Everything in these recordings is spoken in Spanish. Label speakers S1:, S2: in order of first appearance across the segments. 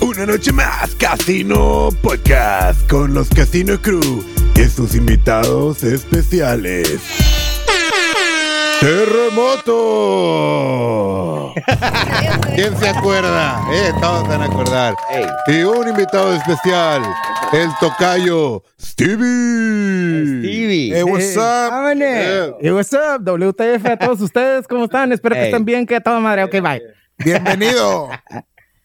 S1: Una noche más, Casino Podcast, con los Casino Crew y sus invitados especiales. ¡Terremoto! ¿Quién se acuerda? Eh, todos van a acordar. Y un invitado especial, el tocayo Stevie.
S2: Stevie.
S1: Hey, what's up?
S3: ¡Vámonos!
S1: Eh.
S3: Y what's up, WTF a todos ustedes, ¿cómo están? Espero que
S2: Ey.
S3: estén bien, que a toda madre. Ok, bye.
S1: Bienvenido.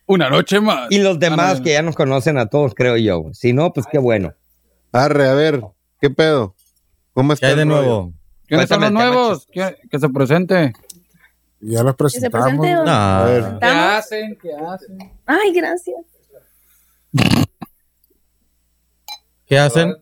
S4: Una noche más.
S2: Y los
S4: Ah,
S2: demás
S4: no.
S2: que ya nos conocen a todos, creo yo. Si no, pues qué bueno.
S1: Arre, a ver, ¿qué pedo? ¿Cómo
S5: ¿Qué
S1: está
S5: hay de
S1: el rollo?
S5: nuevo?
S4: ¿Quiénes son los
S2: Cuéntame el tema,
S4: nuevos? ¿Quién- Que se presente.
S6: Ya los
S7: ¿Que se
S6: presentamos.
S7: presente o
S5: No.
S1: A ver.
S4: ¿Qué
S7: ¿Estamos?
S4: hacen? ¿Qué hacen?
S7: Ay, gracias.
S5: ¿Qué hacen?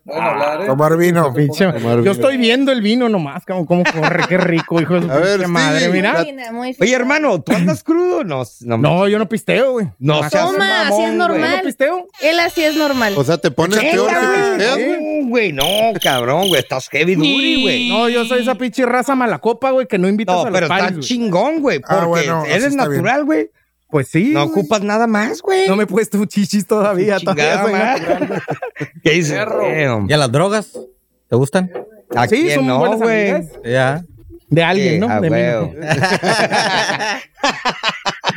S6: Tomar vino.
S3: Pinche-
S1: Tomar
S3: Yo
S1: vino.
S3: estoy viendo el vino nomás, como cómo corre, qué rico, hijo de su
S1: A ver,
S3: pinche madre,
S1: Stevie.
S3: mira.
S7: Muy fina, muy fina.
S2: Oye, hermano, ¿tú andas crudo? No, no.
S3: No, yo no pisteo, güey.
S2: No seas
S7: Toma,
S2: mamón,
S7: así es
S3: ¿Yo
S7: normal.
S3: no pisteo?
S7: Él así es normal.
S1: O sea, te pones
S2: güey.
S1: peor
S2: Venga,
S1: que pisteas,
S2: güey.
S1: güey.
S2: No, güey, no, cabrón, güey. Estás heavy duri, güey.
S3: No, yo soy esa pinche raza malacopa, güey, que no invitas
S2: No,
S3: a los
S2: pero
S3: paris,
S2: estás
S3: güey.
S2: chingón, güey. Porque
S6: Ah, bueno, así
S2: eres
S6: está bien.
S2: natural, güey.
S3: Pues sí.
S2: No
S3: güey.
S2: ocupas nada más, güey.
S3: No me he puesto chichis todavía, todavía
S2: Chingada
S3: soy
S2: madre.
S3: natural.
S2: ¿Qué dices?
S4: Perro.
S2: Damn.
S5: ¿Y a las drogas? ¿Te gustan?
S2: ¿A
S3: Sí,
S2: quién
S3: son
S2: no,
S3: buenas
S2: güey?
S3: amigas.
S5: Ya.
S3: De alguien, ¿no?
S2: Eh, a
S3: De mí,
S2: huevo.
S3: no.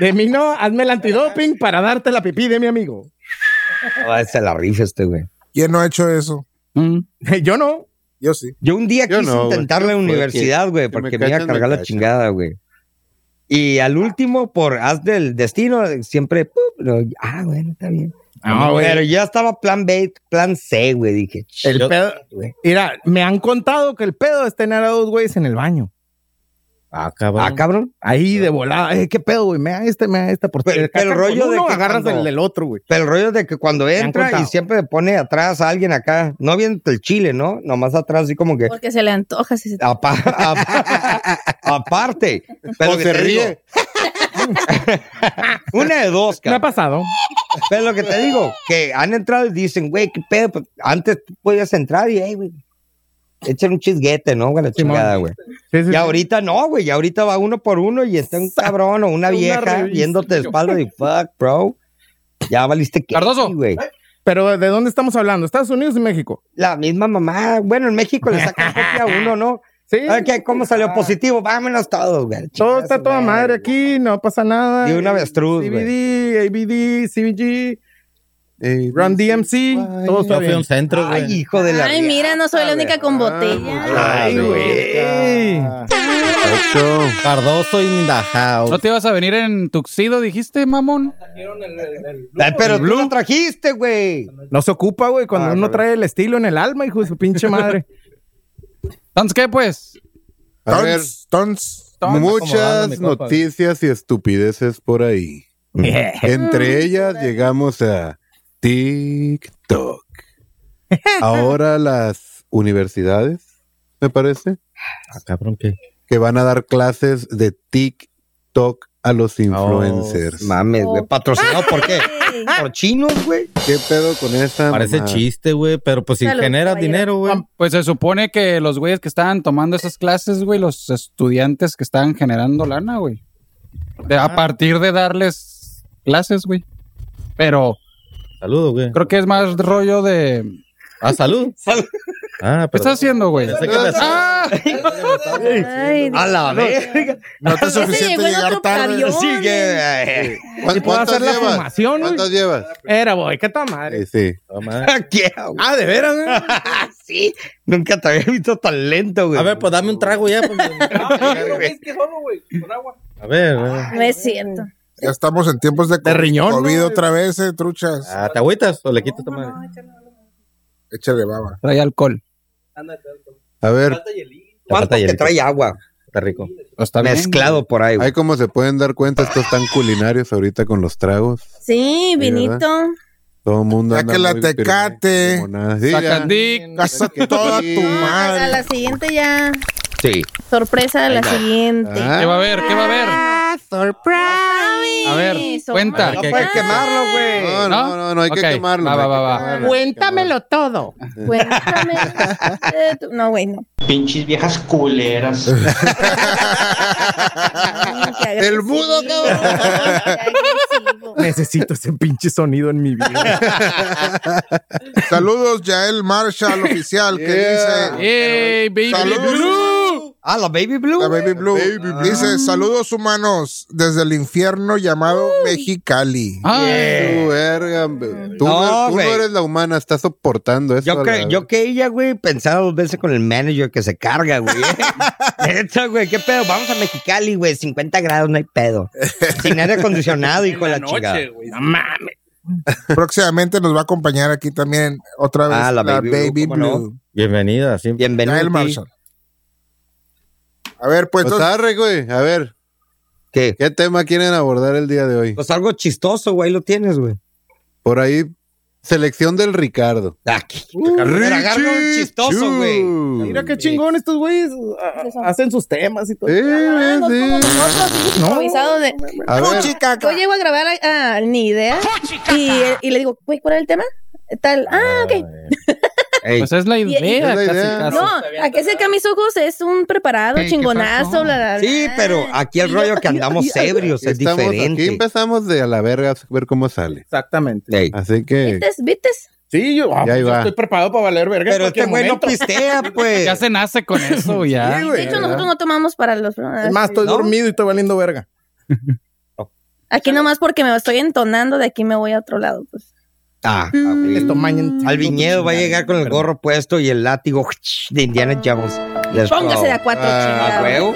S3: De mí no, hazme el antidoping para darte la pipí de mi amigo.
S2: Ah, se la rifa este, güey.
S6: ¿Quién no ha hecho eso?
S4: Mm.
S3: Yo no.
S6: Yo sí.
S2: Yo un día
S1: Yo
S2: quise
S1: no, güey.
S2: intentar
S1: Yo
S2: la
S1: fue
S2: universidad,
S1: que-
S2: güey,
S1: que me
S2: porque me iba a
S1: cachan, me
S2: cargar la
S1: cachan.
S2: chingada, güey. Y al último, por haz del destino, siempre, ¡pup! lo- ah, bueno, está bien.
S3: No, güey.
S2: Pero ya estaba plan B, plan C, güey. Dije, "Ch-
S3: El
S5: Yo-
S3: pedo. Mira, me han contado que el pedo es tener a dos güeyes en el baño.
S5: Ah, cabrón.
S2: ah, cabrón.
S3: Ahí de volada. Eh, ¿Qué pedo, güey? Me da este, me da esta. Porque
S2: Pero- pero el rollo de que
S3: agarras
S2: cuando-
S3: el del otro, güey.
S2: Pero el rollo de que cuando
S3: han
S2: entra y
S3: contado.
S2: siempre pone atrás a alguien acá, no bien el chile, ¿no? Nomás atrás, así como que.
S7: Porque se le antoja si se
S2: apa- apa- aparte. Pero
S1: O
S2: que
S1: se
S2: te
S1: ríe.
S2: digo- Una de dos,
S3: Me
S2: cabrón.
S3: ha pasado.
S2: Pero lo que te digo, que han entrado y dicen, güey, qué pedo, pues, antes tú podías entrar y, hey, güey, echar un chisguete, ¿no? Güey, la
S3: Simón.
S2: chingada, güey.
S3: Sí,
S2: Y
S3: sí, sí.
S2: ahorita no, güey, y ahorita va uno por uno y está un cabrón o una
S3: Una
S2: vieja
S3: revista.
S2: viéndote de espalda y, fuck, bro, ya valiste que,
S4: Cardoso.
S2: güey.
S3: Pero ¿de dónde estamos hablando? ¿Estados Unidos y México?
S2: La misma mamá, bueno, en México le sacan copia a uno, ¿no?
S3: Sí.
S2: A ver, ¿qué? ¿Cómo salió positivo? Vámonos todos, güey.
S3: Todo
S2: Chingas,
S3: está toda
S2: güey.
S3: madre aquí, no pasa nada. Eh,
S2: Y una avestruz, güey.
S3: CBD, ABD, CBG, eh, Run DMC, todo está
S5: Yo fui a
S3: bien.
S5: un centro,
S2: Ay,
S5: güey.
S2: hijo de la.
S7: Ay, mira, no soy la única con botella.
S2: Ay, güey.
S1: Ocho.
S5: Cardoso y Mindajao.
S4: ¿No te ibas a venir en tuxido, dijiste, mamón?
S2: Ay, Pero tú lo trajiste, güey.
S3: No se ocupa, güey, cuando
S2: Ah,
S3: uno
S2: cabrón.
S3: trae el estilo en el alma, hijo de su pinche madre.
S4: ¿Entonces qué, pues?
S1: A ver,
S6: Tons, tons.
S1: muchas noticias y estupideces por ahí. Entre ellas llegamos a TikTok. Ahora las universidades, me parece,
S5: Ah, cabrón, ¿qué?
S1: que van a dar clases de TikTok a
S4: Oh,
S1: los influencers.
S2: Mames, güey. Patrocinado, ¿por qué?
S7: Ay.
S2: Por chinos, güey.
S1: ¿Qué pedo con esa?
S5: Parece
S1: mamá?
S5: chiste, güey, pero pues si
S7: Salud,
S5: generas
S7: caballero.
S5: dinero, güey.
S4: Pues se supone que los güeyes que estaban tomando esas clases, güey, los estudiantes que estaban generando lana, güey. De-
S2: Ah.
S4: a partir de darles clases, güey. Pero
S5: Saludos, güey.
S4: creo que es más rollo de...
S5: Ah, salud.
S2: Salud.
S5: Ah,
S4: ¿Qué
S5: pero.
S4: estás haciendo, güey?
S5: Pensé que me-
S4: ¡Ah!
S7: Ay,
S3: Ah,
S2: A la verga.
S6: No te es
S7: llegó
S6: suficiente
S7: en
S6: llegar
S7: otro
S6: tarde.
S7: avión. ¿eh?
S2: Sí, que.
S1: ¿Cuán-
S3: ¿Y puedo
S1: ¿Cuántas
S3: hacer la
S1: llevas?
S3: fumación, güey?
S1: ¿Cuántas llevas?
S3: Era, güey, qué tal madre.
S1: Sí, sí.
S5: No, man.
S2: ¿Qué?
S3: Ah, de veras, güey?
S2: Ah, sí. Nunca te había visto tan lento, güey.
S5: A ver, pues dame un trago ya. pues. A ver, güey.
S7: No es cierto.
S6: Ya estamos en tiempos de,
S3: De riñón,
S6: COVID
S3: ¿no?
S6: otra vez, eh, truchas.
S5: Ah, ¿Te agüitas o le quitas tu madre?
S6: Échale baba.
S4: Trae alcohol.
S1: A ver,
S2: ¿Cuánto que trae agua?
S5: Está rico.
S4: Está bien.
S2: Mezclado por ahí, güey.
S1: hay como se pueden dar cuenta, estos tan culinarios ahorita con los tragos.
S7: Sí,
S1: ¿verdad?
S7: vinito.
S1: Todo el mundo
S6: Ya
S1: anda
S6: que la
S1: muy firme,
S6: Tecate.
S1: como nada. Sí, ya.
S4: Sacandic.
S6: Casa toda tu
S7: Ah, a
S6: madre.
S7: la siguiente ya.
S2: Sí.
S7: Sorpresa a la siguiente.
S1: Ah,
S4: ¿Qué va a haber? ¿Qué va a haber?
S2: Ah,
S4: A ver,
S7: Sorpresa. Ah,
S4: cuenta.
S2: No puedes quemarlo, güey.
S1: No, no, no, no hay
S4: Ok,
S1: que quemarlo.
S4: va,
S1: no hay
S4: va,
S1: que
S4: va, va.
S1: quemarlo.
S3: Cuéntamelo todo.
S7: Cuéntame.
S4: Ah,
S7: Eh, tú- No, güey, no.
S8: Pinches viejas culeras.
S7: Ay, qué
S1: El mudo,
S7: agresivo. Qué agresivo.
S9: Necesito ese pinche sonido en mi vida.
S6: Saludos, Yael Marshall, oficial, que
S1: Yeah.
S6: dice.
S4: ¡Ey, baby!
S6: Saludos.
S4: Blue!
S2: Ah, la Baby Blue.
S6: La Baby Blue.
S1: Baby Blue.
S6: Dice, saludos humanos desde el infierno llamado Mexicali.
S5: Ah,
S4: ¡Ay!
S6: Eh,
S1: Tu verga,
S7: eh,
S1: hombre. Tú,
S2: No,
S1: no, tú no
S2: güey.
S1: eres la humana, estás soportando eso.
S2: Yo
S1: a
S2: que,
S1: la-
S2: yo que ella, güey, pensaba dos veces con el manager que se carga, güey. Neta, güey, qué pedo. Vamos a Mexicali, güey, 50 grados, no hay pedo. Sin aire acondicionado, hijo de la, chingada.
S5: güey.
S6: Próximamente nos va a acompañar aquí también otra vez
S2: Ah,
S6: la,
S2: la
S6: Baby,
S2: Baby Blue,
S6: Blue.
S2: ¿cómo no?
S5: Bienvenida, siempre.
S2: Bienvenido.
S6: Yael Marshall. A ver, pues,
S1: Pues
S6: entonces,
S1: arre, güey. A ver,
S2: ¿Qué?
S1: ¿qué tema quieren abordar el día de hoy?
S2: Pues algo chistoso, güey, lo tienes, güey.
S1: Por ahí, selección del Ricardo.
S2: Aquí. Pero agarra un
S1: Richie
S2: chistoso,
S1: Chu.
S2: güey.
S9: Mira qué chingón estos güeyes ah, hacen sus temas y todo.
S1: Sí,
S7: Ah, no,
S1: sí.
S7: como nosotros, improvisado de-
S1: A ver,
S7: Yo llego a grabar ah, ni idea y, y le digo, güey, ¿cuál es el tema? Tal, ah, ok.
S4: Pues es la idea,
S1: Es la
S4: casi,
S1: idea.
S4: casi.
S7: No, ¿a qué se mis ojos? Es un preparado
S4: Ey, ¿qué pasó?
S7: chingonazo, bla, bla, bla.
S2: Sí, pero aquí el rollo que andamos ebrios es
S1: estamos aquí,
S2: diferente.
S1: empezamos de a la verga a ver cómo sale.
S9: Exactamente.
S2: Ey.
S1: Así que,
S7: ¿Vistes? ¿Vistes?
S9: Sí, yo, ah,
S1: Ya ahí
S9: yo
S1: va.
S9: estoy preparado para valer verga. en
S2: Pero este
S9: cualquier
S2: güey no
S9: momento.
S2: pistea, pues.
S4: Ya se nace con eso, ya.
S9: Sí,
S7: De
S9: güey.
S7: hecho, nosotros no tomamos para los...
S9: Es más, estoy
S2: ¿No?
S9: dormido y estoy valiendo verga.
S7: Aquí nomás porque me estoy entonando, de aquí me voy a otro lado. Pues.
S2: Ah,
S9: Esto mañana-
S2: al viñedo va a llegar con el gorro puesto y el látigo de Indiana Jones. Let's go.
S7: Póngase de a cuatro,
S2: Ah,
S7: chingada.
S2: huevo.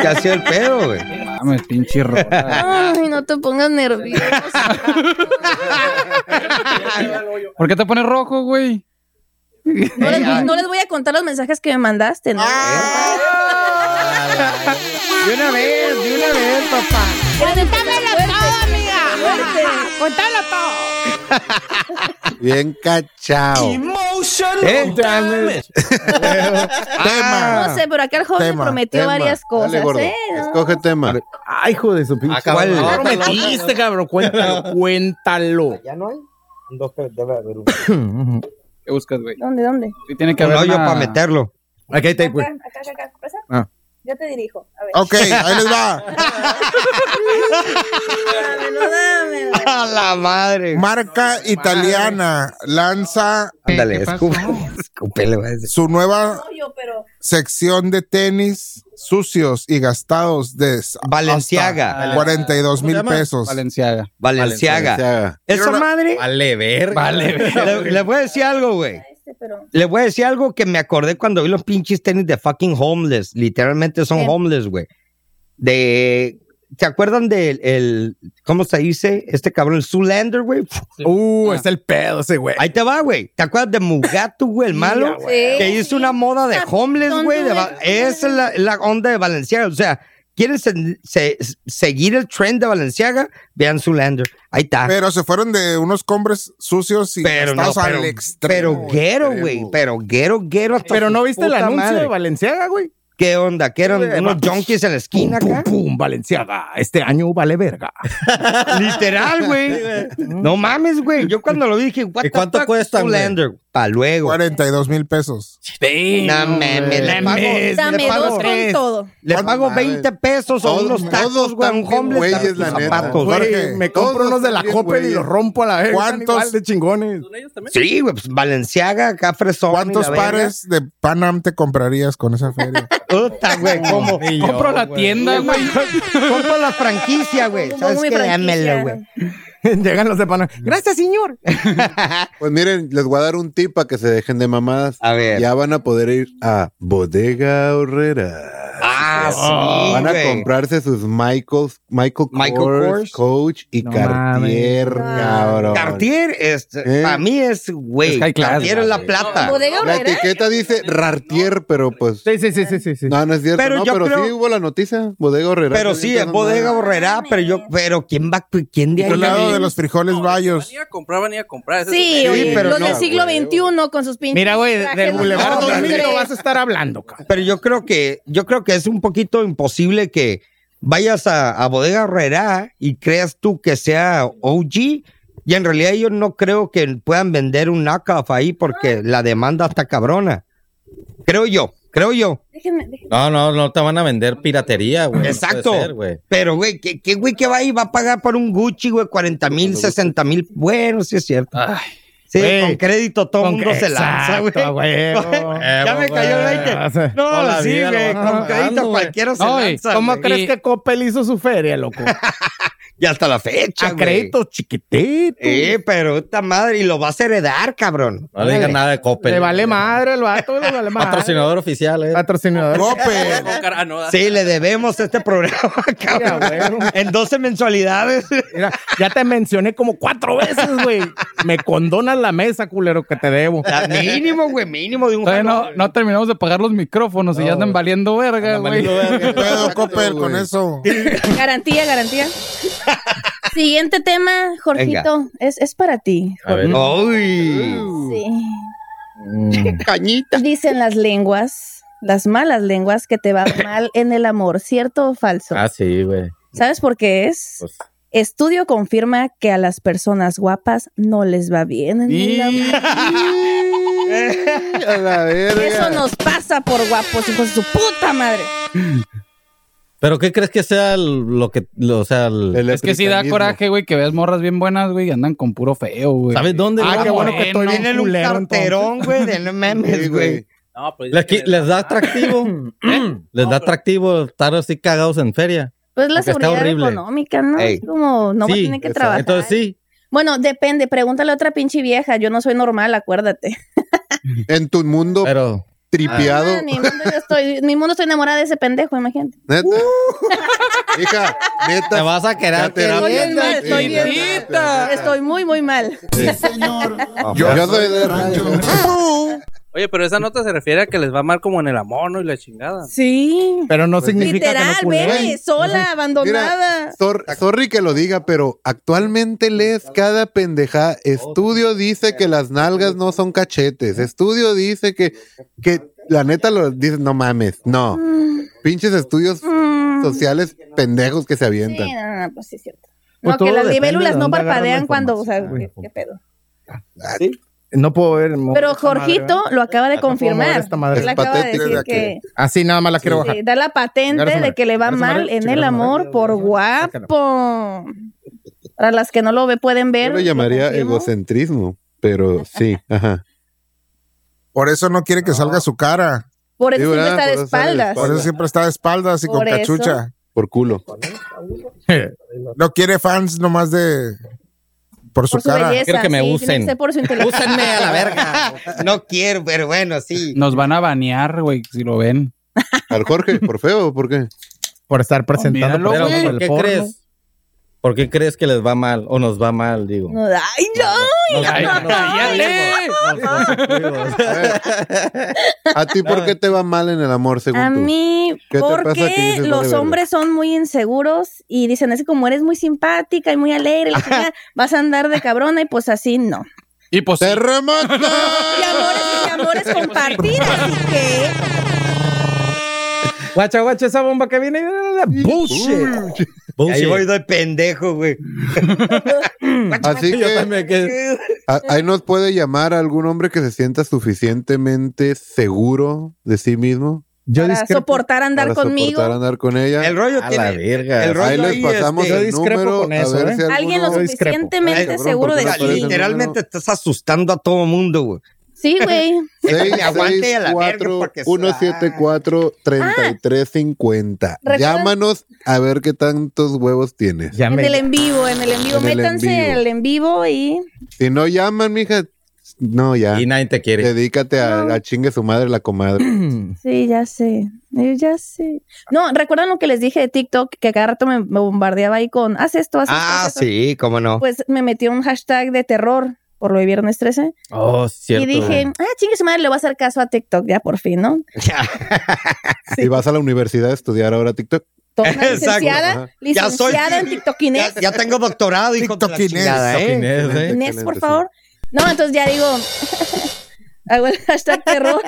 S2: ¿Qué hacía el pedo, güey?
S4: Mames, pinche rola.
S7: Ay, no te pongas nervioso.
S4: ¿Por qué te pones rojo, güey?
S7: No les, voy- no les voy a contar los mensajes que me mandaste, ¿no?
S2: De una vez, de una vez, papá.
S7: Contámelo todo, amiga.
S1: bien cachao.
S2: ¿Eh?
S7: No sé, pero acá el joven
S6: Tema,
S7: ah, prometió
S1: Tema.
S7: varias cosas,
S1: Dale, gordo.
S7: ¿eh? No.
S1: Escoge tema.
S9: Ay, hijo de su pinche.
S2: ¿Cuál?
S9: ¿Qué prometiste, cabrón? Cuéntalo, cuéntalo.
S2: ¿Ya no hay? Un, dos, tres, debe haber uno.
S4: ¿Qué buscas, güey?
S7: ¿Dónde, dónde?
S4: Sí, tiene que
S2: Un
S4: haber
S2: hoyo
S4: una-
S2: para meterlo.
S9: Aquí te, güey.
S3: pues.
S7: Acá, acá, acá, acá. ¿Presa?
S9: Ah.
S7: Yo te dirijo. A ver.
S6: ok, ahí les va.
S7: Dámelo, dámelo.
S2: ¡A la madre!
S6: Marca italiana lanza
S2: Ándale,
S4: ¿Qué pasó?
S2: escúpele, escúpele, güey.
S6: su nueva
S7: Yo, pero...
S6: sección de tenis sucios y gastados de s-
S2: Valenciaga.
S6: hasta 42 mil pesos.
S4: Valenciaga.
S2: Valenciaga.
S1: Valenciaga.
S2: Esa madre.
S5: Vale, verga.
S4: Vale,
S2: Le, le voy a decir algo, güey.
S7: Este, pero...
S2: Le voy a decir algo que me acordé cuando vi los pinches tenis de fucking homeless. Literalmente son
S7: ¿Qué?
S2: homeless, güey. De. ¿Se acuerdan del. El, ¿Cómo se dice? Este cabrón, el Zoolander, güey. Pf,
S9: Uh,
S4: Ah.
S9: es el pedo ese güey.
S2: Ahí te va, güey. ¿Te acuerdas de Mugatu, güey, el malo? que hizo una moda de homeless, güey. de va- Esa es la, la onda de Valenciaga. O sea, ¿quieren se- se- seguir el trend de Valenciaga? Vean Zoolander. Ahí está.
S6: Pero se fueron de unos hombres sucios y
S2: Ah. Pero no,
S6: gastados
S2: pero,
S6: al extremo.
S2: pero guero, güey. Pero guero, guero. hasta
S9: Pero
S2: su
S9: no viste el
S2: puta
S9: anuncio
S2: madre.
S9: de Valenciaga, güey.
S2: ¿Qué onda? ¿Que eran
S9: Eh,
S2: unos
S9: va-
S2: junkies en la
S9: Pum,
S2: esquina
S9: pum,
S2: acá?
S9: pum, Valenciaga. Este año vale verga.
S2: Literal, güey. no mames, güey. Yo cuando lo vi dije, what
S5: ¿Y cuánto cuestan, güey?
S2: Para luego.
S6: 42 mil pesos.
S2: No mames, le pago,
S7: Dame
S2: le pago,
S7: dos con todo.
S2: le pago
S1: Mames.
S2: 20 pesos o
S1: Todos-
S2: unos tacos,
S1: todos
S2: güey, a un
S1: están bien
S2: homeless,
S1: güeyes,
S2: tus
S1: la neta.
S2: zapatos.
S6: Güey,
S9: Jorge, me compro
S1: todos
S9: unos de la
S1: también,
S9: Coppel y
S1: güey.
S9: los rompo a la verga.
S6: ¿Cuántos-
S9: Están igual de chingones?
S2: Sí, güey, pues Valenciaga, acá fresón.
S6: ¿Cuántos
S2: y la verga.
S6: pares de Panam te comprarías con esa feria?
S2: Puta, güey, ¿cómo?
S4: Compro la tienda, güey.
S2: Compro la franquicia, güey.
S7: Pongo
S2: ¿Sabes
S7: mi
S2: qué?
S7: franquicia.
S2: Dámelo, güey.
S9: Llegan los de Panamá. Gracias, señor.
S1: Pues miren, les voy a dar un tip para que se dejen de mamadas.
S2: A ver.
S1: Ya van a poder ir a Bodega Horrera.
S2: Ah, sí,
S1: Oh, Van a
S2: güey.
S1: comprarse sus Michaels, Michael,
S2: Michael
S1: Kors,
S2: Kors.
S1: Coach y
S9: No
S1: Cartier,
S7: mames.
S1: cabrón.
S2: Cartier,
S1: ¿Eh?
S2: para mí es, güey.
S4: Es high class,
S2: Cartier es la plata.
S7: Bodega
S1: La
S7: Horrera.
S1: etiqueta dice Rartier, pero pues.
S9: Sí, sí, sí, sí, sí. sí.
S1: No, no es cierto,
S2: Pero
S1: no,
S2: yo
S1: pero
S2: creo-
S1: sí hubo la noticia. Bodega Horrera.
S2: Pero
S1: Está bien
S2: sí, es
S1: esa
S2: bodega
S1: madre.
S2: borrera, pero yo, pero ¿quién va, quién de ahí?
S6: Al lado de los frijoles bayos.
S3: Ni a comprar, van a ir a comprar. Ese
S7: Sí,
S3: es el-
S7: oye,
S2: pero
S7: los
S2: no,
S7: del siglo XXI con sus pinches.
S9: Mira, güey,
S7: trajes
S9: del Boulevard
S7: de
S9: 2000 no
S7: hombre.
S9: vas a estar hablando, cabrón.
S2: Pero yo creo que, yo creo que es un poquito imposible que vayas a, a bodega borrera y creas tú que sea OG. Y en realidad yo no creo que puedan vender un knockoff ahí porque la demanda está cabrona. Creo yo. creo yo.
S7: Déjenme, déjenme.
S10: No, no, no te van a vender piratería, güey. No
S2: Exacto.
S10: puede ser, güey.
S2: Pero, güey, ¿qué, qué güey que va ahí va a pagar por un Gucci, güey? 40 mil, 60 mil. Bueno, sí es cierto. sí,
S4: güey.
S2: con crédito todo el
S4: Con-
S2: mundo se lanza, güey.
S4: Exacto, güey.
S2: ya me cayó el 20.
S10: Toda
S2: No,
S10: la
S2: sí,
S10: vida lo
S2: güey.
S10: van
S2: Con crédito
S10: pagando, güey.
S2: cualquiera se
S4: No, y
S2: lanza.
S3: ¿Cómo
S2: güey.
S3: crees que Coppel hizo su feria, loco?
S2: Y hasta la fecha,
S3: A
S2: güey.
S3: créditos chiquititos.
S2: Eh, pero esta madre, y lo vas a heredar, cabrón.
S10: No le digan nada de Coppel.
S3: Le vale madre el vato, le vale madre.
S10: Patrocinador oficial, eh.
S11: Patrocinador.
S8: Coppel.
S2: Sí, le debemos este programa, cabrón.
S3: Ya, güey.
S2: en 12 mensualidades.
S3: Mira, ya te mencioné como cuatro veces, güey. Me condonas la mesa, culero, que te debo.
S2: La- mínimo, güey, mínimo de un
S4: Todavía no,
S2: jalón.
S4: no terminamos de pagar los micrófonos y ya andan valiendo verga, güey.
S8: ¿Qué pedo, Coppel, con eso?
S7: Garantía, garantía. Siguiente tema, Jorgito. Es, es para ti.
S10: A ver.
S2: Uy.
S6: Uh.
S7: Sí.
S10: Mm.
S7: Cañita. Dicen las lenguas, las malas lenguas, que te va mal en el amor, ¿cierto o falso?
S10: Ah, sí, güey.
S7: ¿Sabes por qué es?
S10: Pues,
S7: Estudio confirma que a las personas guapas no les va bien en el amor.
S6: A la verga.
S7: Eso nos pasa por guapos, hijos de su puta madre.
S10: ¿Pero qué crees que sea el- lo que, lo- o sea, el-
S6: El
S4: Es que sí da
S6: africanismo.
S4: coraje, güey, que veas morras bien buenas, güey, y andan con puro feo, güey.
S10: ¿Sabes dónde?
S3: Ah,
S10: güey?
S3: qué bueno que estoy bien
S2: Tienen un
S3: culero, entonces.
S2: carterón, güey, de no
S6: Sí,
S2: memes, güey.
S6: güey.
S10: les, qui- les da atractivo. Les da atractivo estar así cagados en feria.
S7: Pues la
S10: Porque está
S7: seguridad
S10: horrible.
S7: económica, ¿no?
S2: Ey.
S7: Es Como no
S10: Sí,
S7: tiene que
S10: exacto.
S7: trabajar.
S10: Entonces sí.
S7: Bueno, depende, pregúntale a otra pinche vieja, yo no soy normal, acuérdate.
S6: En tu mundo
S10: Pero
S6: tripeado.
S7: Ah, ni mundo yo estoy, ni mundo estoy enamorada de ese pendejo, imagínate.
S6: Neta.
S2: Uh.
S6: Hija,
S10: te
S6: neta.
S10: vas a quedar.
S6: Te
S7: Estoy bien mal,
S6: neta,
S7: estoy
S6: sí,
S7: bien
S6: neta, neta.
S7: Estoy muy, muy mal.
S6: Yo, yo soy de rancho.
S12: Oye, pero esa nota se refiere a que les va mal como en el amor, ¿no? Y la chingada.
S7: Sí.
S3: Pero no significa
S7: Literal,
S3: que no
S7: bebé,
S3: culero.
S7: sola, abandonada.
S6: Sor- sorry que lo diga, pero actualmente lees cada pendeja. Estudio dice que las nalgas no son cachetes. Estudio dice que, que la neta lo dice, no mames, no. Pinches estudios
S7: Mm,
S6: sociales pendejos que se
S7: sí,
S6: avientan.
S7: no, no, pues sí es cierto.
S3: Pues
S7: no, que
S3: todo
S7: las
S3: depende
S7: libélulas
S3: de
S7: no
S3: dónde agarran la
S7: parpadean cuando, o sea,
S3: información.
S7: ¿qué, qué pedo.
S3: No puedo ver. mo-
S7: Pero
S3: esta madre,
S7: Jorgito lo
S6: Ah,
S7: acaba de
S3: Ya te puedo mover
S7: confirmar.
S3: esta madre.
S7: Él acaba de
S6: Patético.
S7: decir que
S3: ¿verdad? Así nada más la quiero bajar.
S7: sí, da la
S3: Chingar a
S7: patente
S3: su
S7: de
S3: madre.
S7: que le
S3: Chingar
S7: va
S3: a su
S7: mal
S3: madre,
S7: en
S3: chingar
S7: el
S3: a su madre.
S7: amor por guapo. Para las que no lo ve, pueden ver.
S6: Yo lo llamaría
S7: confirmo.
S6: egocentrismo, pero sí, ajá.
S8: Por eso no quiere que salga su cara.
S7: Por eso
S6: Sí,
S7: siempre
S6: ¿verdad?
S7: está de
S6: Por eso sale de
S7: espaldas.
S8: Por eso siempre está de espaldas y con
S7: Por eso.
S8: cachucha.
S6: Por culo.
S8: No quiere fans nomás de. Por su,
S7: Por su
S8: cara.
S7: belleza.
S10: Quiero que me
S7: sí,
S10: usen.
S7: tiene que ser por su inteligencia.
S10: Úsenme a la verga.
S2: No quiero, pero bueno, sí.
S4: Nos van a banear, güey, si lo ven.
S6: Al Jorge, por feo, ¿por qué?
S3: Por estar presentando.
S4: Míralo,
S10: Pero,
S3: productos
S10: ¿por
S3: del
S10: qué
S3: porno.
S10: crees? ¿por qué crees que les va mal? O nos va mal, digo.
S7: No, Ay,
S10: Nos-
S4: Ay,
S7: no.
S10: nos-
S6: A ver, ¿A ti por qué te va mal en el amor, según
S7: A
S6: tú?
S7: mí,
S6: ¿Qué te pasa que
S7: porque
S6: dices, "Vale,
S7: los
S6: verga"?
S7: hombres son muy inseguros y dicen, es que como eres muy simpática y muy alegre, la chingada, vas a andar de cabrona y pues así no.
S4: Y pues, sí,
S6: ¡Terremoto!
S7: Y amores y amores compartir, así que
S3: Guacha, guacha, esa bomba que viene. Bullshit.
S2: Ahí
S10: Bullshit.
S2: voy de pendejo, güey.
S6: Así
S10: Yo
S6: que
S10: también que-
S6: a- ahí nos puede llamar a algún hombre que se sienta suficientemente seguro de sí mismo
S3: Yo
S7: para
S3: discrepo.
S7: soportar andar
S6: para
S7: conmigo.
S6: soportar andar con ella.
S2: El rollo
S10: A la
S2: tiene.
S10: verga.
S2: el rollo
S6: ahí les
S2: ahí,
S6: pasamos
S2: este,
S3: yo
S6: el
S3: discrepo
S6: número
S3: con eso,
S6: a ver
S3: ¿eh?
S6: si alguno-
S7: Alguien lo
S3: Yo discrepo.
S6: Ay,
S7: suficientemente
S6: cabrón,
S7: seguro
S6: ¿por
S7: de
S6: qué
S2: Mira,
S6: no aparece
S7: sí.
S6: el
S2: Literalmente estás asustando a todo mundo, güey.
S7: Sí, güey.
S2: Déjame
S6: Seis,
S2: aguante
S6: seis,
S2: a la verga
S6: cuatro,
S2: porque se
S6: uno,
S2: va.
S6: siete, cuatro, treinta y tres, cincuenta.
S7: ¿Recuerdan?
S6: Llámanos a ver qué tantos huevos tienes.
S3: Ya
S7: En
S3: me-
S7: el en vivo, en el en vivo.
S6: En el en
S7: Métanse
S6: vivo.
S7: al en vivo y
S6: Si no llaman, mija, no, ya.
S10: Y nadie te quiere.
S6: Dedícate a,
S7: No.
S6: a chingue su madre la comadre.
S7: Sí, ya sé. eh, Ya sé. No, ¿recuerdan lo que les dije de TikTok? Que cada rato me, me bombardeaba ahí con, haz esto, haz esto.
S2: Ah,
S7: haz esto".
S2: sí, cómo no.
S7: Pues me metió un hashtag de terror por lo de viernes 13.
S10: Oh, cierto.
S7: y dije,
S10: güey.
S7: ah, chingue su madre, le voy a hacer caso a TikTok ya por fin, ¿no?
S6: Y vas a la universidad a estudiar ahora TikTok.
S7: Toda una
S2: Exacto,
S6: ajá.
S7: licenciada,
S2: Ya soy-
S7: licenciada en TikTokinés.
S2: Ya, ya tengo doctorado, hijo de la
S8: TikTokinés,
S2: chingada, ¿eh?
S10: Inés,
S7: Inés,
S10: ¿eh?
S6: Excelente,
S7: por
S6: sí.
S7: favor. No, entonces ya digo, hago el hashtag terror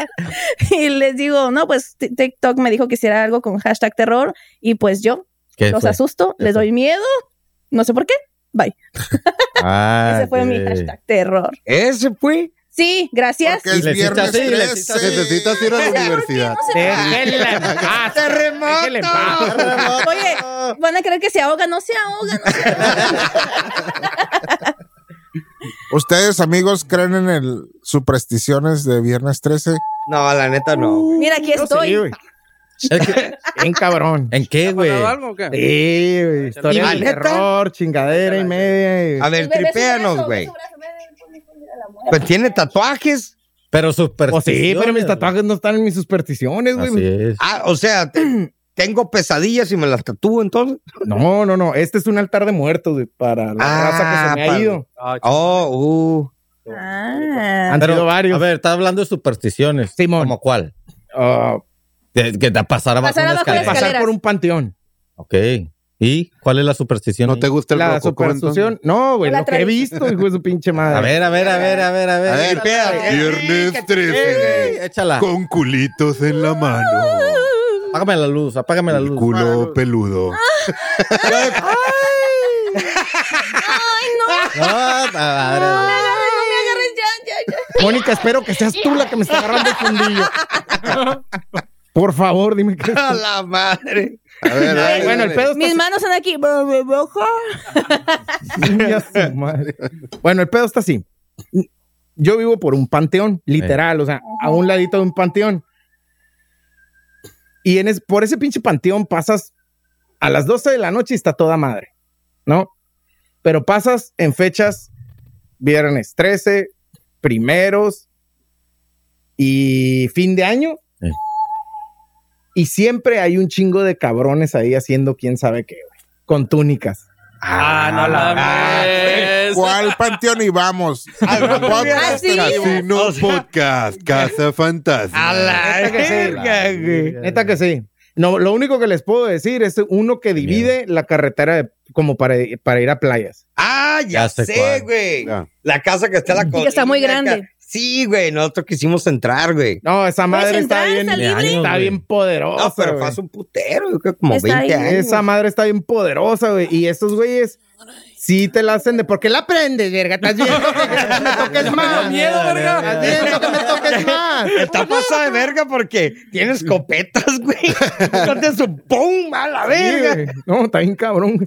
S7: y les digo, no, pues Tik- TikTok me dijo que hiciera algo con hashtag terror y pues yo
S10: ¿Qué
S7: los
S10: fue?
S7: asusto,
S10: ¿Qué
S7: les
S10: fue?
S7: doy miedo, no sé por qué.
S10: Ah,
S7: Ese fue mi
S10: ok.
S7: hashtag terror.
S2: Ese fue.
S7: Sí, gracias.
S6: Porque es
S5: Le hiciste
S6: viernes
S5: así, le hiciste
S6: 13.
S1: Necesitas ir a la universidad.
S3: Déjenla en paz, déjenla Ah, en paz.
S7: Oye, van a creer que se ahoga, no se ahoga. no se
S6: ¿Ustedes, amigos, creen en el supersticiones de viernes 13?
S2: No, la neta no.
S7: ahoga.
S2: güey.
S7: Mira, aquí
S3: Yo sí,
S7: estoy.
S3: güey. Bien cabrón.
S5: ¿En qué, güey?
S10: ¿Pasado algo o qué?
S3: Sí, güey. Historia
S2: ¿Y la
S3: de
S2: neta? Ah,
S3: terror, chingadera y media. y-
S2: A ver,
S7: Ve, ve su
S2: tripéanos,
S7: brazo, ve
S2: güey.
S7: su brazo, ve, ve, ve, mira la mujer.
S2: Pues tiene tatuajes.
S5: Pero super.
S3: Pues sí, pero mis tatuajes no están en mis supersticiones,
S5: Así
S3: güey.
S5: es.
S2: Ah, o sea, te- tengo pesadillas y me las tatúo entonces.
S3: No, no, no. Este es un altar de muertos, güey, para la
S2: Ah,
S3: raza que se me
S2: para-
S3: ha ido.
S2: Oh,
S7: Ah.
S3: Han
S5: Pero,
S3: sido
S5: A
S3: varios.
S5: ver, está hablando de supersticiones.
S3: Simón.
S5: ¿Cómo cuál?
S3: Ah,
S5: De- Que te pasar abajo
S7: Pasar
S5: una
S7: abajo de
S5: escalera.
S7: escalera.
S3: pasar por un panteón.
S5: Ok. ¿Y cuál es la superstición?
S1: ¿No te gusta el
S3: La
S1: rococó, entonces?
S3: superstición. No, güey,
S7: La
S3: lo que he
S7: tradición.
S3: visto, hijo de su pinche madre.
S5: A ver, a ver, a ver, a ver, a ver.
S1: A ver,
S5: Tripea.
S1: Viernes 13.
S5: Eh, Échala.
S1: Con culitos en la mano.
S5: Apágame la luz, apágame la
S1: El
S5: luz.
S1: culo peludo.
S5: No, madre.
S7: No me agarres ya, ya, ya.
S3: Mónica, espero que seas tú la que me está agarrando el fundillo. Por favor, dime qué.
S2: a la madre.
S1: A ver, a ver.
S3: Bueno, el pedo
S7: Mis
S3: está
S7: manos están aquí. Ojo.
S3: así. su madre. Bueno, el pedo está así. Yo vivo por un panteón, literal, o sea, a un ladito de un panteón. Y en es- por ese pinche panteón pasas a las 12 de la noche y está toda madre, ¿no? Pero pasas en fechas viernes 13, primeros y fin de año.
S5: Sí.
S3: Y siempre hay un chingo de cabrones ahí haciendo quién sabe qué, güey, con túnicas.
S10: Ah, no la ves.
S6: ¿Cuál panteón íbamos?
S7: Ah, sí.
S1: Casino Podcast, Casa Fantasma.
S2: A la
S3: Neta que sí.
S2: verga, güey.
S3: Neta que sí. No, lo único que les puedo decir es uno que divide la carretera de- como para, para ir a playas.
S2: Ah, ya,
S5: Ya sé
S2: sé,
S5: cuál.
S2: güey.
S1: Ya.
S2: La casa que está en la
S7: que está
S2: colina,
S7: muy
S2: acá.
S7: grande.
S2: Sí, güey, nosotros quisimos entrar, güey.
S3: No, esa madre está
S7: entrar,
S3: bien,
S7: está
S5: libre.
S3: está
S5: Años,
S3: bien
S2: No,
S3: poderosa.
S2: pero
S3: güey.
S2: fue hace un putero, yo creo que como
S7: Está
S2: 20
S7: ahí.
S2: años.
S3: Esa madre está bien poderosa, güey. Y estos güeyes sí te la hacen de por qué la prendes, verga. Estás viendo que no me toques más.
S10: miedo, verga.
S3: Estás viendo que me toques más.
S2: Está pasada de verga porque tiene escopetas, güey. Entonces su pum a la verga.
S3: Sí, güey. no, está bien cabrón. güey.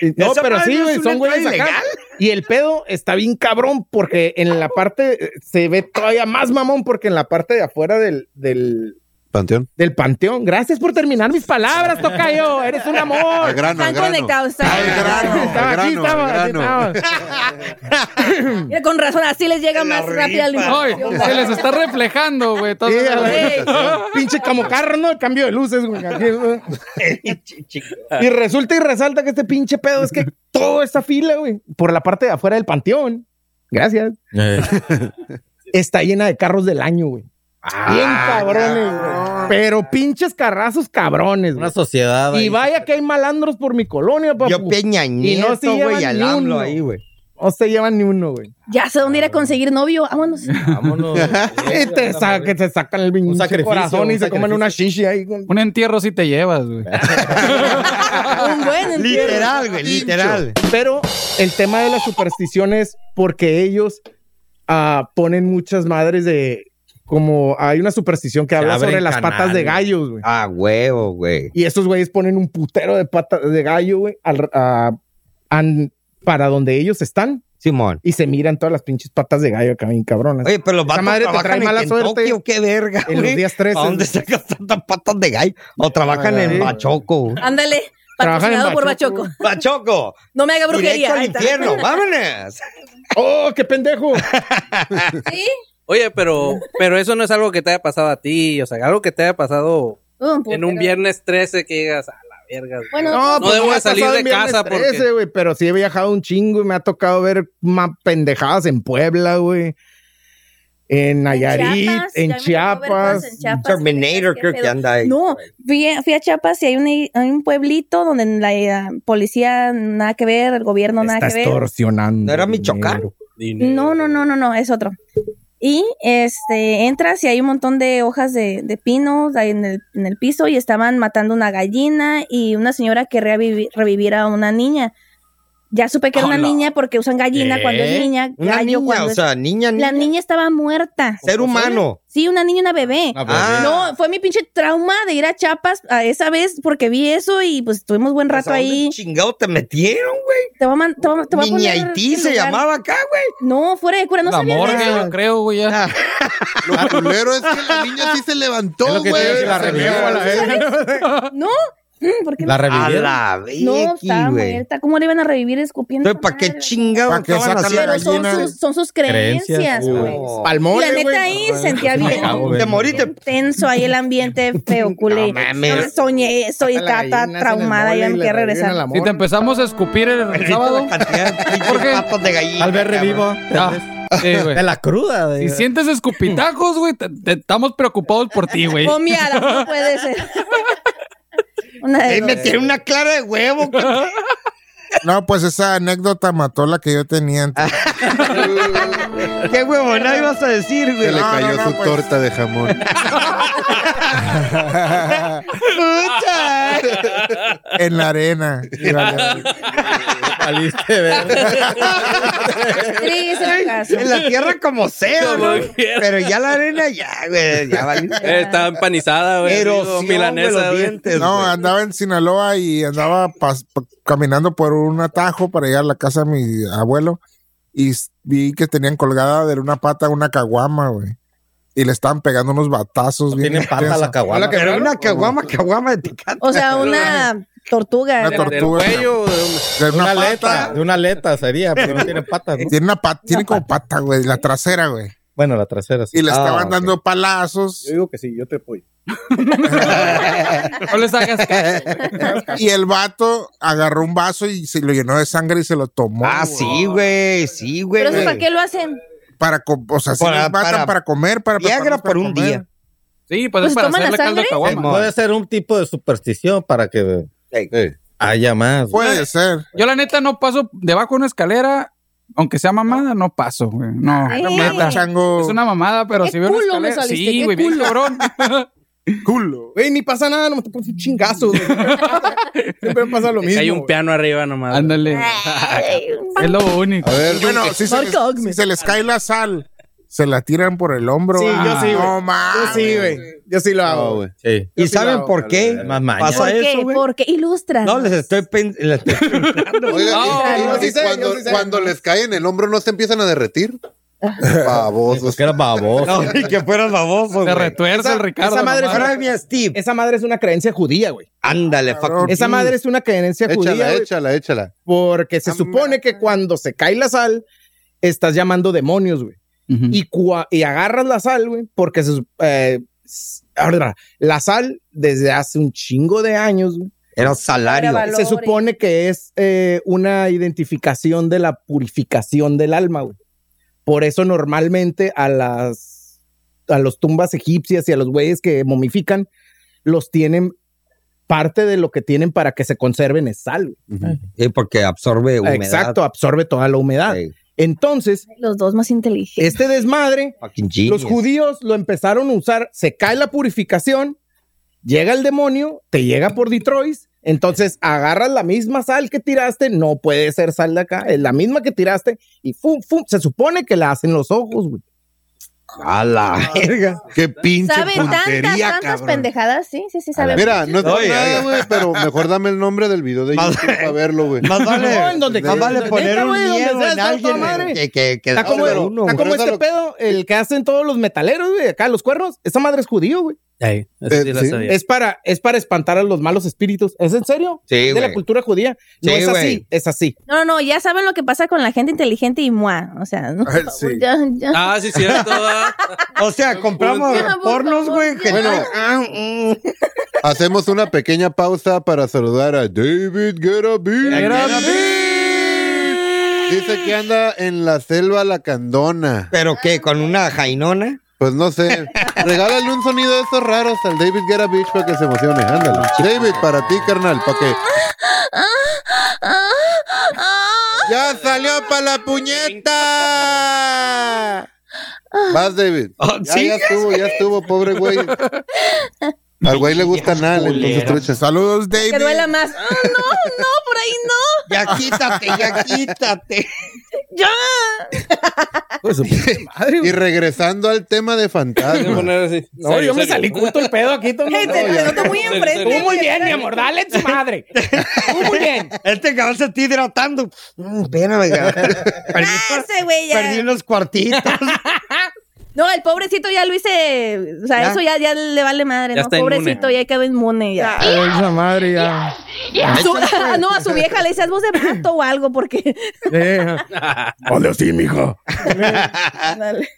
S3: Y- No,
S2: Esa
S3: pero
S2: madre
S3: sí,
S2: no es
S3: güey,
S2: una
S3: son güeyes
S2: entrada
S3: acá.
S2: ilegal.
S3: Y el pedo está bien cabrón porque en la parte eh, se ve todavía más mamón porque en la parte de afuera del, del,
S1: Panteón.
S3: del panteón. Gracias por terminar mis palabras, Tocayo. Eres un
S1: Al
S3: amor.
S1: grano, al
S7: Están
S1: grano.
S7: conectados. están
S1: Al
S7: conectados.
S1: grano,
S3: Estaba
S1: al
S3: aquí,
S1: grano,
S3: estaba,
S1: al
S3: aquí
S1: grano.
S3: estaba.
S7: Mira, con razón, así les
S2: La
S7: llega más rápida la
S2: rifa.
S4: Ay,
S7: información.
S4: se les está reflejando, güey.
S3: Sí,
S4: Entonces,
S3: güey. Pinche como carro, ¿no? El cambio de luces, güey. Aquí, güey. Y resulta y resalta que este pinche pedo es que toda esta fila, güey, por la parte de afuera del panteón. Gracias.
S5: Eh,
S3: está llena de carros del año, güey. Bien
S1: Ah,
S3: cabrones, güey. Pero pinches carrazos cabrones, güey.
S5: Una sociedad.
S3: Y
S5: ahí.
S3: vaya que hay malandros por mi colonia, papu.
S2: Yo Peña
S3: no se
S2: Nieto,
S3: llevan
S2: güey, al
S3: ni
S2: AMLO
S3: uno.
S2: ahí, güey.
S3: No se llevan ni uno, güey.
S7: Ya sé dónde ir a conseguir novio. Vámonos.
S5: Vámonos.
S3: Y te sa- que se sacan el pinche
S5: sacrificio,
S3: corazón y
S5: un
S3: se comen
S5: sacrificio.
S3: una shishi ahí. con-
S4: un entierro sí te llevas, güey.
S7: Un buen entierro.
S2: Literal, güey, literal.
S3: Pero el tema de las supersticiones, porque ellos ah, ponen muchas madres de... Como hay una superstición que habla
S5: abren
S3: sobre las patas
S5: canales.
S3: de gallos, güey.
S2: Ah, huevo, güey.
S3: Y estos güeyes ponen un putero de pata de gallo, güey, al- a- an- para donde ellos están
S2: Simón.
S3: y se miran todas las pinches patas de gallo acá, bien cabronas.
S2: Oye, pero los vatos
S3: madre te
S2: trabajan
S3: trae
S2: en
S3: mala
S2: Kentucky,
S3: suerte.
S2: ¿o qué verga,
S3: en los
S2: güey?
S3: días 13.
S2: ¿A dónde sacas tantas patas de gallo? ¿O trabajan
S3: Ah,
S2: en
S3: sí.
S2: Bachoco? güey?
S7: Ándale.
S3: Trabajan en
S7: Patrocinado por
S3: Bachoco.
S7: Bachoco.
S2: ¡Bachoco!
S7: No me haga
S2: ¡Directo
S7: brujería.
S2: al
S7: Ahí está.
S2: infierno! ¡Vámonos!
S3: ¡Oh, qué pendejo!
S7: Sí.
S10: Oye, pero, pero eso no es algo que te haya pasado a ti, o sea, algo que te haya pasado
S7: Uh,
S10: en un
S7: putero.
S10: viernes 13 que llegas a la verga. güey.
S7: Bueno,
S3: No, pues,
S10: No debo
S3: me
S10: de
S3: ha
S10: salir
S3: pasado
S10: de
S3: en viernes
S10: casa porque-
S3: 13, güey, pero sí he viajado un chingo y me ha tocado ver más pendejadas en Puebla, güey. En Nayarit,
S7: Chiapas, ya
S3: en
S7: me tocó ver cosas
S3: Chiapas.
S7: en Chiapas.
S2: Terminator
S7: ¿Qué
S2: creo
S7: pedo?
S2: que anda ahí.
S7: No, fui a, fui a Chiapas y hay un, hay un pueblito donde la eh, policía nada que ver, el gobierno nada
S3: Estás
S7: que ver.
S3: torsionando.
S2: ¿No era Michoacán?
S7: No, no, no, no, no, es otro. Y este entras y hay un montón de hojas de, de pinos ahí en el, en el piso y estaban matando una gallina y una señora que revivi- reviviera a una niña. Ya supe que era una
S2: Hola. ¿Eh?
S7: niña porque usan gallina
S2: ¿Qué?
S7: cuando es niña.
S2: Una
S7: gallo
S2: niña,
S7: cuando
S2: o
S7: es-
S2: sea, niña,
S7: La niña estaba muerta.
S2: Ser humano.
S7: Sí, una niña y una bebé.
S2: Una bebé. Ah.
S7: No, fue mi pinche trauma de ir a Chiapas a esa vez porque vi eso y pues tuvimos buen rato
S2: ¿A dónde
S7: ahí.
S2: chingado te metieron, güey?
S7: Te voy a, man- te voy a- te voy a
S2: Niña
S7: poner
S2: Haití
S7: el
S2: se
S7: lugar.
S2: llamaba acá, güey.
S7: No, fuera de cura, no
S4: La
S7: sabía de
S4: morgue,
S7: eso.
S4: yo creo, güey. ya.
S1: Lo culero es que la niña sí se levantó,
S4: Es lo que te
S1: güey.
S4: digo, que la
S1: Se
S4: revivió
S1: vio.
S4: a la
S7: No. Mm, ¿Por qué no?
S5: La revivieron.
S2: A la
S7: No,
S2: Vicky,
S7: estaba
S2: güey.
S7: muerta. ¿Cómo le iban a revivir escupiendo?
S2: Entonces, ¿para qué chingado
S5: ¿Para qué sacan
S2: estaban
S5: la
S2: haciendo?
S7: Pero son
S5: gallina?
S7: sus, son sus creencias, güey.
S2: Oh.
S7: Y
S3: Palmole,
S7: la
S3: güey.
S7: neta ahí sentía
S5: Me
S7: bien,
S5: cago, güey.
S2: Te moriste.
S7: bien tenso ahí el ambiente feo, culé.
S2: No mames.
S7: No, soñé eso y
S3: Saca la
S7: está, está
S3: gallina,
S7: traumada,
S3: se le
S7: ya me
S3: mole y
S7: quiero
S3: le reviven a
S7: regresar.
S3: la
S4: Si te
S3: morra.
S4: empezamos a escupir el sábado.
S2: La cantidad de pinches
S4: Jorge.
S2: patas de gallina.
S5: Al ver
S2: cabrón.
S5: revivo.
S4: Ah, sí, güey.
S5: De la cruda. de-
S4: Si sientes escupitajos, güey, te- te- estamos preocupados por ti, güey.
S7: Comiada, no puede ser. Una de
S2: Ey, me
S7: dos.
S2: tiene una clara de huevo. cabrón.
S6: No, pues esa anécdota mató la que yo tenía antes.
S2: ¿Qué huevonada ibas a decir,
S1: Se
S2: güey?
S1: le
S6: No,
S1: cayó
S6: no, no,
S1: su
S6: pues.
S1: torta de jamón.
S2: Puta.
S6: en la arena. Y vale,
S5: Valiste, ver.
S7: Triste tu caso.
S2: En la tierra como sea,
S10: Como
S2: ¿no?
S10: quiera.
S2: Pero ya la arena, ya, güey. Ya valiste.
S10: Está empanizada, güey.
S2: Erosión, güey,
S10: milanesa,
S2: los
S10: güey.
S2: dientes,
S6: No,
S2: güey.
S6: andaba en Sinaloa y andaba pas- pa- caminando por un atajo para llegar a la casa de mi abuelo y s- vi que tenían colgada de una pata una caguama, güey. Y le estaban pegando unos batazos bien
S5: Tiene pata
S6: intensos.
S5: la caguama.
S2: Pero una caguama, caguama de Tecate.
S7: O sea, una tortuga.
S6: Una
S10: Del
S6: tortuga.
S10: cuello, de un-
S6: De
S5: De una
S6: una
S5: aleta.
S6: pata.
S5: De una aleta sería, pero no tiene patas, ¿no?
S6: Tiene una pata, tiene como pata, güey, la trasera, güey.
S5: Bueno, la trasera sí.
S6: Y le
S5: Ah,
S6: estaban
S5: ok.
S6: dando palazos.
S3: Yo digo que sí, yo te apoyo.
S4: No les hagas caso. güey.
S6: Y el vato agarró un vaso y se lo llenó de sangre y se lo tomó.
S2: Ah,
S6: güey.
S2: sí, güey. Sí, güey.
S7: Pero eso, ¿para qué lo hacen?
S6: Para, co- o sea, sí
S2: Para-
S6: los matan
S2: para-
S6: para, comer, para
S2: Viagra
S6: prepararlos para
S2: por un
S6: comer.
S2: día.
S4: Sí, pues
S7: Pues
S4: es para
S7: toman la
S4: hacerle caldo
S7: sangre.
S4: de
S5: Eh,
S4: caguama.
S5: Puede ser un tipo de superstición para que
S2: Ey.
S5: eh, haya más.
S6: Puede ser.
S4: Yo la neta no paso debajo de una escalera, aunque sea mamada, no paso, güey. No,
S7: Ay,
S4: neta.
S7: mames,
S6: chango.
S4: Es una mamada, pero
S7: Qué
S4: si veo una
S7: culo me
S4: escalera,
S7: saliste,
S4: sí,
S7: qué
S4: güey, bien
S7: culo.
S4: cabrón.
S6: culo.
S3: Güey, ni pasa nada, nomás te pones un chingazo. güey. Siempre pasa lo mismo.
S10: Hay un
S3: güey.
S10: piano arriba nomás.
S4: Ándale.
S7: Ay,
S4: Es lo único.
S5: A ver,
S6: Bueno, si se, les,
S7: Marco, me-
S6: si se les cae la sal, se la tiran por el hombro.
S3: Sí,
S6: güey.
S3: yo sí, güey.
S6: No mames.
S3: Yo sí, güey. Yo sí lo hago.
S5: no,
S3: güey.
S5: güey. Sí.
S2: ¿Y
S3: Yo sí
S2: saben
S3: la-
S2: por qué
S5: Más maña.
S7: ¿Por
S2: pasa
S7: qué?
S2: eso, güey?
S7: ¿Por qué? Ilustras.
S2: No, les estoy, pen- les estoy preguntando. güey.
S1: Oigan,
S4: No,
S1: y-
S3: yo sí
S1: y
S3: sé, yo
S1: cuando,
S3: sí sé.
S1: cuando les cae en el hombro, ¿no se empiezan a derretir? Babosos.
S5: Porque era
S6: Oh.
S5: baboso.
S2: No, ni que fueras baboso,
S4: Se
S2: güey.
S4: retuerce
S3: Esa-
S4: el Ricardo.
S3: esa madre
S4: nomás.
S3: es
S2: Ahora mi Steve.
S3: Esa madre es una creencia judía, güey.
S6: Ah,
S2: Ándale, fuck.
S3: Esa madre es una creencia judía,
S1: Échala,
S3: güey,
S1: échala, échala.
S3: porque se supone que cuando se cae la sal, estás llamando demonios, güey.
S4: Ujú.
S3: y, cua- y agarras la sal, güey, porque se, sup- eh, s- ahora, la sal desde hace un chingo de años güey,
S2: Era salario.
S7: Ahora
S3: se
S7: Valores.
S3: supone que es eh, una identificación de la purificación del alma, güey. Por eso normalmente a las a los tumbas egipcias y a los güeyes que momifican los tienen parte de lo que tienen para que se conserven es sal. güey.
S2: Sí, eh, porque absorbe humedad. eh,
S3: Exacto, Ah, absorbe toda la humedad.
S2: Ey,
S3: Entonces,
S7: Los dos más inteligentes.
S3: este desmadre
S2: fucking genius.
S3: Los judíos lo empezaron a usar, se cae la purificación, llega el demonio, te llega por Detroit, entonces agarras la misma sal que tiraste, no puede ser sal de acá, es la misma que tiraste y fum, fum, se supone que la hacen los ojos, güey.
S2: A la verga.
S1: Qué pinche
S7: Saben tantas,
S1: puntería,
S7: tantas
S1: cabrón.
S7: pendejadas, sí, sí, sí, saben.
S1: Mira, no es por
S2: Oye,
S1: nada,
S2: oye.
S1: güey, pero mejor dame el nombre del video de
S2: Más-
S1: YouTube para verlo, güey.
S2: Más
S3: No, en
S2: vale, más
S3: donde quiera,
S2: vale
S3: neta,
S2: poner un
S3: güey, donde
S2: miedo
S3: sea,
S2: en
S3: está
S2: alguien
S3: toda madre.
S2: güey, que, que, que
S3: Está como,
S2: absorbe
S1: pero-
S2: uno,
S3: está
S2: güey.
S3: como este
S1: Regrésalo.
S3: pedo, el que hacen todos los metaleros, güey, acá los cuernos, esa madre es judío, güey.
S10: Ey, eso
S1: Eh,
S10: sí la
S1: sí.
S10: sabía.
S3: Es para, es para espantar a los malos espíritus, ¿es en serio?
S2: Sí,
S3: de la
S2: güey.
S3: cultura judía. No
S2: Sí,
S3: es así,
S2: güey.
S3: es así.
S7: No, no, no, ya saben lo que pasa con la gente inteligente y mua. O sea, no.
S6: Ay, sí.
S7: Ya- ya-
S10: Ah, sí, cierto. ah.
S2: O sea, compramos
S7: Déjame buscar
S2: pornos, güey. que-
S1: Bueno.
S2: Ah, mm.
S1: Hacemos una pequeña pausa para saludar a David Guerra Beat. Dice que anda en la selva lacandona.
S2: ¿Pero qué? ¿Con una jainona?
S1: Pues no sé. Regálale un sonido de esos raros al David Guerra Beach para que se emocione. Ándale. David, para ti, carnal, para que. ¡Ya salió para la puñeta! Vas, David.
S2: Oh,
S1: Ya,
S2: sí.
S1: ya estuvo, ya estuvo, pobre güey. Al güey le gusta nada, entonces trucha.
S6: Saludos,
S7: Que
S6: David.
S7: duela más. Ah, no, no, por ahí no.
S2: Ya quítate, ya quítate.
S7: Ya.
S1: Y regresando al tema de fantasmas.
S3: No, yo me salí justo el pedo aquí. Todo
S7: Hey, te- te noto muy enfrente.
S3: Tú muy bien, mi amor. Dale tu madre. Tú muy bien.
S2: Este cabrón se está hidratando. Mm, espérame, cabrón. Perdí,
S7: Ah, ese güey ya.
S2: perdí unos cuartitos.
S7: No, el pobrecito ya lo hice. O sea,
S2: Ya.
S7: eso ya, ya le vale madre, ¿no?
S10: Ya está inmune.
S7: Pobrecito, ya quedó inmune. Ya.
S9: Esa madre ya.
S7: Su- ah, no, a su vieja le dice, haz voz de pato o algo, porque.
S9: Eh, Hola, sí, mijo.
S7: Dale.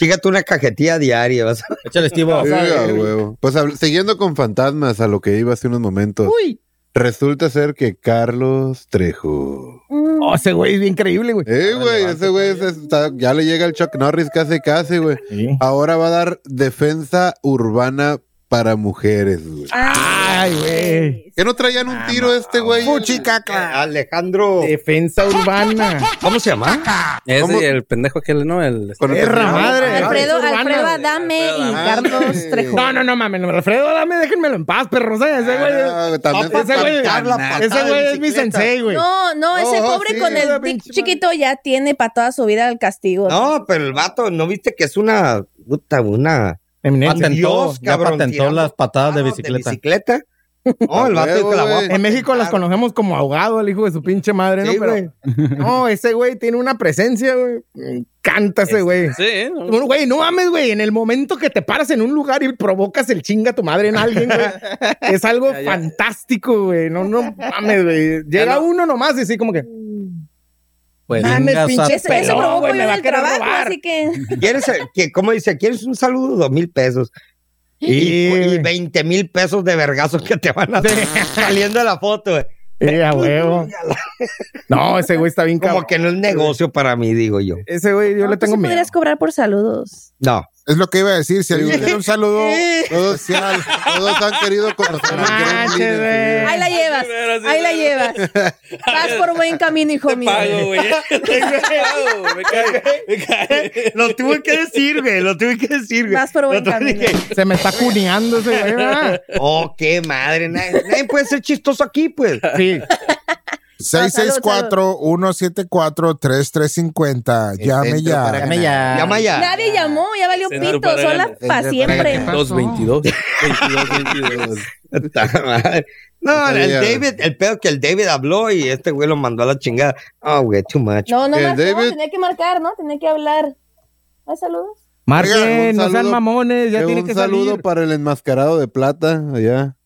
S2: Chígate una cajetilla diaria. Vas a...
S5: Échale, Estivo.
S1: Sí, a huevo. Pues habl- siguiendo con fantasmas a lo que iba hace unos momentos.
S2: Uy.
S1: Resulta ser que Carlos Trejo.
S7: Mm,
S3: Oh, ese güey es bien increíble, güey.
S1: Eh, güey, ese güey se está- ya le llega el Chuck Norris casi casi, güey. Ahora va a dar defensa urbana para mujeres, güey.
S7: ah.
S3: Ay, güey.
S1: ¿Que no traían
S6: Ah,
S1: un tiro este güey?
S6: Puchicaca.
S3: Oh.
S2: Alejandro.
S3: Defensa urbana.
S2: ¿Cómo se llama?
S10: Ese
S1: ¿Cómo?
S10: y el pendejo aquel, ¿no? El... este.
S1: Con el-
S3: Perra madre.
S7: Alfredo,
S3: Defensa urbana.
S7: Alfredo Adame y
S1: Adame.
S6: Ah,
S7: Carlos Trejo.
S3: No, no, no mames, no, Alfredo, dame, déjenmelo en paz, perro. o sea, Ese güey,
S1: Ah, también
S3: ese
S1: se
S3: güey,
S1: espantaron la patada
S3: ese
S1: de
S3: güey es mi
S1: bicicleta.
S3: sensei, güey.
S7: No, no, ese
S1: Oh,
S7: pobre
S1: sí,
S7: con
S3: la
S7: el dick
S3: pinche madre.
S7: chiquito ya tiene para toda su vida el castigo.
S2: No, pero el vato, ¿no viste que es una puta, una
S3: Eminencia.
S5: Patentó,
S2: Dios,
S5: ya
S2: cabrón,
S5: patentó
S2: tirando
S5: las patadas de
S2: mano
S5: bicicleta.
S2: bicicleta? No, el vato
S1: Huevo,
S2: dijo, la voy a
S1: güey.
S3: En México las conocemos como ahogado, el hijo de su pinche madre, ¿no?
S2: Sí,
S3: Pero, no, ese güey tiene una presencia, güey. Me encanta ese güey.
S10: Sí, ¿eh?
S3: Bueno, güey, no mames, güey. En el momento que te paras en un lugar y provocas el chinga a tu madre en alguien, güey. es algo fantástico, güey. No, no mames, güey. Llega
S10: no.
S3: uno nomás y así como que.
S5: Pues,
S3: Mames,
S5: chingas
S3: pinche
S5: a-
S7: Eso, eso
S3: pelón,
S7: provoco
S3: güey, me
S7: yo en
S3: va a
S7: el
S3: querer
S7: trabajo,
S3: robar.
S7: así que.
S2: ¿Quieres, el- que, ¿Cómo dice? ¿Quieres un saludo? Dos mil pesos. Y, pues,
S3: Sí.
S2: y 20 mil pesos de vergazos que te van a hacer saliendo de la foto. güey.
S3: Eh, a huevo. No, ese güey está bien
S2: Como
S3: cabrón.
S2: que no es negocio para mí, digo yo.
S3: Ese güey, yo
S7: No,
S3: le
S7: tú
S3: tengo
S7: sí
S3: miedo.
S7: podrías cobrar por saludos.
S2: No.
S6: Es lo que iba a decir. Si alguien quiere un saludo
S1: Todos, todos han querido conocer a
S3: Manches,
S1: Gremlin en su vida.
S3: güey.
S7: Ahí la llevas.
S10: primero, sí,
S7: Ahí la
S10: sí.
S7: llevas. Vas por buen camino, hijo mío.
S10: Pago, güey. Te pago, me cae, me cae.
S2: Lo tuve que decir, güey. Lo tuve que decir, güey.
S7: Vas por buen
S2: Lo tuve
S7: camino.
S2: que-
S3: Se me está cuneando ese güey, ¿verdad?
S2: Oh, qué madre. Nadie, nadie puede ser chistoso aquí, pues.
S3: Sí.
S6: 664-174-3350.
S1: Este,
S6: Llame
S2: Centro para
S6: ya.
S2: ganar.
S5: ya.
S2: Llama ya.
S7: Nadie llamó, ya valió
S10: Centro
S7: pito,
S10: para
S7: sola
S10: ganar.
S7: para siempre.
S10: 22, 22, 22.
S2: Puta madre. No, el David, el pedo que el David habló y este güey lo mandó a la chingada. Oh, güey, too much.
S7: No, no
S1: Eh,
S7: marcó,
S1: David.
S7: tenía que marcar, ¿no? Tenía que hablar. ¿Hay saludos?
S3: Marquen,
S1: un
S3: no sean
S1: saludo-
S3: mamones, ya
S1: Eh,
S3: tiene
S1: un
S3: que
S1: saludo
S3: salir.
S1: para el enmascarado de plata allá.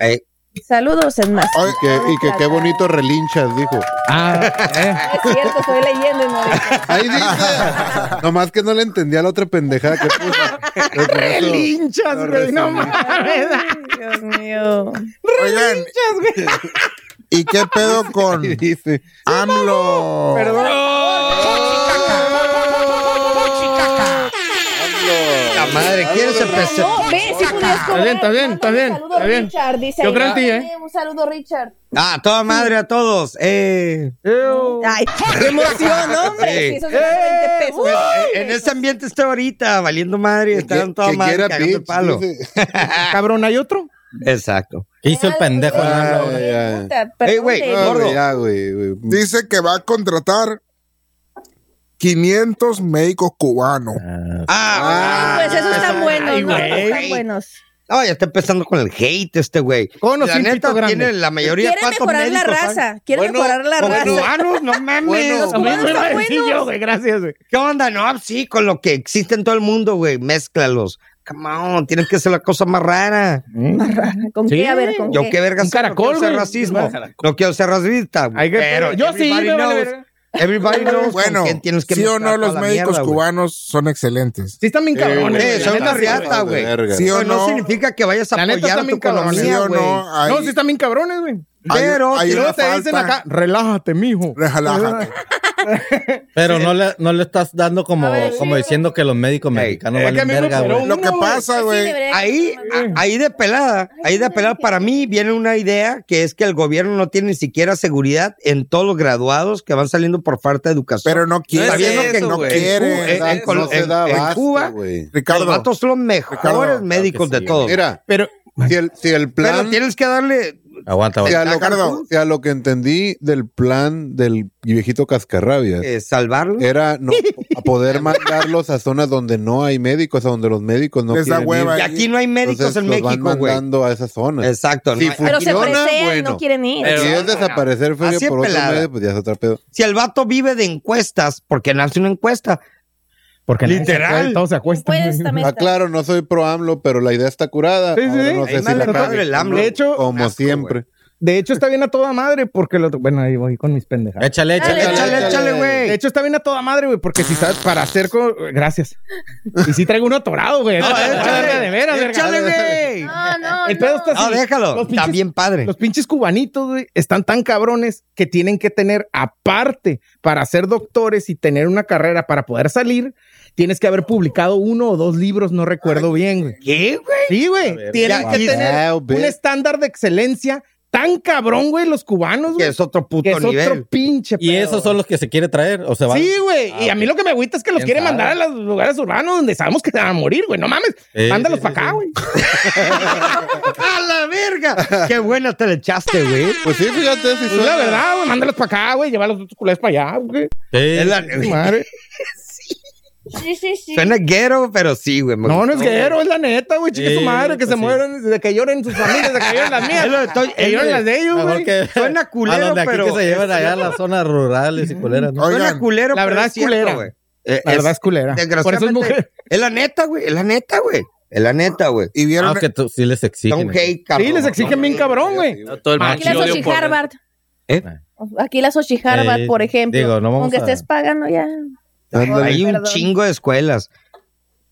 S2: Eh,
S7: Saludos en más.
S1: Y que, y que qué bonito relinchas, dijo.
S4: eh.
S3: Ah,
S7: Es cierto, estoy leyendo. y no dice.
S1: Ahí dice. Nomás que no le entendía a la otra pendejada que puso. Por
S3: eh.
S1: eso-
S3: Relinchas, güey, no mames.
S7: Ay, Dios mío.
S6: Oigan. ¿Y qué pedo con
S1: Ahí dice.
S6: AMLO?
S2: la madre, ¿quieres empezar?
S7: No, ve, si pudieras cobrar.
S3: Está bien, está bien,
S7: Mándale
S3: está bien,
S7: Un saludo, Richard, dice.
S3: Yo
S7: ahí.
S3: creo en ti, ¿eh?
S7: Mándale Un saludo, Richard.
S2: Ah, a toda madre a todos. Eh,
S7: Ay, qué emoción,
S2: Sí.
S7: hombre. Sí, esos son 20 pesos.
S2: Pues, Eh, en en ese ambiente estoy ahorita, valiendo madre, están
S1: Que-
S2: toda
S1: que
S2: madre
S1: quiera
S2: cagando
S1: bitch,
S2: palo.
S1: dice.
S3: Cabrón, ¿hay otro?
S2: Exacto.
S5: Hizo el pendejo.
S7: Ay,
S5: ¿no?
S1: Ay, ay.
S7: Puta,
S2: Ey, güey,
S7: perdón, eh.
S1: No,
S7: David.
S2: Gordo.
S1: ya, güey, güey.
S6: Dice que va a contratar 500 médicos cubanos.
S2: Ah,
S7: Ay, pues esos están buenos,
S3: Ay,
S7: ¿no?
S3: güey.
S7: Esos están buenos.
S2: no, ya está empezando con el hate este güey.
S3: Con o
S2: la
S3: sin
S2: neta
S3: pito grande.
S2: tiene la mayoría
S7: Quieren
S2: ¿cuántos
S7: mejorar la
S2: médicos hay?
S7: raza. Quieren
S1: Bueno,
S7: mejorar la
S1: bueno,
S7: raza.
S2: Cubanos, no mames.
S1: Bueno.
S3: Lo mismo iba a
S7: están
S3: decir
S7: buenos.
S3: yo, güey, gracias, güey.
S2: ¿Qué onda? No, pues, sí, con lo que existe en todo el mundo, güey. Mézclalos. Come on, tienes que hacer la cosa más rara.
S7: ¿Con
S3: Sí.
S7: qué? A ver, ¿con
S2: Yo
S7: qué?
S2: qué verga
S3: Un
S2: sé, no
S3: caracol,
S2: quiero ser
S3: güey.
S2: racismo.
S3: Un
S2: No quiero ser racista. güey,
S3: Hay que-
S2: pero
S3: yo sí,
S2: everybody
S3: me vale
S2: knows-
S3: verga.
S2: Everybody knows con
S6: Bueno,
S2: quién tienes que
S6: sí o no,
S2: mezclar toda
S6: los
S2: la
S6: médicos
S2: mierda, güey.
S6: cubanos son excelentes.
S3: Sí están bien cabrones.
S2: Eh,
S3: güey,
S2: son una
S3: la neta, sí,
S2: riata, güey.
S1: Verga.
S6: Sí o
S2: Pero no
S6: no,
S2: significa que vayas a
S3: La neta
S2: apoyar
S3: está
S2: tu
S3: bien cabrón.
S6: sí
S2: economía,
S6: o
S2: güey.
S6: no,
S3: güey.
S6: hay,
S3: No, sí están bien cabrones, güey.
S6: hay-
S2: Pero
S6: hay
S3: Y luego
S6: una
S3: te dicen
S6: falta.
S3: acá, relájate, mijo.
S6: Relájate.
S5: Pero no le, no le estás dando como, como diciendo que los médicos mexicanos
S3: es que a
S5: valen
S3: mí me
S5: verga,
S3: operó
S5: güey.
S6: Lo que
S3: Uno, güey.
S6: pasa,
S7: Pues Sí,
S6: güey,
S7: debería-
S2: Ahí, ah,
S3: Ah.
S2: a- ahí de pelada, ahí de pelada para mí viene una idea que es que el gobierno no tiene ni siquiera seguridad en todos los graduados que van saliendo por falta de educación.
S6: pero no quiere.
S10: Está viendo que
S6: no
S10: güey.
S6: quiere.
S2: en- en-
S1: no se
S2: en-
S1: da
S2: en
S1: abasto,
S2: Cuba,
S1: güey.
S2: Los
S6: Ricardo,
S2: vatos son los mejores
S6: Ricardo,
S2: médicos de todos.
S1: Mira,
S3: Pero,
S6: Si el, si el plan. Eh,
S2: Pero tienes que darle.
S10: Aguanta,
S6: Si a, lo,
S2: Ricardo.
S6: si a lo que entendí del plan del viejito Cascarrabias.
S2: eh, ¿Salvarlo?
S6: Era no, a poder mandarlos a zonas donde no hay médicos, a donde los médicos no
S2: Les da
S6: quieren ir.
S2: hueva Y ir. aquí no hay médicos
S6: Entonces,
S2: en
S6: los van
S2: México, güey.
S6: mandando a esas zonas.
S2: Exacto.
S6: Si
S2: no hay-
S7: Pero se
S6: funciona,
S7: presean,
S6: bueno.
S7: no quieren ir.
S6: Si
S2: Pero-
S6: es desaparecer feria
S2: Así es
S6: por otro
S2: pelada.
S6: medio, pues ya es otro pedo.
S2: Si el vato vive de encuestas, porque él hace una encuesta.
S3: Porque
S2: literal.
S3: se
S7: Pues,
S3: acuestan.
S6: Ah, claro, no soy pro AMLO, pero la idea está curada.
S3: Sí, sí,
S6: Ahora
S3: sí.
S6: no sé
S3: Ahí
S6: si
S3: vale
S6: la
S3: madre
S6: cague.
S3: el AMLO. De hecho,
S6: como siempre.
S3: De hecho, está bien a toda madre porque lo. Bueno, ahí voy con mis pendejadas.
S7: Ah,
S10: Échale, échale,
S3: Dale,
S10: échale, échale,
S3: De hecho, está bien a toda madre, güey, porque si sabes para hacer. co- Gracias. Y si traigo uno atorado, güey. No, verga, de veras, verga.
S2: Échale, güey.
S7: No, no,
S3: El pedo está
S2: No,
S3: así.
S2: déjalo.
S3: Los
S2: Está
S3: pinches-
S2: bien padre.
S3: Los pinches cubanitos, güey, están tan cabrones que tienen que tener, aparte, para ser doctores y tener una carrera para poder salir, tienes que haber publicado uno o dos libros, no recuerdo bien, güey.
S2: ¿Qué, güey?
S3: Sí, güey.
S2: ver,
S3: Tienen
S2: ya,
S3: que
S2: ya,
S3: tener
S6: ve.
S3: un estándar de excelencia tan cabrón, güey, los cubanos, güey.
S2: Que es otro puto
S3: que es
S2: nivel.
S3: otro pinche
S10: Y esos son los que se quiere traer o se van.
S3: Ah, Sí, güey.
S2: Ah,
S3: y a mí lo que me agüita es que los
S10: ¿Quién
S3: quiere
S10: sabe?
S3: mandar a los lugares urbanos donde sabemos que se van a morir, güey. No mames.
S10: Sí,
S3: Mándalos
S10: sí,
S3: para acá, güey.
S2: ¡A la verga! ¡Qué buena te le echaste, güey!
S6: Pues sí, fíjate, si
S3: Es la verdad, güey. Mándalos para acá, güey. Lleva a los otros culeros para allá, güey.
S10: Sí.
S2: Es la-
S3: Madre.
S7: Sí, sí, sí.
S2: Suena guero, pero sí, güey. me
S3: No, no es
S2: gustó,
S3: guerrero, es la neta, güey. Chica su
S10: Sí,
S3: madre, que
S10: pues
S3: se
S10: sí.
S3: mueran, de que lloren sus familias, de que lloren las mías.
S2: Es lo que estoy-
S3: que lloren
S2: es-
S3: las de ellos,
S10: Mejor
S3: güey.
S10: que-
S2: Suena culero,
S10: a donde aquí
S2: pero-
S10: que se llevan allá a las zonas rurales y culeras. ¿no?
S2: güey. Suena
S13: Oigan,
S2: culero,
S3: la
S2: pero
S3: verdad es
S2: cierto,
S3: culera.
S2: güey. Eh,
S3: La verdad es culera. Por eso es
S2: desgraciadamente,
S3: mujer.
S2: Es la neta, güey. Es la neta, güey. Es la neta, güey.
S13: Y vieron.
S10: Ah, que tú- sí les exigen.
S2: Don't hate, cabrón.
S3: Sí, les exigen bien cabrón, güey.
S14: No, todo el
S2: Ah,
S7: Aquí
S14: pinche
S7: las
S14: odio
S7: Ochi
S14: por-
S7: Harvard.
S2: ¿Eh?
S7: Aquí las Ochi Harvard,
S10: Eh,
S7: por ejemplo.
S10: digo, no vamos
S7: Aunque
S10: a-
S7: estés pagando ya.
S6: Ándale.
S2: Hay un
S7: Perdón.
S2: chingo de escuelas.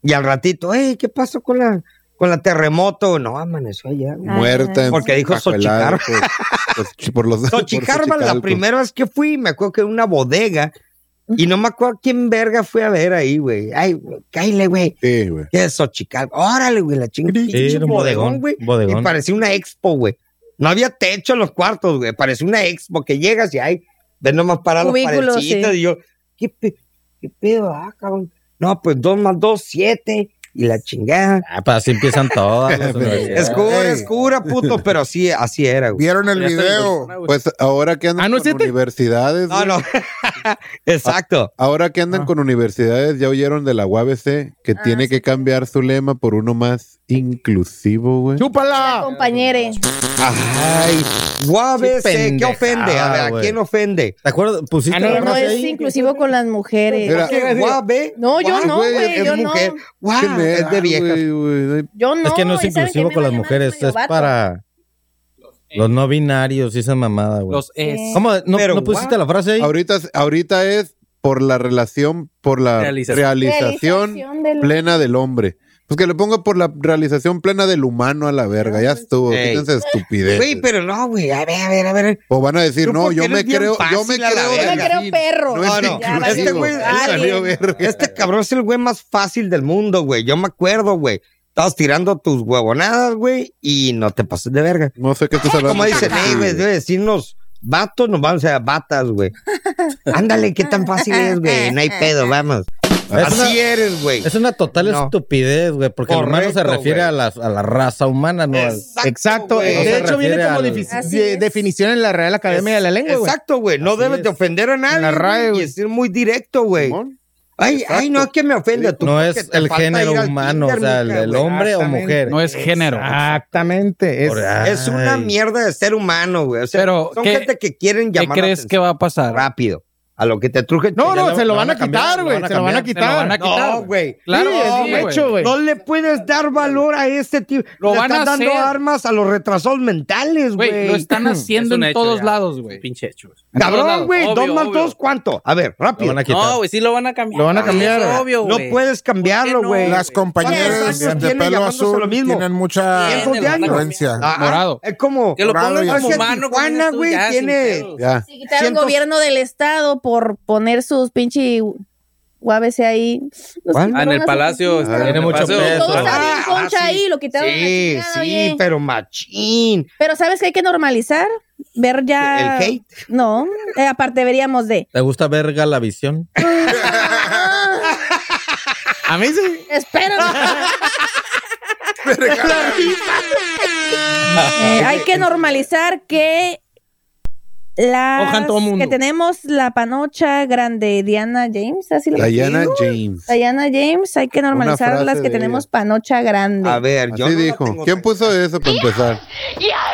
S2: Y al ratito, hey, ¿qué pasó con la, con la terremoto? No, amaneció allá, güey.
S6: Ah. Muerta. en
S2: Porque dijo
S6: Zacualá, Por, por- por los por
S2: Xochicármal, la
S6: Xochicalco.
S2: primera vez que fui, me acuerdo que era una bodega. Y no me acuerdo quién verga fui a ver ahí, güey. Ay, güey, cáile, güey.
S6: Sí, güey.
S2: ¿Qué es Xochicármal? Órale, güey, la chingada.
S10: Sí, era
S2: bodegón,
S10: un bodegón,
S2: güey.
S10: bodegón.
S2: Y parecía una expo, güey. No había techo en los cuartos, güey. Parecía una expo que llegas y hay, ves nomás para los
S7: Cubículos,
S2: parecitos.
S7: sí.
S2: Y yo, ¿qué, pe- qué pedo, ah, cabrón? No, pues dos más dos, siete. Y la chingada.
S10: Ah, pues así empiezan todas. las universidades.
S2: Escura,
S13: Ey.
S2: escura, puto, pero así, así era, güey.
S13: Vieron el
S14: Ya está
S13: video.
S6: Pues ahora que andan
S3: Ah, ¿no es
S6: con
S3: siete?
S6: universidades,
S2: No,
S6: güey,
S2: no. Exacto.
S6: ahora que
S2: Ah.
S6: andan con universidades, ya oyeron de la UABC que tiene que cambiar su lema por uno más inclusivo, güey.
S3: ¡Chúpala!
S7: Compañere.
S2: Ay, guabese, ¿qué
S10: pendejada,
S2: ofende? A ver, ¿a
S10: güey.
S2: quién ofende?
S10: ¿Te acuerdas? Pues Pusiste
S3: Ah,
S10: la
S7: No, no
S10: frase
S7: es
S10: ahí.
S7: inclusivo con las mujeres.
S6: Mira,
S2: Guabe.
S7: Eh, No, yo
S2: guau,
S7: no, güey,
S2: es
S7: yo no.
S2: mujer. Guau,
S6: Qué me
S2: Ah, es
S6: da,
S2: de viejas.
S6: güey, güey, no hay-
S7: Yo no.
S10: es que no es
S7: ¿y saben
S10: inclusivo
S7: qué
S10: con
S7: me
S10: las
S7: van a llamar
S10: mujeres,
S7: medio
S10: es
S7: vato?
S10: para los no binarios y esa mamada, güey.
S4: Los es.
S7: Sí.
S10: ¿Cómo? ¿No,
S2: Pero,
S10: no pusiste
S2: what?
S10: la frase ahí?
S6: Ahorita, ahorita es por la relación, por la
S14: Realización.
S6: realización,
S7: Realización del-
S6: plena del hombre. Pues que le ponga por la realización plena del humano a la verga, ya estuvo,
S2: Ey.
S6: quítense de estupideces.
S2: Güey, pero no, güey. A ver, a ver, a ver.
S6: O van a decir,
S2: Tú
S6: no,
S2: porque
S6: yo me
S2: eres bien
S6: creo, yo me
S2: fácil a la
S6: creo.
S2: verga.
S7: Yo me creo perro.
S6: No es
S2: No, no.
S6: inclusivo.
S2: Este güey,
S7: Alguien.
S6: Valió verga.
S2: Este cabrón es el güey más fácil del mundo, güey. Yo me acuerdo, güey. Estabas tirando tus huevonadas, güey, y no te pases de verga.
S6: No sé qué estás hablando.
S2: Como dicen,
S6: Sí,
S2: ey, güey, debe decirnos vatos, nos vamos a batas, güey. Ándale, qué tan fácil es, güey. No hay pedo, vamos.
S10: Es una-
S2: Así eres, güey.
S10: Es una total
S2: No.
S10: estupidez, güey, porque el humano se
S2: Correcto,
S10: refiere
S2: güey.
S10: a la, a la raza humana, ¿no? al-
S3: Exacto.
S2: güey.
S10: No
S3: de
S10: se
S3: hecho, viene
S10: refiere
S3: como
S10: al-
S3: defici-
S7: Así
S3: de-
S7: es.
S3: definición en la Real Academia de la Lengua, güey.
S2: Exacto, güey. No
S10: Así
S2: debes de
S10: es.
S2: ofender a nadie.
S3: la RAE,
S2: güey,
S3: güey.
S2: y ser muy directo, güey.
S6: Simón.
S2: Ay, ay, no es que me ofenda. tú
S10: no
S2: porque
S10: es
S2: te
S10: el
S2: falta
S10: género
S2: ir al
S10: humano, o
S2: Tinder,
S10: sea, el,
S2: mija,
S10: el
S2: güey.
S10: hombre o
S3: Exactamente.
S10: mujer.
S4: No es género.
S3: Exactamente. Es,
S10: Por- ah,
S2: Es una
S10: Ay.
S2: mierda de ser humano, güey. O sea,
S4: Pero,
S2: son
S4: ¿qué-
S2: gente que quieren
S4: ¿Qué
S2: llamar la
S4: crees que
S2: atención
S4: va a pasar?
S2: rápido. A lo que te truje.
S3: no,
S10: Ya
S3: no,
S10: lo-
S3: se lo
S10: lo
S3: van a
S10: van a cambiar,
S3: quitar,
S10: lo
S3: güey.
S10: van a
S3: Se lo van a
S10: cambiar.
S4: Se lo van a
S3: quitar.
S4: quitar.
S2: No, güey.
S4: Claro,
S3: Sí,
S4: no,
S3: es
S4: güey.
S3: un hecho, güey.
S2: No le puedes dar valor a este tipo.
S4: Lo
S2: le
S4: van
S2: están
S4: a
S2: dando
S4: hacer.
S2: armas a los retrasados mentales,
S4: Güey, lo
S2: güey.
S4: están haciendo
S14: Es un
S4: en
S14: hecho
S4: todos
S14: ya.
S4: lados, güey.
S14: Pinche hecho.
S4: En todos
S2: Cabrón,
S4: lados.
S2: güey. Dos
S4: Obvio,
S2: más
S4: obvio.
S2: dos, ¿cuánto? A ver,
S10: Lo
S2: rápido.
S10: van a quitar.
S14: No, güey, sí lo van a cambiar.
S3: Lo van a
S14: Sí,
S3: cambiar,
S14: Es
S3: güey.
S14: obvio,
S2: No
S14: güey.
S2: puedes cambiarlo,
S14: ¿Por qué no,
S2: güey.
S13: Las compañeras
S2: ¿Cuántos años
S13: de
S2: tiene
S13: pelo
S2: llamándose lo
S13: azul
S2: mismo?
S13: tienen mucha
S2: Cientos de años.
S13: influencia.
S2: Ah,
S4: Morado.
S2: Es como.
S14: Que lo
S13: Morado
S14: pongan
S13: y
S2: Es
S14: como
S2: que
S13: azul.
S14: humano. como
S2: Tijuana,
S14: dices tú,
S2: güey,
S14: ya, sin
S2: tiene-
S14: pedos.
S6: Ya.
S7: Si quitar el
S2: Cientos-
S7: gobierno del estado por poner sus pinche UABC ahí. Los
S2: ¿Cuál?
S7: quitaron
S14: Ah, en el
S7: las
S14: palacio.
S7: oficinas.
S14: en el
S10: mucho
S14: palacio.
S10: peso.
S7: Todo está bien
S2: Ah,
S7: concha
S2: sí.
S7: ahí, lo quitaron.
S2: Sí,
S7: la chingada,
S2: sí,
S7: oye.
S2: pero machín.
S7: Pero ¿sabes que hay que normalizar? Ver ya...
S2: El hate.
S7: No, eh, aparte deberíamos de...
S10: ¿Te gusta verga la visión?
S3: A mí sí.
S7: Espera. Eh, hay que normalizar que las
S1: Ojan todo mundo.
S7: que tenemos la panocha grande Diana James, así
S13: Ah,
S7: le
S1: Diana
S7: digo?
S1: James.
S7: Diana James, hay que normalizar
S1: frase
S7: las que
S1: de
S7: tenemos
S1: ella.
S7: panocha grande.
S1: A ver, yo. dijo. ¿Quién puso eso para empezar?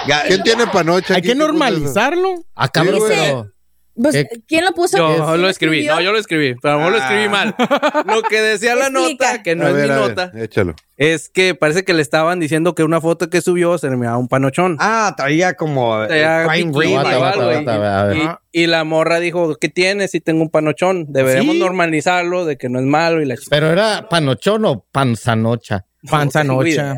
S7: Ya-
S1: ¿Quién tiene panocha?
S7: Hay
S1: ¿Quién
S7: que
S1: puso eso?
S7: normalizarlo.
S5: Ah,
S7: cabrón,
S1: Sí, güey.
S7: pero- Pues,
S1: Eh,
S7: ¿Quién lo puso?
S10: Yo
S7: ¿Quién
S10: lo escribí, no, yo lo escribí, pero a lo mejor lo escribí mal. Ah. Lo que decía la nota, que no
S1: A
S10: es
S1: ver,
S10: mi
S1: a ver,
S10: nota,
S1: échalo.
S10: es que parece que le estaban diciendo que una foto que subió se le miraba un panochón.
S2: Ah, traía como
S5: Eh,
S10: traía
S2: Prime
S10: bikini
S2: Rib,
S10: o
S2: aguanta,
S10: algo,
S2: aguanta,
S10: y-
S2: aguanta, a ver.
S10: y-
S2: Ajá.
S10: Y la morra dijo, ¿qué tiene si tengo un panochón? Deberíamos
S5: ¿Sí?
S10: normalizarlo de que no es malo y la chica.
S5: Pero era panochón o panzanocha. La panzanocha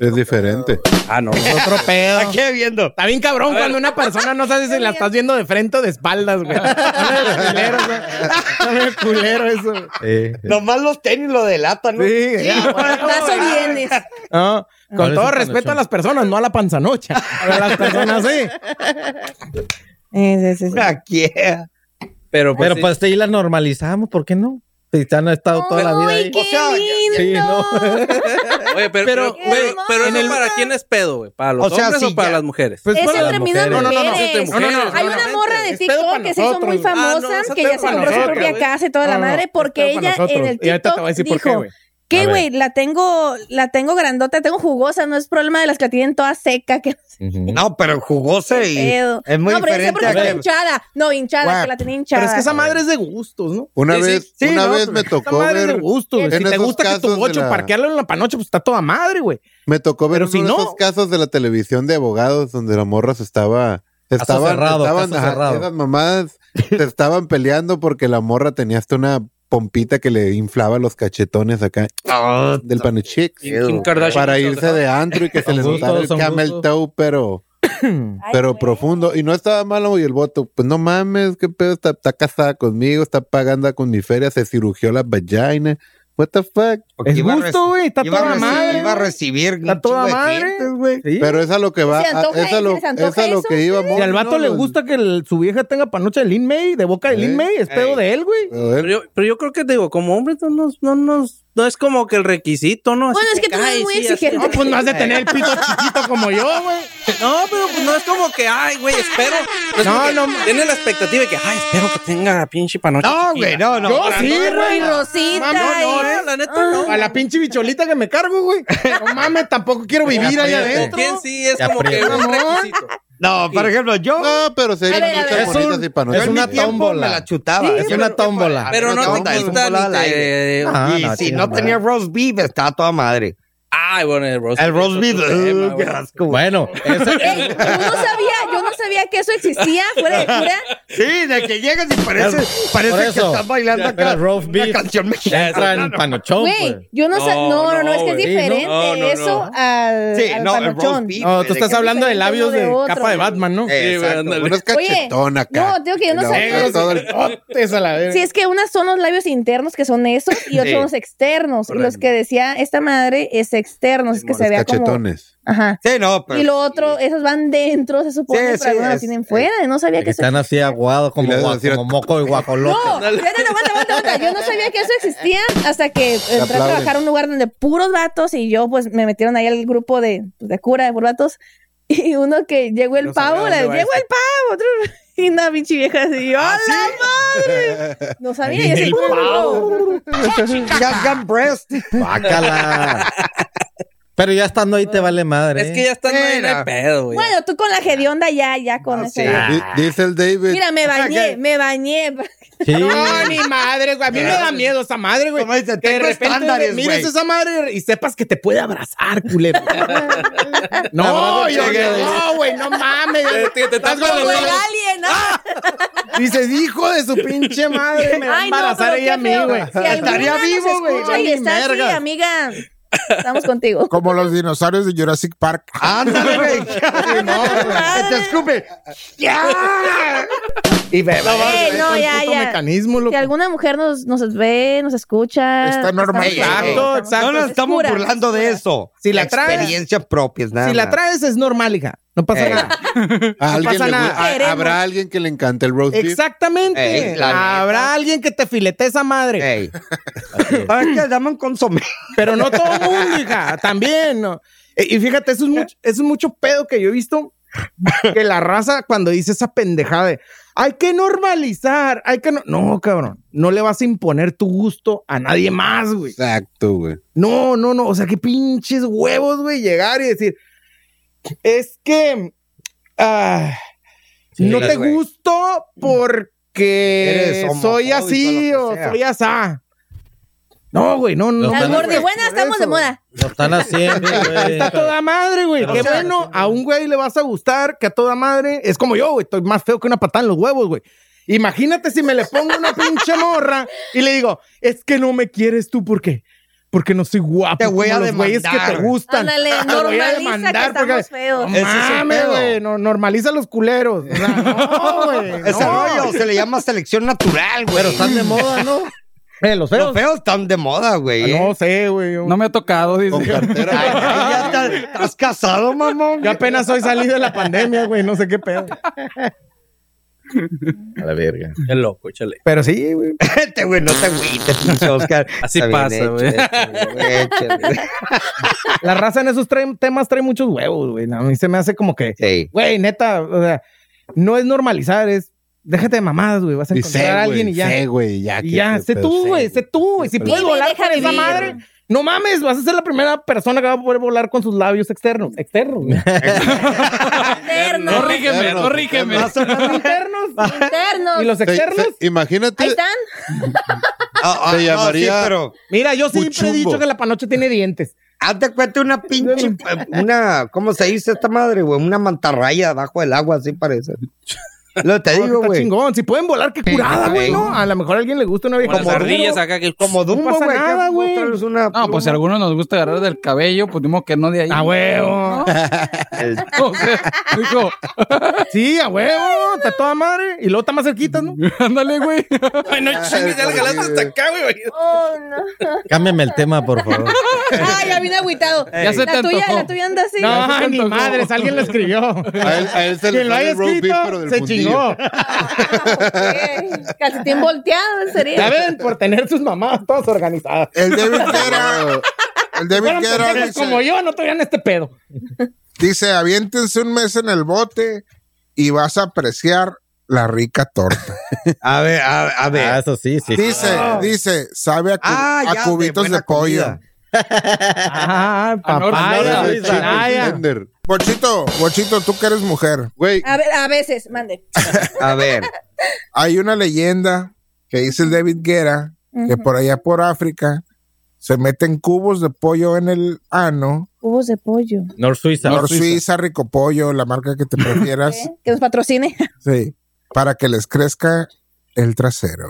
S1: es diferente.
S10: Ah, no.
S3: Es otro pedo. Está
S2: viendo.
S3: Está bien cabrón cuando una persona no sabe si la estás viendo de frente o de espaldas, güey. Está bien culero eso.
S2: Nomás los tenis lo delatan, ¿no?
S3: Sí, ya, güey.
S7: vienes.
S3: No,
S5: ¿Cuál
S3: Ah, con
S5: es
S3: todo
S5: el
S3: respeto
S5: panochón?
S3: a las personas, no a la panzanocha. A las personas, sí.
S2: eh.
S5: pues,
S10: Pero pues,
S5: Pero
S10: sí.
S5: pues sí la normalizamos, ¿por qué no? Si ya no ha estado toda la vida ahí.
S7: qué lindo.
S5: Sí, no.
S10: Oye, pero, pero, pero- pero eso para quién es pedo, güey? ¿Para los
S5: O sea,
S10: hombres
S5: si
S10: o para
S5: ya-
S10: las mujeres?
S5: Pues
S7: Es
S5: para
S7: entre
S5: las
S7: mis mujeres.
S5: mujeres.
S10: No, no, no, no, es entre
S7: No,
S10: mujeres.
S7: no, no, Hay una morra de TikTok que se hizo muy
S10: nosotros. Ah, no,
S7: famosa,
S10: ese
S7: que
S10: pedo
S7: ella se
S10: para
S7: compró su
S10: nosotros.
S7: propia casa y toda
S10: No,
S7: la
S10: no,
S7: madre,
S10: ese
S7: porque
S10: pedo para
S7: ella en
S10: nosotros.
S7: el
S10: Y ahorita te voy a
S7: TikTok
S10: decir por qué,
S7: dijo,
S10: güey.
S7: ¿qué
S10: A ver.
S7: güey? La tengo, la tengo grandota, tengo jugosa, no es problema de las que la tienen toda seca, que
S2: No, pero jugosa y
S7: pedo.
S2: es muy
S7: no, pero
S2: diferente
S7: esa porque
S2: a
S7: está
S2: que-
S7: hinchada. No, hinchada,
S2: Guau,
S7: que la tenía hinchada.
S3: Pero es que esa madre es de gustos, ¿no?
S1: Una vez- una vez
S6: pues,
S1: me
S3: pero
S1: tocó
S3: Esa madre es
S1: ver
S3: de gustos. güey.
S1: en
S3: Si te
S1: esos
S3: gusta que tu
S1: casos de
S3: bocho
S1: la-
S3: parquearlo en la panocha, pues está toda madre, güey.
S1: Me tocó ver
S3: Pero
S1: uno
S3: si
S1: de
S3: no-
S1: esos casos de la televisión de abogados donde la morra se estaba. se
S5: Caso
S1: Estaban,
S5: cerrado,
S1: estaban
S5: caso
S1: ajá,
S5: cerrado.
S1: esas mamadas se estaban peleando porque la morra tenía hasta una pompita que le inflaba los cachetones acá del panochix
S10: Kim Kardashian
S1: para
S10: hizo,
S1: irse de antro y que se
S5: Son
S1: le
S5: gustos,
S1: notara el
S5: son
S1: camel
S5: gustos.
S1: toe pero pero profundo y no estaba malo y el voto pues no mames qué pedo está, está casada conmigo está pagando con mi feria se cirugió la vagina what the fuck
S2: Es Iba a gusto, reci-
S3: güey, está
S2: iba a toda reci- madre, iba a güey.
S1: recibir
S2: Está toda chingo de madre,
S1: pero es a lo que va
S3: Se antoja
S1: a- es a lo,
S3: eso, se antoja
S1: es a lo
S3: eso,
S1: que iba
S3: Si al vato le gusta que el- su vieja tenga panocha de Lin May, de boca de Lin May, es pedo de él, güey.
S10: Pero yo, pero yo creo que te digo, como hombre, no nos, no nos, no es como que el requisito, ¿no?
S7: Bueno, es que tú eres muy exigente.
S3: No, pues no has
S10: Eh,
S3: de tener el pito chiquito como yo, güey.
S10: No, pero pues no es como que, ay, güey, espero. No,
S3: No,
S10: no,
S3: no.
S10: Tiene la expectativa de que, ay, espero que tenga pinche panocha.
S2: No, güey, no, no.
S3: Yo
S10: Para
S3: sí,
S10: no-
S3: güey.
S7: Y Rosita,
S3: Mami, no,
S7: y-
S10: eh.
S3: no, la neta no. A la pinche bicholita que me cargo, güey. No mames, tampoco quiero vivir ahí adentro.
S10: ¿Quién sí es
S3: Te
S10: como que
S3: aprieta.
S10: un requisito?
S2: No, por ejemplo, yo.
S1: No, pero se
S10: A ver, a ver.
S1: muchas
S10: Es un-
S1: bonitas y panochas.
S5: Es
S1: Yo en mi
S5: una
S1: tiempo
S5: tómbola.
S1: me la
S2: chutaba.
S5: es una tómbola.
S10: Pero no te quita ni te...
S2: y si no tenía roast beef, estaba toda madre.
S10: Ay, bueno, el roast
S2: El roast beef, uh, qué asco.
S5: Bueno,
S7: Ey, yo no sabía, yo no sabía que eso existía fuera de cura.
S2: sí, de que llegas y parece,
S5: Por
S2: parece que
S5: eso.
S2: estás bailando
S5: Ya,
S2: acá
S5: pero roast
S2: una
S5: beef
S2: canción
S5: Ya
S2: mexicana.
S5: entra en
S3: Oh,
S5: panochón,
S7: Güey,
S5: pues.
S7: yo no sabía. No, no, no, es que es
S5: güey. Sí, ¿no?
S7: diferente
S5: No, no, no.
S7: eso al,
S2: Sí,
S7: al
S2: no, el roast
S7: panochón.
S2: beef.
S3: No, tú
S2: Es
S3: estás
S2: que
S3: hablando de
S7: diferente
S3: labios
S7: uno de
S3: de
S7: otro, Eh,
S3: capa de
S7: güey.
S3: Batman, ¿no?
S2: Exacto.
S1: Bueno, es
S7: Oye,
S1: cachetón acá.
S7: No, digo que yo no
S1: La
S7: sabía.
S1: boca, todo el-
S3: Otes a la verga.
S7: Sí, es que unas son los labios internos que son esos y otros
S2: Sí.
S7: son los externos. Y los
S2: Correcto.
S7: que decía esta madre es externos, es que se vea como. Ajá.
S2: Pues, Sí, no, pero.
S7: Y lo otro, esos van dentro, se supone,
S2: Sí,
S7: pero
S2: sí,
S7: algunos
S2: es-
S7: los tienen fuera. No sabía que eso
S5: Están así aguados como,
S1: Y le
S5: gua-
S1: decir-
S5: como moco y guajolote.
S7: No, espérate, no, aguanta, aguanta, aguanta. Yo no sabía que eso existía hasta que entré a
S5: aplauden.
S7: trabajar a un lugar donde puros vatos y yo, pues, me metieron ahí al grupo de, pues, de cura de puros vatos. Y uno que llegó el
S10: No sabía
S7: pavo,
S10: dónde
S7: le
S10: va
S7: llegó
S3: este.
S7: el pavo. otro- Y una pinche vieja así,
S3: Ah,
S7: ¡hola, madre! No sabía, yo así, "Oh,
S2: Gun breast.
S5: Bácala. Pero ya estando ahí te vale madre.
S10: Es que ya están ahí en el pedo, güey.
S7: Bueno, tú con la gedionda ya, ya con ese.
S1: Di- Dice el David.
S7: Mira,
S3: Ah,
S7: me bañé, me bañé.
S5: Sí.
S3: No, ni madre, güey. A mí me da miedo esa madre, güey. Que de
S2: tengo
S3: repente
S2: estándares,
S3: mires
S2: güey.
S3: esa madre y sepas que te puede abrazar, culero. No,
S2: La
S3: yo
S2: verdad,
S3: no, güey, no mames.
S10: Te- te- te
S3: Estás
S10: tapas
S3: como
S10: los
S3: el
S10: ojos.
S7: Alien, ¿no?
S3: Dices, hijo de su pinche madre, me va a
S7: Ay, no,
S3: embarazar
S7: pero
S3: ella a
S7: qué
S3: mí,
S7: feo.
S3: güey.
S7: Si alguna nos escucha Y
S3: Ni
S7: está así,
S3: vergas.
S7: amiga. Estamos contigo.
S6: Como los dinosaurios de Jurassic Park.
S2: Ándale, güey. Que te escupe. ¡Ya!
S3: Y ve,
S7: No,
S3: ve,
S7: no,
S3: ve,
S7: ya,
S3: puto
S7: ya.
S3: mecanismo,
S7: Si alguna mujer nos, nos ve, nos escucha.
S6: Está normal.
S3: Exacto, exacto.
S2: No nos estamos
S7: Pura,
S2: burlando de eso.
S3: Si la traes-
S2: Experiencias propias, nada
S3: Si la
S2: más.
S3: traes es normal, hija. No pasa
S2: Eh.
S3: nada.
S1: ¿A alguien
S3: pasa
S1: le
S3: nada.
S1: gusta- a-
S3: Queremos.
S1: Habrá alguien que le encante el roast beef.
S3: Exactamente.
S2: Ey, la
S3: Habrá
S2: neta.
S3: alguien que te filete esa madre.
S2: Ey. ¿Sabes qué? Dame un consomé.
S3: Pero no todo el mundo, hija. También. ¿no? Y y fíjate, eso es mucho, eso es mucho pedo que yo he visto. Que la raza, cuando dice esa pendejada de hay que normalizar, hay que no. No, cabrón, no le vas a imponer tu gusto a nadie más, güey.
S1: Exacto, güey.
S3: No, no, no. O sea, qué pinches huevos, güey, llegar y decir, es que ah,
S2: Sí,
S3: no te
S2: güey.
S3: gusto porque
S2: Eres
S3: soy
S2: homofóbico,
S3: así
S2: lo
S3: o
S2: que sea.
S3: soy asá. No, güey, no, no.
S7: Las gordibuenas estamos de moda.
S5: Lo están haciendo, güey.
S3: Está toda madre, güey.
S5: Pero
S3: Qué
S5: está
S3: bueno, a un güey le vas a gustar, que a toda madre. Es como yo, güey. Estoy más feo que una patada en los huevos, güey. Imagínate si me le pongo una pinche morra y le digo, es que no me quieres tú, ¿por qué? Porque no soy guapo.
S2: Te voy
S3: como
S2: a
S3: los güeyes que te
S2: demandar.
S3: gustan.
S7: Ándale,
S3: Te voy a
S7: normaliza que
S3: demandar porque.
S7: estamos feos.
S3: No
S2: Ese es el
S3: mames,
S2: pedo.
S3: güey. No, normaliza los culeros. O sea, no, güey.
S2: Ese
S3: no.
S2: rollo se le llama selección natural, güey. Pero están de moda, ¿no?
S3: Eh, los feos.
S2: Los feos están de moda, güey.
S3: Ah, No sé, güey. yo-
S4: No me ha tocado, dice.
S2: Ay, ya te- estás casado, mamón.
S3: Yo apenas hoy salí de la pandemia, güey. No sé qué pedo.
S5: A la verga.
S10: Es loco, échale.
S3: Pero sí, güey.
S2: Este güey no te agüites, pinche Oscar.
S10: Así
S2: Está
S10: pasa,
S2: bien hecho,
S10: güey.
S2: este, güey, échale.
S3: La raza en esos tre- temas trae muchos huevos, güey. A mí se me hace como que,
S2: Sí.
S3: güey, neta, o sea, no es normalizar, es déjate de mamadas, güey. Vas a
S1: Y
S3: encontrar
S1: sé,
S3: a alguien
S1: güey,
S3: y ya.
S1: sé, güey, ya.
S3: y
S1: que-
S3: ya, sé
S1: pero
S3: tú,
S1: sé,
S3: güey, sé tú, güey. Si
S1: pero-
S3: puedes
S7: Vive y
S3: volar
S7: deja
S3: con esa
S7: vivir.
S3: madre, no mames, vas a ser la primera persona que va a poder volar con sus labios externos. Externos, güey.
S4: No
S7: Internos.
S4: rígeme, no rígeme.
S3: internos.
S7: Internos.
S3: ¿Y los
S1: Se- se-
S3: externos?
S1: imagínate,
S7: Ahí están.
S2: Ah, ah,
S1: Se
S2: no, sí,
S1: llamaría-
S2: pero
S3: Mira, yo siempre he
S1: Puchumbo.
S3: dicho que la panocha tiene dientes.
S2: hazte cuenta una pinche, una, ¿cómo se dice esta madre, güey? Una mantarraya abajo del agua, así parece. Lo te digo,
S3: Está
S2: güey.
S3: chingón. Si pueden volar, qué curada,
S2: sí.
S3: güey, ¿no? A lo mejor a alguien le gusta una vieja.
S10: Como las
S3: Como
S10: ardillas
S3: Dumbo.
S10: acá que
S2: Como
S3: No
S2: Dumbo,
S3: pasa
S2: güey. acá
S3: nada, güey.
S2: mostrarles una
S4: No, pues si a
S2: pluma.
S4: algunos nos gusta agarrar del cabello, pues dimos que no de ahí.
S3: A huevo.
S4: O sea, dijo,
S3: Sí, a huevo, está toda madre. Y luego está más cerquita, ¿no?
S4: ándale, güey.
S10: Ay, no chingues, ya le jalaste hasta acá, güey.
S7: Oh, no.
S5: Cámbiame el tema, por favor.
S7: Ah, ya vine agüitado.
S4: Ya se
S7: La
S4: te
S7: tuya,
S4: antojó.
S7: la tuya anda así.
S3: No,
S4: se te
S3: ni
S4: antojó.
S3: madres, alguien lo escribió.
S1: a él, a él se le
S3: Quien
S1: sale
S3: lo haya
S1: el roast beef, pero
S3: escrito,
S1: del
S3: se
S1: fundillo.
S3: chingó.
S7: Ah, Ok. Calcetín volteado
S3: Ya
S7: sería.
S3: ven, por tener sus mamás todas organizadas.
S6: El David Guerra. El David
S3: Fueran
S6: Guerra
S3: pendejas
S6: dice,
S3: como yo, no tuvieran este pedo.
S6: dice, aviéntense un mes en el bote y vas a apreciar la rica torta.
S2: A ver, a, a ver.
S5: Ah, eso sí, sí.
S6: Dice, dice, sabe a, cu-
S2: Ah,
S6: a
S2: ya,
S6: cubitos de,
S2: buena
S6: pollo.
S2: comida.
S3: Ah,
S4: papaya,
S1: Ahora sí, sí,
S3: papaya.
S1: Tinder.
S6: Bochito, Bochito, tú que eres mujer.
S1: Güey,
S7: A ver, a veces, mande.
S2: A ver.
S6: Hay una leyenda que dice el David Guerra que por allá por África se meten cubos de pollo en el ano.
S7: Cubos de pollo.
S5: Nor Suiza.
S6: Por Suiza, Rico Pollo, la marca que te prefieras.
S7: Que nos patrocine.
S6: sí. Para que les crezca el trasero.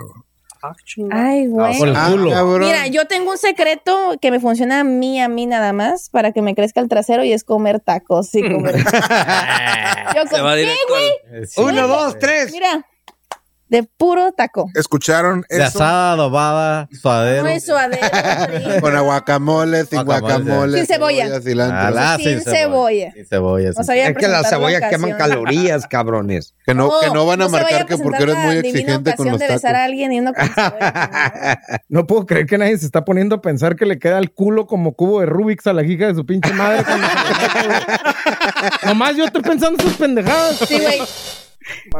S7: Ay, güey.
S5: Ah, Por
S1: Ah,
S5: el culo.
S7: Mira, yo tengo un secreto que me funciona a mí, a mí nada más, para que me crezca el trasero y es comer tacos. Sí, comer. Yo
S10: Se
S7: com-
S10: va
S7: ¿Qué,
S10: directo.
S7: güey?
S10: al-
S5: Sí.
S2: Uno, dos, tres.
S7: Mira, de puro taco.
S6: ¿Escucharon
S5: De
S6: eso?
S5: asada, adobada, suadero.
S7: No es suadero.
S1: con aguacamole, sin
S5: Guacamole,
S1: guacamole.
S7: Sin cebolla.
S1: cilantro.
S5: Ah, la-
S7: Sin cebolla.
S5: Sin cebolla.
S7: No
S5: sí.
S7: sabía
S2: Es que las
S7: presentar
S2: cebollas
S7: ocasión. Oh,
S2: queman calorías, cabrones.
S1: Que no,
S7: No,
S1: que no van a
S7: no se vaya
S1: marcar que porque
S7: presentar
S1: eres
S7: la
S1: muy
S7: divina
S1: exigente con
S7: ocasión
S1: los
S7: de besar a
S1: tacos.
S7: alguien y uno con cebolla,
S3: No puedo creer que nadie se está poniendo a pensar que le queda el culo como cubo de Rubik's a la hija de su pinche madre. cuando se le mete, güey. Nomás yo estoy pensando en sus pendejadas.
S7: ¿no? Sí, güey.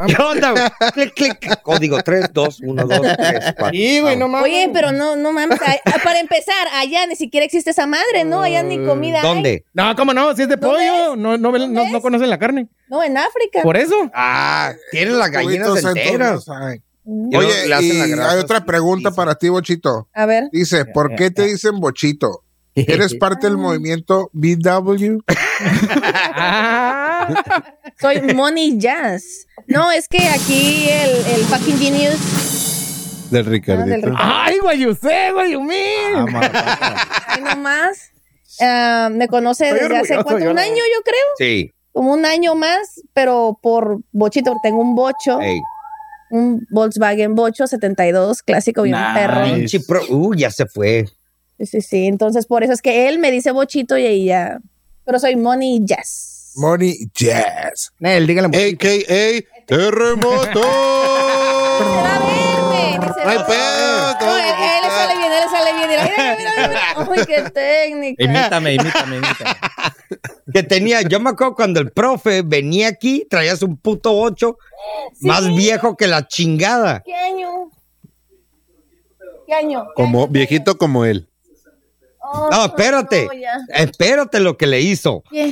S2: ¿Qué onda? güey? Clic, clic. Código 3, 2, 1, 2, 3, 4.
S3: Sí, güey, no mames.
S7: Oye, pero no, no mames. ay, ah, Para empezar, allá ni siquiera existe esa madre, ¿no? Allá ni comida. hay.
S2: ¿Dónde?
S3: No, cómo no, si es de
S7: ¿No
S3: pollo, no, no, ven-
S7: ¿No
S3: no- no
S7: ves?
S3: conocen la carne.
S7: No, en África.
S3: Por eso.
S2: Ah, tienen las gallinas
S6: Cubitos
S2: enteras.
S6: entonces, ay.
S7: Mm.
S2: Y luego
S6: Oye,
S2: le hacen la
S6: y
S2: grasa
S6: hay otra
S2: así,
S6: pregunta
S2: sí, sí.
S6: para ti, Bochito.
S7: A ver.
S6: Dice, ¿por qué te dicen Bochito? ¿Eres parte
S7: Ah.
S6: del movimiento BW?
S3: Ah,
S7: Soy Money Jazz. No, es que aquí el, el fucking genius.
S1: Del
S7: Ah, del
S1: Ricardito.
S7: Ricardo.
S3: ay, güey, yo sé, güey, yo mil.
S7: Ay, no más. Ah, me conoce
S3: Estoy
S7: desde hace
S3: orgulloso,
S7: cuánto,
S3: yo
S7: un
S3: la-
S7: año yo creo,
S2: Sí.
S7: como un año más, pero por bochito, tengo un bocho,
S2: Ey.
S7: un Volkswagen bocho 72 clásico bien
S4: Nice.
S7: perro.
S2: Pinche pro. Uh, ya se fue.
S7: Sí, sí, sí, entonces por eso es que él me dice bochito y ahí ya. Pero soy Money Jazz.
S6: Money Jazz.
S3: Nel, dígale.
S1: AKA Terremoto.
S7: Será verde, será
S1: No hay
S7: verde.
S1: pedo, te
S7: No,
S1: vas a
S7: él, él le
S1: gustar.
S7: sale bien, él le sale bien. Mira, mira, mira, mira, mira. Uy, qué técnica.
S5: Imítame, imítame, imítame.
S2: que tenía, yo me acuerdo cuando el profe venía aquí, traías un puto ocho más viejo que la chingada.
S7: ¿Qué año? ¿Qué año?
S1: Como viejito como él.
S7: Oh,
S2: No, espérate,
S7: no, ya.
S2: espérate lo que le hizo.
S7: ¿Qué?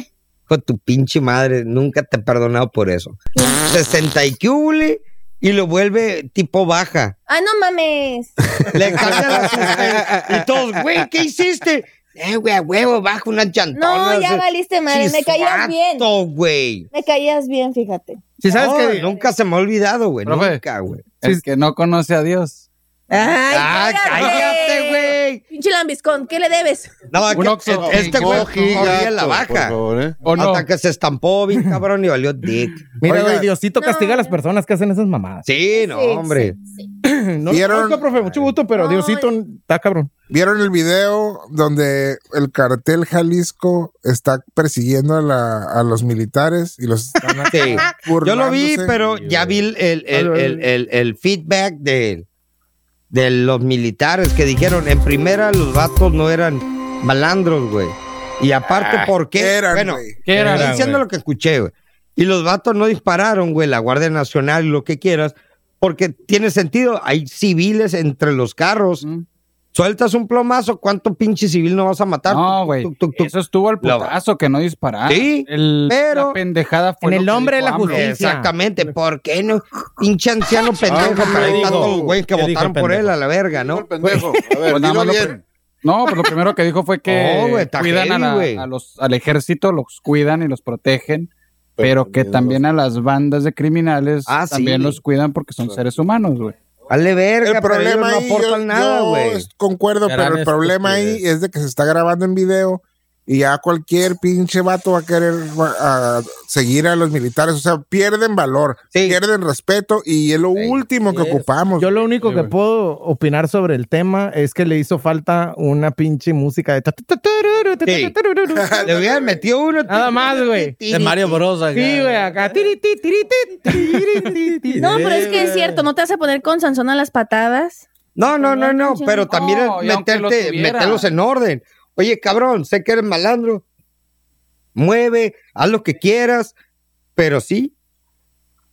S2: Hijo de tu pinche madre, nunca te he perdonado por eso. 60 y que hule, y lo vuelve tipo baja.
S7: Ah, no mames.
S2: Le cambia la suspensión. Y todos, güey, ¿qué hiciste? Eh, güey, a huevo, bajo una chantona.
S7: No, ya valiste madre, me caías bien.
S2: güey.
S7: Me caías bien, fíjate.
S4: Si sabes
S2: No,
S4: que-
S2: Nunca se me ha olvidado, güey.
S4: Profe.
S2: Nunca, güey.
S4: Es que no conoce a Dios.
S7: Ay,
S2: Ah, cállate, güey.
S7: Pinche lambiscón, ¿qué le debes?
S2: No,
S4: Un
S2: que-
S4: Oxxo.
S2: este güey corría la
S1: Por
S2: baja.
S1: favor, ¿eh?
S4: ¿O no?
S2: Hasta que se estampó bien cabrón y valió dick.
S5: Mira,
S6: Oiga.
S5: güey, Diosito castiga a las personas que hacen esas mamadas.
S2: Sí, no,
S7: Sí,
S2: hombre.
S3: No lo
S6: ¿Vieron?
S3: conozco, profe, mucho gusto, pero
S7: No,
S3: Diosito está cabrón.
S6: ¿Vieron el video donde el cartel Jalisco está persiguiendo a, la- a los militares y los están
S2: Sí. Yo lo vi,
S6: burlándose?
S2: pero ya vi el, el- el- el- el- el feedback de, de los militares que dijeron, en primera los vatos no eran malandros, güey. Y aparte, ¿por qué?
S6: Eran,
S2: bueno,
S6: güey.
S4: ¿Qué era?
S2: estoy diciendo lo que escuché, güey. Y los vatos no dispararon, güey, la Guardia Nacional, lo que quieras, porque tiene sentido, hay civiles entre los carros.
S4: Mm.
S2: Sueltas un plomazo, ¿cuánto pinche civil no vas a matar?
S4: No,
S2: Tuc,
S4: güey.
S2: tuc, tuc, tuc.
S4: Eso estuvo al
S2: La-
S4: putazo que no disparar.
S2: Sí,
S4: El,
S2: pero-
S4: la pendejada fue.
S5: En
S4: lo
S5: el
S4: que
S5: nombre de
S4: dijo
S5: la
S4: AMLO.
S5: justicia.
S2: Exactamente, ¿por qué no? Pinche anciano pendejo para
S5: dijo?
S2: tantos güeyes que
S5: ¿Qué dijo
S2: votaron
S5: el
S2: por
S5: pendejo?
S2: él a la verga, ¿no?
S1: Pendejo. A ver,
S4: Pues nada
S1: dilo
S4: más lo
S1: bien.
S4: prim- No, pero lo primero que dijo fue que
S2: No, Oh, güey, está
S4: cuidan a
S2: heavy,
S4: la-
S2: güey.
S4: a los, al ejército, los cuidan y los protegen, pero, que también a las bandas de criminales
S2: pues, Ah, sí.
S4: también los cuidan porque son seres humanos, güey.
S2: Vale verga,
S6: El problema
S2: pero
S6: ahí,
S2: ellos no aportan
S6: yo-
S2: nada,
S6: yo
S2: güey.
S6: es- concuerdo,
S5: Gran
S6: pero el problema ahí es de que se está grabando en video y ya cualquier pinche vato va a querer va- a seguir a los militares. O sea, pierden valor,
S2: Sí.
S6: pierden respeto y es lo último que
S5: es.
S6: ocupamos.
S3: Yo lo único
S5: Sí,
S3: que
S5: güey.
S3: puedo opinar sobre el tema es que le hizo falta una pinche música de... ta- ta- ta- taruru, ta-
S2: Sí.
S3: ta- taruru.
S2: Le hubieran metido uno.
S3: Nada más, güey.
S5: De Mario Bros. acá.
S3: Sí, güey, acá. Tiri, ti, tiri, ti, tiri, ti, ti.
S7: No, pero es que es cierto, no te vas a poner con Sansón a las patadas.
S2: No, no, no, no,
S7: No,
S2: pero también
S4: no, y aunque los
S2: meterte,
S4: tuviera.
S2: meterlos en orden. Oye, cabrón, sé que eres malandro. Mueve, haz lo que quieras, pero sí.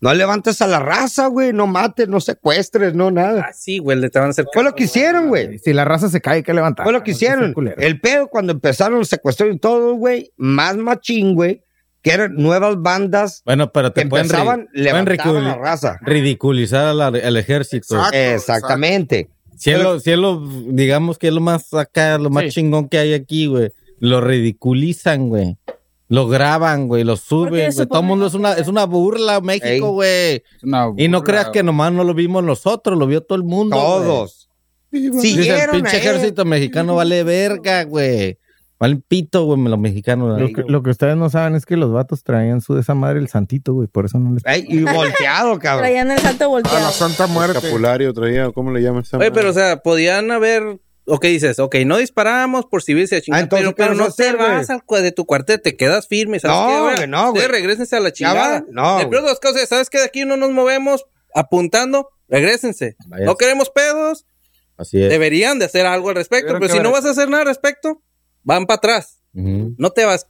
S2: No levantes a la raza, güey. No mates, no secuestres, no
S3: Ah,
S2: nada.
S10: Así, Ah, güey, le te van a hacer.
S2: Fue lo que hicieron, güey.
S3: Si la raza se cae, hay que levantar.
S2: Fue lo que
S3: No, sí, son
S2: hicieron.
S3: culeros.
S2: El pedo cuando empezaron los secuestros y todo, güey, más machín, güey, que eran nuevas bandas
S5: Bueno, pero
S2: que
S5: te pueden, ri-
S2: empezaban,
S5: pueden
S2: levantaban a
S5: riculi-
S2: la raza.
S5: ridiculizar al, al ejército.
S6: Exacto,
S2: Exactamente.
S5: Si es, lo, si es lo, digamos que es lo más acá, lo más
S4: Sí.
S5: chingón que hay aquí, güey. Lo ridiculizan, güey. Lo graban, güey, lo suben, güey.
S7: suponen
S5: Todo el mundo es una, es una burla,
S2: Ey.
S5: México, güey.
S4: Es una
S5: Y no
S4: burla,
S5: creas que
S4: güey.
S5: nomás no lo vimos nosotros, lo vio todo el mundo. güey.
S2: Todos.
S5: Dice, el
S2: Siguieron
S5: pinche
S2: a él.
S5: ejército mexicano vale verga, güey. Valen pito, güey, los mexicanos.
S3: Lo que, lo que ustedes no saben es que los vatos traían su de esa madre el santito, güey. Por eso no les.
S2: Ey, y volteado, cabrón.
S7: Traían el
S6: a
S7: salto
S6: la
S7: volteado.
S6: Santa Muerte.
S1: Escapulario traía, ¿cómo le llaman? esa
S10: Oye,
S1: madre?
S10: pero o sea, podían haber. O qué dices, ok, no disparamos por civilse a
S2: Ah,
S10: chingar,
S2: entonces,
S10: pero,
S2: ¿qué
S10: pero
S2: vas a
S10: no te
S2: hacer,
S10: vas al cua- de tu cuartel, te quedas firme. ¿sabes
S2: No,
S10: qué,
S2: güey, no, güey.
S10: Ustedes Regrésense a la
S2: ¿Ya
S10: chingada.
S2: van? No,
S10: El peor de los casos es, ¿sabes qué? De aquí no nos movemos apuntando, regrésense.
S5: Vaya,
S10: No queremos pedos,
S5: Así es.
S10: deberían de hacer algo al respecto,
S4: Tuvieron
S10: pero
S4: que
S10: si no
S4: haber-
S10: vas a hacer nada al respecto, van para atrás.
S5: Ujú.
S10: No te vas.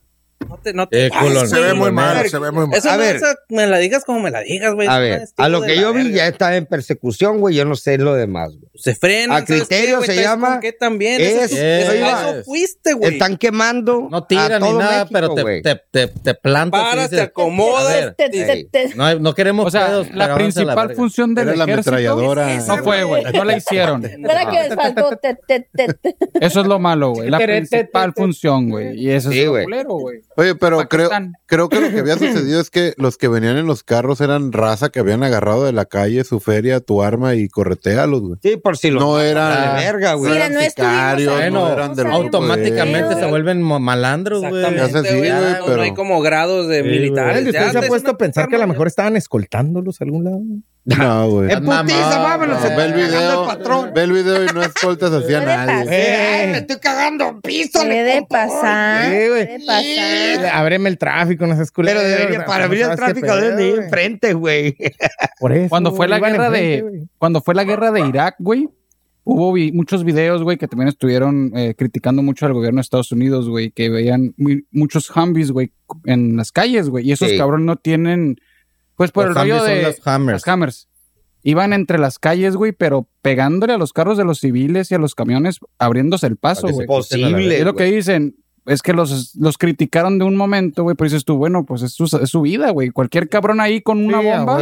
S10: No te, no te
S5: Eh,
S10: vas,
S5: culón.
S6: Se ve
S10: güey.
S6: muy mal,
S2: Verga.
S6: se ve muy mal.
S10: Eso
S2: A
S10: no
S2: ver.
S10: es a- me la digas como me la digas, güey.
S2: A
S10: Eso pues, no
S2: ver,
S10: es tipo
S2: a lo
S10: de
S2: que
S10: la
S2: yo vi
S10: verga.
S2: ya está en persecución, güey. Yo no sé lo demás, güey.
S10: Se frena.
S2: A criterio se llama-
S10: ¿Qué también?
S2: Es-
S10: Eso,
S5: es-
S10: eso fuiste, güey.
S2: Están quemando.
S5: No tiran
S2: a
S5: ni
S2: todo
S5: nada,
S2: México,
S5: pero te,
S2: güey.
S5: te, te, te plantas. y
S10: Paras, te
S5: dices,
S10: acomodas,
S5: a
S4: este,
S5: ver,
S7: Te- te-
S2: Ey.
S7: te-
S5: no, hay- no queremos
S4: O sea,
S5: pedos, pero
S4: la
S5: avanza
S4: principal
S5: verga.
S4: función del
S1: Era la
S4: ejército
S1: ametralladora.
S4: no fue, güey. No la hicieron.
S7: ¿Verdad que les faltó? Te- te- te- te.
S4: Eso es lo malo, güey. La principal función, güey. Y eso
S2: Sí,
S4: es lo
S2: güey.
S4: culero, güey.
S1: Oye, pero
S4: Acá
S1: creo,
S4: están.
S1: creo que lo que había sucedido es que los que venían en los carros eran raza que habían agarrado de la calle su feria, tu arma y corretealos, güey.
S2: Sí, por si lo.
S1: No eran-
S2: Dale verga, güey.
S7: Mira, no estuvimos
S1: sicarios,
S7: ahí,
S5: no
S7: no
S1: eran del
S7: sabemos.
S5: Automáticamente se vuelven mo- malandros, güey.
S1: Eso sí, güey,
S10: güey, no,
S1: pero-
S10: no hay como grados de
S5: Sí,
S10: militares.
S5: güey.
S10: Ya
S3: ¿Ustedes se han
S10: antes
S3: puesto a
S10: una
S3: pensar que a lo
S10: arma,
S3: mejor estaban escoltándolos a algún lado?
S1: No,
S6: Ah,
S1: güey.
S2: En putiza, vámonos. se
S1: Ve el
S2: está cagando
S1: video,
S2: el patrón.
S1: ve el video y no escoltas hacia
S7: No le
S1: nadie.
S7: pases.
S2: Ay, me estoy cagando piso.
S7: Se
S2: le
S7: de
S2: compo.
S7: pasar.
S3: Sí, güey.
S7: se de pasar.
S3: Ábreme el tráfico, no seas culero.
S2: Pero debería, para abrir
S3: este
S2: el tráfico deben de ir enfrente, güey.
S3: Por eso,
S4: Cuando fue la
S3: iban
S4: guerra
S3: enfrente,
S4: de.
S3: güey.
S4: Cuando fue la guerra de Irak, güey. Hubo vi- muchos videos, güey, que también estuvieron eh, criticando mucho al gobierno de Estados Unidos, güey, que veían muy- muchos Humvees, güey, en las calles, güey. Y esos
S5: Sí.
S4: cabrones no tienen, pues por
S5: Los
S4: el rollo
S5: Humvees son
S4: de
S5: los Hammers.
S4: las Hammers. Iban entre las calles, güey, pero pegándole a los carros de los civiles y a los camiones, abriéndose el paso,
S2: Para que se
S4: güey.
S2: crucen a la verga,
S4: Es lo que dicen. Es que los, los criticaron de un momento, güey, pero dices tú, bueno, pues es su, es su vida, güey. Cualquier cabrón ahí con una bomba.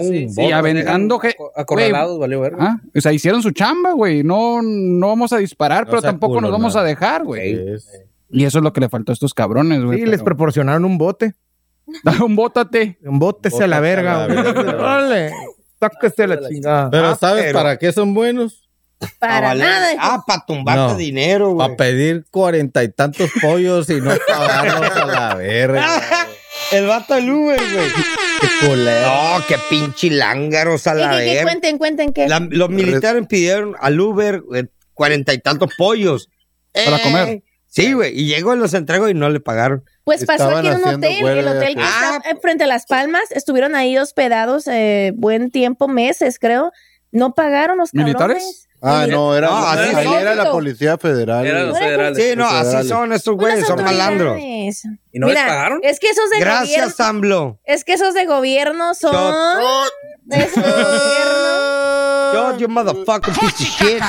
S10: sí,
S4: y aventando ge-
S10: Acorralados,
S4: güey.
S10: valió verga.
S4: Ah, O sea, hicieron su chamba, güey. No, no vamos a disparar,
S10: No
S4: pero
S10: sea
S4: tampoco
S10: culo,
S4: nos vamos
S10: nada.
S4: a dejar, güey. Y eso es lo que le faltó a estos cabrones, güey.
S3: Sí, les proporcionaron un bote.
S4: un bótate.
S3: Un bótese a la verga, güey. Órale, sáquese la chingada.
S5: Pero
S3: Ah,
S5: ¿sabes
S3: pero-
S5: para qué son buenos?
S7: Para
S5: valer-
S7: nada. hijo.
S2: Ah, para tumbarte
S5: No.
S2: dinero, güey.
S5: Para pedir cuarenta y tantos pollos y no pagarlos a la verga.
S2: Ah, El vato del Uber, güey. No, qué pinche lángaros a
S7: ¿Qué,
S2: la
S7: qué, qué?
S2: verga.
S7: cuenten, cuenten qué.
S2: La- los militares pidieron al Uber eh, cuarenta y tantos pollos. Eh,
S4: Para comer.
S2: Sí, güey. Y llegó y los entregó y no le pagaron.
S7: Pues pasó
S2: Estaban
S7: aquí en un
S2: haciendo Ah.
S7: hotel, el
S2: huelga,
S7: hotel que
S2: sí.
S7: está eh, frente a Las Palmas, estuvieron ahí hospedados eh, buen tiempo, meses creo, no pagaron los cabrones.
S1: ¿Militares? Ah, no, era,
S2: No, eh, así
S1: ahí
S2: son.
S1: era la Policía
S3: Ah,
S1: Federal.
S10: Eran los federales.
S2: Sí, no, así
S1: Federales.
S2: son estos güeyes, son malandros.
S7: Autoridades.
S2: ¿Y no les pagaron?
S7: Es que esos de gobierno,
S2: Gracias, AMLO.
S7: es que esos de gobierno son esos de gobierno.
S2: Yo, you motherfucking piece of shit.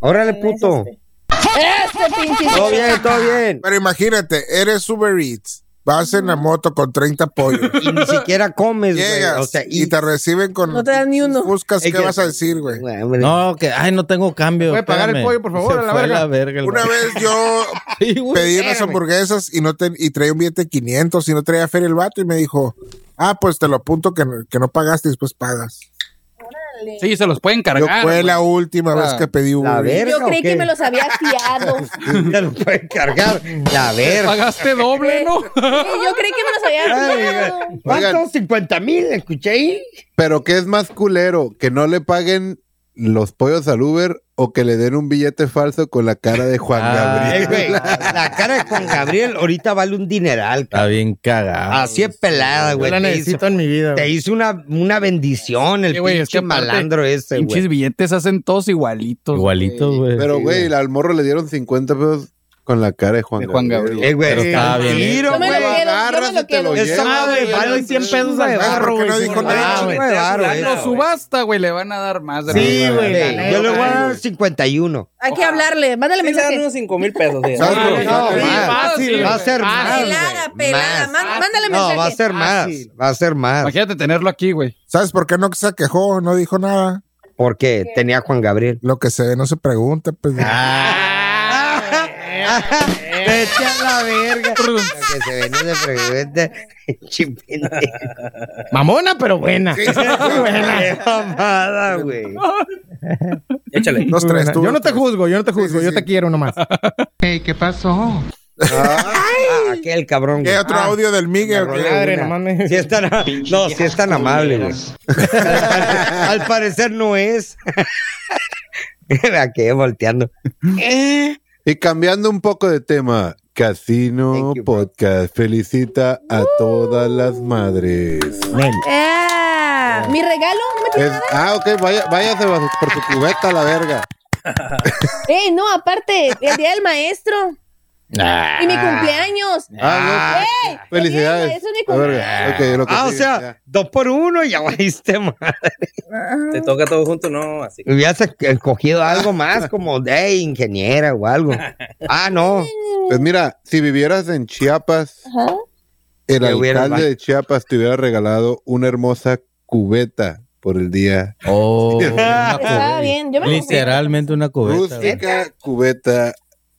S2: Órale, puto.
S7: Este pinche
S2: Todo bien, todo bien.
S6: Pero imagínate, eres Uber Eats, vas en la moto con 30 pollos.
S2: Y ni siquiera comes, güey.
S6: Llegas
S2: O sea,
S6: y,
S2: y...
S6: te reciben con.
S7: No te dan ni uno.
S6: Buscas
S2: Es
S6: qué
S2: que-
S6: vas a decir, güey.
S2: Güey, hombre.
S5: No, que, ay, no tengo cambio.
S3: ¿Puede pagar el
S5: espérame.
S3: pollo, por favor,
S5: Se
S3: a la
S5: fue
S3: verga?
S5: el
S6: Una
S5: vato.
S6: vez yo
S5: Sí, güey.
S6: pedí unas
S2: espérame.
S6: hamburguesas y no te, y traía un billete de 500 y no traía feria el vato y me dijo, ah, pues te lo apunto que, no- que no pagaste y después pagas.
S4: Sí, se los pueden
S6: Yo
S4: cargar.
S6: fue
S4: güey.
S6: la última
S4: Ah,
S6: vez que pedí un
S2: la verga.
S7: Yo creí
S2: o qué?
S7: que me los había fiado.
S2: Te lo pueden cargar. La verga.
S4: Pagaste doble, ¿no?
S7: Yo creí que me los había fiado.
S2: ¿Cuántos? 50 mil, escuché ahí.
S1: Pero ¿qué es más culero? ¿Que no le paguen los pollos al Uber o que le den un billete falso con la cara de Juan
S2: Eh,
S1: Gabriel?
S2: güey, la cara de Juan Gabriel ahorita vale un dineral,
S5: Está
S2: cabrón.
S5: bien cagado.
S2: Así es pelada,
S3: Yo
S2: güey.
S3: la
S2: Te hizo,
S3: necesito en mi vida.
S2: te
S3: güey.
S2: hizo una, una bendición el
S4: Sí, güey, es
S2: pinche
S4: que aparte,
S2: malandro ese,
S4: Pinches
S2: güey.
S4: billetes hacen todos igualitos.
S5: Igualito, güey.
S1: Pero, güey, al morro le dieron 50 pesos con la cara de Juan,
S4: De Juan
S1: Gabriel.
S2: Eh, güey,
S5: Pero estaba bien
S2: tiro,
S7: Yo me lo
S2: güey.
S7: quedo, yo
S1: agarras
S7: me
S1: y
S7: lo
S1: te lo
S7: quedo.
S1: llevas.
S2: Esa madre
S1: güey,
S2: vale 100 pesos al barro,
S6: ¿por qué
S2: güey.
S6: no dijo
S2: Ah,
S6: nada?
S2: güey, barro,
S10: Te hace
S2: güey.
S4: Lo
S10: lana,
S4: subasta, güey, le van a dar más. de
S3: Sí,
S4: la-
S3: güey. la
S2: Yo
S3: neta,
S2: le voy a dar 51.
S7: Hay que hablarle, mándale
S10: Sí, le dan
S7: mensaje.
S10: unos 5 mil pesos. sí.
S6: ¿Sabes por qué?
S2: No,
S6: Sí,
S2: más.
S4: fácil, güey.
S2: Va a ser más.
S7: Pelada,
S2: güey,
S7: pelada,
S2: más.
S7: má- mándale
S2: No,
S7: mensaje.
S2: va a ser más.
S3: Fácil.
S2: Va a ser más.
S4: Imagínate tenerlo aquí, güey.
S6: ¿Sabes por qué no se quejó? No dijo nada.
S2: Porque tenía a Juan Gabriel.
S6: Lo que se ve no se pregunta, pues.
S2: Ah, Vete a la verga. Que se venía de frecuente.
S3: Mamona, pero buena.
S2: Mamada, güey.
S10: Échale.
S6: Los tres, tú.
S3: Yo no te juzgo, yo no te juzgo,
S6: sí,
S3: yo
S6: sí.
S3: te quiero nomás.
S2: Ah, aquel cabrón.
S6: ¿Qué
S2: güey.
S6: otro audio del Miguel? o qué?
S3: Madre, nomás me-
S2: Sí es tan- no, si es tan amable, güey. Al parecer no es. Me quedé volteando.
S1: Y cambiando un poco de tema, Casino
S2: Thank you, bro.
S1: Podcast felicita a todas las madres.
S7: Ah, Mi regalo, no me
S1: Es- ah, ok, vaya, váyase bajo- por su cubeta a la verga.
S2: Eh.
S7: Ey, no, aparte, el día del maestro.
S2: Ah.
S7: Y mi cumpleaños.
S1: Ah,
S7: Ey,
S1: no, felicidades.
S7: Eso es mi
S1: La
S7: cumpleaños.
S1: verga. Ok, lo que
S2: Ah, o
S1: sigue, ya.
S2: sea, dos por uno y ya valiste más.
S10: Te toca todo junto, no, así.
S2: Hubieras escogido algo más como de ingeniera o algo. Ah, no.
S1: Pues mira, si vivieras en Chiapas,
S7: Ajá.
S1: el
S2: Te hubiera-
S1: alcalde de Chiapas te hubiera regalado una hermosa cubeta por el día.
S5: Oh,
S2: Ah,
S5: una
S2: pues.
S7: Estaba bien. Yo me
S5: Literalmente una cubeta. güey.
S1: Rústica cubeta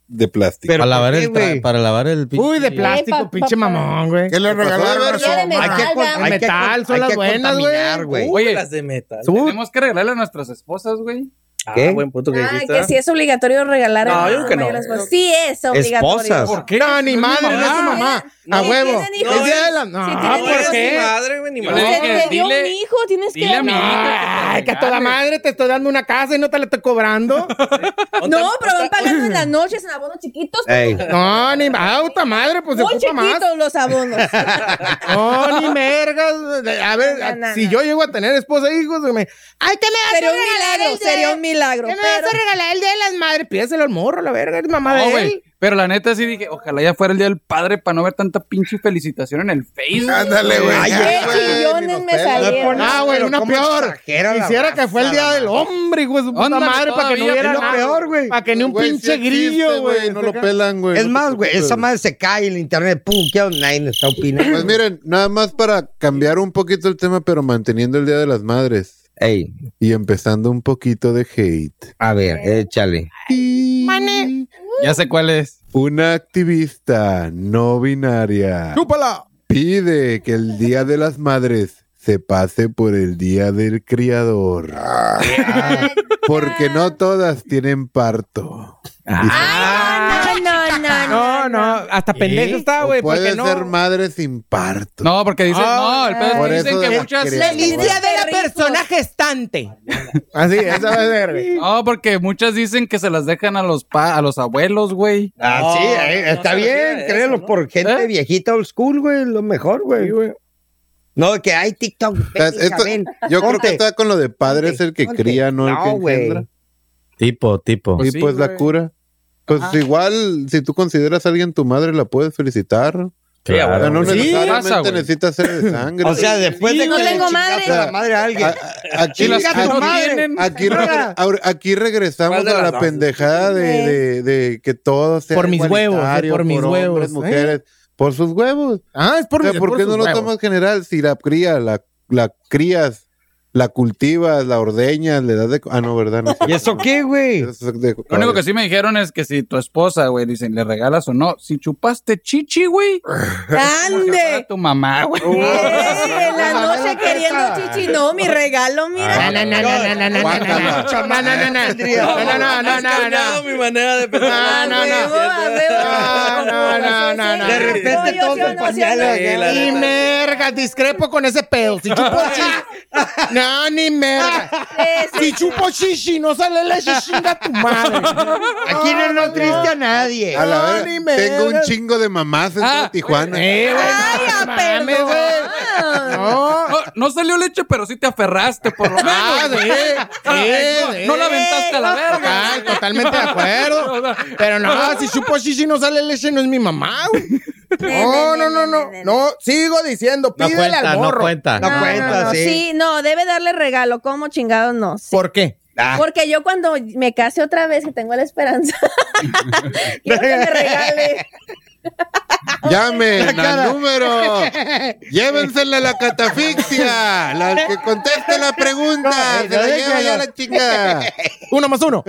S1: de plástico.
S2: Pero
S5: para, lavar
S2: ¿por qué,
S5: el tra-
S2: güey?
S5: para lavar el pinche-
S3: Uy, de
S7: Ey, pa-
S3: plástico, pinche
S7: papá.
S3: mamón, güey.
S6: ¿Qué le regalaron a
S7: Día de
S6: su mamá?
S7: metal,
S2: con-
S7: dame.
S2: hay que
S3: metal,
S2: con-
S3: son
S2: hay
S3: las
S2: que
S3: buenas, güey.
S2: contaminar, güey.
S10: Uh,
S4: Oye.
S10: las de metal.
S3: Tú,
S4: Tenemos que regalarle a nuestras esposas, güey.
S10: Ah,
S2: ¿Qué?
S10: buen punto que
S7: Ay,
S10: dijiste.
S7: que si es obligatorio regalar
S10: No,
S7: a
S10: yo creo que no.
S7: las cosas. Sí es obligatorio.
S2: Esposas.
S4: ¿Por qué?
S3: No, ni madre, no es tu
S7: mamá.
S3: mamá.
S7: No,
S3: a
S7: si
S3: huevo.
S7: tienen hijos,
S3: Es día de la-
S7: si
S3: No,
S7: tienen
S3: ¿por
S10: eres
S7: hijos,
S10: mi
S3: qué?
S10: madre, güey, ni
S4: Yo
S10: madre.
S4: le
S7: Usted
S4: dije,
S7: te dio un
S4: dile-
S7: hijo, tienes que
S4: dile a mi
S7: ganar.
S4: hija
S3: Ay, que a toda madre te estoy dando una casa y no te la estoy cobrando.
S10: Ponte-
S7: No, pero van pagando en las noches en abonos chiquitos. pues,
S2: Ey,
S3: No, ni ah, puta madre, pues se
S7: Muy
S3: ocupa más.
S7: chiquitos los abonos.
S3: No, ni mergas. A ver,
S7: No, no,
S3: si
S7: no.
S3: yo llego a tener esposa e hijos, me... Ay, ¿qué me haces
S7: Sería un milagro, sería un milagro.
S3: ¿Qué me vas a regalar el día de las madres? Pídeselo al morro, la verga, es mamá
S4: No,
S3: de
S4: güey,
S3: él.
S4: Pero la neta sí dije, ojalá ya fuera el día del padre para no ver tanta pinche felicitación en el Facebook.
S6: Ándale, güey.
S4: Ay,
S6: Qué
S7: eh.
S4: güey,
S6: chillones
S4: ni nos
S6: me
S4: pelan.
S6: salieron.
S3: Ah, güey, una
S4: ¿cómo
S3: peor.
S4: exagera la
S3: Quisiera que
S4: raza,
S3: fue el
S4: la
S3: día del
S4: raza?
S3: hombre, hijo de su puta
S4: Ándale,
S3: madre, para que no
S4: todavía,
S3: hubiera
S4: es lo
S3: nada.
S4: peor, güey.
S3: Para que ni un
S4: Güey, sí
S3: pinche
S4: existe,
S3: grillo,
S4: güey,
S3: güey.
S4: no lo pelan, güey,
S2: Es
S4: no
S2: más,
S4: te
S2: güey,
S4: preocupes.
S2: esa madre se cae el internet. Pum, que online está opinando.
S10: Pues miren, nada más para cambiar un poquito el tema, pero manteniendo el Día de las Madres. Y empezando un poquito de hate.
S2: A ver, échale.
S3: Mane.
S10: Ya sé cuál es. Una activista no binaria
S15: ¡Chúpala!
S10: pide que el Día de las Madres se pase por el Día del Criador. Porque no todas tienen parto.
S7: No, no, no,
S15: No, no, hasta pendejo está, güey.
S10: O puede
S15: porque no.
S10: ser madre sin parto.
S4: No, porque dicen,
S15: Ah,
S4: no, el pedo
S10: por
S4: es que
S10: eso
S4: dicen que
S10: la
S4: muchas.
S10: quería Feliz
S3: Día de la persona gestante.
S15: Así, esa va a ser, güey.
S4: No, porque muchas dicen que se las dejan a los pa- a los abuelos, güey.
S2: Ah, sí, eh, está bien, créelo, por gente viejita old school, güey, lo mejor, güey. no, que hay TikTok.
S10: O sea, esto- yo creo que está con lo de padre es el que cría, no, el que engendra.
S16: Tipo, tipo.
S10: y pues la cura. Pues igual, si tú consideras a alguien tu madre, la puedes felicitar.
S16: Sí,
S10: O sea,
S16: abuelo,
S10: no
S16: güey. Sí,
S10: necesariamente
S16: pasa, güey.
S10: necesitas ser de sangre.
S16: O sea, después de
S10: Sí,
S16: que
S7: No
S16: le
S7: tengo
S16: chingaste
S7: madre.
S16: a la madre a alguien.
S10: Aquí,
S16: Chinga
S10: aquí-
S16: tu madre.
S10: aquí
S16: Ahora.
S10: regre- ahora- aquí regresamos
S16: ¿Cuál de
S10: a
S16: las
S10: la
S16: dos?
S10: pendejada de, de- de que todo sea
S15: Por mis huevos, eh,
S10: igualitario,
S15: por mis
S10: hombres,
S15: huevos, ¿eh?
S10: mujeres, por sus huevos.
S15: Ah, es por
S10: O sea,
S15: mis-
S10: ¿por
S15: por
S10: qué
S15: sus
S10: no lo
S15: huevos.
S10: tomas general? Si la cría, la, la crías, la cultivas, la ordeñas, le das de... co- Ah, no, ¿verdad? No sé.
S2: ¿Y eso qué, güey?
S10: Eso es de-
S4: Lo único que sí me dijeron es que si tu esposa, güey, dicen, le regalas o no, si chupaste chichi, güey,
S7: ¡Ande!
S4: a tu mamá, güey.
S7: Eh, la noche queriendo chichi, no, mi regalo, mira.
S3: Ah,
S4: Ah,
S3: No, no, no, no, no, no, no,
S10: Guácala.
S3: no, no, no, no, no. No, no, no, no, no.
S1: mi manera de
S3: No, no, no.
S7: Ah,
S3: No, no, no, no.
S2: De repente todo con pañales.
S3: Ni merga, discrepo con ese pedo. Si chupo chichi. No, ni merga. Si chupo chichi, no sale la chichinga a tu madre.
S2: Aquí no no triste a nadie.
S10: A la verga,
S3: ni me
S10: tengo un
S3: hagas.
S10: chingo de mamás
S6: Ah,
S10: en toda Tijuana.
S3: Eh, güey.
S7: Ay, ah,
S3: mames,
S7: perdón.
S3: No.
S4: No, no salió leche, pero sí te aferraste, por lo menos.
S3: Ah, sí,
S4: güey.
S3: sí, sí.
S4: No la aventaste a la verga.
S3: Ay, totalmente de acuerdo. Pero no, si chupo chichi no sale leche, no es mi mamá, güey.
S15: No, no, no, no. No, sigo diciendo,
S16: No
S15: pídele
S16: cuenta,
S15: al
S16: no
S15: morro.
S16: cuenta.
S7: No, no, no, sí. no, debe darle regalo. ¿Cómo chingados no? Sí.
S15: ¿Por qué?
S3: Ah.
S2: Ah.
S7: Porque yo cuando me case otra vez, que tengo la esperanza, quiero que me regale.
S10: Llamen al número. Llévensela a la catafixia. La que conteste la pregunta. Se la lleva ya la chingada.
S15: Uno más uno.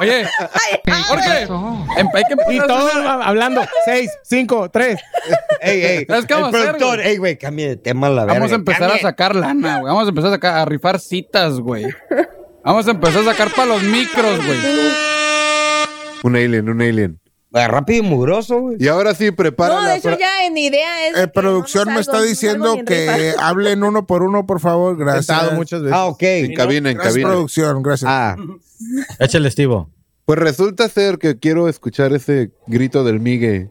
S4: Oye, Jorge, em- hay que
S15: Y
S4: empezar a
S15: todos
S4: hacer-
S15: hablando. Seis, cinco, tres.
S2: Ey, ey.
S4: ¿Sabes qué
S2: el
S4: vamos a hacer,
S2: productor,
S4: güey?
S2: ey, güey, cambie de tema la verga.
S4: Vamos a empezar a
S2: cambie.
S4: sacar lana, güey. Vamos a empezar a, sacar- a rifar citas, güey. Vamos a empezar a sacar para los micros, güey.
S10: Un alien, un alien.
S2: Güey, Rápido y mugroso, güey.
S10: Y ahora sí, prepara
S7: No, de
S10: la
S7: hecho
S10: fra-
S7: ya en idea es.
S6: Eh,
S7: que
S6: producción
S7: no
S6: me
S7: nos salgo-
S6: está
S7: no
S6: diciendo
S7: salgo ni en
S6: que
S7: rifa.
S6: hablen uno por uno, por favor. Gracias.
S15: Sentado muchas veces.
S2: Ah, ok.
S10: En cabina, en
S6: Gracias,
S10: cabina.
S6: producción. Gracias.
S2: Ah,
S16: Échale, Estivo.
S10: Pues resulta ser que quiero escuchar ese grito del migue.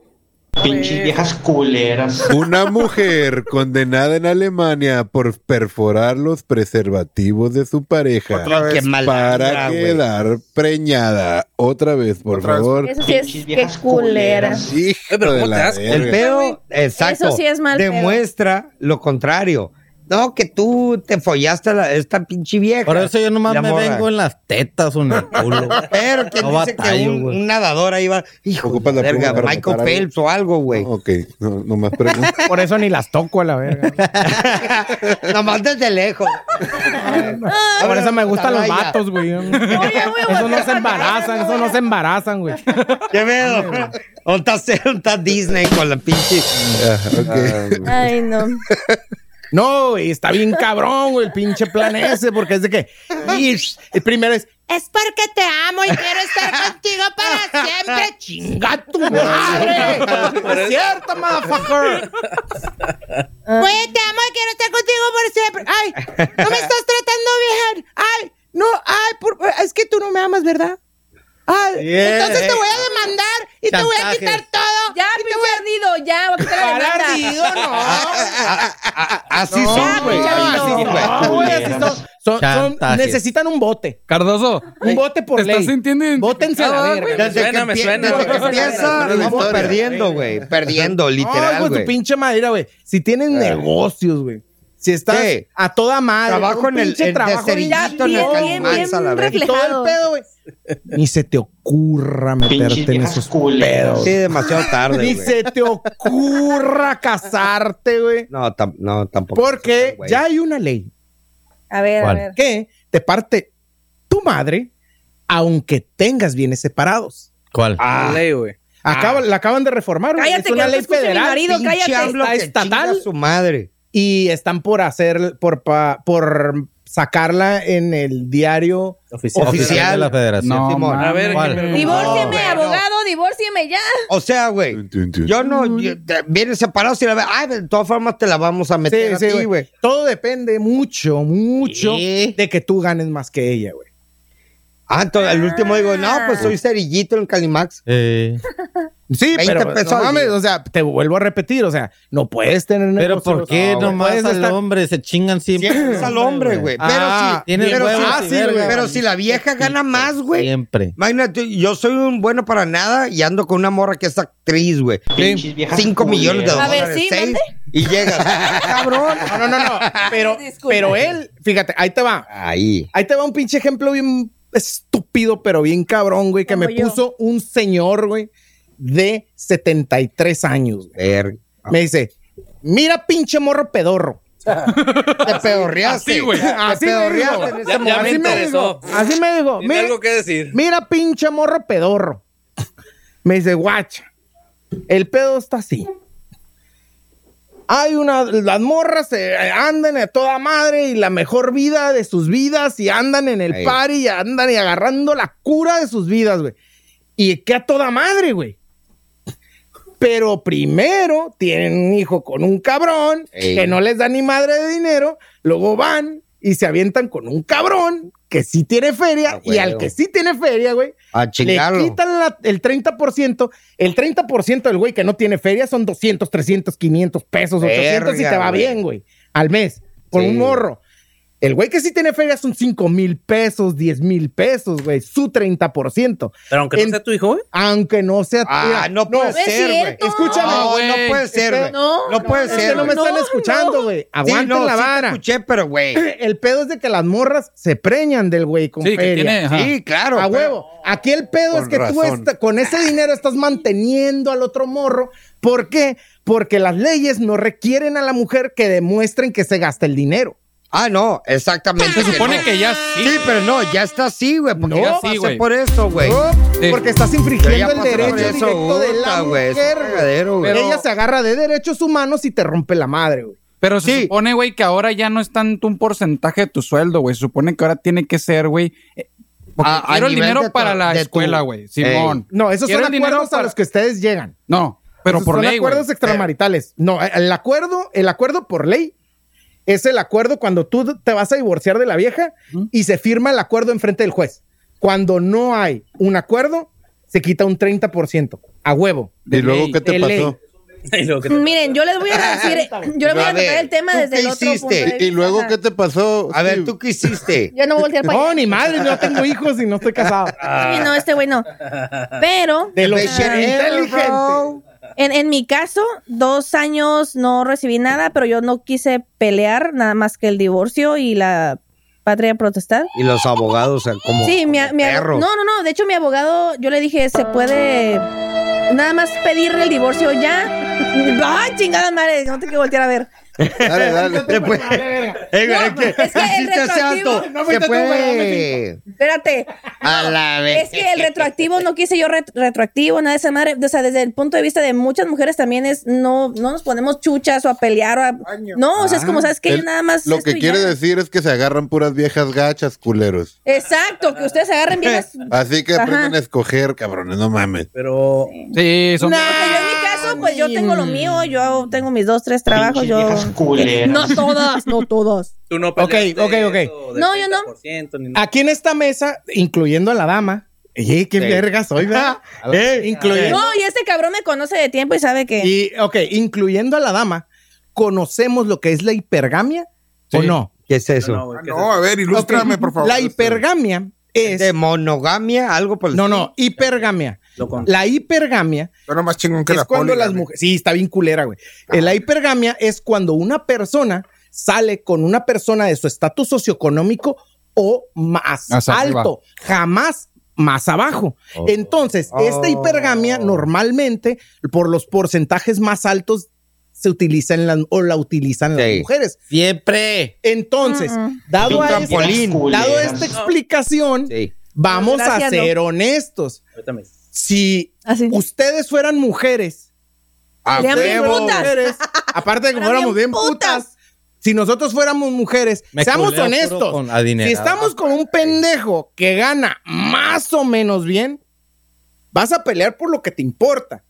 S8: Pinches viejas culeras.
S10: Una mujer condenada en Alemania por perforar los preservativos de su pareja
S6: Otra vez.
S2: qué mal.
S10: para quedar preñada. Otra vez, por
S6: Otra vez.
S10: favor.
S7: Eso sí es
S8: Pinches
S7: que
S8: viejas
S7: culera.
S8: culeras.
S10: Hijo
S1: pero
S10: de
S1: ¿cómo
S10: la
S1: te das cuenta?
S10: verga.
S2: El pedo, exacto.
S7: Eso sí es mal pedo.
S2: Demuestra lo contrario. No, que tú te follaste a la- esta pinche vieja.
S16: Por eso yo nomás
S2: La
S16: me
S2: morra.
S16: vengo en las tetas o en el culo.
S2: Pero que
S16: No
S2: dice que
S16: batallo,
S2: un,
S16: güey.
S2: un nadador ahí va. Hijo
S10: Ocupas
S2: de
S10: la pluma
S2: verga,
S10: para
S2: Michael
S10: matar algo.
S2: Phelps o algo, güey.
S10: Ok, no, no más preguntas.
S15: Por eso ni las toco a la verga.
S2: Nomás desde lejos.
S15: Por eso me gustan los
S2: Atalaya.
S15: vatos, güey.
S7: Oye, güey,
S15: Esos no
S7: voltea
S15: se
S7: para
S15: embarazan,
S7: atrás,
S15: esos no se embarazan, güey.
S2: ¿Qué
S16: Ah,
S2: pedo? ¿O está, o está Disney con la pinche?
S6: Ah.
S7: Ay, no.
S15: No, güey, está bien cabrón, güey, el pinche plan ese, porque es de que. ish, El primero es.
S3: Es porque te amo y quiero estar contigo para siempre.
S15: ¡Chinga tu madre! No es cierto, motherfucker!
S7: Ah.
S3: Güey, te amo y quiero estar contigo por siempre. Ay, no me estás tratando bien. Ay, no, ay, por- es que tú no me amas, ¿verdad? Ay,
S16: Yeah.
S3: eh, entonces te voy a demandar y te voy a
S16: Chantajes.
S3: quitar todo.
S7: Ya,
S3: y te voy a-
S7: ardido, ya, voy a quitar la
S17: Para
S7: demanda.
S17: ardido,
S3: Ah,
S2: Así son, güey. Así son, güey.
S3: pues, No, Ah, güey, así son. Son- son-
S2: Chantajes.
S3: necesitan un bote.
S4: Cardoso.
S3: Un bote por
S4: ¿Te
S3: ley.
S4: estás sintiendo
S3: Bótense a la
S4: identificado,
S3: verga.
S4: güey?
S3: Desde que empie- desde que empieza,
S2: vamos perdiendo, güey. Perdiendo,
S16: pues,
S3: Ay,
S2: literal,
S3: güey,
S2: güey. Ah.
S3: tu pinche madera, güey. Si tienes negocios, güey. Si estás
S2: Sí.
S3: a toda madre.
S2: Trabajo
S3: un
S2: en el-
S3: pinche
S2: en Desterinito, en el
S3: todo,
S2: Calimán,
S3: güey.
S2: a la verga.
S3: Y todo el pedo, güey. Ni se te ocurra meterte en esos pedos.
S2: Sí, demasiado tarde,
S3: Ni
S2: güey.
S3: se te ocurra casarte, güey.
S2: No, tam- no, tampoco.
S3: Porque ya hay una ley.
S7: A ver,
S2: ¿Cuál? ver.
S3: Que te parte tu madre, aunque tengas bienes separados.
S5: ¿Cuál?
S3: Ah.
S10: ley, güey.
S3: Acaba-
S2: Ah.
S3: La acaban de reformar. güey.
S7: Cállate,
S3: es una
S7: que no te
S3: ley
S7: escuche mi
S3: federal.
S7: marido,
S3: pinche
S7: cállate.
S3: AMLO
S7: Habla
S2: que
S3: estatal.
S2: chinga su madre.
S3: Y están por hacer, por, pa- por sacarla en el diario oficial.
S5: Oficial de la federación.
S4: No,
S5: Simón.
S4: mames. A ver,
S5: ¿Cuál?
S7: Divórcieme, abogado, divórcieme ya.
S2: O sea, güey. Yo no. yo- te- Vienes separado si la ve. Ay, de todas formas te la vamos a
S3: Sí,
S2: meter
S3: sí,
S2: a ti,
S3: güey.
S2: güey.
S3: Todo depende mucho, mucho
S2: Sí.
S3: de que tú ganes más que ella, güey.
S2: Ah, entonces el último digo, no, pues soy cerillito en Calimax.
S5: Eh,
S3: Sí,
S2: 20
S3: pero
S2: pesos
S3: no
S2: al
S3: mames,
S2: día.
S3: o sea, te vuelvo a repetir, o sea, no puedes tener
S5: pero
S3: negocios,
S5: ¿por qué
S3: no, güey,
S5: nomás
S3: puedes
S5: al
S3: estar-
S5: hombre? Se chingan siempre.
S2: Siempre es al hombre, güey. Pero
S3: Ah,
S2: si,
S5: tiene
S2: pero,
S5: huevos,
S2: si-
S5: ah, sí,
S2: pero
S5: güey.
S2: pero si la vieja gana más, güey.
S5: Siempre.
S2: Imagínate, yo soy un bueno para nada y ando con una morra que es actriz, güey.
S8: Pinches viejas
S2: 5 millones de
S8: culeras.
S7: A
S2: dólares.
S7: ver, sí,
S2: seis,
S7: mande.
S2: y llega. Cabrón.
S3: No, no, no, no, pero,
S7: Disculpe.
S3: pero él, fíjate, ahí te va,
S2: Ahí.
S3: ahí te va un pinche ejemplo bien estúpido, pero bien cabrón, güey, que
S7: Como
S3: me
S7: yo.
S3: puso un señor, güey, de 73 años, güey.
S2: Ver.
S3: Me dice, mira pinche morro pedorro.
S2: Te pedorreaste.
S4: así, güey.
S2: Te pedorreaste en ese
S10: Ya- ya me
S2: momento.
S10: interesó.
S3: Así me dijo,
S10: Tiene
S3: mira,
S10: algo que decir.
S3: Mira, pinche morro pedorro. Me dice, guacha, el pedo está así. Hay una, las morras se andan a toda madre y la mejor vida de sus vidas y andan en el
S2: Ahí.
S3: party y andan y agarrando la cura de sus vidas, güey. Y que a toda madre, güey. Pero primero tienen un hijo con un cabrón
S2: Ey.
S3: que no les da ni madre de dinero, luego van y se avientan con un cabrón que sí tiene feria
S2: Ah,
S3: y al
S2: huevo.
S3: que sí tiene feria, güey,
S2: A
S3: le
S2: chingarlo.
S3: quitan la- el 30%, el 30% del güey que no tiene feria son 200, 300, 500 pesos, 800 y
S2: Verga,
S3: te va
S2: güey.
S3: bien, güey, al mes, con
S2: Sí.
S3: un morro. El güey que sí tiene feria son 5 mil pesos, 10 mil pesos, güey, su 30%.
S10: Pero aunque no
S3: En-
S10: sea tu hijo, güey.
S3: Aunque no sea...
S2: Ah,
S3: mira,
S2: no puede
S7: no es
S2: ser, güey.
S7: cierto.
S3: Escúchame,
S2: No, güey, no
S4: güey.
S2: puede ser, güey.
S7: No,
S2: No puede
S3: es que
S2: ser.
S3: no me
S2: güey.
S7: güey.
S3: están
S7: No,
S3: escuchando, güey.
S2: Sí,
S3: Aguanten
S2: no,
S3: la
S2: sí te
S3: vara.
S2: escuché, pero, güey.
S3: el pedo es de que las morras se preñan del güey con
S4: Sí, que
S3: feria.
S4: tiene. ajá.
S2: Sí, claro.
S3: a
S2: pero-
S3: huevo. Aquí el pedo
S1: Con
S3: es que tú
S1: razón.
S3: esta- con ese dinero estás manteniendo al otro morro. ¿Por qué? Porque las leyes no requieren a la mujer que demuestren que se gasta el dinero.
S2: Ah, no, exactamente.
S4: Se supone
S2: no.
S4: que ya
S2: Sí,
S4: sí.
S2: pero no, ya está así, güey. Porque
S4: No,
S2: ya
S4: sí,
S2: pasé
S4: güey.
S2: por eso, güey.
S3: No,
S4: Sí.
S3: Porque estás
S2: Yo ya
S3: infringiendo el
S2: pasé
S3: derecho
S2: por eso,
S3: directo de
S2: puta,
S3: la
S2: güey, es un
S3: mujer.
S2: cagadero, güey.
S3: Ella se agarra de derechos humanos y te rompe la madre, güey.
S4: Pero se
S2: Sí.
S4: supone, güey, que ahora ya no es tanto un porcentaje de tu sueldo, güey. Se supone que ahora tiene que ser, güey. eh, Porque
S2: A- a
S4: quiero el
S2: nivel de
S4: dinero
S2: tu-
S4: para la
S2: de tu-
S4: escuela, güey. Simón.
S3: No, esos
S4: Quiero
S3: son
S4: el dinero
S3: acuerdos a
S4: para-
S3: los que ustedes llegan.
S4: No, pero
S3: Esos
S4: por
S3: son
S4: ley, güey.
S3: acuerdos extramaritales. No, el acuerdo, el acuerdo por ley es el acuerdo cuando tú te vas a divorciar de la vieja y se firma el acuerdo enfrente del juez. Cuando no hay un acuerdo, se quita un 30% a huevo.
S1: ¿Y luego qué te
S3: de ley.
S1: pasó?
S10: Y luego que te-
S7: Miren, yo les voy a decir, yo les voy a
S2: A ver,
S7: tratar el tema
S2: ¿tú
S7: desde
S2: qué
S7: el otro punto
S2: hiciste?
S7: de
S1: ¿Y
S7: vista.
S1: luego
S7: Ajá.
S1: qué te pasó?
S2: A ver,
S1: Steve?
S2: ¿tú qué hiciste?
S7: Ya no voy a voltear para
S3: No,
S7: allá.
S3: ni madre, no tengo hijos y no estoy casado.
S7: Sí, no, este güey no. Pero
S3: De lo
S2: Ve, Cheryl,
S3: inteligente.
S2: bro.
S7: en, en mi caso, dos años no recibí nada, pero yo no quise pelear nada más que el divorcio y la patria protestar.
S2: Y los abogados, o sea, como.
S7: Sí, mi,
S2: como
S7: mi abo-
S2: perros.
S7: No, no, no. De hecho, mi abogado, yo le dije, se puede nada más pedirle el divorcio ya. ¡Ah, chingada madre! No te quiero voltear a ver.
S1: Dale, dale.
S2: Después- Eh, güey,
S7: No, es que el
S2: sí te hace
S7: retroactivo-
S2: alto.
S7: No,
S2: Se puede.
S7: Espérate.
S2: A la vez.
S7: Es que el retroactivo no quise yo ret- retroactivo, nada de esa madre. O sea, desde el punto de vista de muchas mujeres también es no, no nos ponemos chuchas o a pelear o a. No, o sea, es como, ¿sabes que
S1: El-
S7: Yo nada más.
S1: Lo
S7: esto
S1: que
S7: y
S1: quiere
S7: ya.
S1: decir es que se agarran puras viejas gachas, culeros.
S7: Exacto, que ustedes agarren bien las. Porque
S1: Así que
S7: Ajá.
S1: aprendan a escoger, cabrones, no mames.
S10: Pero
S4: Sí, son.
S7: yo en mi
S3: Ah,
S7: caso, pues yo tengo lo mío, yo tengo mis dos, tres trabajos,
S8: Pinches
S7: yo.
S8: viejas culeras.
S7: No todas, no todas.
S10: tú no
S3: Ok, Ah, ok, ok.
S10: peleaste eso del
S7: No, yo no.
S10: 30% ni nada.
S3: Aquí en esta mesa, incluyendo a la dama, Ey, qué verga soy, ¿verdad?
S17: Eh,
S3: incluyendo.
S7: No, y este cabrón me conoce de tiempo y sabe que.
S3: Y, ok, incluyendo a la dama, ¿conocemos lo que es la hipergamia o no?
S2: ¿Qué es eso?
S1: Ah,
S6: No, a ver, ilústrame, por favor.
S3: La hipergamia es.
S2: ¿De monogamia? Algo por el
S3: No, no, hipergamia. La hipergamia.
S6: Pero más chingón que
S3: es
S6: la
S3: cuando
S6: poligamia.
S3: las mujeres. Sí, está bien culera, güey. Eh, La hipergamia es cuando una persona sale con una persona de su estatus socioeconómico o más,
S4: Más arriba.
S3: alto, jamás más abajo. Entonces, esta hipergamia normalmente por los porcentajes más altos se utiliza en la- o la utilizan las mujeres.
S5: Siempre.
S3: Entonces, dado,
S5: Un
S3: a este-
S5: trampolín.
S3: dado a esta
S5: Culeras.
S3: explicación, vamos
S5: Gracias,
S3: a
S5: no.
S3: ser honestos. Si ustedes fueran mujeres,
S17: A
S3: ustedes
S17: huevo.
S3: fueran mujeres, aparte de que fuéramos bien putas, si nosotros fuéramos mujeres,
S5: Me
S3: seamos
S5: culeo puro
S3: honestos.
S5: con adinerado.
S3: Si estamos con un pendejo que gana más o menos bien, vas a pelear por lo que te importa,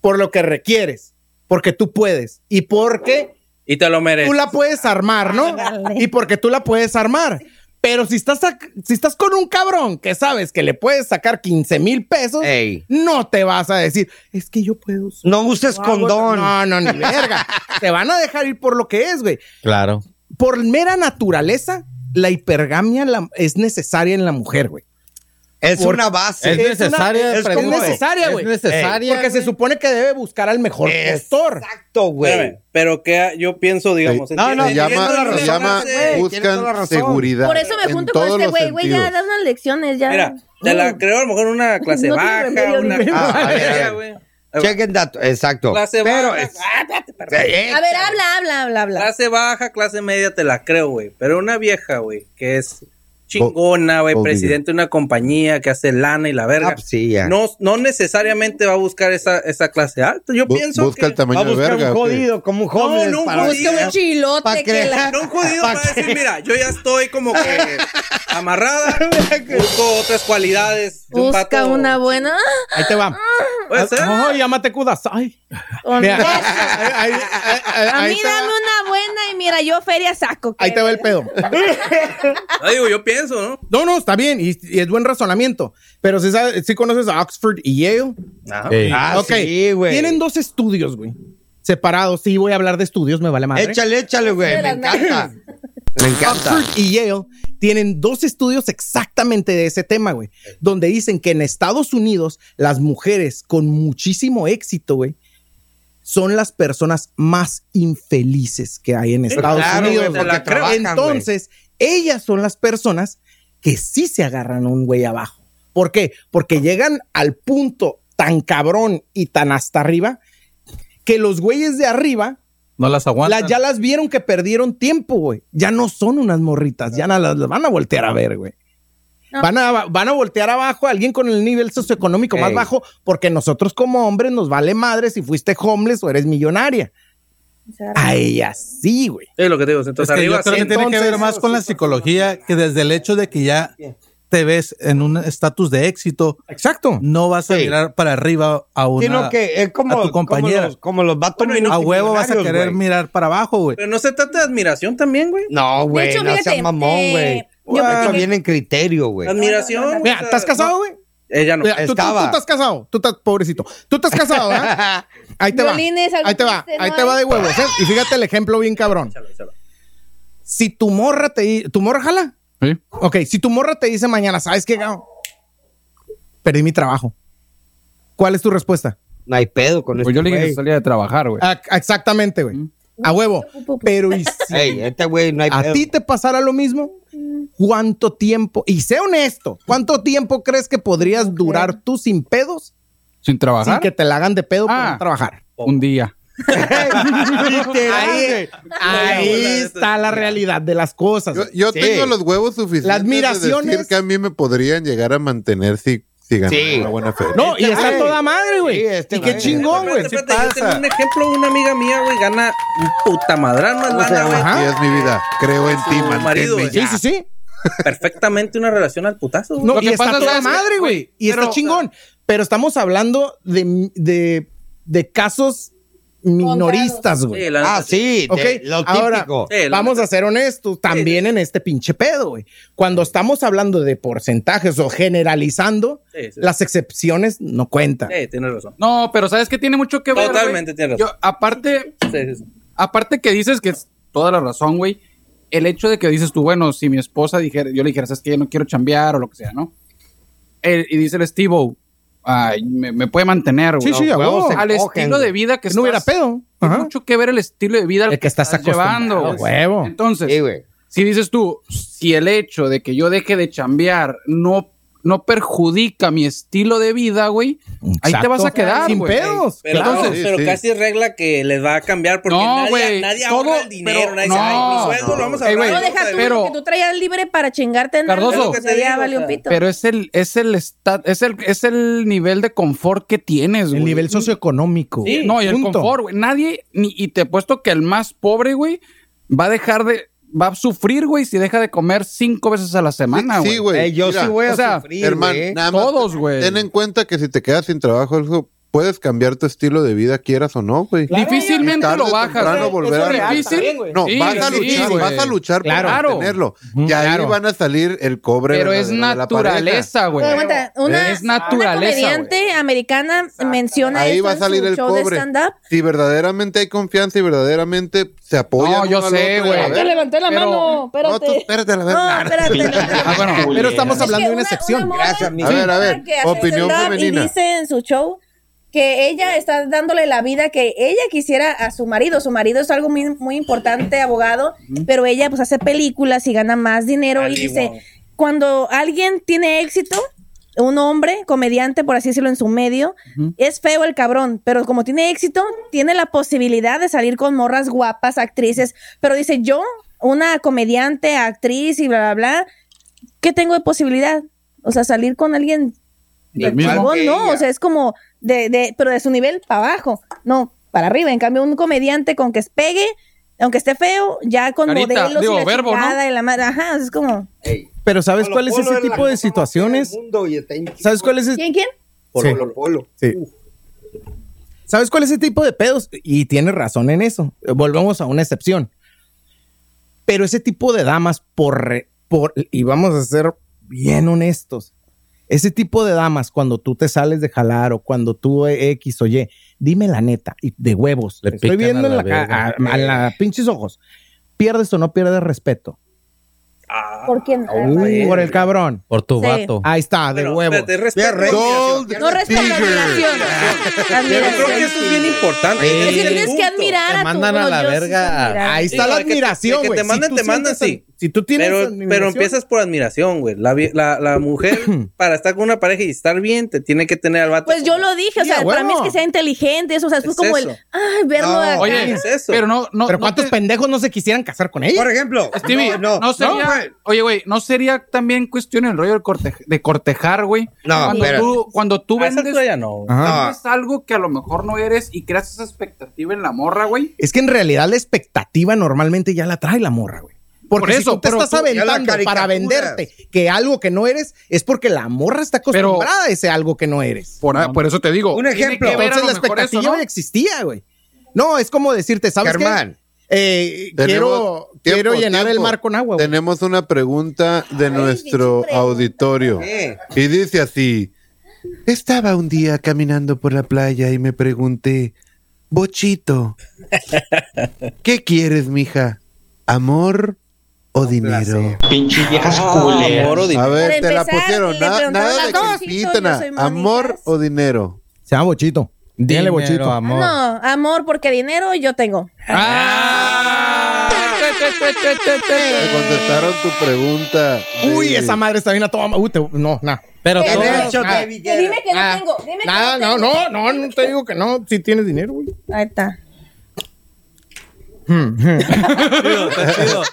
S3: por lo que requieres, porque tú puedes y porque
S10: Ah, Y te lo mereces.
S3: tú la puedes armar, ¿no? Y porque tú la puedes armar. Pero si estás, sac- si estás con un cabrón que sabes que le puedes sacar 15 mil pesos, no te vas a decir, es que yo puedo.
S2: No uses condón.
S3: Ah, No, no, ni verga. te van a dejar ir por lo que es, güey.
S5: Claro.
S3: Por mera naturaleza, la hipergamia la- es necesaria en la mujer, güey.
S2: Es
S3: Por-
S2: una base.
S3: Es necesaria, es, como- es necesaria, güey.
S10: necesaria,
S3: Porque se supone que debe buscar al mejor postor.
S2: Exacto,
S10: Espérame, Pero que yo pienso, digamos.
S1: Sí. No, no,
S10: ¿entiendes?
S1: se llama-
S10: Tienes toda la
S1: se
S10: razón,
S1: llama
S10: güey,
S1: buscan
S10: tienes toda la razón.
S1: seguridad.
S7: Por eso me
S1: en
S7: junto con
S1: todos
S7: este
S1: los
S7: güey, güey, ya
S1: sentidos.
S7: da unas lecciones, ya. Uh.
S10: Mira, te la creo a lo mejor una clase
S7: No tiene
S10: baja,
S7: remedio,
S10: una
S7: ni
S10: clase
S2: Ah, a ver, a ver.
S10: media, güey.
S2: Chequen dato, exacto. Eh,
S10: Clase
S2: Pero
S10: baja.
S2: es-
S10: Ah, espérate, perdón.
S7: A ver, habla, habla, habla, habla.
S10: Clase baja, clase media, te la creo, güey. Pero una vieja, güey, que es chingona, güey,
S2: Obvio.
S10: presidente de una compañía que hace lana y la verga.
S2: ah, pues sí, ya.
S10: No, no necesariamente va a buscar esa, esa clase alta. Yo pienso
S1: busca
S10: que-
S1: el tamaño de verga. ¿o qué?
S2: como un
S10: homeless No, no, un para- jodido.
S7: Busca un
S10: Pa'
S7: chilote que
S10: creer.
S7: la.
S10: No, un jodido para decir, mira, yo ya estoy como que amarrada, busco otras cualidades de un
S7: Busca
S10: vato.
S7: una buena.
S3: Ahí te va.
S10: Puede ser.
S3: No, llámate Kudasai.
S7: Con
S3: Mira,
S7: beso.
S3: ahí- ahí- ahí- ahí-
S7: A
S3: ahí
S7: mí
S3: te va-
S7: dame una buena y mira, yo feria saco.
S3: ahí te va el pedo.
S10: No, digo, yo pienso, ¿no?
S3: No, no, está bien. Y, y es buen razonamiento. Pero si conoces a Oxford y Yale.
S5: Sí.
S2: Ah,
S3: Ok.
S2: sí, güey.
S3: Tienen dos estudios, güey. Separados. Sí, voy a hablar de estudios, me vale madre.
S2: Échale, échale, güey.
S7: De
S2: Me
S7: las
S2: encanta. Me encanta.
S3: Oxford y Yale tienen dos estudios exactamente de ese tema, güey, donde dicen que en Estados Unidos las mujeres con muchísimo éxito, güey, son las personas más infelices que hay en Estados
S2: claro,
S3: Unidos.
S2: güey, porque
S3: güey.
S2: trabajan,
S3: Entonces, ellas son las personas que sí se agarran a un güey abajo. ¿Por qué? Porque llegan al punto tan cabrón y tan hasta arriba que los güeyes de arriba
S4: No las aguantan.
S3: la- ya las vieron que perdieron tiempo, güey. Ya no son unas morritas, ya na- las, las van a voltear a ver, güey.
S7: No.
S3: Van, a, van a voltear abajo a alguien con el nivel socioeconómico más
S2: Ey.
S3: bajo, porque nosotros como hombres nos vale madre si fuiste homeless o eres millonaria. A ella sí, güey.
S10: Es lo que te digo. Entonces,
S5: Es que
S10: arriba,
S5: yo creo que
S10: sí.
S5: tiene que ver más con la psicología que desde el hecho de que ya te ves en un estatus de éxito,
S3: Exacto.
S5: no vas a mirar para arriba a una
S2: Sino que
S3: eh,
S2: es como,
S5: a tu compañera.
S2: como los, Pues, como los vatos
S10: Bueno, y no-
S5: a huevo vas a querer
S2: multimillonarios, güey.
S5: mirar para abajo, güey.
S10: Pero no se trata de admiración también, güey.
S2: No, güey,
S7: hecho,
S2: no seas
S7: fíjate,
S2: mamón,
S7: eh,
S2: güey.
S7: yo creo
S2: Eso
S7: que-
S2: viene en criterio, güey.
S10: Admiración. o
S3: Mira,
S10: sea,
S3: ¿estás casado, güey?
S10: Ella no.
S3: Mira, tú- tú, tú
S2: estaba.
S3: estás casado, tú estás pobrecito. Tú estás casado, ¿verdad? Ahí te va.
S7: Violines, algo
S3: Ahí te va,
S7: triste,
S3: ahí
S7: ¿no
S3: te va
S7: hay?
S3: de huevos. ¿eh? Y fíjate el ejemplo bien cabrón.
S10: Échalo, échalo.
S3: Si tu morra te di- tu morra jala,
S4: Sí.
S3: Ok, si tu morra te dice mañana, ¿sabes qué, cabrón? Perdí mi trabajo. ¿Cuál es tu respuesta?
S2: No hay pedo con
S4: Pues
S2: este
S4: yo le dije que
S2: güey. Ah, Mm.
S4: salía de trabajar, güey.
S3: A- exactamente, güey. A huevo. Pero ¿y si
S2: Ey, este güey no hay
S3: a
S2: pedo.
S3: ti te pasara lo mismo, ¿cuánto tiempo? Y sé honesto, ¿cuánto tiempo crees que podrías durar tú sin pedos?
S4: Sin
S3: Sin
S4: trabajar.
S3: que te la hagan de pedo por
S4: Ah.
S3: no trabajar.
S4: Un día.
S3: Ahí, ahí está la realidad de las cosas.
S1: Yo, yo
S2: Sí.
S1: tengo los huevos suficientes
S3: La
S1: admiración
S3: admiración
S1: de decir
S3: es-
S1: que a mí me podrían llegar a mantener si, si ganara
S2: Sí.
S1: una buena feria.
S3: No, y está
S2: güey.
S3: toda madre, güey.
S2: Sí, este
S3: y qué
S2: güey.
S3: chingón, güey.
S10: Eh, Espérate, espérate, yo tengo un ejemplo, una amiga mía, güey, gana un puta madrán más lana, güey.
S1: Así es mi vida. Creo en ti,
S10: Su marido,
S1: manténme
S10: güey.
S1: ya.
S3: Sí, sí, sí.
S10: Perfectamente una relación al putazo, güey.
S3: No,
S4: Lo
S3: y
S4: que
S3: está
S4: pasa es
S3: toda
S4: que-
S3: madre, güey. Y
S4: pero-
S3: está chingón. Pero estamos hablando de, de, de casos minoristas, güey.
S2: Sí, la neta, Ah, sí. sí,
S3: Ok,
S2: de- lo
S3: ahora
S2: típico. Sí, la
S3: vamos a ser honestos también en este pinche pedo, güey. Cuando estamos hablando de porcentajes o generalizando,
S10: Sí, sí.
S3: las excepciones no cuentan.
S10: Sí, tienes razón.
S4: No, pero sabes que tiene mucho que ver. güey?
S10: Totalmente tienes razón.
S4: Yo, aparte, aparte que dices que es toda la razón, güey. El hecho de que dices tú, bueno, si mi esposa dijera, yo le dijera, sabes que yo no quiero chambear o lo que sea, ¿no? El- y dice el Steve, ay, me, me puede mantener, güey.
S3: Sí, sí, a huevo.
S4: Al
S3: Se cogen,
S4: estilo de
S3: güey.
S4: vida que
S3: No hubiera
S4: pedo. Tiene mucho que ver el estilo de vida al
S3: El que estás
S4: llevando,
S3: acostumbrado,
S4: güey.
S3: huevo.
S4: Entonces, si dices tú, si el hecho de que yo deje de chambear no, no perjudica mi estilo de vida, güey, ahí te
S10: Exacto.
S4: vas a quedar,
S10: Sin
S4: güey.
S10: pedos, Pero,
S4: Entonces-
S10: no, pero casi es regla que les va a cambiar porque
S4: No,
S10: nadie,
S4: güey,
S10: nadie
S4: todo-
S10: ahorra el dinero.
S4: pero
S10: nadie dice,
S4: no,
S10: "Ay, mi sueldo
S4: no.
S10: lo vamos a
S4: Ey,
S10: ahorrar.
S4: güey,
S10: vamos a
S7: Deja tú
S10: ahorrar".
S7: lo que tú traías libre para chingarte en algo,
S4: Cardoso.
S7: o sea, ya valió pito.
S4: Pero es el, es el esta- es el, es el nivel de confort que tienes, güey. El nivel
S3: socioeconómico.
S4: no, y el
S3: punto.
S4: confort, güey. Nadie, ni, y te apuesto que el más pobre, güey, va a dejar de, va a sufrir, güey, si deja de comer cinco veces a la semana,
S1: Sí,
S4: güey.
S1: sí, güey.
S4: Eh, yo
S1: Mira,
S4: sí voy a
S1: o sea,
S4: sufrir,
S1: hermano,
S4: güey.
S1: nada más
S4: Todos, güey.
S1: Ten en cuenta que si te quedas sin trabajo, hijo, puedes cambiar tu estilo de vida, quieras o no, güey.
S4: Difícilmente
S1: Tarde o
S4: lo bajas,
S1: temprano
S4: güey.
S1: volver
S4: Eso
S1: a-
S4: es real, Difícil. está bien, güey.
S1: No,
S4: Sí,
S1: vas a
S4: sí,
S1: luchar,
S4: güey.
S1: vas a luchar
S4: Claro.
S1: por mantenerlo. Y ahí
S4: Claro.
S1: van a salir el cobre.
S4: Pero es
S1: verdadero de la pareja.
S4: naturaleza, güey.
S7: Pero aguanta, una,
S1: Es
S7: una
S1: naturaleza,
S7: comediante americana menciona
S1: Ahí
S7: esto
S1: va a
S7: en
S1: salir
S7: su
S1: el
S7: show de
S1: cobre.
S7: stand-up.
S1: Si verdaderamente hay confianza y verdaderamente se apoyan.
S4: No, yo
S1: uno al
S4: sé,
S1: otro,
S4: güey.
S1: a ver.
S4: Yo
S7: levanté la mano, espérate.
S1: No, tú espérate, a la
S3: Ah,
S1: verdad.
S3: Pero estamos hablando de una
S7: una
S3: excepción.
S7: morra
S3: Gracias, mi
S1: A ver, a ver,
S7: que hace
S1: opinión
S7: stand-up Y
S1: femenina.
S7: dice en su show que ella está dándole la vida que ella quisiera a su marido. Su marido es algo muy, muy importante, abogado, pero ella pues hace películas y gana más dinero y dice, cuando alguien tiene éxito, un hombre, comediante, por así decirlo, en su medio, es feo el cabrón, pero como tiene éxito, tiene la posibilidad de salir con morras guapas, actrices, pero dice yo, una comediante, actriz y bla, bla, bla, ¿qué tengo de posibilidad? O sea, salir con alguien
S4: Del
S7: chingón,
S4: mismo.
S7: no, o sea, es como de, de, pero de su nivel para abajo, no, para arriba. En cambio, un comediante con que pegue, aunque esté feo, ya con
S3: Carita,
S7: modelos
S3: digo,
S7: y la
S3: verbo, ¿no?
S7: chingada y la madre, ajá, o sea, es como.
S3: Pero ¿sabes cuál es
S7: Polo
S3: ese
S7: es la
S3: tipo de situaciones? ¿Sabes cuál es ese?
S7: ¿Quién, quién?
S3: Sí. Sí. ¿Sabes cuál es ese tipo de pedos? Y tienes razón en eso. Volvemos a una excepción. Pero ese tipo de damas, por, re- por- y vamos a ser bien honestos, ese tipo de damas, cuando tú te sales de jalar o cuando tú eh, X o Y, dime la neta, y de huevos, te estoy
S5: pican
S3: viendo
S5: a
S3: en
S5: la
S3: la, ca- a,
S5: verga.
S3: a la pinches ojos, ¿pierdes o no pierdes respeto?
S10: Ah,
S7: ¿Por quién?
S3: por el cabrón.
S5: Por tu
S7: Sí. vato.
S3: Ahí está, de huevos.
S10: espérate, es respeto,
S3: Pierdes.
S10: admiración.
S7: No respeto la admiración.
S10: Pero creo que eso es bien importante.
S3: Sí.
S10: Ese es el
S3: Tienes
S7: Tienes
S10: punto.
S7: que admirar a tu bueno, yo sí sé admirar.
S3: Ahí está
S10: Sí,
S3: la
S10: de que-
S3: admiración,
S10: de Que
S3: güey.
S10: te
S3: Si
S10: mandan,
S3: tú
S10: te mandan,
S3: sientes-
S10: sí.
S3: Si tú tienes
S10: pero,
S3: admiración-
S10: pero empiezas por admiración, güey. La, vie- la, la mujer, para estar con una pareja y estar bien, te tiene que "Ah, tener al vato.
S7: Pues yo lo dije, o sea,
S10: Sí, a
S7: para
S10: huevo.
S7: mí es que sea inteligente, eso, o sea, es,
S10: Es
S7: como
S10: eso.
S7: el, ay, verlo
S3: No,
S7: acá.
S3: oye, es
S10: eso.
S4: Pero no, no,
S3: Pero
S4: no
S3: ¿cuántos
S4: te-
S3: pendejos no se quisieran casar con ella?
S4: Por
S3: ejemplo,
S4: Stevie, no, sería, oye, güey, no sería también cuestión el rollo del corte- de cortejar, güey.
S3: No,
S4: cuando
S3: espérate.
S4: tú, cuando tú
S10: A Ah, esa
S4: vendes,
S10: altura ya no.
S3: Ajá.
S4: vendes algo que a lo mejor no eres y creas esa expectativa en la morra, güey.
S3: Es que en realidad la expectativa normalmente ya la trae la morra, güey. Porque
S4: Por
S3: si
S4: eso,
S3: tú te
S4: pero
S3: estás
S4: tú- ya la
S3: aventando para
S4: caricaturas.
S3: venderte que algo que no eres, es porque la morra está acostumbrada a ese algo que no eres.
S4: Por, por eso te digo.
S3: Un
S4: tiene
S3: ejemplo.
S4: que ver a
S3: Entonces
S4: lo
S3: la
S4: mejor eso,
S3: expectativa
S4: ¿no?
S3: ya existía, güey. No, es como decirte, ¿sabes
S1: Germán,
S3: qué? Eh,
S1: Tenemos-
S3: quiero,
S1: tiempo,
S3: quiero llenar
S1: tiempo.
S3: el mar con agua, güey.
S1: Tenemos una pregunta de nuestro auditorio. Y dice así: Estaba un día caminando por la playa y me pregunté, Bochito, ¿qué quieres, mija? ¿Amor o dinero?
S8: Pinche viejas
S1: Ah,
S8: culeras.
S1: amor o dinero. A ver,
S7: Para
S1: te la
S7: empezar,
S1: pusieron.
S7: le
S1: na-
S7: preguntaron
S1: nada
S7: las
S1: de
S7: dos. Yo
S1: Cristina.
S7: soy Mónica.
S1: ¿Amor o dinero?
S3: Se llama Bochito.
S5: Dinero, bochito. amor.
S7: No, amor, porque dinero yo tengo.
S1: Te contestaron tu pregunta.
S3: Uy,
S1: Sí.
S3: esa madre está bien a toda... ma- Uy, te- no, nada. Pero
S7: Pero- ah,
S3: nada.
S7: Que dime que no tengo. Dime que
S3: Ah. Nada,
S7: no,
S3: no,
S7: tengo.
S3: no, no, no te digo que no. Si tienes dinero, güey.
S7: Ahí está.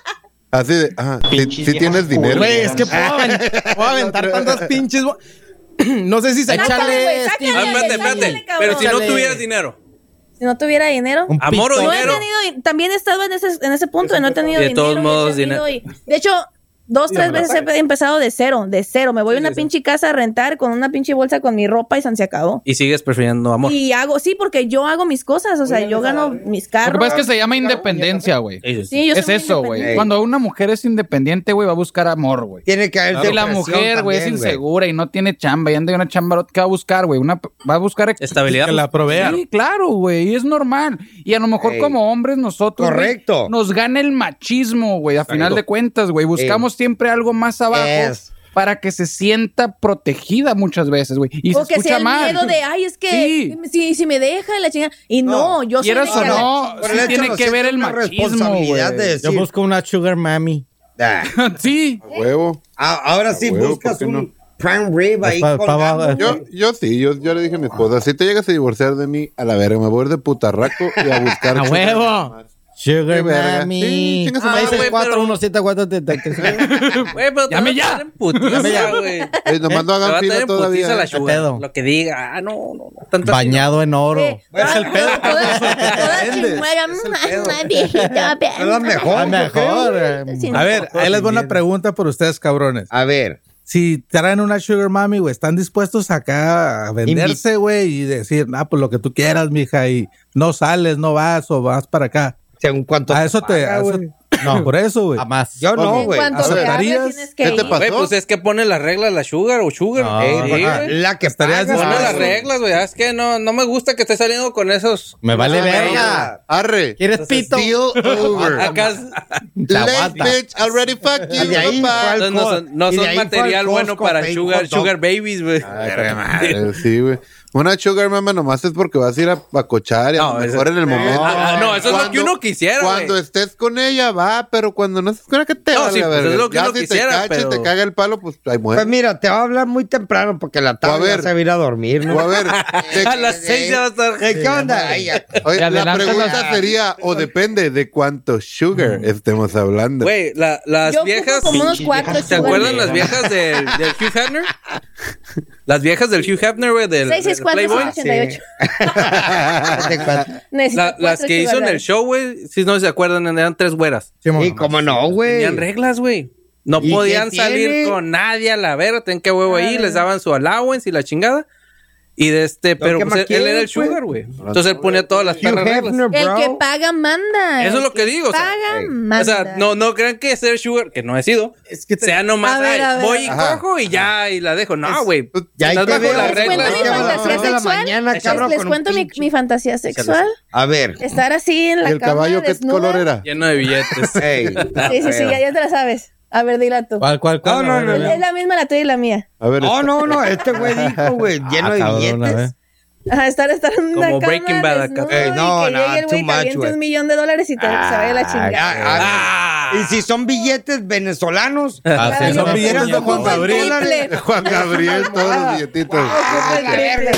S10: Ah,
S1: Así de, ah, si, tienes dinero.
S3: Güey, es Pues, que puedo, aven- puedo aventar tantas pinches. bo- No sé si se
S7: Sácale, güey, sácale,
S10: Ah, espérate,
S7: sácale,
S10: espérate.
S7: cabrón.
S10: Pero si no
S7: Sácale.
S10: tuvieras dinero.
S7: Si no tuviera dinero.
S10: Un Amor o
S7: no
S10: dinero.
S7: he tenido, también he estado en ese, en ese punto de no he tenido
S10: De
S7: dinero.
S10: todos
S7: no he
S10: modos,
S7: tenido
S10: dinero.
S7: y- de hecho, Dos,
S3: Y
S7: tres
S3: me la
S7: veces he empezado de cero, de cero. Me voy a una pinche casa a rentar con una pinche bolsa con mi ropa y san se acabó.
S18: Y sigues prefiriendo amor.
S7: Y hago, sí, porque yo hago mis cosas, o sea, yo gano mis
S4: Lo que
S7: carros.
S4: pasa es que se llama independencia, güey.
S7: Sí, yo soy
S4: es eso,
S7: muy independiente.
S4: güey. Cuando una mujer es independiente, güey, va a buscar amor, güey.
S2: Tiene que haber
S4: Si la
S2: depresión
S4: mujer, güey, es
S2: también, güey.
S4: insegura y no tiene chamba y anda de una chamba, ¿qué va a buscar, güey? Una, va a buscar
S18: Estabilidad.
S4: Sí,
S18: Que la provea.
S4: Sí, claro, güey. y Es normal. Y a lo mejor
S18: Ey.
S4: como hombres nosotros. güey,
S18: Correcto.
S4: nos gana el machismo, güey. A final de cuentas, güey. Buscamos siempre algo más abajo.
S2: Es.
S4: Para que se sienta protegida muchas veces, güey. Y
S7: o
S4: se
S7: que
S4: escucha
S7: sea el
S4: mal.
S7: miedo de, ay, es que si, si me deja y la chingada. Y no, yo soy
S4: Quieras
S7: de
S4: o
S7: que la
S4: no,
S7: chingada.
S4: sí tiene que ver el machismo, güey.
S19: Yo busco una sugar mami.
S4: sí.
S6: huevo.
S2: Ah, ahora sí buscas un prime rib ahí colgando.
S6: Yo, yo sí, yo, yo le dije a mi esposa, si te llegas a divorciar de mí, a la verga, me voy a ir de putarraco y a buscar...
S19: ¡A
S6: chicas
S19: huevo!
S6: más.
S19: Sugar
S6: Qué verga. Sí,
S19: mami.
S6: chinga su
S19: Ah,
S6: madre.
S19: seis,
S6: güey,
S19: cuatro,
S6: pero-
S19: uno, siete, cuatro, te- te- te-
S10: Güey, pero te
S19: Llame
S10: va a
S19: ya.
S10: traer en putiza,
S19: Llame ya.
S10: güey.
S19: Ey, nomás no
S10: Te
S19: hagan
S10: va a traer
S19: fila
S10: en
S19: todavía.
S10: putiza
S6: eh.
S10: la
S19: ¿Qué
S10: sugar,
S19: pedo?
S10: Lo que diga. Ah, no, no, no.
S19: Bañado en oro.
S7: Es el pedo. viejita,
S20: Es la mejor.
S7: pero-
S20: mejor. A ver, ahí les voy una pregunta por ustedes, cabrones.
S2: A ver.
S20: Si traen una sugar mommy, güey, ¿están dispuestos acá a venderse, güey? Y decir, ah, pues lo que tú quieras, mija, y no sales, no vas o vas para acá.
S2: Según cuánto
S3: Ah,
S20: A eso te... a eso- no, por eso, güey.
S19: Jamás.
S20: Yo
S10: no, En güey. cuanto te
S20: ¿Aceptarías?
S10: hable, tienes que ¿Qué te ir. pasó? Güey, pues es que pone las reglas la sugar o sugar.
S20: No,
S10: Eh, sí,
S20: ajá.
S10: güey.
S2: La que
S10: Pone
S20: pagas, güey.
S10: las reglas, güey. Ah, Es que no, no me gusta que estés saliendo con esos.
S19: Me vale
S10: Ah,
S19: verga.
S6: Arre.
S19: ¿Quieres pito?
S6: over.
S10: Acá es-
S6: Late bitch, already fuck you.
S10: Y de ahí
S6: bye-bye.
S10: Entonces no son, no
S6: Y de
S10: son
S6: ahí fue
S10: material
S6: al
S10: bueno
S6: Costco,
S10: para
S6: fake
S10: sugar,
S6: hot dog. Ah,
S10: sugar babies, güey.
S6: Madre, sí, güey. Una sugar mama nomás es porque vas a ir a, a cochar y a lo mejor en el momento.
S10: Ah, ah, no, eso es lo que uno quisiera, güey.
S6: Cuando estés con ella, va, pero cuando no estés con ella, ¿qué te
S10: No,
S6: vale
S10: sí,
S6: la
S10: pues,
S6: verga?
S10: es lo que
S6: Ya
S10: uno
S6: si
S10: quisiera,
S6: te cacha y
S10: pero-
S6: te caga el palo, pues ahí muere.
S2: Pues mira, te va a hablar muy temprano porque la
S6: O a
S2: tarde
S6: ver,
S2: vas a ir a dormir, ¿no?
S6: o a ver,
S10: A las seis ya va a estar.
S2: Eh, ¿Qué onda? Ay, ya.
S6: Oye,
S2: Y
S6: la Ah,
S2: adelanta
S6: pregunta
S2: la-
S6: sería, o depende de cuánto sugar estemos hablando.
S10: Mm. Güey, la- las
S7: Yo ocupo
S10: viejas.
S7: como unos cuatro
S10: ¿Te
S7: sugar
S10: acuerdas
S7: babies.
S10: las viejas del, del Hugh Hefner? Las viejas del Hugh Hefner, güey, del,
S7: Seis, seis,
S10: del
S7: cuatro,
S10: Playboy.
S7: seis, ochenta y ocho. Necesito
S10: La- las
S7: cuatro
S10: que hizo en
S7: sugar
S10: el show, güey, si no se acuerdan, eran tres güeras.
S2: y como no, güey.
S10: Tenían reglas, güey. No
S2: ¿Y
S10: podían
S2: qué
S10: salir
S2: tiene?
S10: con nadie a la verga, tenían que huevo
S7: Ah.
S10: ahí, les daban su allowance y la chingada. Y de este, pero
S2: ¿qué
S10: pues,
S2: más
S10: él, él
S2: quieres,
S10: era el
S2: güey?
S10: sugar, güey. Entonces él ponía todas las perras reglas.
S7: El que paga manda.
S10: Eso es
S7: El
S10: lo que digo. o sea,
S7: Paga
S10: O
S7: manda.
S10: sea, no, no crean que ser sugar, que no he sido, sea
S7: A
S10: nomás,
S7: ver,
S10: ay,
S7: a ver.
S10: voy y
S7: Ajá,
S10: cojo y ya, y la dejo. No, güey.
S2: Ya ahí
S10: estás
S2: te
S10: bajo
S2: veo.
S10: las
S2: Les cuento
S10: reglas.
S7: mi fantasía
S2: de la
S7: sexual.
S2: mañana,
S7: Les-
S2: cabrón,
S7: les
S2: con un
S7: cuento mi, mi fantasía sexual.
S2: A ver.
S7: Estar así en la cama desnuda.
S10: Lleno de billetes.
S7: Sí, sí, sí,
S10: Ah,
S7: ya, ya te la sabes. A ver, dila tú.
S19: ¿Cuál, cuál, cuál?
S2: No,
S19: A
S2: no,
S19: ver,
S2: no,
S19: a ver.
S7: Es la misma la tuya y la mía.
S6: A ver,
S2: No, no, no, este güey dijo, güey, lleno de
S19: cabrón, a
S2: billetes.
S19: ver.
S7: Ajá, estar, estar en la
S2: Como
S7: cama
S2: Breaking Bad acá.
S7: desnudo
S2: Ey,
S7: y
S2: no,
S7: que
S2: no,
S7: llegue el güey y
S2: too
S7: te
S2: much,
S7: aviente
S2: güey.
S7: un millón de dólares y te, se vaya la chingada.
S2: Ah, ah, Y si son billetes venezolanos,
S19: Ah, sí,
S2: Dale,
S19: son
S2: no,
S19: billetes de Juan
S2: ocupa el
S19: Gabriel.
S7: triple.
S6: Juan Gabriel, todos los billetitos.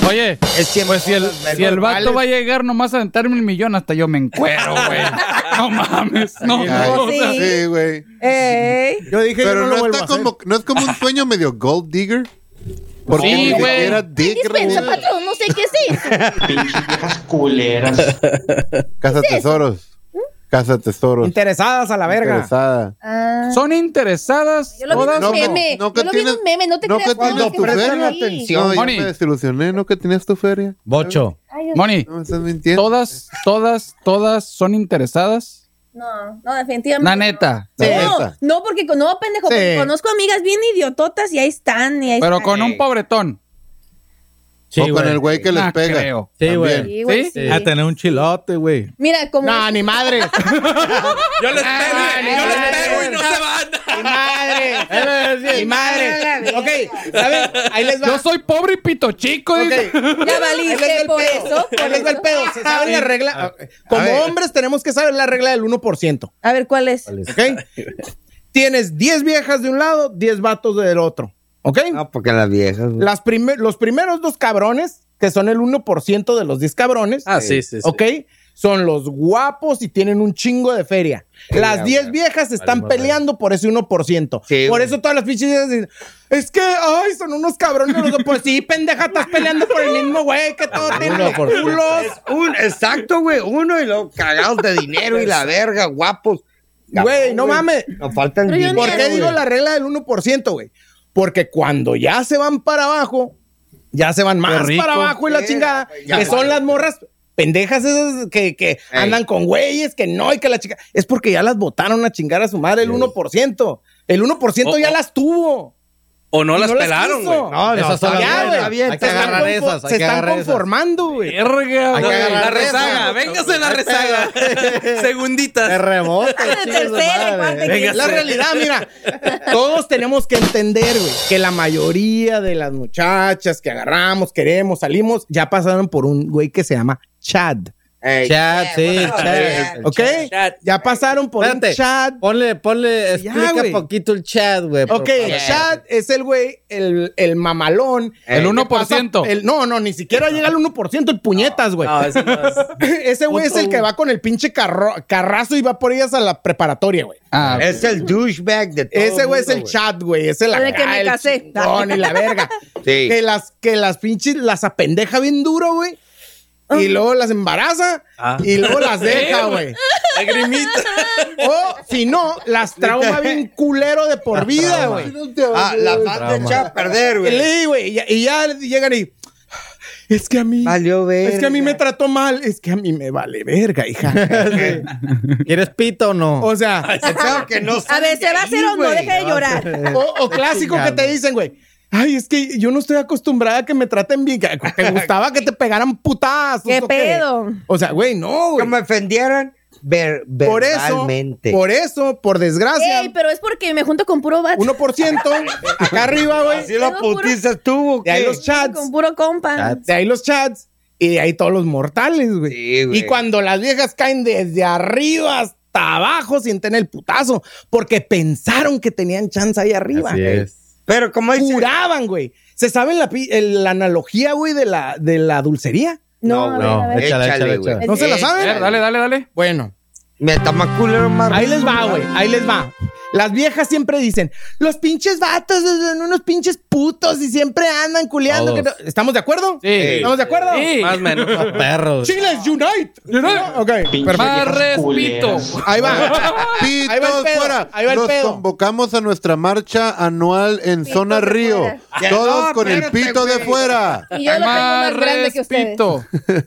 S4: Oye, pues si el, si el vato va a llegar nomás a aventarme el millón, hasta yo me encuero, güey. No mames, no.
S6: Ay,
S4: no, o sea,
S6: Sí, güey.
S7: Ey.
S6: Yo
S20: dije, yo
S6: Pero
S20: no lo
S6: no,
S20: vuelvo
S6: está
S20: a hacer.
S6: como, no es como un sueño medio gold digger. Porque
S4: Sí,
S6: ni
S4: güey.
S6: siquiera dick
S7: Dispensa,
S6: remover.
S7: patrón, no sé qué es eso.
S8: Pinches viejas culeras.
S6: Casa tesoros. Casa tesoros.
S21: Interesadas a la verga.
S6: Interesada.
S7: Ah.
S4: Son interesadas.
S7: Yo lo vi en un
S6: No,
S7: meme.
S6: no,
S7: Yo
S6: que
S7: lo vi en un
S6: tienes-
S7: meme, no te
S6: No
S7: creas
S6: que
S7: todo lo
S6: tienes
S7: que
S6: tu
S7: pasa
S6: feria.
S7: ahí.
S6: No, ya
S4: Moni.
S6: me desilusioné, ¿no? Que tenías tu feria.
S19: Bocho.
S7: Ay, Dios.
S4: Moni,
S6: No me estás mintiendo.
S4: todas, todas, todas son interesadas.
S7: No, no, definitivamente.
S4: La neta.
S6: La
S7: No,
S6: neta.
S7: no, porque con- no, pendejo,
S4: Sí.
S7: porque conozco amigas bien idiototas y ahí están, y ahí
S4: Pero
S7: están.
S4: con un pobretón.
S19: Sí,
S6: o con
S19: güey.
S6: el güey que les
S4: No
S6: pega.
S4: Ah, creo.
S19: Sí, güey.
S6: También.
S7: Sí, güey, sí.
S20: A tener un chilote, güey.
S7: Mira, como.
S3: No, ni madre.
S10: Yo les pego, yo les pego y no se van.
S3: Ni madre. Ni madre. Ok, ¿saben? Ahí les va.
S4: Yo soy pobre y pito chico. dice.
S3: Ok.
S7: Ya
S3: Ahí les va
S7: valiste
S3: el
S7: por
S3: pedo.
S7: eso. por
S3: Ahí les va el
S7: eso.
S3: pedo. Se saben la regla. Como hombres tenemos que saber la regla del 1%.
S7: A ver, ¿cuál es?
S3: ¿Ok? Tienes 10 viejas de un lado, 10 vatos del otro. ¿Ok?
S10: Ah,
S2: No, porque las viejas,
S10: pues.
S2: güey.
S3: Las prime- los primeros dos cabrones, que son el 1% de los 10 cabrones.
S10: Ah, sí, sí, sí.
S3: ¿Ok? Son los guapos y tienen un chingo de feria. Las 10 viejas están peleando por ese 1%. por eso todas las pinches viejas dicen, es que, ay, son unos cabrones. los dos". Pues sí, pendeja, estás peleando por el mismo güey que todo tiene
S19: 1%.
S3: culos.
S2: Un, exacto, güey. Uno y luego cagados de dinero y la verga, guapos.
S3: Güey, no mames.
S2: Nos faltan
S3: ¿Por
S2: dinero,
S3: qué
S2: güey.
S3: digo la regla del 1%, güey? Porque cuando ya se van para abajo, ya se van más
S17: rico.
S3: para abajo y la
S17: Sí,
S3: chingada,
S17: ya
S3: que son
S17: vale.
S3: las morras pendejas esas que, que andan con güeyes, que no, y que la chica... Es porque ya las botaron a chingar a su madre el 1%. El 1%
S17: Oh,
S3: ya las tuvo.
S10: O no
S3: Y
S10: las pelaron,
S3: quiso.
S10: güey. No, no,
S3: Esas son
S10: está
S3: las
S10: bien,
S3: buenas.
S10: está bien,
S3: Se
S10: hay que
S3: están
S10: agarrar
S3: confo-
S10: esas, hay
S3: Se
S10: que
S3: están
S10: agarrar esas.
S3: conformando, güey.
S10: Verga,
S3: güey.
S10: La rezaga, véngase la rezaga. Segunditas.
S5: Terremoto.
S10: Véngase.
S3: La realidad, mira, todos tenemos que entender, güey, que la mayoría de las muchachas que agarramos, queremos, salimos, ya pasaron por un güey que se llama Chad.
S5: Chad, sí, el Chad. El
S3: ¿Ok? Ya pasaron por un
S5: Espérate,
S3: Chad.
S5: Ponle, ponle,
S3: Ya,
S5: explica
S3: güey.
S5: poquito el chat, güey. por
S3: Ok,
S5: favor.
S3: Chad es el güey, el, el mamalón.
S5: El
S3: que
S5: 1%.
S3: pasa- el- no, no, ni siquiera llega al 1%, el puñetas, güey.
S10: ese no es-
S3: Ese güey es el que va con el pinche carro- carrazo y va por ellas a la preparatoria, güey.
S7: Ah,
S2: es el douchebag de todo
S3: Ese güey es el
S2: mundo,
S3: chat, güey. Es el
S7: Con el que
S3: acá,
S7: me
S3: el
S7: casé.
S3: chingón y la verga.
S2: Sí.
S3: Que las, que las pinches las apendeja bien duro, güey.
S7: Ah.
S3: Y luego las embaraza
S10: Ah.
S3: y luego las deja, güey.
S10: Lagrimita.
S3: O si no, las trauma bien culero de por vida, güey.
S2: Ah, la van a echar a perder, güey.
S3: Sí, güey. Y ya- Y ya llegan y. "Ah, Es que a mí. Es que a mí me trató mal. Es que a mí me vale verga, hija.
S5: ¿Quieres pito o no?
S3: O sea,
S7: A ver, ¿se va a hacer o no? Deja de llorar.
S3: O, o clásico que te dicen, güey. Ay, es que yo no estoy acostumbrada a que me traten bien. que- ¿Te gustaba que te pegaran putazos?
S7: ¿Qué
S3: o
S7: pedo?
S3: O sea, güey, no, güey. Que me ofendieran por eso,
S2: verbalmente.
S3: por eso, por desgracia,
S7: Ey, pero es porque me junto con puro vato.
S3: 1%, acá arriba, güey.
S7: Así la Tengo puro- putiza
S3: tuvo. De ahí
S7: qué?
S3: los chats.
S7: Con puro compa.
S3: De ahí los chats. Y de ahí todos los mortales, güey.
S2: güey.
S3: y cuando las viejas caen desde arriba hasta abajo, sienten el putazo. Porque pensaron que tenían chance ahí arriba.
S5: Así
S3: güey.
S5: es.
S3: Pero como Curaban, güey. ¿Se sabe la, pi- el- la analogía, güey, de la, de la dulcería?
S7: No,
S5: No, a ver. échala, échala, échala.
S3: ¿No se la saben?
S5: Échala. Dale,
S3: Eh, dale. Bueno. Ahí les va, güey. Ahí les va. Las viejas siempre dicen, los pinches vatos son unos pinches putos y siempre andan culeando. que no-". ¿Estamos de acuerdo? Sí. ¿Estamos de acuerdo?
S10: Sí. Más o menos.
S5: Perros.
S3: Chiles Unite. No, Ok, perfecto.
S10: Más respeto.
S3: Ahí va.
S1: Pitos
S3: Ahí va el pedo,
S1: fuera.
S3: ahí va el
S1: Los
S3: pedo.
S1: convocamos a nuestra marcha anual en zona Río.
S3: Ya,
S1: Todos
S3: no,
S1: con el
S3: espérate,
S1: pito de
S3: güey.
S1: fuera.
S7: Y yo lo tengo más grande que ustedes.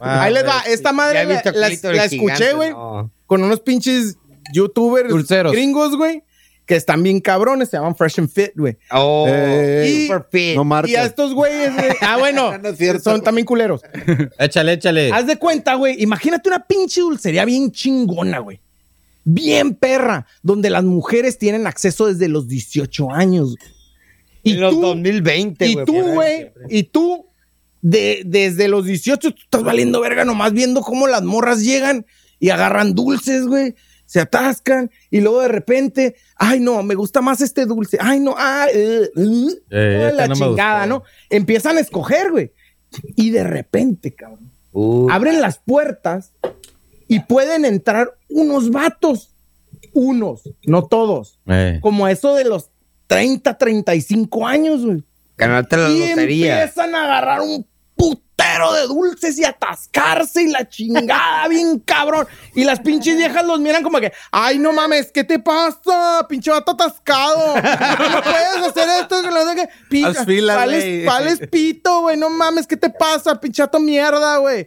S3: Ahí les va. Esta
S2: Ya
S3: madre
S2: he
S3: la,
S2: visto
S3: la-
S2: clítoris
S3: la escuché,
S2: gigantes,
S3: güey,
S2: no.
S3: con unos pinches youtubers gringos, güey, que están bien cabrones. Se llaman Fresh and Fit, güey.
S2: Oh,
S3: y,
S2: super fit.
S1: no marca.
S3: y a estos güeyes, güey. Ah, bueno, son también culeros.
S5: Échale, échale.
S3: Haz de cuenta, güey. Imagínate una pinche dulcería bien chingona, güey. Bien perra, donde las mujeres tienen acceso desde los 18 años. güey. Y
S2: En los
S3: tú-
S2: 2020,
S3: Y
S2: güey,
S3: tú,
S2: por ahí.
S3: güey, y tú, de- desde los 18, tú estás valiendo verga nomás viendo cómo las morras llegan y agarran dulces, güey. Se atascan y luego de repente, ay, no, me gusta más este dulce. Ay, no, ah, eh, eh, toda
S5: esta
S3: la
S5: no me
S3: chingada, ¿no? Empiezan a escoger, güey. Y de repente, cabrón abren las puertas y pueden entrar unos vatos, unos, no todos,
S5: Eh.
S3: como eso de los 30, 35 años, güey.
S2: Ganarte la
S3: Y
S2: lotería.
S3: empiezan a agarrar un putero de dulces y atascarse y la chingada, bien cabrón. Y las pinches viejas los miran como que, ay, no mames, ¿qué te pasa? Pinche vato atascado. No puedes hacer esto. Que lo de que, Pin-
S22: Haz fila, güey.
S3: vales, vales pito, güey. No mames, ¿qué te pasa? Pinche vato mierda, güey.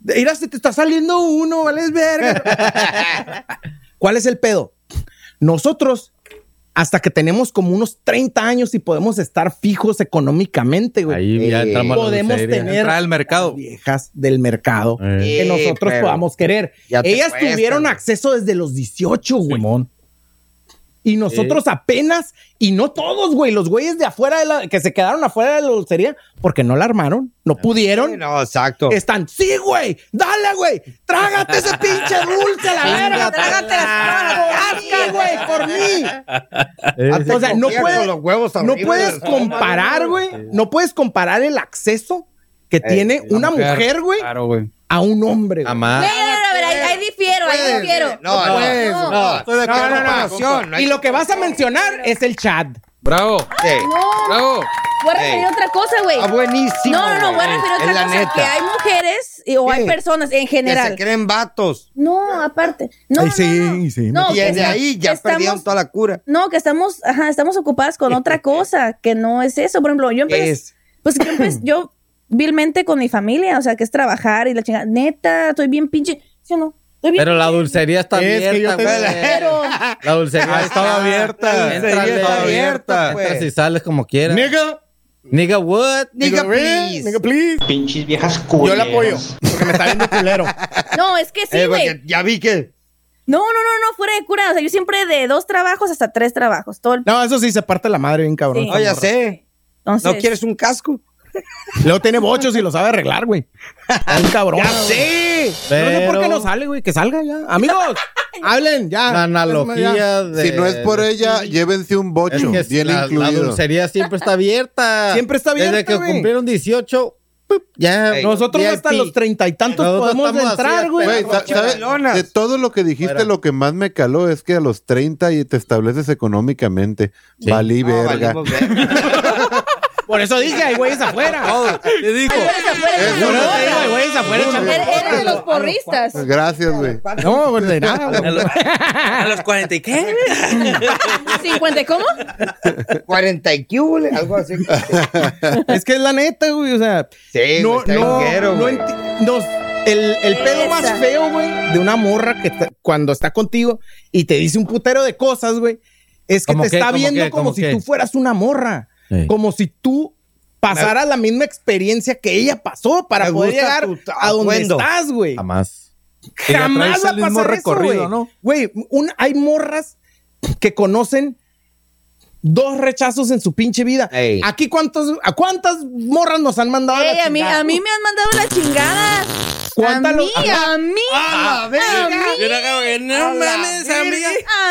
S3: Mira, se te está saliendo uno, vales verga. ¿Cuál es el pedo? Nosotros hasta que tenemos como unos 30 años y podemos estar fijos económicamente, güey.
S5: Ahí ya entramos a la
S3: podemos
S5: dulcería. Eh.
S3: tener
S5: Entrar
S3: al mercado. viejas del mercado que
S2: Sí,
S3: nosotros
S2: pero
S3: podamos querer.
S2: ya te
S3: Ellas
S2: cuesta,
S3: tuvieron
S2: güey.
S3: acceso desde los 18, güey. Y nosotros apenas, y no todos, güey, los güeyes de afuera de la, que se quedaron afuera de la dulcería porque no la armaron, no pudieron.
S2: No, exacto.
S3: Están, sí, güey, dale, güey, trágate ese pinche dulce, a la verga, trágate las cascas, güey, por mí. O sea, no,
S2: Cogía
S3: puede-
S2: con los huevos
S3: no
S2: arriba
S3: puedes
S2: del-
S3: comparar, güey. No puedes comparar el acceso que tiene una mujer, güey,
S4: Claro, güey.
S3: a un hombre. güey.
S7: A ver, a ver, ahí, ahí difiero, ahí difiero.
S2: No, no,
S3: Pues,
S2: no,
S3: no.
S2: Estoy de acuerdo con
S3: No, no,
S2: la
S3: no.
S2: comparación, no hay-
S3: Y lo que vas a mencionar es el chat.
S4: Bravo.
S2: Sí.
S4: Bravo.
S7: Voy a referir
S2: Ey.
S7: otra cosa, güey.
S2: Ah, buenísimo,
S7: No, no, no, voy a
S2: güey.
S7: referir otra
S2: Es la
S7: cosa.
S2: neta.
S7: Que hay mujeres y- o hay
S2: Sí.
S7: personas en
S2: Que
S7: general.
S2: se creen vatos.
S7: No, aparte. No,
S2: Ay, sí,
S7: sí, No,
S2: y
S7: que
S2: de
S7: está-
S2: ahí ya
S7: que estamos-
S2: perdieron toda la cura.
S7: No, que estamos, ajá, estamos ocupadas con otra cosa, que no es eso. Por ejemplo, yo empecé, pues yo, empecé- yo vilmente con mi familia, o sea, que es trabajar y la chingada. Neta, estoy bien pinche, ¿sí o no? Estoy bien
S5: Pero la dulcería está
S7: Es que
S5: abierta,
S7: yo te- Pero-
S5: güey. La dulcería
S7: Ah, estaba
S5: abierta.
S7: la dulcería estaba abierta,
S5: Entras
S7: pues.
S5: y sales como quieras. Nigga. Nigga what?
S7: Nigga,
S3: eh,
S7: please.
S5: Nigga
S3: please.
S5: Pinches viejas
S3: Yo la apoyo. Porque me está viendo culero.
S7: No, es que
S3: Eh,
S7: sí, güey.
S2: Eh, ya vi que.
S7: No, no, no, no, fuera de cura. O sea, yo siempre de dos trabajos hasta tres trabajos. Todo el...
S3: No, eso sí se parte la madre bien cabrón.
S7: Sí. Oh, ya
S2: sé.
S7: Entonces- ¿No quieres
S2: un casco?
S3: Luego tiene bochos y lo sabe arreglar, güey. Está Un cabrón.
S2: Ya
S3: güey.
S2: sé.
S3: Yo No sé por
S5: Pero-
S3: qué no sale, güey. Que salga ya. Amigos, hablen ya.
S5: La analogía de-
S1: Si no es por ella, llévense un
S5: Es
S1: bocho.
S5: que
S1: bien
S5: la, la
S1: incluido.
S5: dulcería siempre está abierta.
S3: Siempre está abierta,
S5: Desde que
S3: güey.
S5: cumplieron 18, ¡pup! ya.
S3: Nosotros hasta los treinta y tantos
S5: Nosotros
S3: podemos
S5: estamos así
S3: entrar,
S5: hasta
S3: güey.
S5: la
S1: Güey, sa-
S5: noche.
S1: ¿sabes? De todo lo que dijiste,
S5: Fuera.
S1: lo que más me caló es que a los 30 y te estableces económicamente. Valí verga.
S2: valimos
S3: Por eso dije, hay güeyes afuera. Te digo. Hay güeyes afuera. echando-
S7: Eres de los porristas.
S1: Gracias, güey.
S3: No, güey, de nada, güey.
S10: A los 40 y qué?
S7: 50, ¿cómo?
S2: 40 y qué, güey, algo así.
S3: Es que es la neta, güey. O sea,
S2: Sí,
S3: no,
S2: güey, está
S3: no,
S2: vinguero,
S3: no
S2: güey.
S3: enti- nos- el, el pedo más
S7: Esa.
S3: feo, güey, de una morra que te- cuando está contigo y te dice un putero de cosas, güey, es que
S5: ¿Cómo
S3: te
S5: qué?
S3: está
S5: ¿Cómo
S3: viendo
S5: qué?
S3: como
S5: ¿Cómo
S3: si
S5: qué?
S3: tú fueras una morra.
S5: Ey.
S3: Como si tú pasaras la misma experiencia que ella pasó para
S2: Me
S3: poder
S2: gusta
S3: llegar
S2: tu
S3: a donde
S2: atuendo.
S3: estás, güey.
S5: Jamás.
S3: Jamás va a pasar eso, güey. Güey, un- hay morras que conocen dos rechazos en su pinche vida. Aquí cuántos, a cuántas morras nos han mandado a
S7: Ey,
S3: la
S7: Eh, a, mí,
S3: chingada?
S7: a mí me han mandado la chingada. A
S3: Cuéntalo.
S7: mí, a mí. A mí.
S10: No mames,
S2: a
S10: amiga.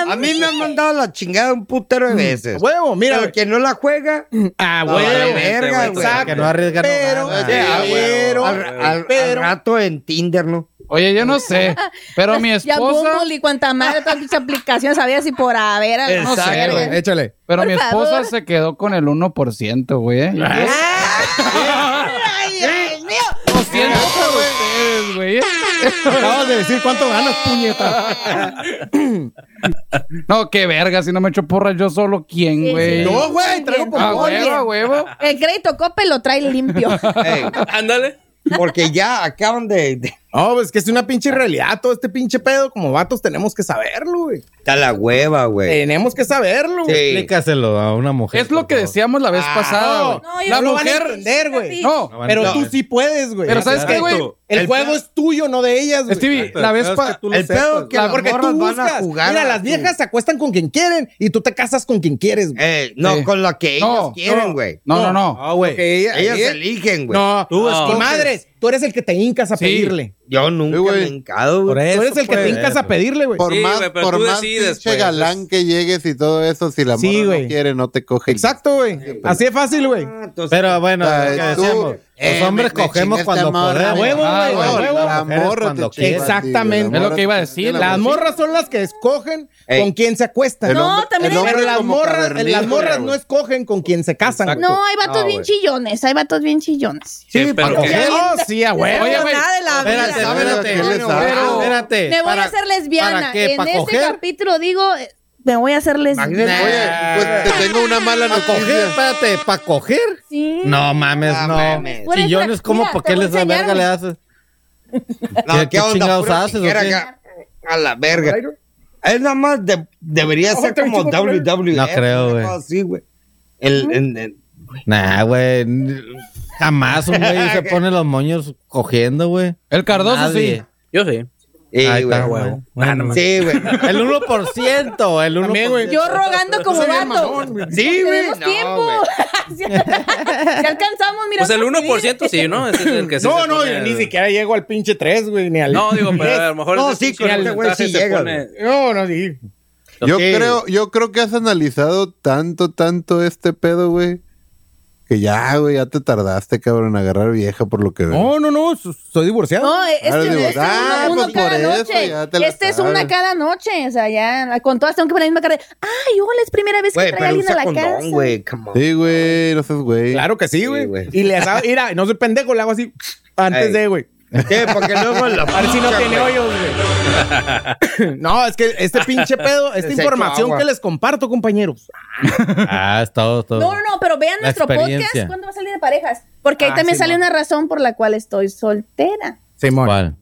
S2: A mí me han mandado la chingada un putero de veces.
S3: Huevo, mira.
S2: Pero quien no la juega.
S3: Ah,
S2: No,
S3: güey,
S2: vale,
S3: güey,
S2: verga,
S3: güey,
S2: güey.
S3: exacto.
S5: Que no arriesgan
S3: Pero,
S5: nada.
S3: pero,
S2: Al, al- al rato en Tinder, ¿no?
S4: Oye, yo no sé, pero mi
S7: Ya
S4: esposa,
S7: Bumble y cuanta madre, tantas pinches aplicaciones había así por haber. a la
S4: Exacto,
S7: verga.
S4: güey.
S3: Échale.
S4: pero
S7: Por
S4: mi esposa
S7: favor.
S4: se quedó con el 1%, güey. ¿eh?
S7: Ah. Ay, Dios mío.
S4: Lo siento por ustedes, güey. ¿eh?
S3: Acabas de decir cuánto ganas, puñeta.
S4: No, qué verga, si no me echo porra yo solo, ¿quién,
S7: Sí,
S4: güey?
S7: sí.
S3: No, güey, traigo
S4: A
S3: popón,
S4: huevo, a huevo.
S7: El crédito Cope lo trae limpio.
S2: Ey,
S10: Ándale.
S2: porque ya acaban de. de-
S3: No, pues que es una pinche realidad todo este pinche pedo. Como vatos tenemos que saberlo, güey.
S2: Está la hueva, güey.
S3: Tenemos que saberlo, güey.
S2: Sí.
S5: Explícaselo a una mujer.
S4: Es lo que decíamos la vez pasada,
S3: no.
S4: güey.
S7: No, yo
S4: la
S7: no lo van a
S4: mujer.
S3: entender, güey.
S5: No
S4: No,
S5: van a
S3: Pero
S5: entender.
S3: tú sí puedes, güey.
S4: Pero ¿sabes qué, güey?
S3: El,
S5: El
S3: juego
S5: pedo-
S3: es tuyo, no de ellas, güey.
S4: Stevie,
S5: Exacto,
S4: la
S5: el
S4: vez
S5: pedo es
S4: pasada.
S5: que tú lo
S4: el
S5: sepas,
S4: pedo
S5: güey.
S4: que las
S3: porque
S4: morras
S3: tú
S4: van a
S3: buscas.
S4: jugar.
S3: Mira,
S4: a
S3: las
S4: tú.
S3: viejas se acuestan con quien quieren y tú te casas con quien quieres, güey.
S2: Ey, Eh, no,
S4: Sí.
S2: con lo que ellos
S4: No,
S2: quieren, güey.
S4: No, no, no.
S3: Ah, güey.
S2: Ellas eligen, güey.
S3: No, tú
S2: escoges.
S3: madres, tú eres el que te hincas a
S4: Sí.
S3: pedirle.
S2: Yo nunca
S1: Sí, güey.
S2: me he hincado,
S5: Por
S2: güey.
S5: eso,
S3: tú eres el que te
S5: pues.
S3: hincas a pedirle, güey.
S1: Por
S10: Sí,
S1: más,
S10: güey, pero
S1: por
S10: tú
S1: más
S10: decides,
S1: pinche
S10: pues.
S1: galán que llegues y todo eso, si la
S3: Sí,
S1: morra
S3: güey.
S1: no quiere, no te coge.
S3: Exacto, güey. Así es fácil, güey.
S2: Ah, entonces-
S5: Pero bueno,
S1: Ah,
S5: lo que
S1: tú,
S5: decíamos,
S1: eh,
S5: los hombres
S1: me- me
S5: cogemos
S1: chingaste
S5: cuando
S1: a morra,
S5: podemos.
S1: güey.
S3: A huevo,
S1: Ah,
S3: güey, a
S1: güey,
S3: huevo.
S1: La
S5: Mujeres
S1: morra
S5: cuando
S1: te chingas,
S3: Exactamente.
S1: tío, la
S4: Es lo que iba a
S1: morra te
S4: decir,
S1: chinga,
S3: Las
S1: güey.
S3: morras son las que escogen
S2: Ey.
S3: con quién se acuestan.
S1: El
S7: No,
S1: hombre-
S7: también
S1: el
S7: hay-
S1: hombre
S3: pero las
S1: como
S3: morras,
S1: cavernícola,
S3: las morras
S1: güey.
S3: no escogen con quién se casan. güey.
S7: No, hay vatos bien chillones. Hay vatos bien chillones.
S10: Sí, pero
S3: ¿Qué? Oh, sí, a huevo.
S4: Oye, güey.
S7: Nada de la vida.
S5: Eh, Espérate, espérate,
S1: ¿Qué les
S5: espérate,
S1: hago?
S5: espérate.
S7: Me voy
S5: Para-
S7: a hacer lesbiana.
S5: ¿Para qué?
S7: En
S5: ¿Para
S7: este
S5: coger?
S7: capítulo digo, eh, me voy a hacer lesbiana.
S1: Oye, pues te tengo una mala
S5: ¿Para coger?
S1: noticia.
S5: Espérate, ¿para coger?
S7: Sí.
S5: No mames,
S2: Ah, mames.
S5: no.
S7: Por eso,
S5: Sillones, ¿cómo?
S7: mira,
S5: ¿Por
S7: te
S5: qué
S7: voy a
S5: les la
S7: enseñar,
S5: verga le haces?
S2: No,
S5: ¿Qué- qué
S2: onda?
S5: chingados
S2: Pura
S5: haces o
S2: tijera
S5: qué?
S2: acá. A la verga. Es nada más, de- debería ser como
S3: E,
S2: WWE.
S5: No creo, güey.
S2: Así, güey. El, el- el-
S5: Nah, güey. n- Jamás un güey se pone los moños cogiendo, güey.
S4: El Cardoso
S5: Nadie.
S4: sí.
S10: Yo sí.
S2: Sí,
S5: Ahí
S2: güey.
S5: está, güey.
S2: Sí, güey.
S5: El 1%, el 1%.
S7: Yo rogando como vato.
S2: Sí, güey.
S7: Tenemos
S2: No,
S7: tiempo.
S2: güey.
S7: ya alcanzamos, mira.
S10: Pues el 1% sí, ¿no? Ese es el que sí
S3: No,
S10: se
S3: no,
S10: pone-
S3: yo ni siquiera llego al pinche 3, güey, ni al.
S10: No, digo, pero a lo mejor.
S2: No,
S10: ese
S2: sí,
S10: cinco
S2: con este
S10: porcentaje
S2: güey sí
S10: se
S2: llega,
S10: pone-
S3: no, no, sí.
S1: Yo
S2: Sí.
S1: creo, yo creo que has analizado tanto, tanto este pedo, güey, Que ya, güey, ya te tardaste, cabrón, en agarrar vieja por lo que veo.
S23: No, no, no, soy divorciado.
S7: No, este,
S1: Ahora
S7: este
S1: digo,
S7: es uno-
S1: ah,
S7: uno
S1: pues
S7: cada
S1: por eso, ya te
S7: noche.
S1: la
S7: Este es una
S1: sabes.
S7: cada noche. O sea, ya con todas tengo que poner la misma cara. de, Ay, hola, es primera vez que
S2: Güey,
S7: trae a
S2: pero
S7: alguien a
S2: usa
S7: la casa.
S2: condón, güey. Come on.
S1: Sí, güey, no seas güey.
S3: Claro que sí, güey. y le hago, mira, no soy pendejo, le hago así antes
S2: Ey.
S3: de, güey.
S2: ¿Qué? Porque luego la
S3: A ver si no
S2: pincha,
S3: tiene
S2: güey.
S3: hoyos, güey. No, es que este pinche pedo, esta
S23: Se echó
S3: información
S23: agua.
S3: que les comparto, compañeros.
S23: Ah, es todo, todo.
S7: No, no, no, pero vean
S23: La
S7: nuestro
S23: experiencia.
S7: podcast cuando va a salir de parejas. Porque ahí
S23: Ah,
S7: también
S23: sí,
S7: sale una razón por la cual estoy soltera.
S3: Simón.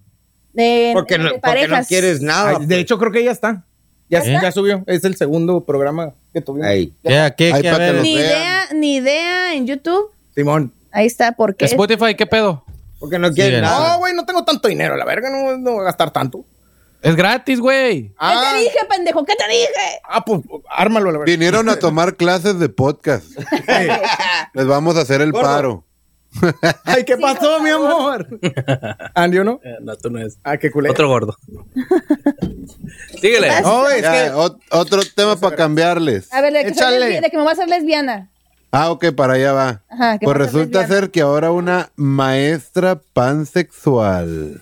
S7: De,
S3: Porque no-
S7: de
S3: porque no
S7: parejas.
S3: quieres nada, Ay, de hecho, creo que ya está. Ah, Ya, ya subió. Es el segundo programa que tuvimos.
S23: Ya, ¿qué, qué, a ver?
S7: Ni idea, ni idea en YouTube.
S3: Simón.
S7: Ahí está, porque.
S4: Spotify, ¿qué pedo?
S2: Porque no
S3: quiere No, güey, no tengo tanto dinero, la verga, no, no voy a gastar tanto.
S4: Es gratis, güey.
S1: Ah.
S7: ¿Qué te dije, pendejo? ¿Qué te dije?
S3: Ah, pues ármalo a la verdad.
S1: Vinieron a tomar clases de podcast. Les vamos a hacer el
S3: Gordo.
S1: paro.
S3: Ay, ¿qué pasó, mi amor? ¿Andy o no?
S10: No, tú no es.
S3: Ah, qué culero.
S10: Otro gordo. Síguele.
S3: No, es
S1: Ya,
S3: que-
S1: ot- otro tema para cambiarles.
S7: A ver, de que, soy
S3: Échale.
S7: lesbi- de que me voy a hacer lesbiana.
S1: Ah, ok, para allá va.
S7: Ajá, que
S1: pues
S7: pasa
S1: resulta
S7: lesbiana.
S1: ser que ahora una maestra pansexual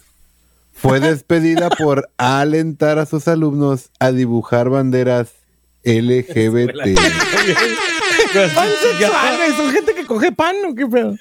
S1: fue despedida por alentar a sus alumnos a dibujar banderas LGBT.
S3: Pansexuales, son gente que coge pan o qué pedo.
S7: No,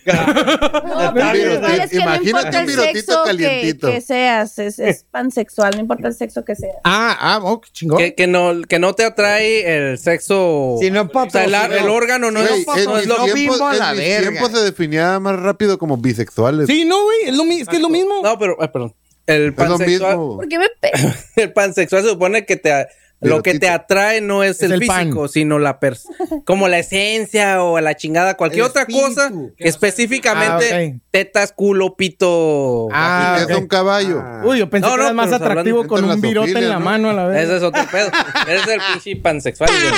S1: Un virotito,
S7: pero es que no
S1: imagínate
S7: importa
S1: un
S7: el
S1: virotito
S7: sexo que,
S1: calientito.
S7: que seas, es, es pansexual, no importa el sexo que seas.
S3: Ah, ah, oh, qué chingón.
S10: Que, que no, que no te atrae el sexo.
S2: Si no,
S10: o sea, el,
S3: pues,
S10: ar- el órgano no,
S1: Güey,
S10: es, no es
S1: en
S10: lo
S1: mis
S10: mismo.
S1: tiempos-
S2: a la
S1: en mis
S2: verga.
S1: tiempos se definía más rápido como bisexuales.
S3: Sí, no, güey, es, lo mi- es que es lo mismo.
S10: No, pero, ay, perdón. El
S1: es lo
S10: pansexual,
S1: mismo.
S7: ¿Por qué me pe-
S10: el pansexual se supone que te, a- lo que te atrae no
S3: Es
S10: es, el,
S3: el pan.
S10: físico, sino la pers como la esencia o la chingada, cualquier
S3: El
S10: otra
S3: espíritu,
S10: cosa, que específicamente
S3: Ah, ok.
S10: tetas, culo, pito.
S3: Ah,
S1: Es un caballo.
S3: Uy, yo pensé
S10: No,
S3: que
S10: no,
S3: era más
S10: pero hablando-
S3: atractivo con
S1: Entra
S3: un
S1: la
S3: virote en
S1: zoofilia,
S3: la
S1: ¿no?
S3: mano a la vez.
S10: Ese es otro pedo. Ese es el pinche pansexual. güey.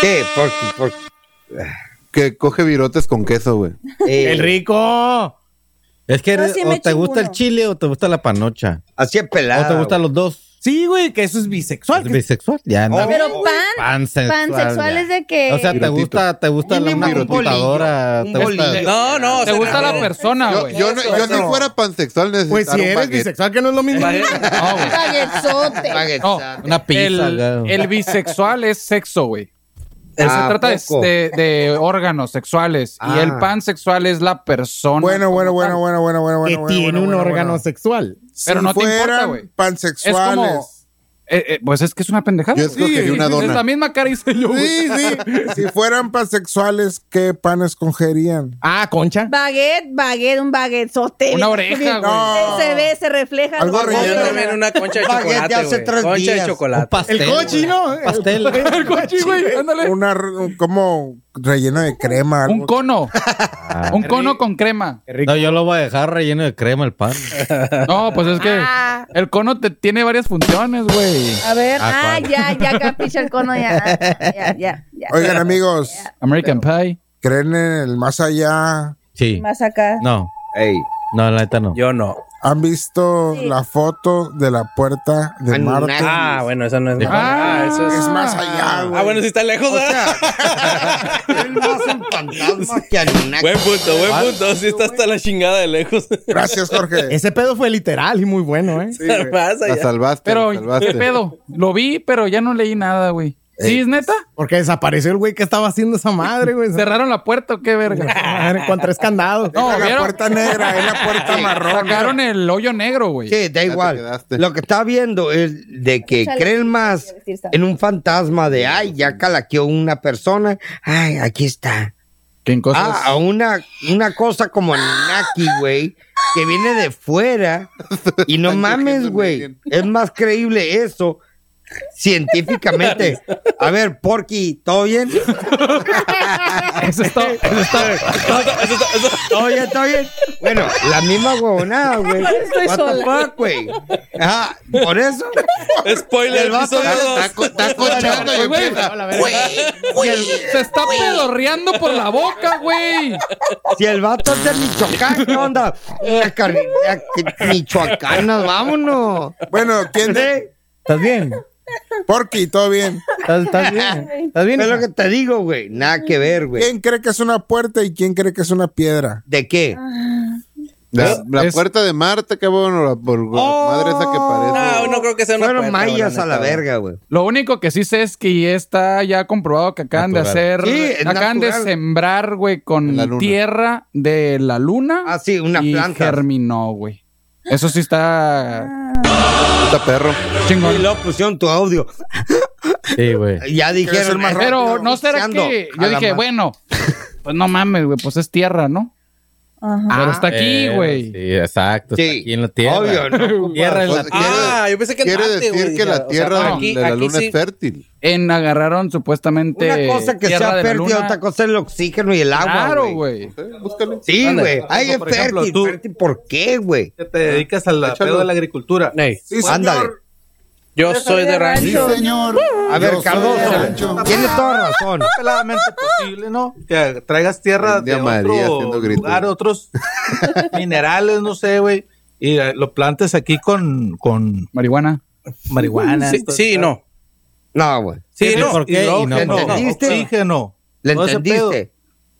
S2: ¿Qué? Porque, porque,
S1: Que coge virotes con queso, güey.
S2: eh,
S3: ¡El rico!
S23: Es que
S7: No,
S23: eres-
S7: sí me
S23: o te
S7: chingo
S23: gusta el
S7: uno.
S23: chile o te gusta la panocha.
S2: así es pelado.
S23: O te gustan los dos.
S3: Sí, güey, que eso es bisexual.
S23: ¿Es
S3: que-
S23: bisexual? Ya, no.
S7: Pero pan,
S23: Pansexual.
S7: Oh. pansexual
S23: ya.
S7: es de que.
S23: O sea, te
S1: Virotito.
S23: gusta, te gusta la,
S2: Mínimo
S23: una
S2: un
S23: computadora.
S2: bolillo,
S23: Te
S2: un
S23: gusta...
S2: bolillo.
S10: No, no. o
S4: ¿Te
S10: sea,
S4: gusta la
S10: no.
S4: persona,
S1: Yo,
S4: güey?
S1: yo no- yo si fuera pansexual
S3: Pues
S1: necesitaría
S3: si
S1: un
S3: eres
S1: baguette.
S3: bisexual, que no es lo mismo.
S4: No, güey.
S7: Baguetzote.
S4: No,
S23: Una pizza,
S4: el,
S23: güey.
S4: el bisexual es sexo, güey. Se
S2: Ah,
S4: trata de,
S2: poco.
S4: de- de órganos sexuales. Y
S2: Ah.
S4: el pansexual es la persona.
S6: Bueno, bueno, bueno, bueno, bueno, bueno,
S3: que
S6: bueno.
S3: tiene
S6: bueno,
S3: un
S6: bueno,
S3: órgano
S6: bueno.
S3: sexual.
S4: Pero
S6: si
S4: no te importa,
S6: fueran
S4: güey. Es
S6: pansexuales.
S4: como. eh, eh, pues es que es una pendejada.
S1: Yo escogería
S4: Sí,
S1: una
S4: es-
S1: dona.
S4: Es la misma cara hice yo. güey.
S6: Sí, sí. si fueran pansexuales, ¿qué pan escogerían?
S3: Ah, concha.
S7: Baguette, baguette, un baguetzote.
S4: Una oreja, güey.
S6: No.
S7: Se ve, se refleja.
S6: Algo
S7: Ojo,
S6: relleno.
S10: Yo
S7: pero-
S10: también una concha de
S2: Baguette
S10: chocolate,
S2: hace
S10: güey.
S2: tres
S10: Concha de
S2: días.
S23: Un
S10: chocolate.
S23: pastel.
S3: El cochi,
S23: güey.
S3: ¿no?
S23: Un pastel.
S4: El coche, güey. Ándale.
S6: Una, r- como relleno de crema. algo.
S4: Un cono. Un cono con crema.
S23: No, yo lo voy a dejar relleno de crema el pan.
S4: No, pues es que
S7: Ah,
S4: el cono te tiene varias funciones, güey.
S7: a ver,
S23: Ah,
S7: ah,
S23: ¿cuál?
S7: ya, ya capicha el cono, ya. ah, Ya, ya, ya.
S6: Oigan, amigos,
S4: American Pie.
S6: ¿creen en el más allá?
S23: Sí.
S7: Más acá.
S23: No.
S2: Ey,
S23: No, la neta no.
S10: Yo no.
S6: ¿Han visto
S7: Sí.
S6: la foto de la puerta de Marte?
S10: Ah, bueno, eso no es más. Ah, eso es.
S6: Es más allá, güey.
S10: Ah, bueno, si está lejos, ¿verdad?
S2: Él más un fantasma que Anunnaki.
S10: Buen punto, buen punto. Si está hasta la chingada de lejos.
S6: Gracias, Jorge.
S3: Ese pedo fue literal y muy bueno, ¿eh?
S10: Más
S1: La
S10: allá.
S1: salvaste.
S4: Pero,
S1: la
S4: ¿qué
S1: salvaste.
S4: pedo? Lo vi, pero ya no leí nada, güey. ¿Sí es neta?
S3: Porque desapareció el güey que estaba haciendo esa madre, güey.
S4: ¿Cerraron la puerta o qué verga?
S3: Madre, con tres candados.
S4: No,
S6: Era la
S4: ¿vieron?
S6: puerta negra, es la puerta marrón.
S4: Sacaron el hoyo negro, güey.
S2: Sí, da igual.
S1: quedaste.
S2: Lo que está viendo es de que
S7: Échale.
S2: creen más en un fantasma de, ay, ya calaqueó una persona, ay, aquí está.
S4: ¿Qué cosas?
S2: Ah, a una, una cosa como Naki, güey, que viene de fuera. Y no
S1: Están
S2: mames,
S1: cogiendo
S2: güey.
S1: bien.
S2: Es más creíble eso científicamente. A ver, Porky, ¿todo bien?
S4: Eso es todo. Eso es todo.
S2: ¿Todo bien, todo bien? Bueno, la misma huevonada, güey.
S7: Estoy
S2: What the
S7: sola.
S2: fuck, güey. Ajá, por eso.
S10: Spoiler,
S2: El vato
S10: episodio
S2: está-
S10: dos.
S1: Está, co- está cochando y
S4: Oye, güey,
S1: empieza.
S4: y el- se está pedorreando por la boca, güey.
S2: Si el vato es de Michoacán, ¿qué onda? Eh, Una carnita michoacana, vámonos.
S6: Bueno, ¿quién,
S2: ¿Eh?
S23: ¿Estás bien?
S6: Porky, todo bien.
S2: ¿Estás, estás bien? ¿Estás bien? Es lo que te digo, güey. Nada que ver, güey.
S6: ¿Quién cree que es una puerta y quién cree que es una piedra?
S2: ¿De qué?
S1: La, la puerta de Marte, qué bueno, la, por, la madre esa que parece.
S10: Ah, No, no creo que sea una
S2: Fueron
S10: puerta,
S2: mayas
S10: la
S2: a la
S10: neta,
S2: verga, güey.
S4: Lo único que sí sé es que ya está ya comprobado que acaban de
S2: Natural.
S4: hacer,
S2: Sí, es
S4: acaban de
S2: natural.
S4: sembrar, güey, con
S2: La luna.
S4: tierra de la luna.
S2: Ah, sí, una
S4: y
S2: planta.
S4: germinó, güey. Eso sí está...
S1: Está perro.
S4: Chingón.
S2: Y luego pusieron tu audio.
S5: Sí, güey.
S2: Ya dijeron,
S4: Pero no será
S2: "Ando
S4: que...
S2: a
S4: Yo
S2: la
S4: dije,
S2: ma-".
S4: bueno, pues no mames, güey, pues es tierra, ¿no?
S17: Ah,
S4: Pero está aquí,
S5: Eh,
S4: güey.
S5: Sí, exacto. está
S2: Sí.
S5: aquí en la tierra.
S2: Obvio, ¿no?
S5: Tierra en la tierra.
S10: Ah, yo pensé que
S1: Quiere
S10: Marte,
S1: decir
S10: güey,
S1: que
S10: dije,
S1: la
S10: o sea,
S1: tierra de-
S10: aquí-
S1: de la
S10: aquí
S1: luna
S10: sí.
S1: es fértil.
S4: En agarraron supuestamente...
S2: Una cosa que
S4: este, tierra
S2: sea
S4: de la
S2: fértil,
S4: luna.
S2: otra cosa es el oxígeno y el agua.
S4: Claro,
S2: güey.
S4: güey.
S1: Búscale.
S2: Sí,
S4: Ándale.
S2: güey. Ay, es
S4: Por ejemplo,
S2: fértil.
S4: tú-
S2: fértil, ¿Por qué, güey?
S3: Pues,
S17: Te dedicas al
S1: Échalo.
S17: pedo de la agricultura.
S6: Sí, señor.
S2: Ándale.
S10: Yo soy de rancho.
S6: señor.
S2: A
S6: Yo
S2: ver,
S6: soy de
S2: Cardoso.
S6: rancho.
S2: Tiene toda razón.
S17: Peladamente posible, ¿no? Que traigas tierra
S1: Prende
S17: de
S1: a María haciendo
S17: otro
S1: gritos.
S17: lugar, otros minerales, no sé, güey. Y eh, lo plantes aquí con, con
S4: Marihuana.
S17: marihuana.
S10: Sí,
S17: esto,
S10: sí y
S17: tal.
S10: no.
S2: No, güey.
S10: Sí,
S17: ¿Y
S10: no.
S17: por qué?
S5: luego
S17: Y no,
S5: que
S17: no,
S2: entendiste.
S17: oxígeno.
S2: ¿Le
S17: Todo ese
S2: entendiste?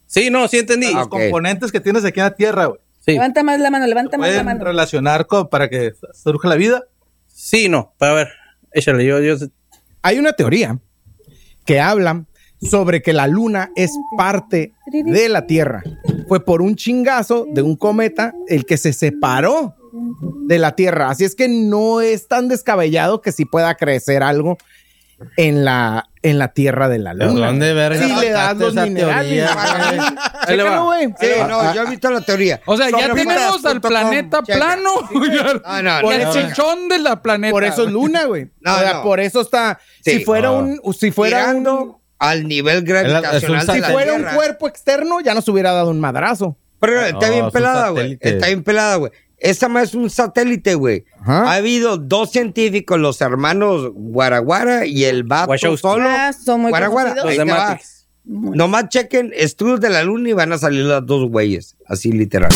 S10: Sí, no, sí entendí.
S3: Ah,
S17: pedo. Los
S2: ok.
S17: componentes que tienes aquí en la tierra, güey.
S10: Sí,
S7: Levanta más la mano, levanta más la
S17: Pueden
S7: mano.
S17: relacionar con, para que surja la vida.
S10: sí y no. Pero a ver, échale, yo, yo.
S3: Hay una teoría que habla sobre que la luna es parte de la Tierra. Fue por un chingazo de un cometa el que se separó de la Tierra. Así es que no es tan descabellado que sí pueda crecer algo en la, en la Tierra de la
S5: ¿De
S3: luna.
S5: dónde verga
S3: Si le das
S5: sacaste
S3: los
S5: esa
S3: minerales.
S5: teoría, güey?
S10: Ahí le va.
S3: Chécalo, güey.
S2: Sí, no, yo he visto la teoría.
S4: O sea, ya tenemos al
S2: Sombreputas.com.
S4: planeta
S2: Checa.
S4: plano.
S2: Ah, no,
S4: Por
S2: no,
S4: el
S2: no.
S4: chichón de la planeta.
S3: Por eso es luna, güey.
S2: No,
S3: O sea,
S2: no.
S3: por eso está.
S2: Sí.
S3: Si fuera
S5: Ah.
S3: un, si fuera
S2: Tirando
S3: un,
S2: al nivel
S5: Es un
S2: gravitacional de
S3: si
S2: la
S3: fuera un
S2: Tierra.
S3: cuerpo externo, ya nos hubiera dado un madrazo.
S2: Pero está
S5: No, es
S2: bien
S5: un
S2: pelada, güey.
S5: satélite.
S2: Está bien pelada, güey. Esa más es un satélite, güey.
S3: Ajá.
S2: Ha habido dos científicos, los hermanos Guaraguara y el vato
S10: Wachowski.
S2: solo.
S7: Ah, son muy
S2: Guaraguara.
S7: conocidos.
S10: Los
S2: Ahí
S10: de
S2: te va.
S10: Matrix.
S2: Nomás chequen estudios de la luna y van a salir las dos güeyes. Así literal.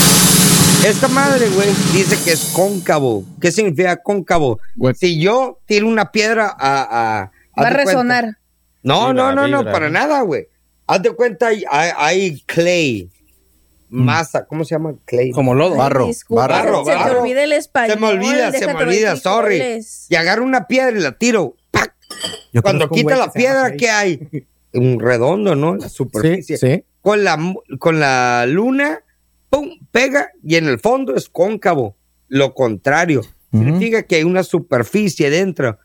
S2: Esta madre, güey, dice que es cóncavo. ¿Qué significa cóncavo?
S4: Güey.
S2: Si yo tiro una piedra a... a-
S7: Va a
S2: haz de cuenta.
S7: resonar.
S2: No,
S5: Vibra,
S2: no, no, no,
S5: vibra.
S2: para nada, güey. Haz de cuenta, hay, hay- hay clay, masa, ¿cómo se llama? Clay.
S10: Como lodo.
S7: Barro.
S2: barro,
S7: se te
S2: barro.
S7: olvida el español.
S2: se me olvida, se me
S7: déjate los
S2: olvida, sorry.
S7: frijoles.
S2: Y agarro una piedra y la tiro. ¡pac! Cuando
S3: conozco un
S2: quita
S3: güey
S2: la
S3: que se llama
S2: piedra,
S3: Clay.
S2: ¿qué hay? Un redondo, ¿no? La superficie.
S3: sí.
S2: Con, la, mu- con la luna, ¡pum! Pega y en el fondo es cóncavo. Lo contrario. Significa que hay una superficie dentro.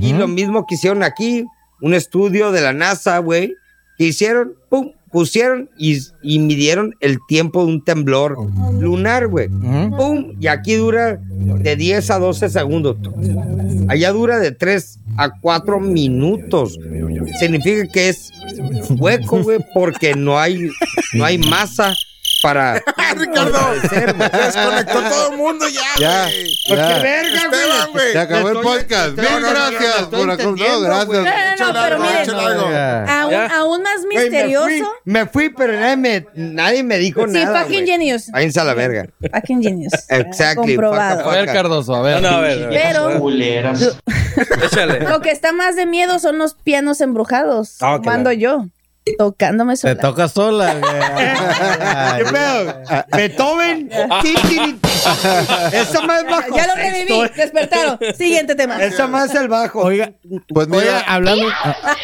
S2: Y lo mismo que hicieron aquí, un estudio de la NASA, güey, que hicieron, pum, pusieron y, y midieron el tiempo de un temblor
S3: Oh.
S2: lunar, güey. Pum, y aquí dura de 10 a 12 segundos. Allá dura de 3 a 4 minutos. Significa que es hueco, güey, porque no hay, no hay masa para...
S6: Desconectó todo el mundo ya.
S1: Ya.
S6: güey.
S1: ya.
S2: verga,
S6: Esteban, güey.
S1: Se acabó el
S2: Estoy-
S1: podcast.
S2: estoy
S1: Mil
S2: entendiendo,
S1: gracias por
S2: estoy
S1: acom- No,
S2: entendiendo, güey.
S1: gracias.
S7: No, no, no, pero
S6: Échale
S7: miren,
S6: algo.
S7: aún, aún
S2: Güey,
S7: más
S2: me fui,
S7: misterioso.
S2: Me fui, pero nadie me, nadie me dijo
S7: Sí,
S2: nada.
S7: fucking
S2: güey.
S7: genius.
S2: Váyanse a la verga.
S7: Fucking genius.
S2: Exactly,
S7: Comprobado.
S4: A ver, Cardoso, a ver.
S10: No, no, a ver. a ver.
S7: Pero
S8: Culeras.
S10: Échale.
S7: lo que está más de miedo son los pianos embrujados.
S10: Ah, ok,
S7: Cuando yo, tocándome
S5: Te
S7: sola.
S5: toca sola, güey. Ay,
S2: Beethoven. Esa más bajo.
S7: Ya lo reviví, despertaron. Siguiente tema.
S2: Esa más el bajo. Oiga,
S1: Pues mira,
S22: hablando.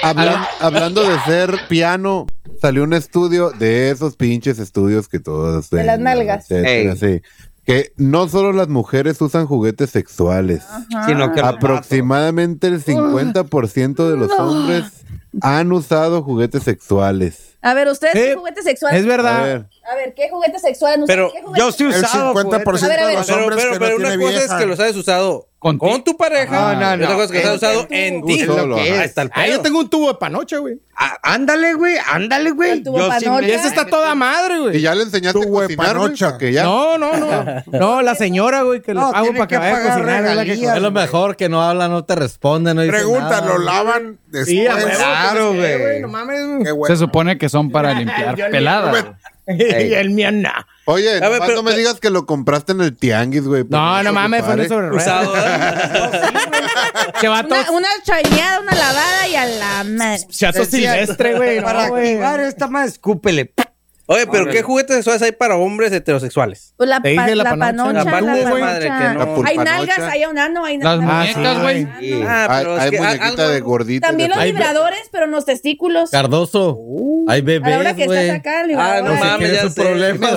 S1: hablan- hablando de ser piano, salió un estudio de esos pinches estudios que todos.
S7: De las
S1: ven,
S7: nalgas.
S1: etcétera,
S2: Ey.
S1: sí. Que no solo las mujeres usan juguetes sexuales.
S2: sino que
S1: Aproximadamente el 50% de los hombres han usado juguetes sexuales.
S7: A ver, ¿ustedes
S3: Eh,
S7: qué juguetes sexuales?
S3: Es
S1: A
S3: verdad.
S1: ver,
S7: A ver, ¿qué juguetes sexuales? usan?
S10: Pero
S7: ¿Qué juguetes
S2: yo sí
S6: El
S2: usaba.
S6: 50%
S7: A ver, a
S6: de
S7: ver.
S6: los
S10: Pero,
S6: hombres
S10: pero,
S6: que
S10: pero
S6: no
S10: una
S6: tiene
S10: cosa
S6: vieja.
S10: es que los hayas usado
S4: Con
S10: con,
S4: ti.
S10: tu
S2: No,
S10: pareja.
S2: no,
S10: y otra
S2: no.
S10: cosa es que los hayas
S2: Eh,
S10: usado en ti.
S1: solo,
S2: güey.
S1: ah.
S2: Hasta el-
S3: Ah, yo tengo un tubo de panoche, güey.
S2: Ah, Ándale, güey, ándale, güey.
S7: Tuvo
S2: Yo sí
S7: panocha.
S2: me-
S3: Y esa está toda madre,
S1: Y
S3: güey.
S1: ya le enseñaste a
S6: Tu güey
S1: cocinar, güey,
S6: panocha.
S1: porque ya-
S3: No, no, no. No, la señora, güey, que le
S2: No,
S3: pago
S2: tiene
S3: para que
S2: que
S3: vaya a
S2: pagar
S3: cocinar. es la que
S2: regalías.
S3: cocina.
S5: Es lo mejor que no habla, no te responde, no dice
S6: Pregunta,
S5: nada.
S6: ¿lo lavan después?
S3: Sí, a huevo,
S2: Claro,
S3: pues, eh,
S2: güey.
S3: No mames, güey.
S6: Qué bueno.
S4: Se supone que son para limpiar peladas.
S3: Y el mío, no.
S1: Oye,
S10: A ver,
S1: nomás
S10: pero-
S1: no me digas que lo compraste en el tianguis, güey. pues,
S17: No, no mames, fue
S1: un
S17: un sobre Usado,
S7: Una, una chaneada, una lavada y a la madre.
S2: Para activar esta más, escúpele.
S10: Oye, pero
S2: Órale.
S10: ¿qué juguetes sexuales hay para hombres heterosexuales?
S7: Pues La,
S10: Te
S7: pa-
S10: dije
S7: la
S10: la
S7: panocha,
S10: panocha.
S7: la
S10: La panocha,
S7: panocha.
S10: madre, que no. La
S7: Hay
S10: pulpanocha.
S7: nalgas, hay una, no hay nalgas.
S10: Ah, pero
S1: hay
S10: es que- ah,
S1: muñequita de gordita.
S7: También los vibradores, pero en los testículos.
S5: Cardoso,
S3: Uh.
S5: hay
S7: a la hora que
S5: bebés, güey.
S7: estás acá, el
S5: Ah,
S7: vibrador.
S5: no sé qué es un problema.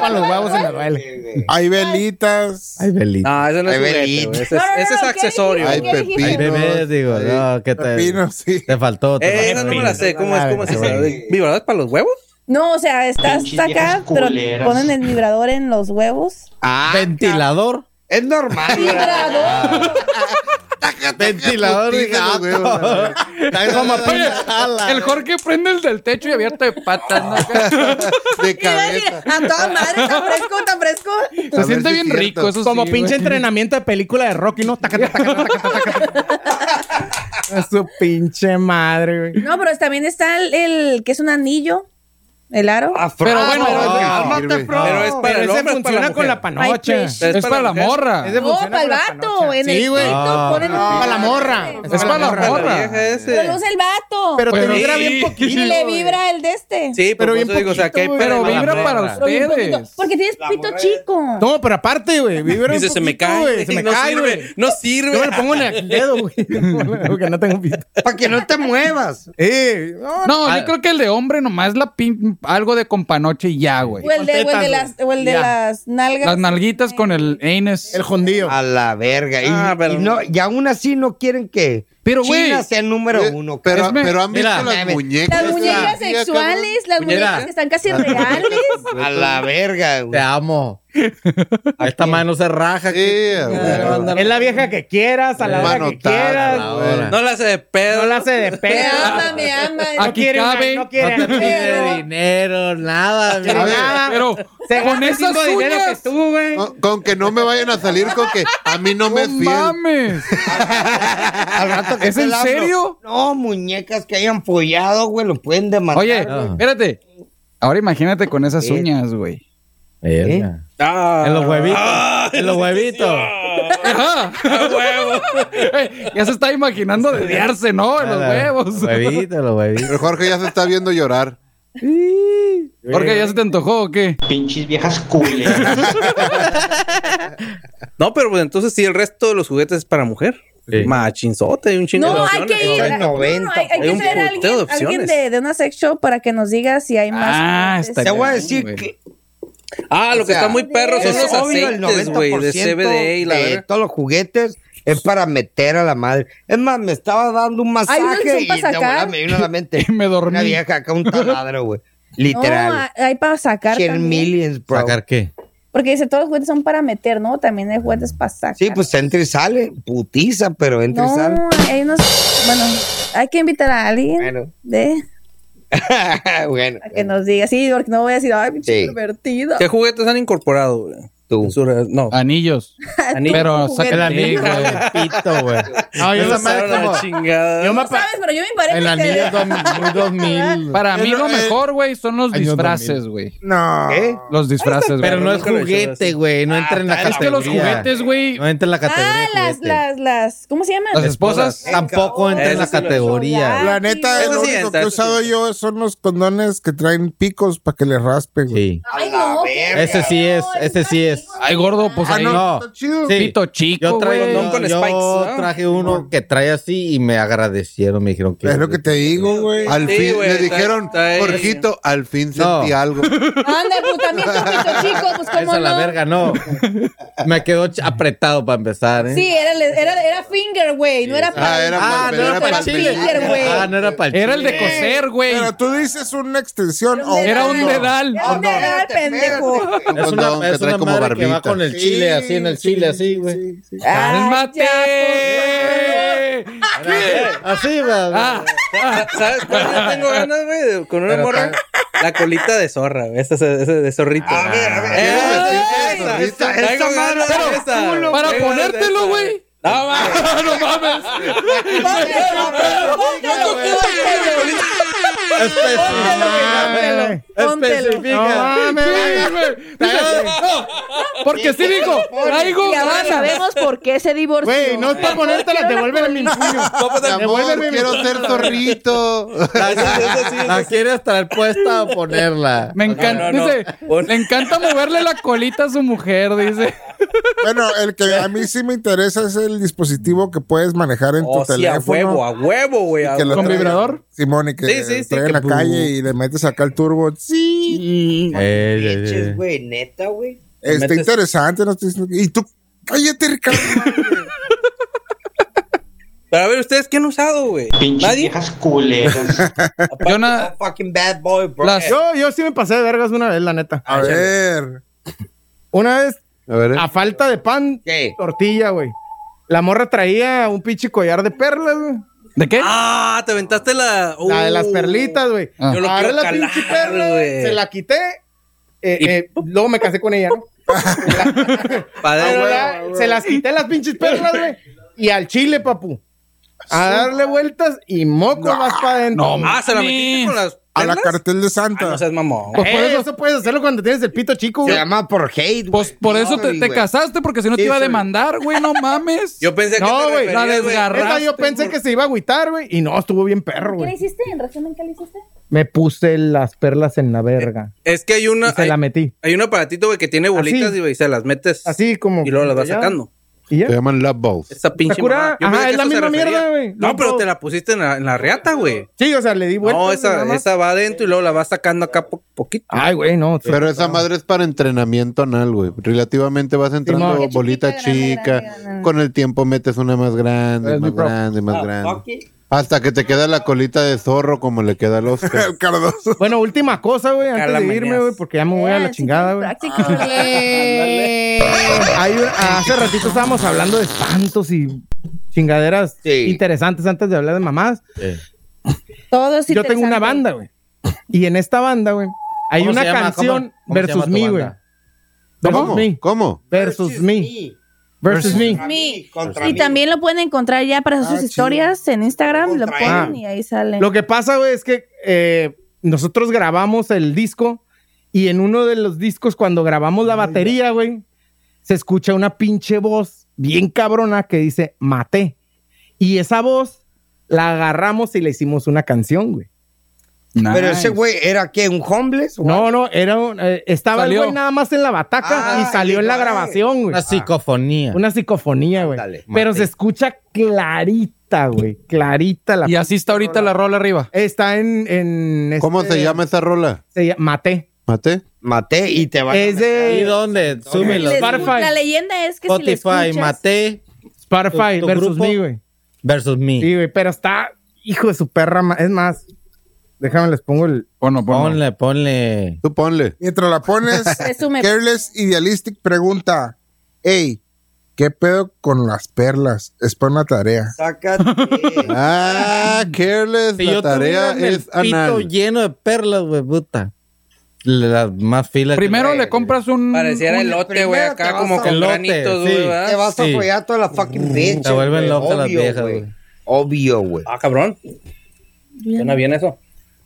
S17: Para los huevos se me duele.
S6: Hay velitas.
S5: Hay velitas.
S10: Ah, eso no es
S5: Hay
S10: juguete,
S5: velitas.
S10: güey. Ese es, ese es accesorio.
S5: Hay pepinos. Hay bebés, digo, no, que te,
S10: pepinos,
S5: te faltó. te
S10: Eh,
S5: faltó.
S10: esa no me la sé. ¿Cómo es? ¿Cómo es
S5: Ay,
S10: esa?
S5: güey.
S10: ¿Vibradores para los huevos?
S7: No, o sea, estás
S10: Pinches
S7: acá,
S10: viejas
S7: pero
S10: culeras.
S7: ponen el vibrador en los huevos.
S2: Ah,
S17: Ah,
S5: ¿Ventilador?
S2: Es normal.
S5: Ventilador y gato.
S4: El Jorge prende el del techo y abierto de patas. ¿no?
S1: De
S7: cabeza. A toda madre, tan fresco, tan fresco.
S4: Se siente bien rico. Eso
S17: pues, Como
S4: sí,
S17: pinche
S4: güey.
S17: entrenamiento de película de Rocky, ¿no? Taca, taca, taca, taca, taca, taca. A su pinche madre, güey.
S7: No, pero también está el, el que es un anillo, el aro.
S17: Pero bueno,
S4: cálmate, Fro.
S17: Pero es para el
S4: ese
S17: hombre,
S4: funciona
S17: funciona
S4: con
S17: con la panocha.
S10: pues,
S4: Es para la morra.
S7: No, para el vato, en el pito ponen un
S17: Para la Ah, morra.
S4: Es para la morra.
S10: Vieja ese.
S7: Pero lo usa el vato.
S17: Pero te
S7: Pero
S17: vibra
S7: sí.
S17: bien poquito,
S7: Y le
S17: güey.
S7: vibra el de este.
S10: Sí, pero bien digo, o sea, que hay
S17: güey.
S10: pero
S17: Pero vibra
S10: vibra
S17: para
S10: para
S7: Pero bien
S10: ustedes.
S7: poquito, Porque tienes pito chico.
S17: No, pero aparte, güey. Vibra
S10: Dice,
S17: un
S10: se me
S17: poquito,
S10: cae,
S17: güey, Se me
S10: no
S17: cae,
S10: sirve,
S17: güey.
S10: no sirve.
S17: Yo me lo pongo en el dedo, güey. Porque no tengo pito.
S2: Para que no te muevas.
S17: Eh, no,
S4: No,
S17: ah,
S4: yo creo que el de hombre nomás la pin- algo de companoche y ya, güey.
S7: O el de, o el de las, o el de
S4: Ya.
S7: las nalgas.
S4: Las nalguitas con el aines. El
S17: jondío.
S2: A la verga. Y,
S5: Ah,
S2: y no, y aún así no quieren que
S4: Pero, güey,
S2: China sea el número
S4: eh,
S2: uno.
S4: pero-
S2: cabrón.
S4: pero han visto las
S2: mames.
S1: muñecas.
S7: Las muñecas
S1: Mira,
S7: sexuales, las
S2: Mira.
S7: muñecas que están casi reales.
S2: A la verga, güey.
S5: Te amo. A esta mano se raja.
S17: Es la vieja que quieras, a la hora que
S5: Manotazo,
S17: quieras.
S5: la hora.
S10: No la hace de pedo.
S17: No la hace de
S7: Me
S17: pedo.
S7: ama, me ama.
S17: No quiere una, no quiere
S5: No te
S17: una.
S5: pide dinero, nada.
S17: quiere nada.
S4: Pero
S17: Se
S4: con
S17: gasta el
S4: esas
S17: mismo dinero que
S4: uñas.
S17: tú, güey.
S1: Con, con que no me vayan a salir con que a mí no me es
S4: ¡No
S1: fiel.
S4: mames!
S2: Al rato que
S4: ¿Es
S2: te
S4: en
S2: la abro.
S4: serio?
S2: No, muñecas que hayan follado, güey, lo pueden demandar.
S4: Oye,
S2: güey.
S4: espérate. Ahora imagínate con esas
S2: Eh.
S4: uñas, güey.
S5: Verga.
S10: Ah,
S5: En los huevitos. en los huevitos.
S4: Ajá. Eh, ya se está imaginando dediarse, ¿no? En los huevos.
S5: Los huevitos, los huevitos.
S1: Pero Jorge ya se está viendo llorar.
S4: Jorge, ¿ya se te antojó o qué?
S8: Pinches viejas culeras.
S10: No, pero pues entonces sí, el resto de los juguetes es para mujer. Machinzote, hay un chingo de
S7: No, hay
S10: opciones.
S7: que ir.
S2: Son
S7: no, no, hay, hay
S10: Hay
S7: que
S10: un
S7: ser
S10: puteo de
S7: alguien, alguien
S10: opciones.
S7: de, de una sex show para que nos diga si hay más.
S4: Ah, está
S2: Te voy a decir que
S10: Ah, lo
S2: o
S10: que
S2: sea,
S10: está muy perro son
S2: es
S10: los
S2: obvio el
S10: aceites, güey,
S2: 90%
S10: de CBD y la
S2: de
S10: verga.
S2: todos los juguetes es para meter a la madre. Es más, me estaba dando un masaje
S7: Hay unos que son
S2: y
S7: pa'
S2: de volada
S7: sacar.
S2: me vino a la mente.
S4: Me dormí.
S2: Una vieja acá, un taladro, güey.
S7: No,
S2: Literal.
S7: hay- hay para sacar.
S2: 100
S7: también.
S2: millions, bro.
S5: ¿Sacar qué?
S7: Porque dice, todos los juguetes son para meter, ¿no? También hay juguetes para sacar.
S2: Sí, pues entra y sale. Putiza, pero entra y sale.
S7: No, hay unos. Bueno, hay que invitar a alguien
S2: Bueno.
S7: de,
S2: bueno,
S7: a que nos diga. Sí, porque no voy a decir, ay, pinche
S2: Sí.
S7: pervertido.
S10: ¿Qué juguetes han incorporado, güey?
S2: tú.
S10: En su re- No,
S4: Ah, Anillos.
S10: anillos.
S4: Pero
S7: juguete.
S4: sácala
S7: El anillo.
S5: Pito, güey.
S17: No, yo
S10: Esa
S17: no sé
S10: madre la
S17: cómo-
S10: chingada.
S17: Yo me
S7: No sabes, pero yo me Ah, parece
S5: El
S7: que-
S5: anillo es dos- muy 2000.
S4: Para mí lo
S6: eh,
S4: mejor, güey, son los
S5: años
S4: disfraces, güey.
S6: No.
S4: Los disfraces,
S5: Pero
S4: güey.
S5: no es
S10: nunca lo he hecho
S5: juguete,
S10: así.
S5: güey. No entra en la
S4: Es
S5: categoría.
S4: que los juguetes, güey,
S5: No entra en la categoría.
S7: Ah,
S5: de
S7: las,
S5: juguete.
S7: las, las. ¿Cómo se Oh, llaman?
S4: las esposas.
S5: Tampoco entra en
S10: Eso
S5: la
S10: sí lo-
S7: Ah,
S5: categoría.
S6: La neta,
S10: Eso
S6: lo
S10: sí
S6: único
S10: entra,
S6: que he
S10: eso sí
S6: usado yo son los condones que traen picos para que le raspe, güey.
S5: Sí.
S7: Ay, no. qué
S5: Ese sí
S7: feo,
S5: es, ese sí es.
S4: Ay, gordo,
S2: Ah,
S4: pues ahí.
S5: no.
S6: Ah, Está chido.
S5: Sí.
S4: Pito chico,
S5: Yo, traigo,
S4: güey.
S5: no,
S10: Con
S5: yo
S10: spikes, ¿no?
S5: traje uno que trae así y me agradecieron, me dijeron que...
S6: Es lo que te digo, güey.
S1: Al
S10: Sí,
S1: fin,
S10: güey,
S1: le
S10: está-
S1: dijeron,
S10: está ahí.
S1: Jorgito, al fin
S5: No.
S1: sentí algo.
S7: Anda, pues también tu pito chico, pues cómo
S5: Esa
S7: no.
S5: la verga, ¿eh? no. me quedó ch- apretado para empezar, ¿eh?
S7: Sí, era, era, era finger, güey, no era
S1: Ah, era
S5: Ah, no
S1: pa'l-
S5: era
S1: era
S5: para
S1: pa'l
S5: el chile.
S7: finger, güey.
S5: Ah, no era para el chile.
S4: Era el de coser, güey.
S6: Pero tú dices una extensión o
S4: Era un dedal.
S7: Era un dedal, pendejo.
S1: Un
S5: Es
S1: condón
S5: una,
S1: que
S5: es
S1: trae
S5: una
S1: como
S5: madre que va
S1: barbita.
S5: con el chile, así en el chile, así, güey.
S7: pues,
S4: ¡Cálmate!
S5: Así, va.
S4: Ah,
S10: ¿Sabes cuál yo tengo ganas, güey? de- Con una morra. La colita de zorra, güey. Esa es esa es de zorrito.
S1: Ah,
S10: A ver, a ver.
S2: Eh.
S10: Esa, esa, esa madre de esa.
S4: para
S10: Tengo ganas de
S4: ponértelo,
S10: esa,
S4: güey.
S10: No, mames.
S4: No mames.
S7: Póntelo, póntelo, póntelo.
S3: Especifica.
S4: No mames, güey.
S3: Porque sí dijo, traigo
S7: Y ahora
S3: ganas.
S7: sabemos por qué se divorció.
S3: Güey, no es para ponértela, devuélveme mi puño. Devuélveme mi puño.
S24: zorrito.
S25: La quieres traer puesta o ponerla.
S4: Me
S25: No,
S4: encanta,
S25: no, no.
S4: dice, le encanta moverle la colita a su mujer, dice.
S6: Bueno, el que a mí sí me interesa es el dispositivo que puedes manejar en
S10: Oh,
S6: tu
S10: sí, a
S6: teléfono.
S10: huevo, a huevo, güey. a
S6: Que lo
S10: huevo.
S6: trae- Simón, y que
S10: Sí, sí, sí,
S6: trae
S10: que
S6: en la
S10: pu-
S6: calle y le metes acá el turbo. Sí.
S10: Pinches, güey, neta, güey.
S6: Está
S10: Metes-
S6: interesante. No estoy diciendo- Y tú, cállate, Ricardo.
S10: Pero a ver, ¿ustedes qué han usado, güey?
S8: Pinches viejas culeras.
S10: Yo Fucking bad boy, bro.
S3: Yo, yo sí me pasé de vergas una vez, la neta.
S6: A ver.
S3: Una vez,
S24: A ver.
S3: a falta de pan, tortilla, güey. La morra traía un pinche collar de perlas, güey.
S4: ¿De qué?
S10: Ah, te aventaste la...
S3: La de las
S10: Uh.
S3: perlitas, güey.
S10: Ah. Yo lo
S3: Agarré
S10: quiero
S3: la
S10: calar,
S3: pinche perla,
S10: güey.
S3: se la quité. eh, eh, luego me casé con ella, ¿no?
S24: Ah,
S10: Pa' dar-
S3: Pero la- se las quité las pinches perlas, güey. Y al chile, papu. A darle vueltas y moco vas para adentro.
S10: Ah, se la metiste con las...
S6: A la cartel de Santa.
S10: Ah, No seas mamón.
S3: Pues por eso puedes hacerlo cuando tienes el pito chico, güey.
S2: llama por hate,
S4: Pues por eso te, te
S2: güey.
S4: casaste, porque si no te
S2: Sí,
S4: iba a
S2: soy-
S4: demandar, güey, no mames.
S10: Yo pensé que
S3: No,
S10: te
S3: güey.
S10: referías,
S3: La
S10: güey.
S3: Esa yo pensé que se iba a agüitar, güey. Y no, estuvo bien perro,
S7: ¿Qué le
S3: güey.
S7: hiciste? En resumen, ¿qué le hiciste?
S3: Me puse las perlas en la verga.
S10: Es que hay
S3: Y
S24: Eh,
S10: una...
S3: se
S10: hay-
S3: la metí.
S10: Hay un aparatito, güey, que tiene bolitas
S3: Así.
S10: y, güey, se las metes
S3: Así como.
S10: y luego las vas
S3: ya.
S10: sacando.
S3: ¿Y ya?
S24: Se llaman love balls.
S10: Esa pinche
S3: Sakura,
S10: mamada. Yo
S3: ajá,
S10: pensé que
S3: es la
S10: eso se
S3: misma
S10: refería.
S3: mierda, güey.
S10: No,
S3: No,
S10: pero
S3: no.
S10: te la pusiste en la, en la reata, güey.
S3: Sí, o sea, le di vueltas.
S10: No,
S3: nada
S10: esa,
S3: más.
S10: esa va adentro y luego la vas sacando acá po- poquito.
S3: Ay, güey, no. sí.
S24: Pero esa madre es para entrenamiento anal, güey. Relativamente vas entrando
S3: Simón.
S24: bolita chica. Con el tiempo metes una más grande,
S3: Es mi
S24: más
S3: pro.
S24: grande, más grande. Hasta que te queda la colita de zorro como le queda al Oscar.
S6: El cardoso.
S3: Bueno, última cosa, güey, antes de
S10: Calamañas.
S3: irme, güey, porque ya me
S7: Ah,
S3: voy a
S7: Eh,
S3: la chingada, güey.
S7: Práctico.
S3: Hay un- hace ratito estábamos hablando de espantos y chingaderas interesantes antes de hablar de mamás.
S7: Todo es
S3: Yo tengo una
S7: interesante.
S3: banda, güey. Y en esta banda, güey, hay
S25: ¿Cómo
S3: una
S25: se llama?
S3: canción
S25: ¿Cómo- cómo se
S3: versus
S25: llama tu
S3: me, güey.
S25: banda?
S24: ¿Cómo?
S3: Versus me.
S24: ¿Cómo?
S3: Versus me. Versus me.
S7: Mi.
S10: Contra
S7: Y
S10: mí.
S7: también lo pueden encontrar ya para sus
S6: Ah,
S7: historias en Instagram. Lo
S10: Contra
S7: ponen
S3: él.
S7: y ahí sale.
S3: Ah. Lo que pasa, güey, es que eh, nosotros grabamos el disco y en uno de los discos, cuando grabamos la batería, güey, se escucha una pinche voz bien cabrona que dice, maté. Y esa voz la agarramos y le hicimos una canción, güey.
S2: Pero ese güey era qué, un homeless?
S3: No, no, era un- eh, estaba el
S4: Salió.
S3: güey nada más en la bataca
S10: Ah,
S3: y salió en la
S10: igual.
S3: grabación, güey. Ah,
S25: Una psicofonía.
S3: Una psicofonía, güey.
S25: Ándale, maté.
S3: Pero se escucha clarita, güey. Clarita la...
S4: Y así está ahorita la rola arriba.
S3: Está en... en
S24: ¿Cómo
S3: este-
S24: se llama esa rola?
S3: se llama- Maté.
S24: ¿Mate?
S2: Maté y te va
S7: Eh,
S3: Es
S25: ¿Y
S3: de
S25: dónde?
S7: Si
S25: Súmelo.
S7: le escu-
S3: Spotify.
S7: La leyenda es que si le
S25: Spotify,
S7: escuchas-
S25: Mate
S3: Spotify
S25: ¿Tu- tu
S3: versus
S25: grupo?
S3: mí, güey.
S25: versus me.
S3: Sí, güey, pero está hijo de su perra. ma- Es más, déjame les pongo el.
S4: Bueno, pues bueno.
S25: Ponle, ponle.
S24: Tú ponle.
S6: Mientras la pones,
S7: Resume.
S6: Careless Idealistic pregunta: Hey, ¿qué pedo con las perlas? Es para una tarea.
S10: Sácate.
S24: Ah, careless.
S25: Si
S24: la
S25: yo
S24: tarea
S25: tuviera el
S24: es
S25: pito
S24: anal.
S25: lleno de perlas, güey, puta. Las más filas. que-
S4: Primero le compras un.
S10: Pareciera
S4: un-
S10: el lote, güey,
S2: primero te
S10: acá
S2: vas
S10: como
S2: a-
S10: con
S25: Elote,
S10: granitos,
S25: sí.
S10: güey. ¿verdad?
S25: Te
S2: Te vas
S25: Sí.
S2: a follar todas las fucking bitches.
S25: Te vuelven
S2: güey.
S25: locas las
S2: Obvio,
S25: viejas, güey.
S2: Obvio, güey.
S10: Ah, cabrón. Suena bien eso.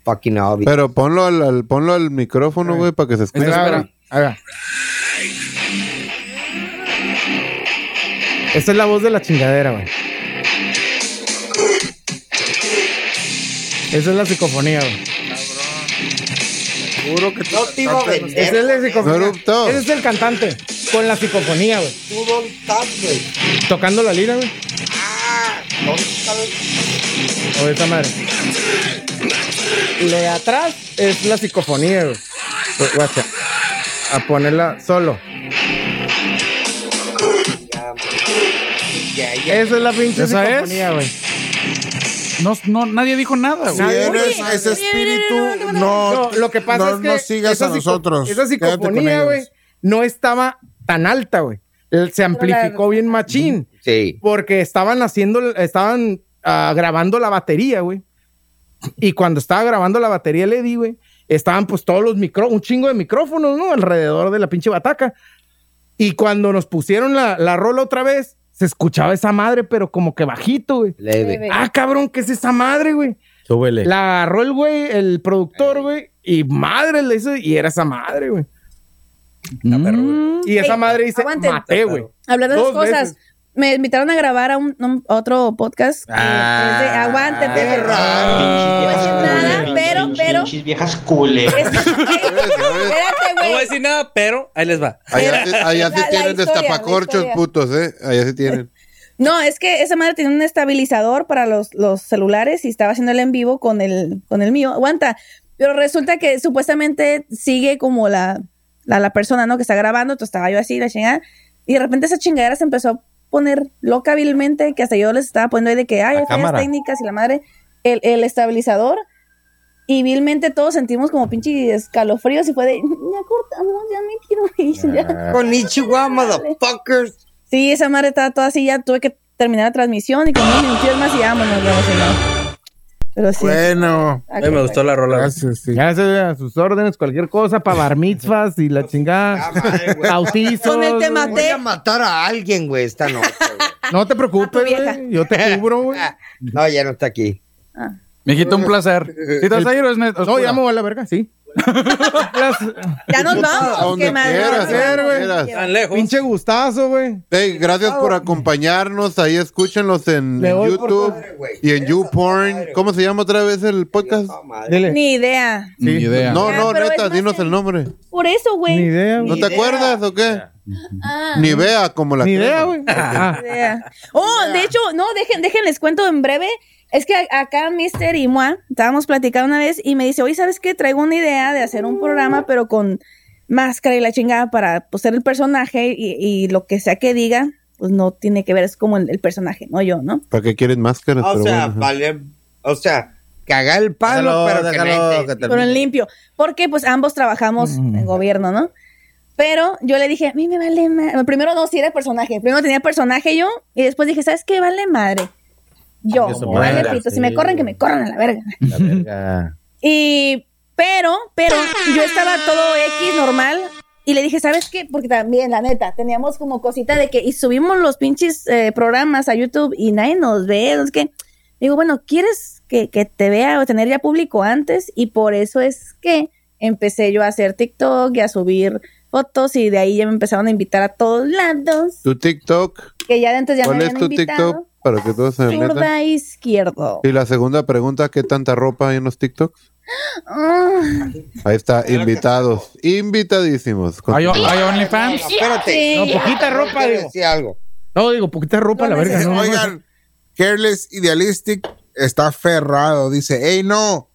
S2: Fucking obvio.
S24: Pero ponlo al, al- ponlo al micrófono, güey, para que se escuche.
S4: Espera, espera.
S3: Ahí va. Esa es la voz de la chingadera, güey. Esa es la psicofonía, güey.
S6: Seguro que
S2: no te iba a
S3: Esa es
S2: vender.
S3: la psicofonía.
S24: Corrupto.
S3: Ese es el cantante. Con la psicofonía, güey.
S2: Tú dónde estás, güey.
S3: Tocando la lira, güey.
S2: ¿Dónde está el-
S3: O esa madre. Lo de atrás es la psicofonía, güey. Gu- Guacha. A ponerla solo. Esa es la pinche
S4: ¿Esa es?
S3: psicofonía, güey.
S4: No, no, nadie dijo nada,
S6: Si
S4: güey.
S6: eres ese espíritu, no,
S3: No, lo que pasa
S6: no
S3: es que.
S6: nos sigas
S3: esa
S6: a
S3: psico-
S6: nosotros.
S3: Esa
S6: Quédate con
S3: psicofonía,
S6: ellos.
S3: güey, no estaba tan alta, güey. Él Se amplificó bien machín.
S2: Sí.
S3: Porque estaban haciendo, estaban ah, grabando la batería, güey. Y cuando estaba grabando la batería, le di, güey, estaban pues todos los micro, un chingo de micrófonos, ¿no? Alrededor de la pinche bataca. Y cuando nos pusieron la, la rola otra vez, se escuchaba esa madre, pero como que bajito, güey.
S2: Leve.
S7: Leve.
S3: Ah, cabrón, ¿qué es esa madre, güey?
S26: Súbele.
S3: La agarró el güey, el productor, güey, y madre le hizo, y era esa madre, güey.
S4: Mm.
S3: Y esa
S7: Ey,
S3: madre dice,
S7: aguanten.
S3: maté, güey.
S7: Hablando de
S3: Dos
S7: esas cosas,
S3: veces.
S7: me invitaron a grabar a, un, un- a otro podcast. eh, es
S8: Ah.
S7: de aguántate. pero-
S8: Nada,
S7: Pues pero, pero.
S8: viejas culeras.
S7: Espérate,
S10: No voy a
S7: güey.
S10: decir nada, pero ahí les va.
S6: Allá, sí- allá Ah, sí
S7: La- la
S6: tienen
S7: historia, la
S6: destapacorchos,
S7: historia.
S6: putos, ¿eh? Allá sí tienen.
S7: No, es que esa madre tenía un estabilizador para los, los celulares y estaba haciendo el en vivo con el, con el mío. Aguanta. Pero resulta que supuestamente sigue como la, la, la persona, ¿no? Que está grabando, entonces estaba yo así, la chingada. Y de repente esa chingadera se empezó a poner loca vilmente, que hasta yo les estaba poniendo ahí de que, ay, hay fallas
S27: cámara.
S7: técnicas y la madre, el, el estabilizador. Y vilmente todos sentimos como pinche escalofríos y fue de, ya cortamos, ya me quiero ir. Ya.
S2: Con Ichiwa, motherfuckers.
S7: Sí, esa madre estaba toda así, ya tuve que terminar la transmisión y con un minutillos más y vámonos, ya, o sea, no. Pero sí.
S28: Bueno.
S7: Ay, me gustó
S10: la rola.
S28: Gracias, sí.
S3: Ah, Gracias güey, a sus órdenes, cualquier cosa, para bar mitzvahs y la chingada. Bautizos. güey.
S2: Voy a matar a alguien, güey, esta noche.
S3: No te preocupes, güey, yo te cubro, güey.
S2: No, ya no está aquí.
S4: Mijito, un placer. ¿Sí te vas a ir o es net-
S3: No,
S4: oscura?
S3: ya me voy a la verga, sí.
S7: Ya nos vamos.
S6: A donde
S7: qué madre,
S6: quieras,
S7: no,
S6: a
S7: no,
S6: donde
S7: no, no,
S6: quieras.
S7: no.
S10: Tan lejos.
S3: Pinche gustazo, güey.
S6: Hey, gracias por acompañarnos. Ahí escúchenlos en
S3: Le doy por
S6: YouTube y en YouPorn. ¿Cómo se llama otra vez el podcast?
S7: Ni idea.
S6: Ni
S4: idea.
S6: No,
S7: Ah,
S6: no,
S7: pero
S6: neta,
S7: es más
S6: dinos el nombre.
S7: Por eso, güey.
S3: Ni idea,
S6: ¿No te acuerdas o qué?
S7: Ah.
S6: Ni vea como la
S3: Ni
S6: crema.
S3: idea, güey. Ah.
S7: idea. Oh, de hecho, no, dejen, déjenles cuento en breve. Es que a- acá Mister y Moa estábamos platicando una vez y me dice, oye, ¿sabes qué? Traigo una idea de hacer un programa, pero con máscara y la chingada para pues, ser el personaje y, y lo que sea que diga, pues no tiene que ver, es como el, el personaje, no yo, ¿no?
S6: ¿Para qué quieren máscaras?
S2: O
S6: Pero
S2: sea,
S6: bueno.
S2: vale. O sea, cagar el palo,
S6: Déjalo,
S2: pero
S6: déjalo
S2: que, nadie te-
S7: Pero en limpio. Porque pues ambos trabajamos en gobierno, ¿no? Pero yo le dije, a mí me vale madre. Primero no, si era personaje. Primero tenía personaje yo y después dije, ¿sabes qué? Vale madre. Yo,
S26: Eso,
S7: me vale
S26: madre,
S7: pito. Si
S26: sí.
S7: me corren, que me corran a la verga.
S26: La verga.
S7: Y, pero, pero, yo estaba todo X normal. Y le dije, ¿sabes qué? Porque también, la neta, teníamos como cosita de que, y subimos los pinches eh, programas a YouTube y nadie nos ve, no sé qué. Digo, bueno, ¿quieres que, que te vea o tener ya público antes? Y por eso es que empecé yo a hacer TikTok y a subir fotos y de ahí ya me empezaron a invitar a todos lados,
S6: ¿Tu TikTok?
S7: que ya de antes ya me
S6: ¿Cuál es
S7: habían
S6: tu
S7: invitado.
S6: TikTok? Para que todos se metan.
S7: Zurda izquierdo.
S6: Y la segunda pregunta, ¿qué tanta ropa hay en los TikToks?
S7: Ah.
S6: Ahí está, invitados, invitadísimos.
S4: ¿Hay, hay OnlyFans?
S2: Espérate.
S7: Ah.
S3: No, poquita
S2: ¿por
S3: ropa,
S2: qué
S3: digo.
S2: decía algo.
S3: No, digo, poquita ropa, la verga. No,
S28: Oigan, Careless Idealistic está aferrado. Dice, hey, no.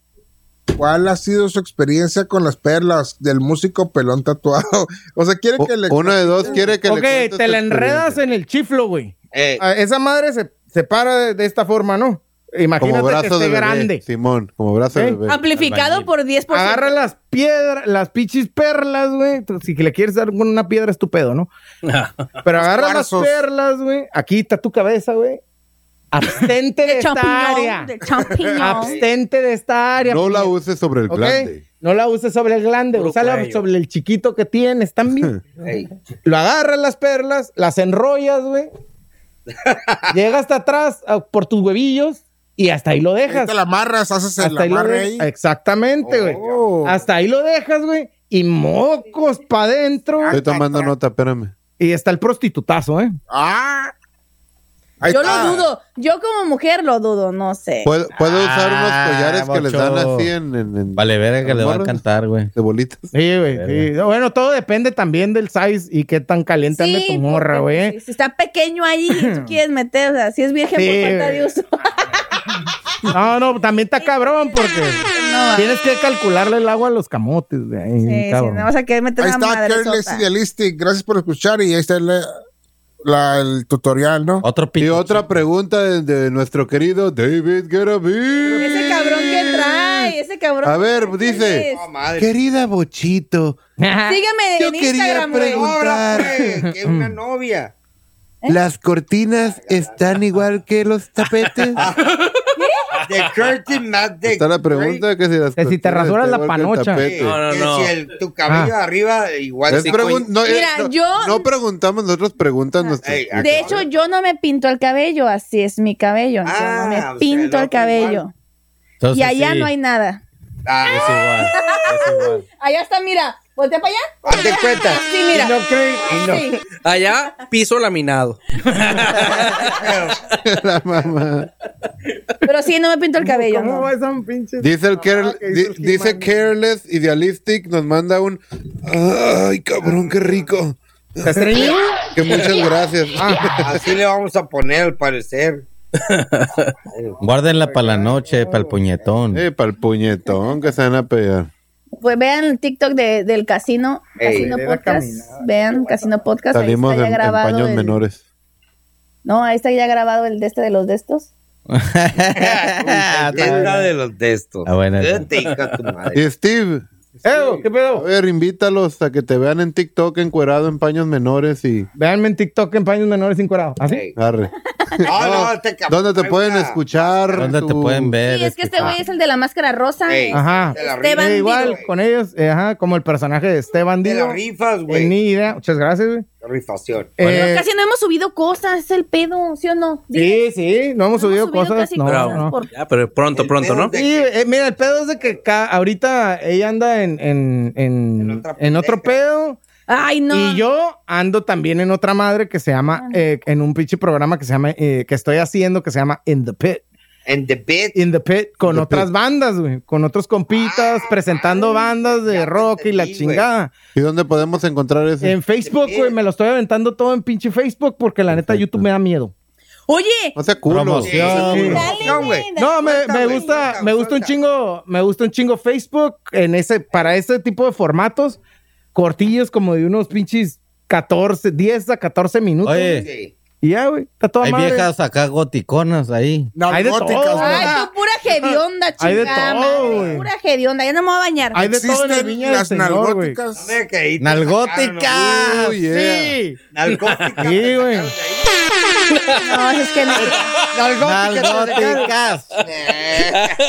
S28: ¿Cuál ha sido su experiencia con las perlas del músico pelón tatuado? O sea, quiere que le...
S6: Uno de dos quiere que
S3: Ok,
S6: le cuentes
S3: te
S6: tu
S3: la enredas en el chiflo, güey.
S2: Eh,
S3: Ah, Esa madre se, se para de, de esta forma, ¿no?
S6: Como
S3: Imagínate que
S6: brazo
S3: esté
S6: de bebé,
S3: grande.
S6: Simón, como brazo de
S3: ¿Eh?
S6: bebé.
S7: Amplificado por 10%.
S3: Agarra las piedras, las pichis perlas, güey. Entonces, Si le quieres dar con una piedra, es tu pedo, ¿no? Pero agarra las
S28: Cuarzos.
S3: perlas, güey. Aquí está tu cabeza, güey. Abstente de,
S7: De
S3: esta
S7: champiñón,
S3: área.
S7: de champiñón.
S3: Abstente de esta área.
S6: No la
S3: piña.
S6: uses sobre el
S3: ¿Ok?
S6: glande.
S3: No la uses sobre el glande, usala
S10: cuello.
S3: sobre el chiquito que tienes también.
S2: Ey.
S3: Lo agarras las perlas, las enrollas, güey. Llega hasta atrás a- por tus huevillos y hasta ahí lo
S28: Ahí
S3: dejas.
S28: te la amarras, haces el
S3: Hasta ahí lo
S28: amarre
S3: de-
S28: ahí. Oh,
S3: Exactamente, güey. Hasta ahí lo dejas, güey. Y mocos pa' adentro.
S6: Estoy tomando nota, espérame.
S3: Y está el prostitutazo, ¿eh?
S28: Ah. Ahí
S7: Yo
S28: está.
S7: lo dudo. Yo como mujer lo dudo, no sé.
S6: ¿Puedo, puedo usar unos
S26: Ah,
S6: collares que les dan
S26: bocho.
S6: así en... en- en-
S26: Vale, verga que
S6: ¿Las
S26: le va a
S6: morras?
S26: encantar, güey.
S6: de bolitas?
S3: Sí, güey. sí. Bueno, todo depende también del size y qué tan caliente ande
S7: Sí,
S3: tu morra,
S7: porque,
S3: güey. ¿eh?
S7: pues, Si, si está pequeño ahí, y tú quieres meter, o sea, si es virgen
S3: Sí,
S7: por falta de uso.
S3: No, no, también está cabrón porque tienes que calcularle el agua a los camotes, güey. ahí,
S7: Sí, sí,
S3: cabrón.
S7: no vas a querer meter
S28: Ahí
S7: una
S28: está
S7: madre.
S28: Careless Idealistic. Gracias por escuchar y ahí está el, la- el tutorial, ¿no?
S26: Otro
S6: Y
S26: pinche
S6: otra pregunta de, de nuestro querido Oh, David Garabi.
S7: Ese cabrón que trae, ese cabrón.
S6: A ver,
S7: ¿qué
S6: dice,
S7: es?
S6: querida Bochito,
S7: Sígueme
S6: yo
S7: en
S6: quería
S7: Instagram, güey.
S6: preguntar,
S2: Hombre, pues, que
S7: Mm.
S2: una novia.
S7: ¿Eh?
S6: ¿las cortinas están igual que los tapetes?
S2: De Curtin Matt de
S6: está la pregunta que si las
S3: Que si te
S6: cortinas
S3: rasuras
S6: están
S3: la
S6: igual que el
S3: panocha.
S6: tapete.
S2: No, no, no. Si el, tu cabello arriba igual.
S6: Es
S2: sí,
S6: pregun-
S2: coño.
S6: no, es-
S7: Mira,
S6: no-
S7: yo-
S6: no preguntamos, nosotros preguntamos. nuestros-
S2: Ey, ah,
S7: De hecho, yo no me pinto el cabello, así es mi cabello. yo
S2: Ah,
S7: no
S2: o sea,
S7: me pinto
S2: el
S7: el
S2: otro igual.
S7: cabello. y allá no hay nada.
S10: Ah, es igual. Es igual.
S7: Allá está, mira, voltea para allá.
S10: Hazte cuenta.
S7: Sí, mira.
S10: Y no creen, y no.
S7: Sí.
S10: Allá, piso laminado.
S6: La mamá.
S7: Pero sí, no me pinto el cabello.
S3: ¿Cómo
S7: no.
S3: va esa pinche?
S6: Dice el care-
S3: que hizo
S6: di- dice Careless Idealistic, nos manda un Ay, cabrón, qué rico. Que muchas gracias.
S2: Ah, así le vamos a poner al parecer.
S8: Guárdenla para la noche, para el puñetón.
S6: Eh, para el puñetón que se van a pegar.
S7: Pues vean el TikTok de- del casino,
S6: Ey,
S7: Casino
S6: de la
S7: Podcast. Vean Casino Podcast.
S6: Salimos
S7: ahí
S6: en,
S7: está ya
S6: en
S7: grabado.
S6: paños
S7: el-
S6: menores.
S7: No, ahí está ya grabado el de este de los de estos.
S2: Tienda de los de estos.
S8: Ah, bueno.
S2: Vete, hija de tu madre.
S6: Y Steve.
S3: Eh, ¿Qué pedo?
S6: A ver, invítalos a que te vean en TikTok encuerado en paños menores y.
S3: Véanme en TikTok en paños menores ¿Ah, sin curado. ¿Así?
S6: Arre.
S2: No, no, este cabrón.
S6: ¿Dónde te pueden escuchar?
S8: ¿Dónde te pueden ver?
S7: Sí, es que este güey es el de la máscara rosa.
S2: Ey.
S3: Ajá.
S2: Te la
S7: Esteban
S3: Eh,
S7: Digo.
S3: igual con ellos, eh, ajá, como el personaje de Esteban
S2: Te
S3: Digo.
S2: la rifas,
S3: Eh,
S2: güey.
S3: Ni idea. Muchas gracias, güey.
S2: Rifación.
S3: Eh,
S7: Pues Casi no hemos subido cosas, es el pedo, ¿sí o no?
S3: sí, sí, no hemos subido,
S7: subido
S3: cosas.
S7: casi
S3: No,
S7: cosas
S3: no.
S7: por-
S10: Ya, pero pronto, pronto, ¿no?
S3: Sí, eh, mira, el pedo es de que ca- ahorita ella anda en, en, en, en otro pedo.
S7: Ay, no.
S3: Y yo ando también en otra madre que se llama, eh, en un pinche programa que se llama, eh, que estoy haciendo, que se llama In the Pit.
S2: En The Bit.
S3: In the Pit, con otras bandas, güey, con otros compitas,
S7: Ah,
S3: presentando bandas de rock y la chingada.
S6: ¿Y dónde podemos encontrar eso?
S3: En Facebook, güey, me lo estoy aventando todo en pinche Facebook porque la neta YouTube me da miedo.
S7: Oye,
S6: No sea culo.
S8: Promoción.
S6: Sí.
S7: dale,
S2: No,
S7: güey,
S2: güey.
S7: dale.
S3: No, me,
S2: Suelta,
S3: me
S2: güey,
S3: gusta,
S2: suelta,
S3: me gusta un
S2: suelta.
S3: chingo, me gusta un chingo Facebook en ese, para este tipo de formatos, cortillos como de unos pinches 14, 10 a 14 minutos.
S8: Oye.
S3: güey. Y ya, güey, está toda
S8: Hay
S3: madre.
S8: viejas acá goticonas ahí.
S3: hay de todo.
S29: Góticas,
S3: güey.
S7: Ay, tú pura hedionda,
S3: Hay de
S7: chingada
S3: todo,
S7: madre,
S3: güey.
S7: Pura hedionda, ya no me voy a bañar.
S3: Hay de todo en el
S29: Existen
S3: viña del
S29: las
S3: señor, güey.
S29: nalgóticas.
S2: Hombre, que ahí te
S8: ¡Nalgóticas!
S6: Uy, yeah.
S3: Sí,
S2: Narcótica.
S3: sí, güey.
S7: No, es que no.
S8: ¡Nalgóticas!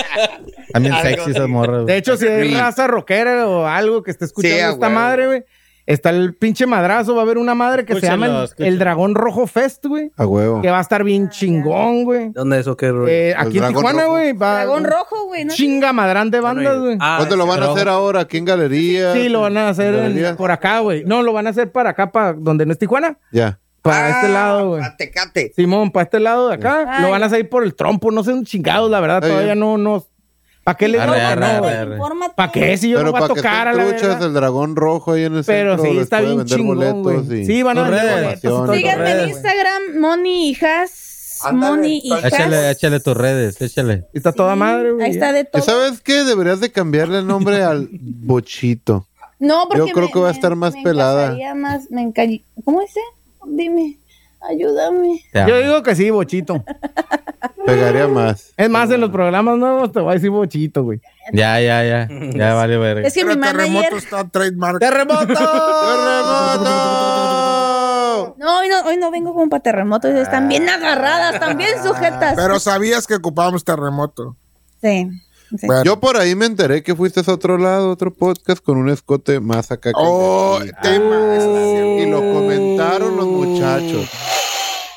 S8: También sexy esas morras.
S3: De
S8: güey.
S3: hecho, si hay raza rockera o algo que esté escuchando
S2: Sí, a
S3: esta
S2: huevo.
S3: madre, güey. Está el pinche madrazo, va a haber una madre que
S8: Escúchalo,
S3: se llama el-
S8: escúchalo.
S3: el Dragón Rojo Fest, güey.
S6: A huevo.
S3: Que va a estar
S7: Ah,
S3: bien chingón, güey.
S10: ¿Dónde es eso? ¿Qué rollo?
S3: Eh,
S6: El
S3: aquí en
S6: Dragón
S3: Tijuana,
S6: Rojo.
S3: güey. Va un
S7: Dragón rojo, güey. ¿no?
S3: Chinga madrán de bandas, güey.
S10: Ah,
S6: ¿Dónde lo van a hacer ahora? ¿Aquí en galería?
S3: Sí, lo van a hacer en-
S6: Galería.
S3: por acá, güey. No, lo van a hacer para acá, para donde no es Tijuana.
S6: Ya.
S3: Para este lado, güey.
S2: A Ah, Tecate.
S3: Simón, para este lado de acá.
S7: Ay.
S3: Lo van a hacer por el trompo. No sé, un chingado, la verdad.
S6: Está
S3: todavía
S6: bien.
S3: no, no. ¿Para qué le digo?
S8: Arre,
S3: que
S8: arre,
S3: no,
S8: arre,
S3: güey?
S8: arre.
S7: Infórmate.
S3: ¿Para qué? Si yo
S6: Pero
S3: no voy a
S6: para que
S3: tocar a
S6: estén
S3: la
S6: truchas,
S3: verga.
S6: el dragón rojo ahí en el
S3: Pero
S6: centro.
S3: sí,
S6: les
S3: está
S6: puede
S3: bien
S6: vender
S3: chingón,
S6: boletos
S3: güey.
S6: y-
S3: Sí, van a
S8: Tus
S3: vender
S8: redes.
S3: boletos y todo el
S8: Síganme
S7: Síganme
S3: rollo,
S7: en
S8: Redes,
S3: güey.
S7: Instagram, Moni Hijas.
S2: Ándale,
S7: Moni Hijas.
S8: Échale, échale tus redes, échale.
S3: Está toda madre, güey.
S7: Ahí está de todo.
S6: ¿Sabes qué? Deberías de cambiarle el nombre al bochito.
S7: No, porque
S6: Yo creo
S7: me-
S6: que va a
S7: me-
S6: estar más
S7: me
S6: pelada.
S7: encasaría más- me encall- ¿Cómo dice? Dime, ayúdame.
S8: Te amo.
S3: Yo digo que sí, bochito.
S6: Pegaría más.
S3: Es más, en los programas nuevos te voy a decir bochito, güey.
S8: Ya, ya, ya. Ya vale verga.
S7: Es que mi
S29: Pero terremoto
S7: manager.
S29: está trademark.
S6: ¡Terremoto!
S7: No, hoy no, hoy no vengo como para terremotos. Están
S8: Ah.
S7: bien agarradas, están bien sujetas.
S29: Pero sabías que ocupábamos terremoto.
S7: Sí. sí.
S29: Bueno.
S6: Yo por ahí me enteré que fuiste a otro lado, otro podcast con un escote más acá que
S29: Oh,
S6: el de aquí. Ah.
S29: tema.
S6: y lo comentaron los muchachos.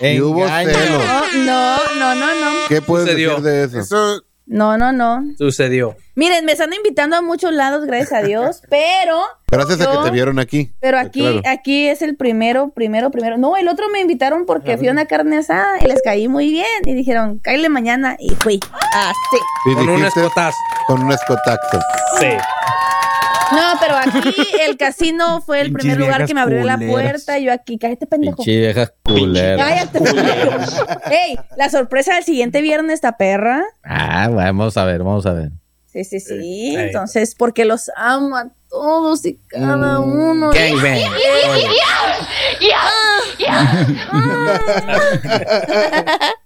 S6: Y hubo
S8: Engaño.
S6: celos.
S7: No, no, no, no.
S6: ¿Qué puedes
S10: Sucedió.
S6: decir de eso?
S29: Eso
S7: No, no, no.
S10: Sucedió.
S7: Miren, me están invitando a muchos lados, gracias a Dios, pero.
S6: Gracias a
S7: yo-
S6: que te vieron aquí.
S7: Pero aquí,
S6: Claro.
S7: aquí es el primero, primero, primero. No, el otro me invitaron porque fui a una carne asada y les caí muy bien. Y dijeron, cáile mañana. Y fui. Así.
S6: Y
S10: Con un
S6: dijiste-
S10: escotazo.
S6: Con un escotazo.
S10: Sí.
S7: No, pero aquí el casino fue el
S4: Pinches
S7: primer lugar
S4: viejas
S7: que me abrió la
S4: culeras.
S7: puerta. y Yo aquí, cállate, pendejo.
S8: Pinche vieja culera.
S7: Cállate. Ey, la sorpresa del siguiente viernes, esta perra.
S8: Ah, vamos a ver, vamos a ver.
S7: Sí, sí, sí. Entonces, porque los amo a todos y cada uno.
S10: Gangbang.
S7: ah,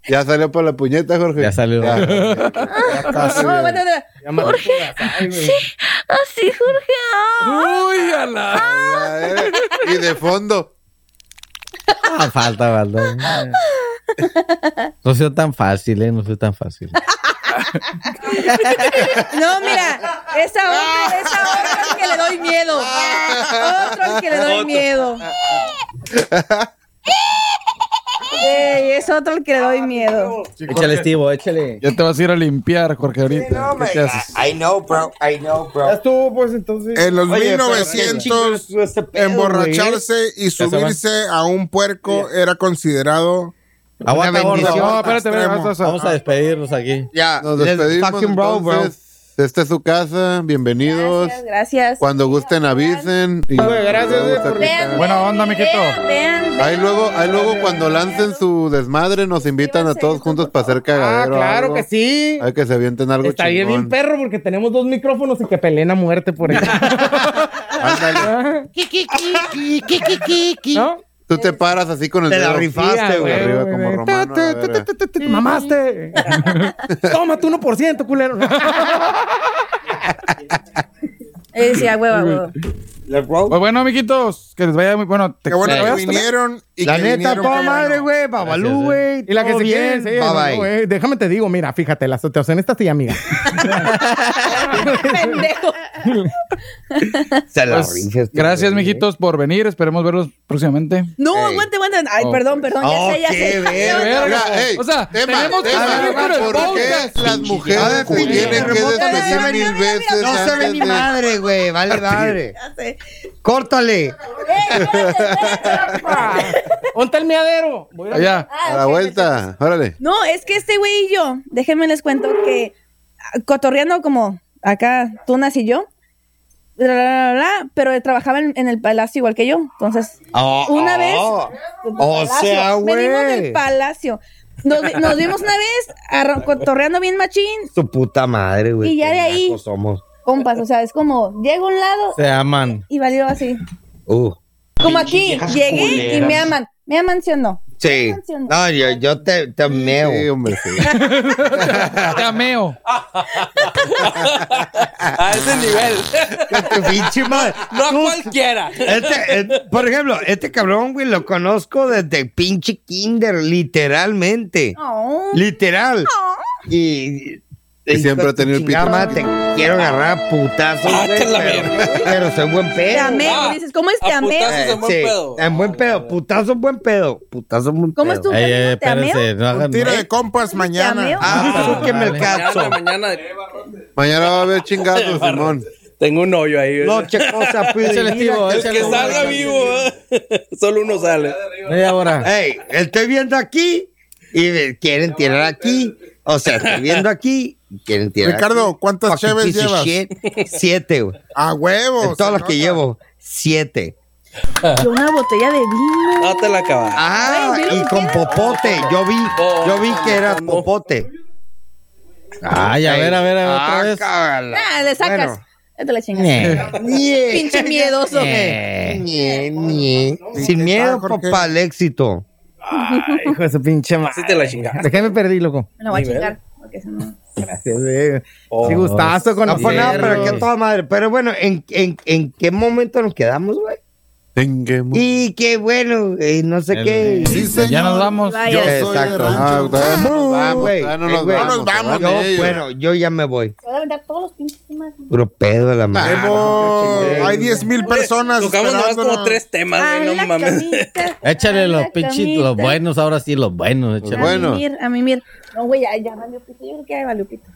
S6: Ya salió por la puñeta, Jorge.
S8: Ya salió.
S7: Ah, no, bueno, no. Jorge, sí, así Jorge. ah.
S30: Uy, a la.
S6: La era- Eh, Y de fondo.
S8: Ah, falta, falta. No sea tan fácil, eh, no sea tan fácil.
S7: No, mira, esa otra, esa otra es que le doy miedo. Otro al que le doy miedo. Ey, es es otro el que le doy miedo.
S4: Échale, Estivo,
S3: échale.
S4: Ya te vas a ir a limpiar, Jorge, ahorita.
S2: Oh
S4: ¿Qué te haces?
S31: I know, bro. I know, bro.
S3: Estuvo, pues, entonces.
S6: En los
S31: Oye, pero,
S6: 1900,
S31: ¿qué chingos, pedo,
S6: emborracharse
S31: güey?
S6: y subirse a un puerco era considerado.
S5: Aguanta,
S6: Una
S5: gordo.
S6: bendición.
S5: No, espérate, espérate,
S6: Extremo.
S5: vamos a- Vamos a despedirnos aquí.
S6: Ya.
S1: Nos
S5: Let's
S1: despedimos.
S5: fucking roll, bro.
S1: entonces. Esta es su casa. Bienvenidos.
S7: Gracias.
S1: Cuando gusten, avisen. y-
S7: Vean,
S1: Buena
S7: vean,
S1: onda, miquito.
S7: Vean, vean,
S1: Ahí luego, ahí luego cuando lancen su desmadre nos invitan a todos juntos para hacer cagadero.
S3: Ah, claro
S1: algo.
S3: que sí.
S1: Hay que se avienten algo
S3: Estaría
S1: chingón.
S3: bien perro porque tenemos dos micrófonos y que peleen a muerte por eso. ¿No?
S1: Tú te paras así con el
S3: Te la
S1: dedo
S3: rifaste, güey.
S1: Arriba como romano. a la verga.
S3: Mamaste. Tómate 1%, culero.
S7: Eh, sí, a huevo, a huevo.
S4: Pues bueno, amiguitos, que les vaya muy bueno. Te
S6: Qué bueno
S4: te
S6: que
S4: vayas-
S6: vinieron y
S4: La
S6: que
S4: neta,
S6: vinieron,
S4: toda
S6: qué
S4: madre,
S6: bueno.
S4: güey, Babalú, Gracias, eh. güey,
S3: Y la que
S4: todo
S3: se
S4: bien.
S3: quieren, sí,
S4: Bye,
S3: no,
S4: bye.
S3: güey, Déjame te digo, mira, fíjate, la situación está así, amiga.
S7: Pendejo.
S2: Se la
S4: Pues,
S2: rifas, este
S4: gracias, mijitos, por venir. Esperemos verlos próximamente.
S7: No, aguante, aguante. Ay,
S4: Oh.
S7: perdón, perdón.
S4: Oh,
S7: Ya sé, ya
S4: qué
S7: sé.
S4: verga.
S1: Mira, ey,
S4: O sea,
S1: tema,
S4: tenemos que
S6: Ah,
S1: tema.
S4: salir con el
S1: ¿Por qué
S4: podcast.
S1: las mujeres
S2: Pinche
S1: se tienen que
S2: remoto,
S1: despedir
S2: no se
S1: mil
S2: ve-
S1: veces?
S2: No se ve
S1: antes
S2: ni
S1: de-
S2: madre, güey. Vale, madre. Córtale.
S3: Ponte el miadero. Voy a-
S1: Allá, a la vuelta.
S6: pues,
S1: Órale.
S7: No, es que este güey y yo, déjenme les cuento que ah, cotorreando como acá Tunas y yo, bla, bla, bla, bla, pero trabajaba en, en el palacio igual que yo. Entonces,
S2: Oh,
S7: una vez.
S2: oh.
S7: Palacio,
S2: O sea,
S7: Venimos del
S2: güey.
S7: palacio. Nos, vi- nos vimos una vez arro- cotorreando bien machín,
S2: Su puta madre, güey.
S7: Y ya de ahí-
S2: Nacos somos.
S7: compas. O sea, es como, llego a un lado
S5: Se aman.
S7: y valió así.
S2: Uh.
S7: Como aquí,
S2: viejas
S7: llegué y me
S2: culeras.
S7: aman. ¿Me aman sí o no?
S2: Sí. No, yo, yo te, te meo. Sí,
S1: hombre,
S4: Te ameo.
S10: A ese nivel. No a cualquiera.
S2: Este, eh, por ejemplo, este cabrón, güey, lo conozco desde pinche kinder, literalmente.
S7: Oh.
S2: Literal. Y,
S1: Y siempre ha tenido el pito.
S2: chingada madre, te quiero agarrar a putazos,
S7: Ah,
S2: güey,
S7: te la
S2: pero, pero soy buen pedo.
S7: Te amé.
S2: güey.
S7: Dices, ¿cómo es te amé?
S2: Eh, sí, En buen pedo. Putazo, buen pedo. Putazo, buen pedo.
S7: ¿Cómo es tu
S5: Ey, ey,
S7: ¿Te ameo?
S5: espérense, no hagan-
S6: Un tiro
S2: ¿Eh?
S6: de compas mañana.
S2: Ah, que me el cacho.
S10: Mañana,
S1: Mañana va a haber chingados, Simón.
S10: Tengo un hoyo ahí.
S2: Noche, cosa,
S10: Échale, tío, el que salga vivo, ¿eh? solo uno sale.
S2: Ey, estoy viendo aquí y me quieren tirar aquí. O sea, estoy viendo aquí y quieren tirar
S6: Ricardo,
S2: aquí.
S6: ¿cuántas
S2: Fucking
S6: cheves
S2: piece of
S6: llevas? Ah,
S2: shit. Siete, güey.
S6: A huevos.
S2: De todas las que llevo, siete.
S7: Y una botella de vino.
S10: No te la acabas.
S2: Ah, y con popote. Yo vi, yo vi que era popote.
S5: Ay, a ver, a ver, a ver, otra
S2: Ah,
S5: vez.
S2: cágala.
S7: Ah, le sacas.
S2: Bueno.
S7: Vete a la
S2: Nie.
S7: chingada. Ah, Pinche miedoso.
S2: Nie, nie, nie. Sin miedo, papá, al éxito.
S3: Hijo de su pinche madre.
S10: Así te la chingaste.
S3: ¿De qué me perdí, loco?
S7: Me lo voy a chingar. porque si no-
S3: Gracias, güey. Sí, gustazo con
S2: No fue nada, pero que a toda madre. Pero bueno, ¿en, en, en qué momento nos quedamos, güey? Y qué bueno, eh, no sé qué.
S4: Ya nos vamos.
S7: Vaya.
S2: Exacto.
S1: Ah, todavía no nos vamos,
S2: Güey,
S1: todavía no
S2: eh,
S1: nos
S2: güey,
S1: vamos, se van
S2: Yo,
S1: ellos.
S2: bueno, yo ya me voy.
S7: Te voy a aventar todos los pinches temas.
S2: Puro pedo de la madre.
S6: Hemos- Hay 10 mil personas.
S10: Tocamos nomás
S6: esperándonos.
S10: como tres temas, güey, no mames.
S5: Échale los
S7: la
S5: pinches,
S7: camita.
S5: los buenos, ahora sí, los buenos.
S3: Pues,
S5: Échale.
S7: A mimir, a mimir. No, güey, ya, ya valió pito. Yo creo que ya valió pito.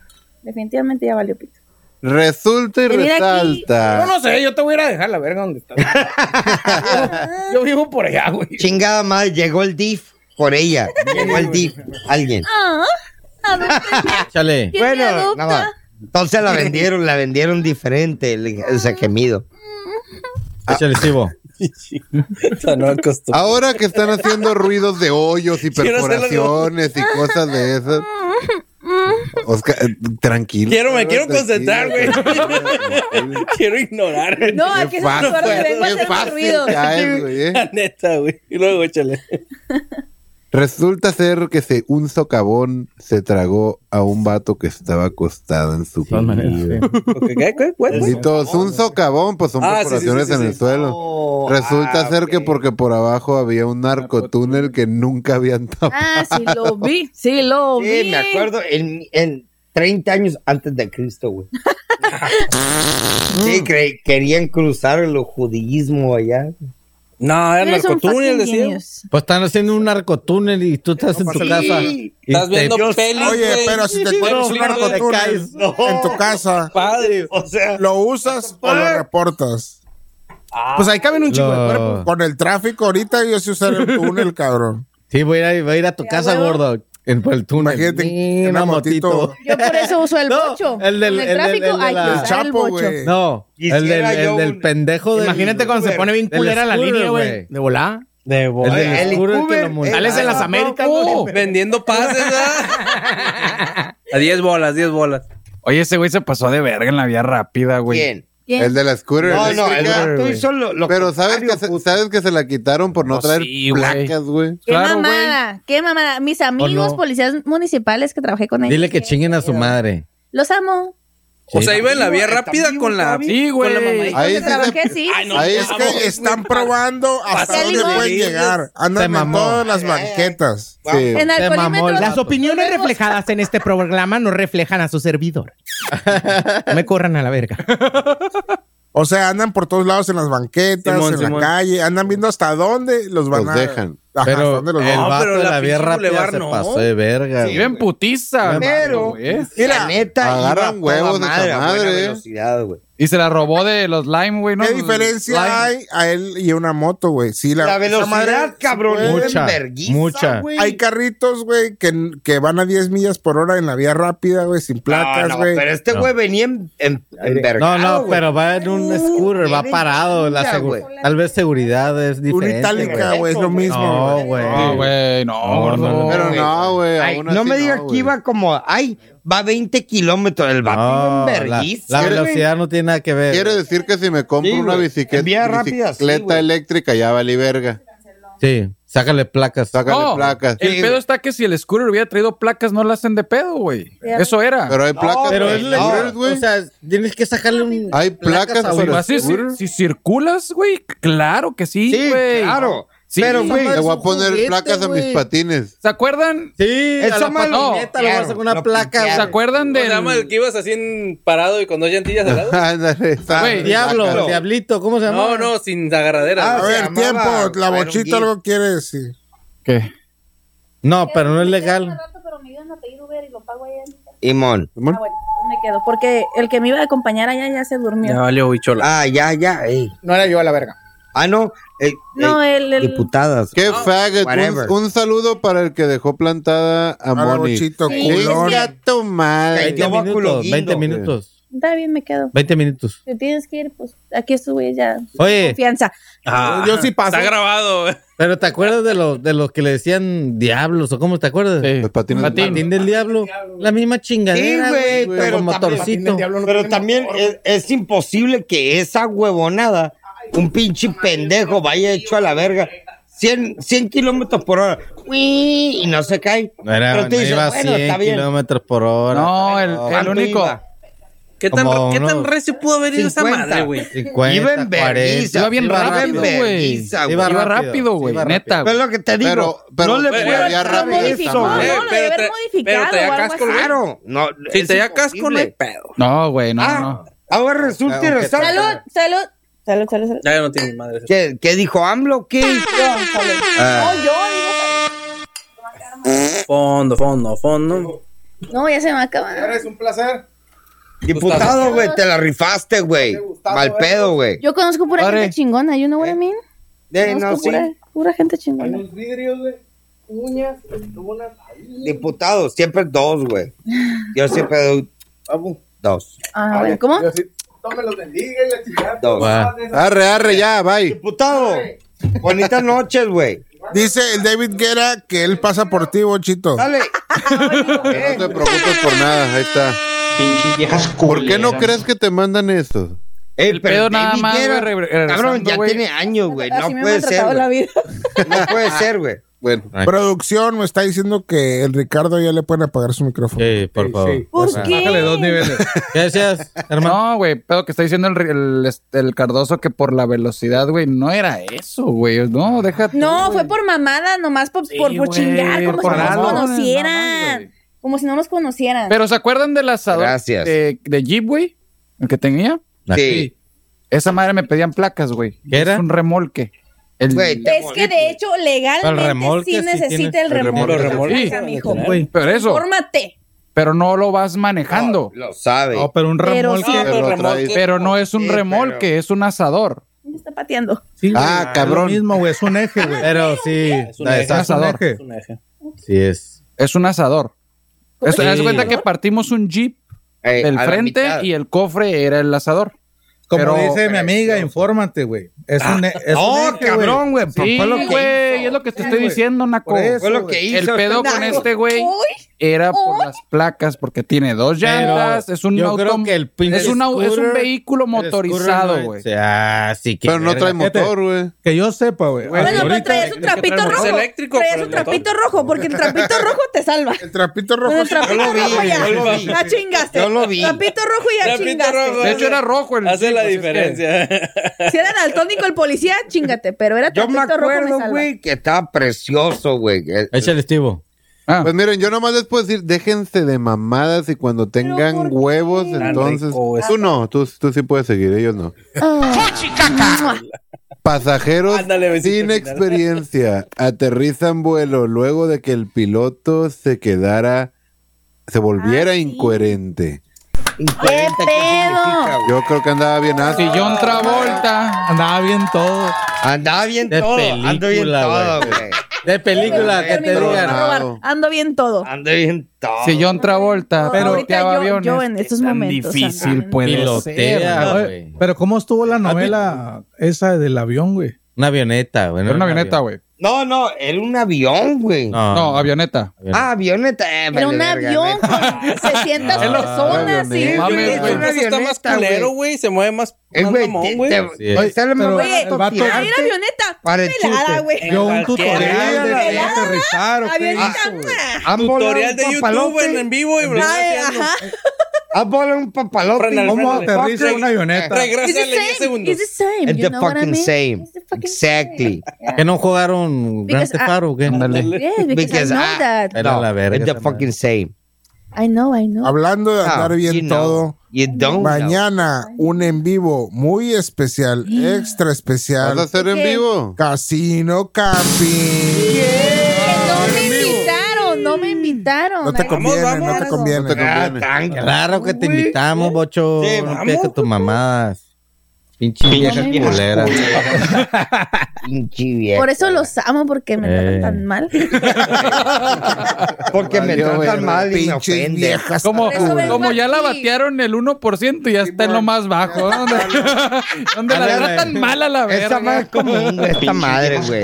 S7: Definitivamente ya valió pito.
S1: Resulta y
S7: Venir aquí.
S1: resalta.
S3: Yo no sé, yo te voy a ir a dejar la verga donde estás. yo, yo vivo por allá, güey.
S2: Chingada madre, llegó el DIF por ella. Llegó el DIF. Alguien.
S7: Ah,
S3: ah.
S7: adopta.
S5: Échale.
S7: ¿Quién me
S2: Bueno,
S7: adopta?
S2: no va. entonces la vendieron, la vendieron diferente, el, ese gemido.
S5: Échale,
S3: Ah.
S5: Sibo.
S1: Ahora que están haciendo ruidos de hoyos y
S10: Quiero hacerlo.
S1: perforaciones y cosas de esas. Oscar, eh, tranquilo.
S10: Quiero, me quiero
S1: tranquilo,
S10: concentrar, güey. quiero ignorar.
S7: No, aquí es un lugar donde vengo a hacer mis ruidos.
S1: caes, güey, eh.
S10: La neta, güey. Y luego échale.
S1: Resulta ser que se, un socavón se tragó a un vato que estaba acostado en su comida.
S10: ¿Qué, qué, qué, qué?
S1: Litos, un socavón, pues son
S10: Ah, sí, sí,
S1: perforaciones
S10: sí, sí,
S1: en el
S10: sí.
S1: suelo.
S2: Oh,
S1: Resulta
S10: ah,
S1: ser
S10: ok.
S1: que porque por abajo había un narcotúnel que nunca habían tapado.
S7: Ah, sí lo vi. Sí lo vi.
S2: Sí, me acuerdo en, en 30 años antes de Cristo, güey. sí, cre- querían cruzar el judaísmo allá.
S10: No, era
S3: Eres un
S10: narcotúnel,
S3: fucking
S10: decía.
S3: genius. Pues están haciendo un narcotúnel y tú estás en tu
S10: pasa
S3: casa.
S10: nada.
S3: y
S10: Estás
S3: te-
S10: viendo
S3: Dios,
S10: pelis,
S3: Oye,
S10: güey.
S3: pero si te
S6: encuentras
S3: No,
S6: un
S3: claro, te
S6: narcotúnel
S3: caes. No.
S6: en tu casa.
S10: Padre, o sea.
S6: ¿Lo usas o lo reportas?
S32: Pues ahí caben un
S3: chingo de Lo- cuerpos.
S6: Con el tráfico ahorita yo sí usar el túnel, cabrón.
S3: Sí, voy a ir, voy a, ir a tu casa, gordo. En por el túnel.
S6: Imagínate,
S3: Ni
S6: una
S3: una motito.
S6: motito.
S7: Yo por eso uso el bocho.
S3: El del
S7: Con el tráfico hay que usar el bocho.
S3: No, el del,
S7: Quisiera yo
S3: el del pendejo del-
S32: Imagínate cuando se pone bien
S3: del
S32: culera la
S3: scooter,
S32: línea, güey. De volá.
S3: De
S32: volar.
S3: El,
S32: El
S3: del scooter que
S32: Uber,
S3: lo monta.
S32: sales en las Américas,
S10: Oh,
S32: güey.
S10: vendiendo pases, ¿verdad? A 10 bolas, 10 bolas.
S4: Oye, ese güey se pasó de verga en la vía rápida, güey.
S10: ¿Quién?
S7: ¿Quién?
S33: El de la scooter
S4: No, no, el
S33: eléctrica.
S4: vato hizo
S33: Pero sabes que, se, sabes que se la quitaron por no,
S4: No,
S33: traer
S4: sí, güey.
S33: placas, güey.
S7: Qué mamada, qué mamada. Mis amigos
S3: no?
S7: policías municipales que trabajé con ellos.
S3: Dile que chinguen a su madre.
S7: Los amo.
S10: O sea, iba en la vía rápida con la.
S4: Sí,
S10: Con la mamá.
S7: Ahí trabajé, sí.
S10: Ay, no,
S6: Ahí es
S10: vamos,
S6: que están probando hasta
S7: Pastel
S6: dónde
S7: limón.
S6: pueden llegar. Andan en todas las banquetas. Sí.
S7: En alcoholímetros-
S32: Las opiniones reflejadas en este programa no reflejan a su servidor. No me corran a la verga.
S6: O sea, andan por todos lados en las banquetas,
S32: Simón,
S6: en
S32: Simón.
S6: la calle, andan viendo hasta dónde los van
S33: Los
S6: a
S33: dejan.
S6: Ajá,
S3: Pero
S6: hasta dónde los
S3: el
S6: van.
S3: vato de la vía rápida se pasó de verga.
S4: Sí,
S3: güey.
S4: ven putiza. ¿Eh?
S2: Pero,
S6: Mira,
S2: la neta,
S33: agarran
S2: iba a toda
S33: huevos de
S2: madre,
S33: esa
S2: a buena
S33: madre, eh.
S2: velocidad, güey.
S4: Y se la robó de los Lime, güey, ¿no?
S6: ¿Qué diferencia
S4: Lime.
S6: hay a él y a una moto, güey? Sí, la,
S2: La
S6: esa
S2: velocidad,
S6: madre-
S2: cabrón,
S6: sí, güey.
S3: Mucha, mucha.
S2: güey.
S6: Hay carritos, güey, que, que van a 10 millas por hora en la vía rápida, güey, sin placas,
S2: no,
S6: güey.
S2: pero este
S3: No.
S2: güey venía en, en,
S3: No, no,
S2: güey.
S3: pero va en un scooter, va
S2: tiene
S3: parado. La
S2: chinga,
S3: segu-
S2: güey.
S3: Tal vez seguridad es diferente.
S6: Una itálica, güey, es lo mismo.
S3: No, güey.
S6: güey.
S4: No, güey, no,
S3: No,
S4: gordo.
S3: no, no.
S33: Pero no, güey.
S2: Ay,
S33: aún
S2: no
S33: así
S2: me digas que
S33: güey.
S2: iba como, ay, va 20 kilómetros el vato.
S3: No,
S2: iba en
S3: la,
S2: verguiza,
S3: la
S2: güey.
S3: velocidad no tiene nada que ver.
S33: Quiere decir que si me compro
S2: Sí,
S33: una
S2: güey.
S33: bicicleta,
S2: En vía rápida, sí,
S33: bicicleta
S2: güey.
S33: eléctrica, ya vale verga.
S3: Sí, sácale placas.
S33: Sácale
S4: No,
S33: placas.
S4: el
S33: Sí,
S4: pedo está que si el scooter hubiera traído placas, no la hacen de pedo, güey.
S7: Ya.
S4: Eso era.
S33: Pero hay
S3: No,
S33: placas
S3: pero
S33: para
S3: es
S33: scooters,
S3: legal.
S33: güey.
S3: O sea, tienes que sacarle un.
S33: hay placas
S3: placas
S33: para
S4: Pero así, si,
S33: scooters.
S4: si circulas, güey, claro que sí,
S2: Sí,
S4: güey.
S2: claro.
S4: Sí,
S2: Pero,
S4: esa
S2: güey,
S4: madre-
S33: Le voy a poner
S3: juguete,
S33: placas a mis
S3: güey.
S33: patines.
S4: ¿Se acuerdan?
S3: Sí,
S4: Eso
S3: a la
S4: mal- no,
S3: patineta le vas a sacar una
S2: lo
S3: placa.
S4: ¿Se
S3: güey.
S4: acuerdan
S10: ¿Cómo se llama el
S4: del
S10: que ibas así en parado y con dos llantillas al lado?
S33: Ándale, está.
S4: Güey,
S3: Diablo, diablito, ¿cómo se llama?
S10: No, no, sin agarradera.
S6: A
S10: güey.
S6: ver, tiempo, la bochita algo quiere decir.
S4: ¿Qué?
S3: No, pero no es legal.
S7: Pero me iban a pedir Uber y lo pago allá.
S2: Imón.
S7: Ah, bueno, me quedo. Porque el que me iba a acompañar allá ya se durmió.
S10: Ya valió bichola.
S2: Ah, ya, ya, ey.
S32: No era yo a la verga.
S2: Ah, no. ey,
S7: No,
S2: ey,
S7: el- el-
S2: Diputadas.
S33: Qué faggot.
S2: whatever.
S33: Un, un saludo para el que dejó plantada a
S6: Ahora,
S33: Moni.
S6: bochito,
S7: Sí,
S6: culón.
S7: es que-
S33: Venga tu madre.
S3: 20
S2: Yo voy a culo
S3: minutos, 20
S2: guingo,
S3: minutos.
S7: Está bien, me quedo.
S3: 20 minutos.
S7: Si tienes que ir, pues aquí estuve ya.
S3: Oye,
S7: Confianza.
S10: Ah,
S32: Yo sí paso.
S10: Está grabado. güey.
S3: pero ¿te acuerdas de los de los que le decían diablos o cómo te acuerdas?
S4: Sí.
S33: Los patines.
S4: Patín.
S3: Patín del diablo, la misma chingadera,
S2: Sí, güey,
S3: güey, pero con motorcito.
S2: Pero también es, es imposible que esa huevonada, un pinche pendejo, vaya hecho a la verga. 100, 100 kilómetros por hora. Uy, y no se cae.
S3: No era,
S2: Pero tú
S3: no
S2: dices,
S3: iba a
S2: bueno,
S3: 100
S2: está bien.
S3: kilómetros por hora.
S4: No, el, el
S2: ¿Cuánto
S4: único.
S2: iba?
S10: ¿Qué tan,
S3: Como
S10: ¿qué tan
S3: unos
S10: recio pudo haber ido esa
S2: 50.
S10: madre, güey?
S3: 50,
S2: Iba en
S3: 40.
S2: vergüenza,
S4: Iba bien
S3: Iba
S4: rápido,
S3: rápido.
S4: güey.
S2: Iba
S4: Iba rápido,
S3: rápido,
S4: güey.
S3: iba
S4: Neta.
S2: Pero es lo que te digo.
S33: Pero- pero-
S2: no le
S10: pero
S2: puedes
S33: había
S2: dar
S33: rápido,
S2: eso,
S33: está mal.
S2: güey.
S7: No, lo
S10: pero
S7: debe
S10: tra-
S7: haber modificado
S10: pero traía
S7: o algo
S10: casco,
S7: así.
S10: güey.
S2: Claro. No,
S10: Si
S2: es
S10: te da casco, no hay
S2: imposible.
S10: pedo.
S4: No, güey, no,
S2: Ah,
S4: no.
S2: Ahora resulta y resalta
S7: Salud, salud. Salud, salud, salud.
S10: Ya no tiene ni madre.
S2: ¿Qué, qué dijo AMLO? ¿Qué?
S7: No, yo digo.
S10: Fondo, fondo, fondo.
S7: No, ya se me va a acabar.
S32: Es un placer.
S2: Diputado, güey, te la rifaste, güey.
S32: Gustavo,
S2: Mal pedo, güey.
S7: Yo conozco pura
S2: Arre.
S7: gente chingona, you know what I mean?
S2: Eh, no,
S7: Conozco
S2: sí.
S7: pura, pura gente chingona.
S32: vidrios, de Uñas, estonas.
S2: Diputado, siempre dos, güey. Yo siempre doy dos.
S7: Ah, bueno, ¿cómo?
S32: Tome los bendiga y la chingada.
S2: Dos.
S3: Wow.
S33: Arre, arre, ya, bye.
S2: Diputado, bonitas noches, güey.
S6: Dice el David Guerra que él pasa por ti, bochito.
S2: Dale.
S33: No te preocupes por nada, ahí está.
S8: Pinches viejas
S33: ¿Por qué no
S8: culeras.
S33: crees que te mandan eso?
S2: Eh,
S4: El pedo nada
S2: David
S4: más, güey,
S2: Guerra,
S4: re- regresando,
S2: Cabrón, ya
S4: güey.
S2: tiene años, güey. No
S7: Así me
S2: puede
S7: han
S2: ser,
S7: tratado la
S2: güey.
S7: vida.
S2: No puede ser, güey.
S33: Bueno,
S6: Producción me está diciendo que el Ricardo ya le pueden apagar su micrófono.
S3: Sí, por favor.
S7: ¿Por
S4: Bájale dos
S7: qué?
S4: niveles.
S3: ¿Qué decías, hermano?
S4: No, güey, pero que está diciendo el, el, este, el Cardoso que por la velocidad, güey, no era eso, güey. No, déjate.
S7: No, fue por mamada, nomás por, por, por
S4: güey,
S7: chingar, como
S4: por
S7: si no nos
S4: razones, nada más,
S7: conocieran.
S4: güey.
S7: como si no nos conocieran.
S4: Pero ¿se acuerdan del asador
S2: Gracias.
S4: De, de Jeep, güey? El que tenía.
S3: Sí.
S4: Sí. Esa madre me pedían placas, güey.
S3: ¿Qué era?
S4: Es un remolque. El-
S7: Es que de hecho
S4: El
S7: legalmente
S4: remolque
S7: sí
S4: sí
S7: necesita
S4: tiene-
S7: el
S4: el remolque.
S7: remolque. de
S4: El remolque.
S7: casa,
S4: Sí,
S7: mijo.
S4: güey, pero eso-
S7: Fórmate.
S4: Pero no lo vas manejando.
S2: lo sabe.
S4: No, pero un
S7: Pero remolque- sí,
S4: Pero,
S7: pero
S3: traes-
S4: no es un
S3: Sí,
S4: remolque,
S3: pero-
S4: es un asador.
S7: Me está pateando.
S3: Sí, güey,
S4: Ah,
S3: es
S4: cabrón.
S3: Lo mismo, güey, es un eje, güey.
S8: Pero sí,
S4: un eje.
S3: es un
S4: Asador.
S3: eje.
S8: Sí es.
S4: Es un asador.
S8: ¿Cómo
S4: Esto-
S8: se
S4: haz
S8: llama?
S4: de cuenta que partimos un jeep
S2: Eh,
S4: del
S3: a la
S4: frente
S3: mitad.
S4: y el cofre era el asador.
S3: Como
S4: Pero-
S3: dice mi amiga, infórmate, güey. Es un, e- es
S4: no,
S3: un eje,
S4: cabrón, güey.
S3: Sí,
S4: Fue lo que hizo. es lo que te estoy diciendo, Naco.
S3: Por eso,
S4: Fue lo que
S3: güey.
S4: hizo. El pedo con este güey era por las placas, porque tiene dos
S8: Pero
S4: llantas, es un
S8: yo creo
S4: auto-
S8: que el pinche
S4: es, un au- es un
S8: scooter-
S4: vehículo
S8: el scooter
S4: motorizado,
S8: no-
S4: güey.
S8: Ah, sí que
S34: Pero no trae motor,
S3: güey. Que yo sepa, güey.
S7: Bueno, pero traes un trapito rojo. traes un trapito rojo, porque el trapito rojo te salva. El
S6: trapito
S7: rojo. el trapito
S10: Yo lo vi,
S7: rojo ya.
S10: yo lo vi.
S7: Ya chingaste.
S10: Yo lo vi.
S7: Trapito rojo ya
S10: Trapito
S7: chingaste.
S10: rojo. De hecho, era
S4: rojo el
S10: Hace
S3: pues,
S10: la diferencia.
S7: Si era daltónico el policía, chingate, pero era
S2: Yo me
S7: trapito rojo me
S2: acuerdo,
S7: salva.
S2: güey, que estaba precioso, güey.
S8: Échale, Estivo.
S34: Pues miren, yo nomás les puedo decir, déjense de mamadas y cuando tengan huevos, entonces.
S2: rico
S34: Tú no, tú, tú sí puedes seguir, ellos no.
S7: Ah.
S34: Pasajeros sin experiencia aterrizan vuelo luego de que el piloto se quedara, se
S7: Ah,
S34: volviera incoherente.
S7: ¿Qué pedo?
S34: Yo creo que andaba bien así.
S4: John Travolta.
S3: Andaba bien todo.
S2: Andaba bien
S8: De película, güey. De película, que te
S7: Permíteme robar.
S8: digan.
S7: Ando bien todo.
S2: Ando bien todo.
S4: Si John Travolta
S7: Pero
S4: piloteaba
S7: ahorita yo-
S4: aviones,
S7: yo en estos
S4: ¿qué tan
S7: momentos,
S4: difícil
S7: ajá.
S4: puede
S8: Pilotea,
S4: ser.
S3: Oye,
S4: güey.
S3: Pero ¿cómo estuvo la novela esa del avión, güey?
S8: Una avioneta, güey.
S4: Era una avioneta, güey.
S2: No, no, era un avión, güey.
S8: No,
S4: No, avioneta.
S2: Ah, avioneta. eh, vale,
S7: Era un
S2: verga,
S7: avión con 600
S2: Ah,
S7: personas.
S2: avioneta.
S7: sí.
S2: Mames,
S7: güey.
S2: güey.
S10: Eso está más culero, güey. Se mueve más,
S2: Eh,
S10: más mamón,
S3: Oye,
S10: güey.
S3: pero
S7: Oye,
S3: el vato-
S7: ahí la avioneta.
S3: Para el
S7: Pelada,
S3: chiste.
S7: güey.
S3: Yo un tutorial de cómo
S7: Pelada,
S3: aterrizar, ¿o qué
S7: Avioneta,
S3: hizo, güey?
S8: Han
S10: Tutorial de YouTube en, en vivo y me lo estoy haciendo.
S8: A volar un papalote.
S10: Frenale,
S8: ¿Cómo
S10: frenale.
S8: aterriza
S10: Fuck.
S8: una avioneta?
S10: Regresa
S7: It's the
S10: 10
S7: same,
S10: segundos.
S7: it's the same,
S8: It's
S7: you
S8: the
S7: know what I
S8: fucking
S7: mean?
S8: same.
S7: este
S8: Exactly.
S7: Yeah.
S8: Que no jugaron Grand
S7: Because I-
S8: Theft Auto, ¿qué?
S7: Ándale. Yes, because I know
S8: ah,
S7: that.
S8: era
S2: No,
S8: la verga.
S2: it's the fucking same.
S7: I know, I know.
S6: Hablando de
S2: No,
S6: andar bien
S2: you know.
S6: todo.
S2: You don't
S6: Mañana un en vivo muy especial, extra especial.
S34: ¿Vas a hacer en
S7: ¿Qué?
S34: vivo?
S6: Casino Camping.
S7: No me invitaron, no me invitaron.
S6: No te conviene, no te conviene.
S2: Ah,
S8: Claro que te invitamos, bocho. no pienses tus mamadas. Pinche vieja
S2: Pinche vieja
S8: culera.
S2: Pinche vieja.
S7: Por eso los amo, porque me tratan
S2: Eh.
S7: tan mal.
S2: Porque me
S4: Valió
S2: tratan
S4: verga.
S2: mal y me
S4: Pinches
S2: ofenden.
S4: viejas. Como,
S2: Por eso vengo
S4: como ya la
S7: aquí.
S4: batearon el 1% y ya está en lo más bajo. Donde, donde la
S2: Ándale.
S4: tratan mal a la verga.
S2: Esa madre es común, güey. Esta madre, güey.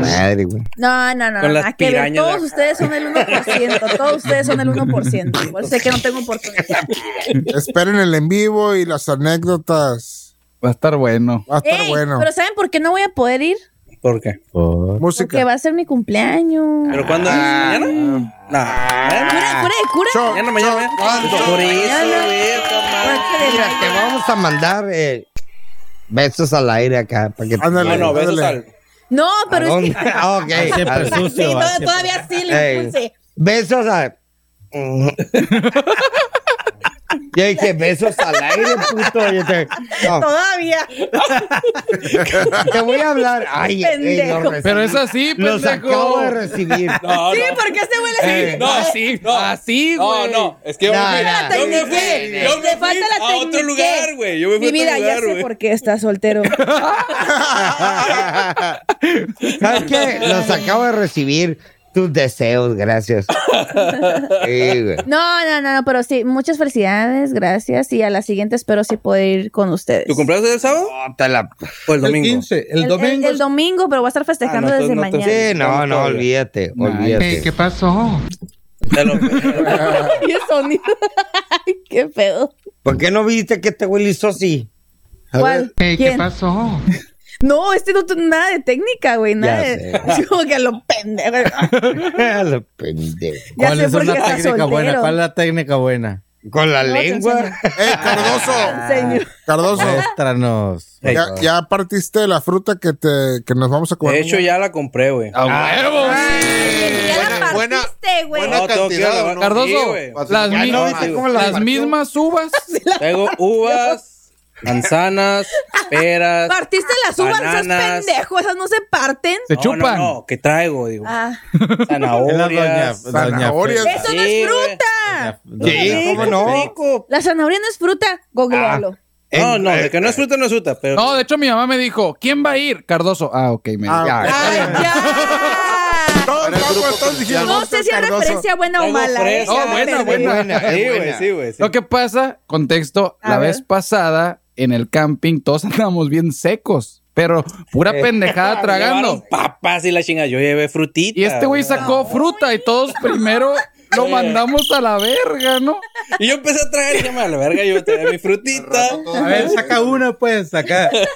S2: La madre, güey.
S7: No, no, no.
S2: Con las
S7: nada que ver.
S2: pirañas de
S7: Todos ustedes son el 1%. Todos ustedes son el 1%. Por eso sé que no tengo oportunidad.
S6: Esperen el en vivo y las anécdotas.
S4: Va a estar bueno.
S6: Va a estar
S7: Ey,
S6: bueno.
S7: Pero ¿saben por qué no voy a poder ir?
S10: ¿Por qué?
S7: Porque va a ser mi cumpleaños.
S10: ¿Pero cuándo? ¿Mañana? No.
S7: Cura,
S10: Ah.
S7: cura, cura.
S10: Mañana, mañana.
S7: Ah,
S10: Por eso, güey.
S2: Mira, te vamos a mandar eh, besos al aire acá. Para que
S10: No, no, besos al...
S7: No,
S2: ¿A
S7: pero es
S2: dónde?
S7: que.
S2: Ah, ok. Siempre
S7: Sí,
S2: sucio,
S7: todavía-
S2: siempre.
S7: todavía sí le
S2: Ey.
S7: impulse.
S2: Besos al. Yo dije, besos al aire, puto. Yo te, no,
S7: Todavía.
S2: te voy a hablar. Ay, ey, lo
S7: Pendejo.
S2: recibí.
S4: Pero es así,
S2: Los
S4: pendejo.
S2: acabo de recibir.
S7: sí, porque este güey le
S4: No, así, no, así, güey.
S10: No, no, es que yo
S2: No,
S10: me fui,
S2: no,
S10: yo me fui,
S7: tecniqué.
S10: yo me
S7: Te
S10: fui
S7: falta la
S10: a otro
S7: tecniqué.
S10: lugar, güey. Yo me fui
S7: Mi
S10: a
S7: vida,
S10: otro
S7: ya
S10: lugar,
S7: sé
S10: güey.
S7: por qué estás soltero.
S2: ¿Sabes qué? Los acabo de recibir tus deseos, gracias. Sí, güey.
S7: No, no, no, no, pero sí, muchas felicidades, gracias. Y a la siguiente espero sí poder ir con ustedes.
S10: ¿Tu cumpleaños es el sábado?
S2: No, te la-
S10: ¿O el domingo?
S3: 15,
S7: El-
S3: el
S7: el-
S3: domingo.
S7: El, domingo, pero voy a estar festejando
S10: Ah, no,
S7: desde
S10: entonces no te-
S7: mañana.
S2: Sí, no, no, olvídate, olvídate.
S4: ¿Qué pasó?
S7: y el sonido. Ay, qué pedo.
S2: ¿Por qué no viste que este güey le hizo así?
S7: ¿Cuál? ¿Quién?
S4: pasó?
S7: No, este no tiene nada de técnica, güey. Nada
S2: Ya
S7: de-
S2: sé.
S7: Es como que a lo pendejo.
S2: A la pendejo.
S7: Ya
S8: ¿Cuál
S7: sé
S8: es
S7: por
S8: una
S7: qué estás
S8: técnica buena?
S7: soltero.
S8: ¿Cuál es la técnica buena?
S2: Con la
S7: No, te
S2: lengua.
S6: ¡Eh, Cardoso!
S7: enseño.
S6: Cardoso,
S8: Muéstranos.
S6: ya, ya partiste de la fruta que, te, que nos vamos a comer.
S10: De hecho, ya la compré, güey.
S4: Ah,
S7: Ya la partiste, güey.
S10: Pues, No, tengo que ir a lavar-
S4: Cardoso,
S10: Sí, güey.
S4: las,
S10: Ya
S4: mi-
S10: no, viste cómo la
S4: las
S10: partió.
S4: mismas uvas.
S10: Tengo uvas, manzanas, peras.
S7: Partiste las uvas, esas
S10: Bananas.
S7: pendejo, esas no se parten.
S10: No, No, no, ¿qué traigo? Digo,
S7: Ah.
S10: zanahorias.
S5: Es la doña- doña
S10: zanahorias.
S5: Fe.
S7: Eso no es fruta.
S10: Sí, ¿cómo no?
S7: La zanahoria no es fruta,
S2: Ah.
S7: googlealo.
S10: No, no, de que no es fruta, no es fruta, pero.
S4: No, de hecho mi mamá me dijo, ¿quién va a ir? Cardoso. Ah, ok, me ya.
S7: No sé si era referencia buena o mala. ¿eh?
S4: No,
S7: Ya me
S4: buena,
S7: perdí.
S4: buena.
S10: Sí,
S4: es
S10: güey,
S4: buena.
S10: sí, güey, sí.
S4: Lo que pasa, contexto,
S10: A
S4: la
S10: ver.
S4: vez pasada en el camping todos andábamos bien secos, pero pura pendejada tragando.
S10: Llevaron Papas y la chinga, yo llevé frutita.
S4: Y este güey sacó fruta y todos primero lo
S10: Sí.
S4: mandamos a la verga, ¿no?
S10: Y yo empecé a traer, ya me a la verga, yo traía mi frutita.
S22: A ver, saca una, pues, saca.
S2: Ya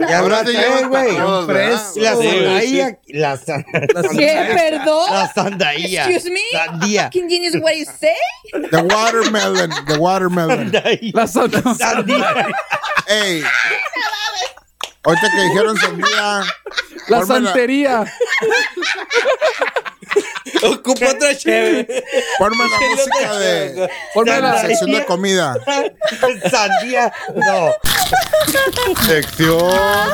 S22: Ahora
S2: habrá
S22: te
S2: tres,
S22: llevas
S2: güey.
S22: para todos, ¿verdad?
S2: Y La
S22: Sí,
S2: sandaía. La
S7: ¿Qué? ¿Perdón?
S2: La sandaía.
S7: Excuse me.
S2: Sandía.
S7: Fucking genius, what you say?
S6: The watermelon, the watermelon.
S4: La
S6: sandía. Ey. Ahorita que dijeron sandía.
S4: La
S6: ponme
S4: santería.
S10: Ocupa otra chévere.
S6: Ponme la música de.
S4: Ponme la-
S6: sección de comida.
S2: Sandía. No.
S1: Sección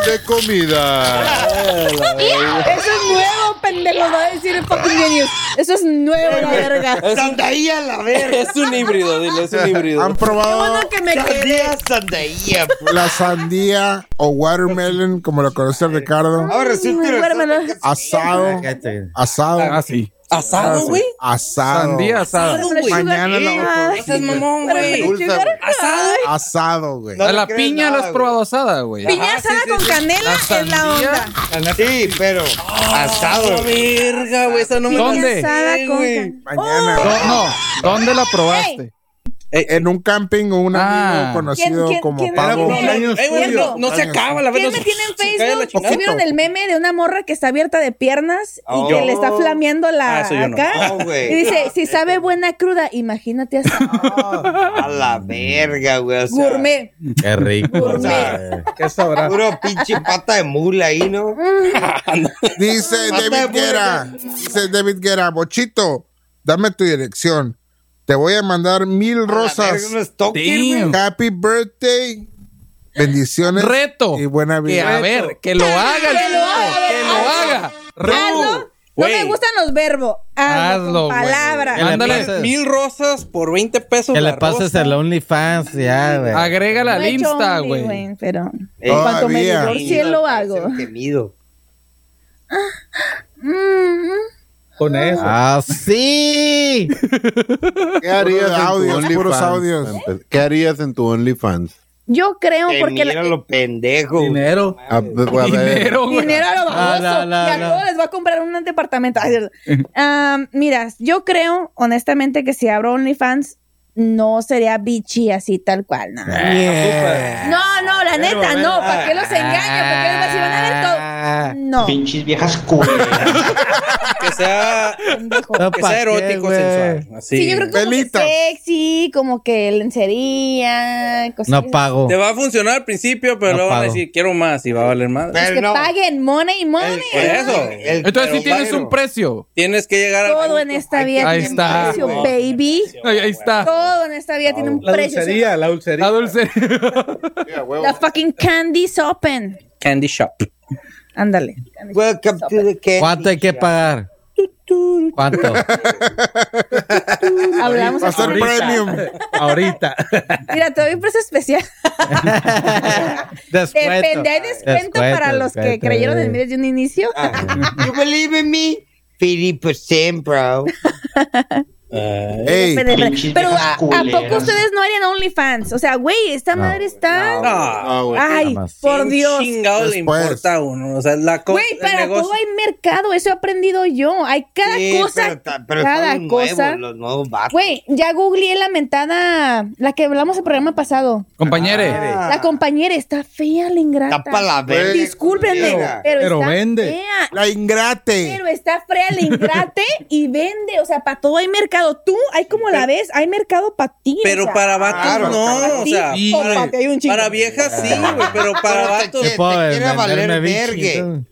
S1: de comida.
S7: Eso es nuevo, pendejo. Va a decir el fucking genius. Eso es nuevo, la verga.
S2: Sandaía, la verga.
S10: Es un híbrido, dile, es un híbrido.
S6: Han probado
S7: Que me quedé.
S2: Sandía, sandaía.
S6: la sandía o watermelon, como lo conoce Ricardo.
S2: Ahora
S7: Mm,
S2: resulta y resulta
S7: Duérmelo.
S2: que-
S6: Asado. Asado.
S4: Ah, sí.
S10: ¿Asado, güey?
S6: Asado.
S4: Sandía asada.
S7: Duérmelo, sugar.
S6: Mañana la
S7: Ay,
S10: No seas mamón, güey.
S7: duérmelo, sugar.
S10: ¿Asado?
S6: Asado, güey.
S2: No
S4: a
S2: le
S4: la
S2: crees
S4: piña
S2: nada,
S4: la has probado asada, güey.
S7: Piña asada con canela es la onda.
S2: Sí, pero asado.
S10: Ah, verga, güey, esa no me
S4: ¿Dónde?
S10: la sé,
S7: Asada con
S10: güey.
S7: can-
S6: Mañana.
S4: No, no, ¿dónde la probaste?
S7: Ey,
S6: En un camping, un
S4: Ah.
S6: amigo conocido
S7: ¿Quién- quién-
S6: como
S7: quién-
S6: Pavo.
S10: No, no, eh, güey, no, no se acaba la
S7: ¿Quién
S10: verdad.
S7: me tiene en
S10: se cae la
S7: Facebook?
S10: chingada.
S7: ¿Sí vieron el meme de una morra que está abierta de piernas y
S10: Oh.
S7: que le está flameando la
S10: Ah, eso yo no.
S7: acá?
S2: No, güey.
S7: y dice, si sabe buena cruda, imagínate así.
S2: A la verga, güey. o sea,
S7: Gourmet.
S5: Qué rico.
S7: Gourmet.
S5: o sea,
S22: ¿Qué sabrá?
S2: Puro pinche pata de mula ahí, ¿no?
S6: Dice
S2: Mata de
S6: David
S2: burro.
S6: Guerra. Dice David Guerra. Bochito, dame tu dirección. Te voy a mandar mil rosas.
S2: Verga, un stalker, güey.
S4: Damn.
S6: Happy birthday. Bendiciones.
S4: Reto.
S6: Y buena
S4: Que a
S6: vida.
S4: ver, que lo haga el
S7: Que lo
S4: tipo,
S7: haga,
S4: que lo
S7: hazlo.
S4: haga.
S7: Hazlo. No
S10: Güey.
S7: me gustan los verbos.
S4: Hazlo,
S7: Hazlo. con
S4: güey.
S7: palabras.
S5: Que le
S4: Ándale.
S5: pases-
S10: Mil rosas por 20 pesos.
S5: Que le
S10: la
S5: pases
S10: rosa.
S5: el OnlyFans, ya, güey.
S4: Agrégala
S7: No
S4: al
S7: he hecho
S4: Insta,
S7: only,
S4: güey.
S7: Pero
S2: Eh,
S7: en cuanto me
S6: todavía.
S7: divorcie lo hago.
S2: Temido.
S7: Mm,
S22: Con eso.
S5: ¡Ah, sí!
S1: ¿Qué harías en
S6: audios,
S1: tu
S6: puros
S1: OnlyFans?
S6: audios.
S1: Antes, ¿Qué harías en tu OnlyFans?
S7: Yo creo porque la-
S2: Mira lo pendejo.
S22: Dinero.
S1: A-
S6: Ah,
S1: a
S6: pues,
S1: ver.
S4: Dinero, güey.
S7: dinero a lo
S5: Ah, no,
S7: baboso.
S5: no,
S7: y a
S5: no.
S7: todos les va a comprar un departamento. Ay, Dios. Ah, mira, yo creo honestamente que si abro OnlyFans no sería bichi así tal cual. No, no, no, la neta, no. ¿Para qué los engaño? ¿Para qué les voy a decir, van a ver todo? No.
S8: Pinches viejas culeras.
S10: Que sea,
S7: pendejo.
S5: No,
S10: que
S5: ¿pa'
S10: sea
S5: qué,
S10: erótico,
S5: güey?
S10: sensual. Así.
S7: Sí, yo creo que como que
S6: Velitas.
S7: sexy, como que lencería, cosas.
S5: No pago.
S10: Te va a funcionar al principio, pero
S5: No
S10: luego van a
S5: pago.
S10: decir, quiero más y va a valer más.
S2: Pero
S7: que
S2: no.
S7: paguen money, money.
S10: Por eso.
S4: Entonces sí tienes un precio.
S10: Tienes que llegar a.
S7: Todo en esta vida
S4: Ahí
S7: tiene
S4: está,
S7: un precio,
S4: güey. Ah.
S7: baby.
S4: Ahí, ahí está.
S7: Todo en esta vida tiene un
S22: La
S7: precio.
S22: dulcería, la dulcería.
S4: La dulce.
S7: La fucking Candy's Open.
S10: Candy Shop.
S7: Ándale.
S2: Welcome to the Candy
S5: ¿Cuánto hay que pagar? ¿Cuánto?
S7: Hablamos
S6: Va a ser
S7: ahorita.
S6: premium.
S22: Ahorita.
S7: Mira, te doy un precio especial.
S5: Descuento.
S7: Depende, hay descuento para los que
S5: descuento,
S7: creyeron en mí
S5: güey.
S7: desde un inicio.
S2: You believe in me? 50%, bro.
S10: Ah,
S6: Ey,
S7: Pero,
S8: pinches
S7: pero,
S8: viejas
S7: ¿a, a poco
S8: culeras.
S7: ustedes no harían OnlyFans? O sea, güey, esta madre está.
S10: No.
S1: No, güey.
S7: Ay,
S5: Jamás.
S7: por Dios.
S10: chingado le
S6: Después.
S10: importa a uno. O sea, la cosa.
S7: Güey, para todo hay mercado, eso he aprendido yo. Hay cada
S2: Sí,
S7: cosa,
S2: pero ta- pero
S7: cada
S2: todo nuevo,
S7: cosa.
S2: los nuevos vatos.
S7: Güey, ya googleé la mentada, la que hablamos el programa pasado.
S4: Compañere.
S10: Ah.
S7: La compañera está fea, la ingrata.
S2: Está pa' la verga,
S7: Discúlpenme,
S2: culera.
S7: pero,
S22: Pero
S7: está
S22: vende.
S7: fea.
S6: la ingrate.
S7: Pero está fea, la ingrate y vende. O sea, para todo hay mercado. Tú, hay como la ves, hay mercado para ti. o
S10: Pero
S7: sea,
S10: para vatos
S2: claro,
S10: no.
S7: para
S10: O
S7: ti,
S10: sea,
S7: o para- hay un chingo.
S10: para viejas sí, güey. Pero para
S2: Pero te,
S10: vatos.
S2: te, te
S5: Puedo
S2: quiere
S5: venderme
S2: valer
S5: bichi,
S2: vergue.
S5: ¿no?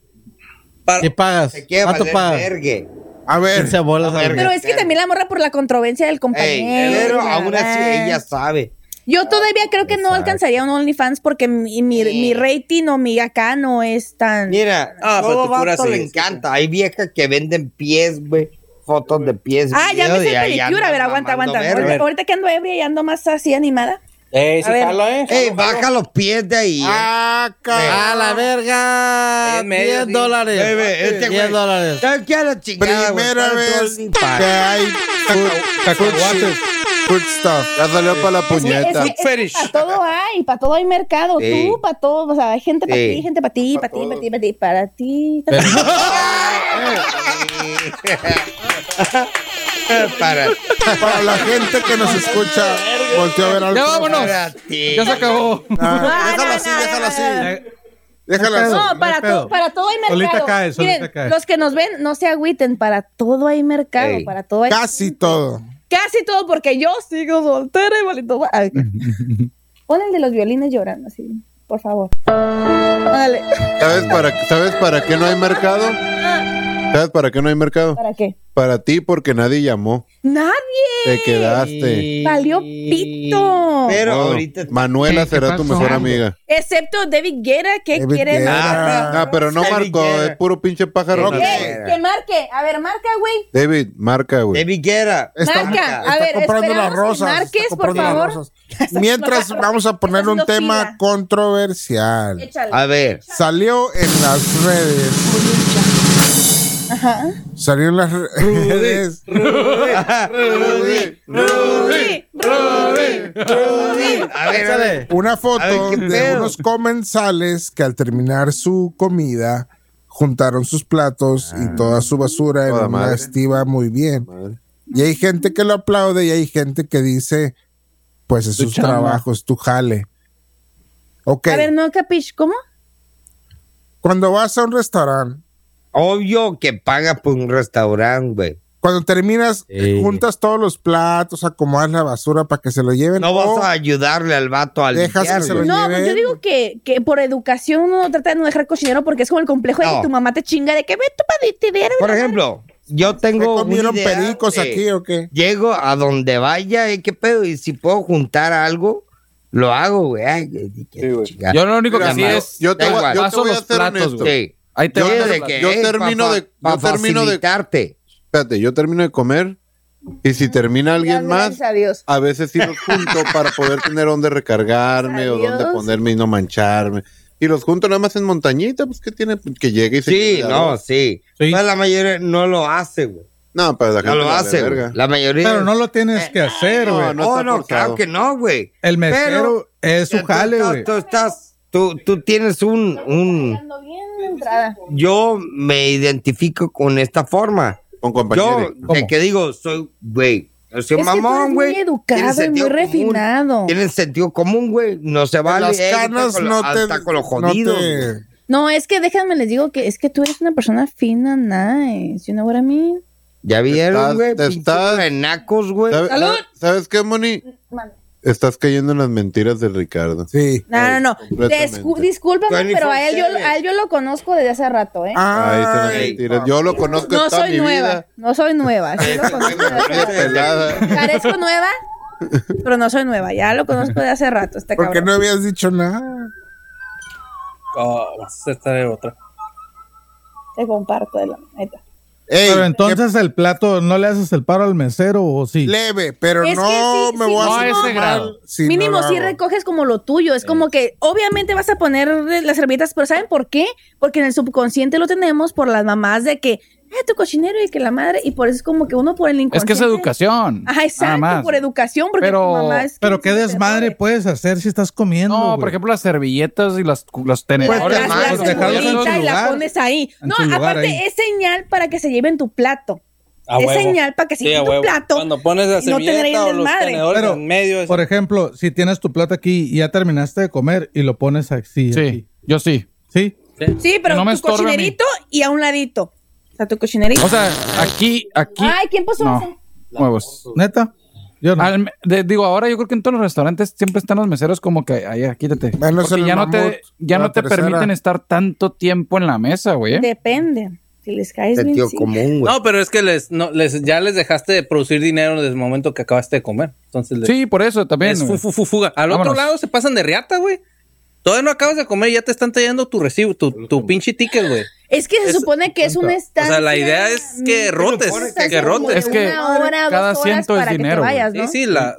S10: para-
S5: ¿Qué pagas?
S2: Te quiere
S5: ¿Cuánto
S2: valer
S5: pagas?
S2: vergue.
S6: A ver,
S5: 15 bolas.
S2: A ver,
S5: al-
S7: Pero es que también la morra por la controversia del compañero.
S2: Ey, pero
S7: la
S2: aún así
S7: verdad.
S2: ella sabe.
S7: Yo todavía creo que no alcanzaría un OnlyFans porque mi, mi, mi rating o mi acá no es tan.
S2: Mira,
S7: Ah,
S2: a
S7: pero
S2: todo
S7: tu cura
S2: vato
S7: sí,
S2: le
S7: sí,
S2: encanta. Hay viejas que venden pies, güey. Fotos de pies.
S7: Ah, ya me
S2: video,
S7: hice
S2: y ahí
S7: pedicura. A ver,
S2: andan
S7: aguanta,
S2: mamando
S7: aguanta.
S2: verga.
S7: Ahorita, ahorita que ando ebria y ando más así animada.
S10: Eh,
S7: A
S10: sí,
S7: ver.
S10: jalo, eh.
S2: Ey, baja los pies de ahí. ¿eh?
S10: Ah,
S2: ¡A la verga!
S10: En medio,
S2: 10
S10: sí.
S2: dólares.
S10: Bebé, este güey-
S2: 10 dólares. ¿Sabes qué? A la chingada, güey.
S6: Primera
S2: ¿Cuál es
S6: vez
S2: tu
S6: que
S2: OnlyFans?
S6: hay
S1: cacahuates.
S6: Food stuff.
S1: Ya salió para la
S7: Es que- Pues, es que-
S1: puñeta.
S7: es que para todo hay, para todo hay mercado.
S1: Sí.
S7: Tú, para todo. O sea, hay gente para
S1: Sí.
S7: ti, gente para ti, para ti, para ti, para ti, para
S6: Eh,
S7: ti.
S2: para,
S6: para la gente que nos escucha, volteó a ver algo.
S4: Ya vámonos. Ya se acabó.
S6: Ah,
S7: No,
S6: déjalo
S7: no,
S6: así,
S7: no,
S6: déjalo
S7: no,
S6: así.
S7: no, no.
S6: Déjalo así.
S7: No, para, todo, para todo hay mercado.
S6: Solita cae, solita
S7: Miren,
S6: cae.
S7: Los que nos ven, no se agüiten. Para todo hay mercado.
S6: Ey.
S7: Para
S4: pues.
S7: todo hay.
S6: Casi todo.
S7: Casi todo, porque yo sigo soltera y malito. Ay. Pon el de los violines llorando, así, por favor. Ándale.
S1: ¿Sabes para, ¿Sabes para qué no hay mercado? ¿Sabes para qué no hay mercado?
S7: ¿Para qué?
S1: Para ti, porque nadie llamó.
S7: Nadie.
S1: Te quedaste.
S7: Valió pito.
S1: Ni modo. Manuela será tu mejor amiga.
S7: Excepto David Guerra, que quiere.
S1: Ah, no, pero no marcó, es puro pinche pájaro.
S7: Ey, que marque. A ver, marca, güey.
S1: David, marca, güey.
S2: David Guerra.
S7: Marca. A ver, esperamos que marques,
S6: está
S7: por
S6: comprando las
S7: favor.
S6: rosas. Mientras vamos a poner
S7: Estás
S6: un
S7: haciendo
S6: tema
S7: fila.
S6: controversial.
S7: Échale.
S2: A ver.
S6: Salió en las redes.
S7: Ajá.
S6: Salió en las re- redes.
S2: Rudy,
S7: Rudy,
S2: Rudy, Rudy. A ver, a ver.
S6: Una
S2: A
S6: foto
S2: ver, ¿qué
S6: de
S2: pedo?
S6: unos comensales que al terminar su comida juntaron sus platos y toda su basura en
S1: Ah, Toda
S6: una
S1: madre.
S6: estiva muy bien. Y hay gente que lo aplaude y hay gente que dice, pues es
S1: Tu
S6: sus
S1: chamba.
S6: trabajos, tu jale. Ok,
S7: A ver, no capish, ¿cómo?
S6: cuando vas a un restaurante,
S2: Obvio que paga por un restaurante, güey.
S6: cuando terminas, eh, juntas todos los platos, acomodas la basura para que se lo lleven.
S2: No vas
S6: o
S2: a ayudarle al vato al
S6: Dejas que se lo
S7: No, pues yo digo que, que por educación uno trata de no dejar cochinero porque es como el complejo de
S2: No.
S7: que tu mamá te chinga de que ve tu padre te
S2: Por ejemplo, yo tengo.
S6: comieron
S2: una idea
S6: pericos
S2: de-
S6: aquí o qué?
S2: Llego a donde vaya, eh, ¿qué pedo? Y si puedo juntar algo, lo hago, güey. Ay, qué- qué chingada.
S4: Yo lo único que
S2: Mira,
S4: sí
S2: ma-
S4: es.
S1: yo te
S2: da
S1: voy-
S2: igual.
S1: yo te Paso voy a los ser platos, honesto. güey.
S2: Sí.
S1: Ahí te
S2: Yo
S1: van a
S2: de
S1: los-
S2: que,
S1: yo
S2: eh,
S1: termino
S2: pa-
S1: de- yo
S2: pa-
S1: termino de-
S2: facilitarte.
S1: Espérate, yo termino de comer y si termina alguien más,
S7: Gracias a Dios.
S1: a veces sí los junto para poder tener dónde recargarme o dónde
S7: Adiós.
S1: ponerme y no mancharme. Y los junto nada más en montañita, pues que tiene que llegue y se
S2: Sí,
S1: quede,
S2: no, sí. Pero la mayoría no lo hace, güey.
S1: No, pero la
S2: No
S1: gente
S2: lo
S1: vale
S2: hace, güey.
S1: verga.
S2: La mayoría.
S22: Pero no lo
S1: Eh,
S22: tienes que hacer, güey.
S2: No, no, claro que no, güey.
S22: El mesero
S2: Pero-
S22: es su
S2: Tú
S22: jale,
S2: estás-
S22: güey.
S2: Tú estás, tú, tú tienes un, un,
S7: Ando bien de entrada.
S2: yo me identifico con esta forma.
S1: Con
S2: compañeros. Yo, de que digo, soy, güey, yo soy
S7: Es que tú eres
S2: mamón, güey.
S7: muy educado
S2: Tienes
S7: y muy
S2: sentido común.
S7: refinado.
S2: Tienes sentido común, güey. No se vale.
S6: las
S2: eh,
S6: canas
S2: está con
S6: no
S2: lo-
S6: te-
S2: Está con lo
S6: no
S2: jodido.
S6: te-
S2: güey.
S7: No, es que déjame les digo que es que tú eres una persona fina, nice. You know what I mean?
S2: Ya vieron,
S1: Estás-
S2: güey.
S1: te estás-
S2: Renacos, güey.
S1: ¿Sabe-
S7: Pues, ¡Salud!
S1: ¿Sabes qué, Moni?
S7: Mande.
S1: Estás cayendo en las mentiras de Ricardo.
S6: Sí.
S7: No, no, no.
S1: completamente.
S7: Discu- discúlpame,
S1: 24/7.
S7: pero a él, yo, a él yo lo conozco desde hace rato, ¿eh?
S6: Ah,
S1: Ahí están las mentiras. Yo lo conozco
S7: no
S1: en toda
S7: soy
S1: mi
S7: nueva,
S1: vida.
S7: no soy nueva. sí lo conozco.
S1: Media pelada.
S7: Parezco nueva, pero no soy nueva. Ya lo conozco de hace rato, este
S6: porque
S7: cabrón.
S6: no habías dicho nada.
S10: Oh, esta de otra.
S7: Te comparto de la neta.
S22: pero entonces el plato, ¿no le haces el paro al mesero o sí?
S6: Leve, pero
S7: Es que
S6: no
S7: sí,
S6: me
S7: sí,
S6: voy
S7: no,
S6: a
S7: ese
S6: hacer
S7: grado.
S6: mal. si no
S7: Mínimo
S6: lo
S7: si
S6: hago.
S7: recoges como lo tuyo. Es como que obviamente vas a poner las servilletas, pero ¿saben por qué? Porque en el subconsciente lo tenemos por las mamás de que, eh, tu cochinero y que la madre, y por eso es como que uno por el
S4: Es
S7: inconsciente.
S4: que es educación.
S7: Ajá, exacto,
S4: más.
S7: por educación, porque tu
S4: Pero,
S7: mamá es...
S22: Pero qué desmadre
S3: pues,
S22: puedes hacer si estás comiendo.
S4: No,
S22: güey?
S4: por ejemplo, las servilletas y las, los tenedores.
S7: Pues
S22: Ahora,
S7: la
S22: pues, dejarlos en su
S7: servilleta y la
S22: lugar.
S7: pones ahí.
S22: En
S7: No,
S22: su lugar
S7: aparte
S22: ahí.
S7: es señal para que se lleven tu plato.
S10: A
S7: es
S10: huevo.
S7: señal para que se
S10: Sí, a
S7: lleven tu
S10: huevo.
S7: plato.
S10: Cuando pones la
S7: y no
S10: servilleta
S7: tendré el
S10: o los
S7: desmadre.
S10: tenedores en medio.
S22: Por ejemplo, si tienes tu plato aquí y ya terminaste de comer y lo pones así. Sí,
S4: yo sí.
S22: ¿Sí?
S7: Sí,
S4: Que
S7: pero
S4: no me
S7: tu
S4: estorbe a mí.
S7: cochinerito y a un ladito. O sea, tu cochinerito.
S4: O sea, aquí, aquí.
S7: Ay, ¿quién puso
S4: No.
S7: ese?
S4: Huevos.
S22: ¿Neta? Yo no.
S4: digo, ahora yo creo que en todos los restaurantes siempre están los meseros como que, ay, ya, quítate.
S6: Menos
S4: Porque
S6: el
S4: ya no
S6: mamut,
S4: te, ya
S6: la
S4: no te
S6: tercera.
S4: permiten estar tanto tiempo en la mesa, güey. ¿eh?
S7: Depende. Si les caes
S35: Este
S7: bien,
S35: tío
S7: sí.
S35: común, güey.
S10: No, pero es que les, no, les, ya les dejaste de producir dinero desde el momento que acabaste de comer. Entonces les-
S4: Sí, por eso también.
S10: Es
S4: güey.
S10: fu- fu- fu- fuga. Al
S4: Vámonos.
S10: otro lado se pasan de riata, güey. Todavía no acabas de comer y ya te están trayendo tu recibo, tu, tu pinche ticket, güey.
S7: Es que se supone que es un
S10: O
S7: estancia.
S10: sea, la idea es que rotes,
S7: Estás
S10: que
S7: como
S10: rotes.
S7: de una hora, dos
S10: cada
S7: horas
S10: ciento es
S7: para que te
S10: dinero. güey.
S7: vayas, ¿no?
S10: Sí, sí, la,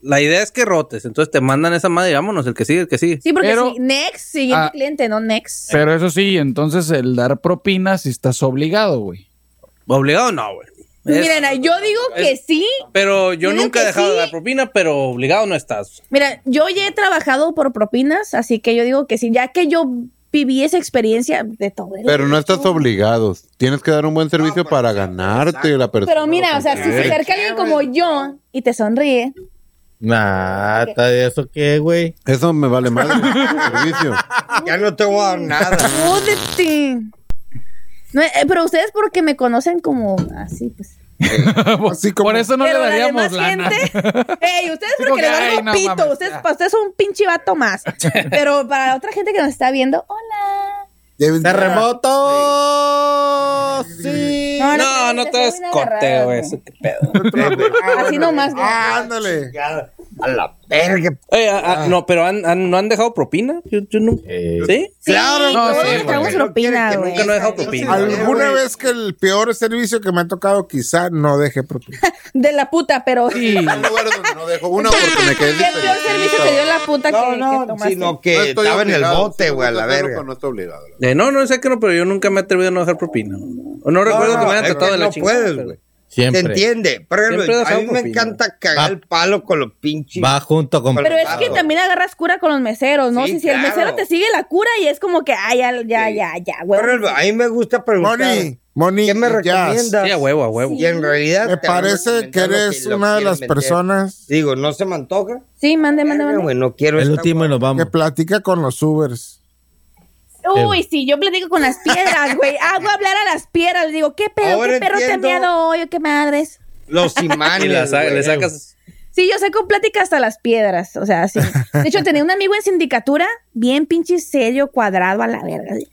S10: la idea es que rotes. Entonces te mandan esa madre y vámonos, el que sigue, el que sigue.
S7: Sí, porque
S4: Pero-
S7: sí, next, siguiente
S4: Ah.
S7: cliente, no next.
S4: Pero eso sí, entonces el dar propinas sí estás obligado, güey.
S10: Obligado no, güey. es-
S7: Pues Miren, yo digo que sí.
S10: Pero yo
S7: Digo
S10: nunca he
S7: que
S10: dejado
S7: sí.
S10: de dar propina, pero obligado no estás.
S7: Mira, yo ya he trabajado por propinas, así que yo digo que sí, ya que yo viví esa experiencia de todo. el-
S1: Pero no estás obligado. Tienes que dar un buen servicio para ganarte la persona.
S7: Pero mira, o sea, si se
S1: quiere.
S7: acerca alguien como yo y te sonríe,
S5: Nah, ¿está de eso qué, güey?
S1: Eso me vale madre. servicio.
S2: Ya no te voy a dar nada.
S7: ¡jódete! No, eh, pero ustedes porque me conocen como así, pues.
S4: Así como- Por eso no
S7: Pero
S4: le
S7: la
S4: daríamos
S7: demás
S4: lana.
S7: Ey, ustedes
S4: Digo
S7: porque
S4: que,
S7: le
S4: ay,
S7: dan
S4: no
S7: pito,
S4: mames,
S7: ustedes, para ustedes son un pinche vato más. Pero para la otra gente que nos está viendo, hola.
S5: ¡Terremoto! ¡Sí!
S7: No,
S10: No, no te des coteo, güey. eso qué pedo.
S7: Así nomás.
S4: Ah,
S2: Ah,
S6: Ándale.
S10: A la verga. Oye, a- a- no, pero han- han- ¿no han dejado propina? Yo, yo no. ¿Sí?
S7: Sí, claro, no,
S10: sí,
S7: sí,
S10: güey.
S7: propina, güey.
S10: Nunca no he dejado propina.
S6: Alguna vez que el peor servicio que me ha tocado, quizá no deje propina.
S7: De la puta, pero.
S1: No dejo una porque me quedé
S7: El peor servicio que dio la puta que, que tomaste.
S2: Sino que
S10: No estoy
S2: estaba en el
S10: obligado,
S2: bote, güey, a la verga.
S1: pues No está obligado.
S10: Eh, no, no sé que no, pero yo nunca me he atrevido a no dejar propina. O no, recuerdo que me hayan tratado de la chingada. pero-
S2: ¿Te entiende? Por ejemplo,
S10: Siempre he
S2: a
S10: dejado
S2: mí me
S10: propina.
S2: encanta cagar el palo con los pinches.
S5: Va junto con.
S7: Pero es que también agarras cura con los meseros, ¿no?
S2: Sí,
S7: si, si el
S2: claro.
S7: mesero te sigue la cura y es como que, ay, ya, ya, ya, ya, güey.
S2: Por ejemplo, a mí me gusta preguntar.
S6: Moni, Moni,
S2: ¿Qué me
S6: ya.
S2: recomiendas?
S10: Sí, a huevo, a huevo.
S2: Y en realidad.
S6: Me
S2: te van a
S6: parece que
S2: recomendar lo
S6: eres
S2: lo
S6: una de
S2: quieres
S6: las
S2: meter.
S6: personas
S2: Digo, no se me antoja.
S7: Sí, mande, mande, mande.
S2: Güey, no quiero.
S5: El
S2: esta
S5: último y nos vamos.
S6: que platica con los Ubers.
S7: Uy, sí, yo platico con las piedras, güey. Hago hablar a las piedras. Les digo, ¿qué pedo?
S2: Ahora
S7: ¿Qué perro te ha
S2: entiendo.
S7: meado hoy? o ¿Qué madres?
S2: Los imanes.
S10: Y la sa-
S2: güey.
S10: le sacas.
S7: Sí, yo saco pláticas hasta las piedras. O sea, sí. De hecho, tenía un amigo en sindicatura, bien pinche serio, cuadrado a la verga. así.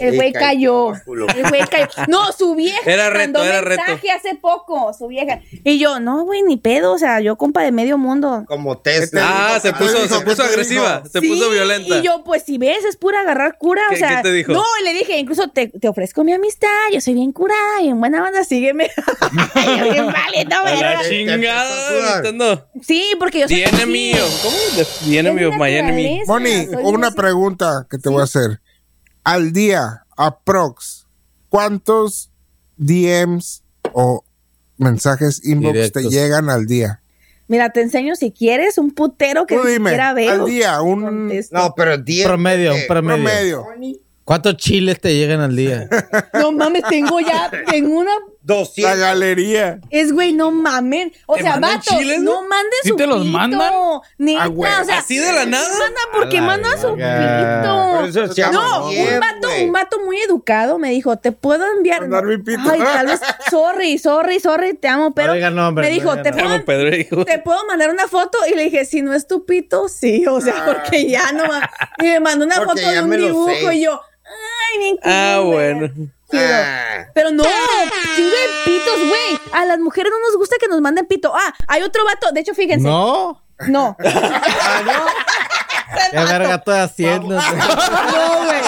S7: El
S2: Y
S7: güey
S2: cayó
S7: cayó.
S2: a culo.
S7: El güey cayó. No, su vieja.
S10: Era
S7: me
S10: reto,
S7: mandó
S10: era reto.
S7: mensaje hace poco, su vieja. Y yo, no, güey, ni pedo. O sea, yo compa de medio mundo.
S2: Como Tesla.
S10: Ah, se puso, se puso agresiva, se
S7: Sí,
S10: puso violenta.
S7: Y yo, pues si ves, es pura agarrar cura.
S10: ¿Qué-
S7: o sea,
S10: qué te dijo?
S7: no, y le dije, incluso te, te ofrezco mi amistad, yo soy bien curada, bien buena banda, sígueme. Yo, bien vale, no,
S10: A la
S7: verga.
S10: chingada, Nintendo.
S7: Sí, porque yo soy.
S10: The enemy of- ¿Cómo? The- The enemy of my enemy.
S6: Moni, una pregunta que te voy a hacer. Al día, aprox, ¿cuántos DMs o mensajes inbox
S5: Directos.
S6: te llegan al día?
S7: Mira, te enseño si quieres un putero que
S6: Tú
S7: ni
S6: dime,
S7: siquiera veo.
S6: al día, un
S7: Contesto.
S2: No, pero 10.
S5: Promedio, un promedio.
S6: promedio.
S5: ¿Cuántos chiles te llegan al día?
S7: No mames, tengo ya, tengo una.
S2: 200.
S6: La galería.
S7: Es güey, no mamen. O
S10: ¿Te
S7: sea,
S10: mandan
S7: vato,
S10: chiles,
S7: no
S10: no?
S7: mandes
S4: ¿Sí te los mandan?
S7: Neta,
S6: Ah, güey,
S7: o sea,
S10: ¿así de la nada?
S7: Manda porque
S5: A la
S7: manda su
S5: verga.
S7: pito.
S2: Por eso se llama
S7: No,
S2: bien,
S7: un vato,
S2: güey.
S7: un vato muy educado me dijo, te puedo enviar.
S6: Mandar mi pito.
S7: Ay, tal vez, sorry, sorry, sorry, te amo, pero.
S5: digan nombres,
S7: me
S5: no
S7: dijo,
S5: digan
S7: te
S10: Como
S7: puedo.
S10: Pedro dijo.
S7: Te puedo mandar una foto y le dije, si no es tu pito, sí, o sea, porque ya no va. Y me mandó una
S2: Ah. Porque
S7: foto
S2: ya
S7: de un
S2: me lo
S7: dibujo
S2: sé.
S7: y yo, ay, bien
S10: Ah,
S7: cool, güey".
S10: bueno.
S7: Sí, no.
S2: Ah,
S7: Pero no, chingo de pitos, güey. A las mujeres no nos gusta que nos manden pito. Ah, hay otro vato. De hecho, fíjense.
S5: ¿No?
S7: No.
S10: Ah,
S5: ¿Qué verga estoy haciendo?
S7: No, güey.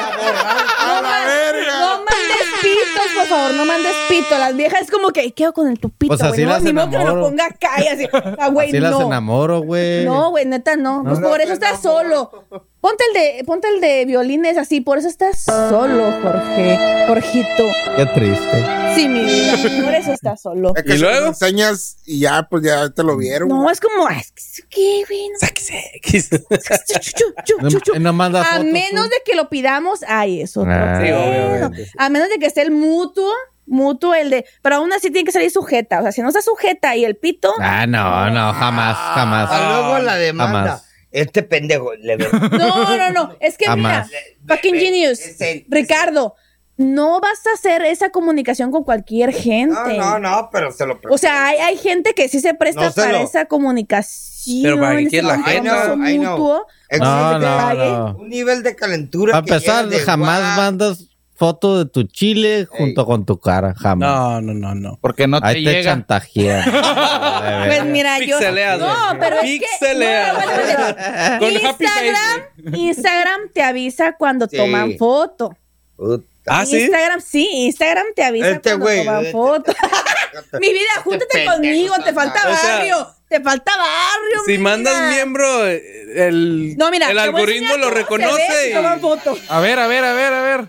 S7: No, ma- no mandes pitos, por favor. No mandes pito. Las viejas es como que quedo con el tupito,
S5: Pues
S7: güey.
S5: así
S7: no,
S5: las
S7: ni modo que me lo
S5: enamoro.
S7: ponga acá y así. Ah, güey,
S5: Así las
S7: no.
S5: enamoro, güey.
S7: No, güey, neta, no. Pues
S5: No.
S7: por eso estás solo. Ponte el de, ponte el de violines así, por eso estás solo, Jorge. Jorgito.
S5: Qué triste.
S7: Sí, mi vida. Por eso estás solo.
S6: Es que
S10: ¿Y
S6: se
S10: luego?
S6: lo enseñas y ya, pues ya te lo vieron.
S7: No, es como, "Ah, es que- ¿qué, güey?
S10: Ah,
S7: No
S10: Sáquese, quise.
S7: Chu, chu, chu,
S5: No,
S7: chu, chu.
S5: no manda
S7: A
S5: fotos,
S7: menos
S5: tú.
S7: de que lo pidamos, ay, eso.
S5: Ah.
S10: Sí, obviamente.
S7: A menos de que esté el mutuo, mutuo el de, pero aún así tiene que salir sujeta, o sea, si no está sujeta y el pito,
S5: Ah, no, no, jamás, jamás.
S2: Ah, luego la demanda.
S5: Jamás.
S2: Este pendejo le ve.
S7: no, no, no, es que mira,
S5: Jamás.
S7: fucking genius, Ricardo, no vas a hacer esa comunicación con cualquier gente.
S2: No, no, no, pero se lo
S7: O sea, hay, hay gente que sí se presta
S2: No se lo-
S7: para esa comunicación.
S10: Pero para que quiera la
S7: ese
S10: gente.
S2: I
S7: famoso
S2: know, I know.
S7: mutuo.
S2: Existe
S5: No,
S2: que
S5: no,
S2: pague
S5: no.
S2: Un nivel de calentura.
S5: Para
S2: que
S5: empezar,
S2: llegas de,
S5: jamás
S2: "Guau".
S5: mandas foto de tu chile junto con tu cara, jamás.
S10: No, no, no, no.
S5: Porque no te Ahí te
S10: llega.
S5: chantajean. De
S7: Pues mira, yo.
S10: Pixeleas,
S7: no,
S10: güey.
S7: pero es que.
S10: Pixeleas.
S7: no, no, no, no, no.
S10: Con happy
S7: Ah. Instagram, Instagram te avisa cuando
S10: Sí.
S7: toman foto.
S10: Ah, sí.
S7: Instagram, sí, Instagram te avisa
S10: Este
S7: cuando
S10: güey,
S7: toman
S10: este-
S7: foto. Mi vida, júntate
S10: pendejo,
S7: conmigo, te falta
S10: o sea,
S7: barrio. te falta barrio,
S10: Si
S7: mi
S10: mandas
S7: vida.
S10: miembro, el,
S7: No, mira,
S10: el
S7: te voy a
S10: algoritmo
S7: enseñar
S10: lo
S7: cómo se ve
S10: reconoce.
S7: si toman foto.
S4: A ver, a ver, a ver, a ver.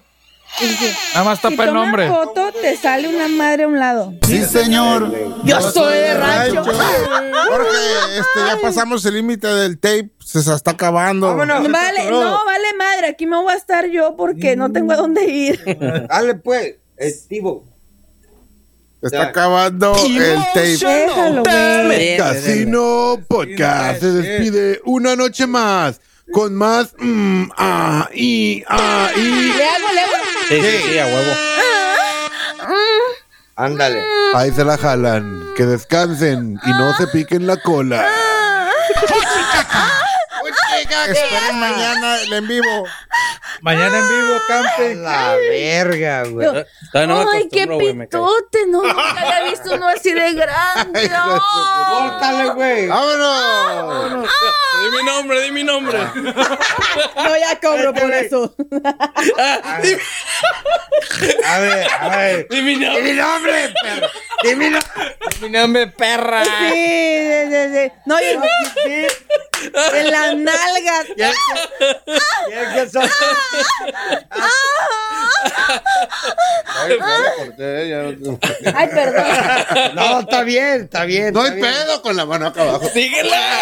S4: Nada más
S7: Si
S4: tapa el
S7: toman
S4: nombre.
S7: foto, te sale una madre a un lado.
S6: Sí, señor.
S7: Yo soy de rancho.
S6: Jorge, este, ya pasamos el límite del tape. Se está acabando.
S7: Vale, no, vale madre, aquí me voy a estar yo porque no tengo a dónde ir.
S35: Dale, pues, Estivo.
S6: Está acabando el tape.
S7: Déjalo, güey.
S1: Casino Podcast se despide una noche más con más mm, ah, y ah, y
S7: Le hago, le hago.
S1: Sí, sí, sí, a huevo.
S35: Ándale.
S1: Ahí se la jalan, que descansen y no se piquen la cola.
S6: Esperen mañana el en vivo.
S22: Mañana en vivo, campe.
S2: La verga, güey.
S7: Yo-
S10: Ah,
S7: Ay, qué pitote, no. Nunca había visto uno así de grande.
S2: Córtale, güey.
S1: ¡Vámonos!
S10: Di mi nombre, di mi nombre.
S7: Ah. No, ya cobro por eso.
S2: A ver, a ver.
S10: Di mi nombre.
S2: ¡Mi nombre, perra! ¡Di mi, no- di mi nombre, perra!
S7: Sí, sí, sí, sí. No, yo En las nalgas.
S2: Y el que- y el que son-
S7: Ah. Ay, perdón.
S2: No, está bien, está bien.
S1: No
S2: está
S1: hay
S2: bien.
S1: pedo con la mano acá abajo.
S10: Síguela.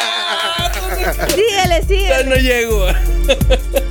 S7: Síguele,
S10: Ya
S7: síguele.
S10: no llego.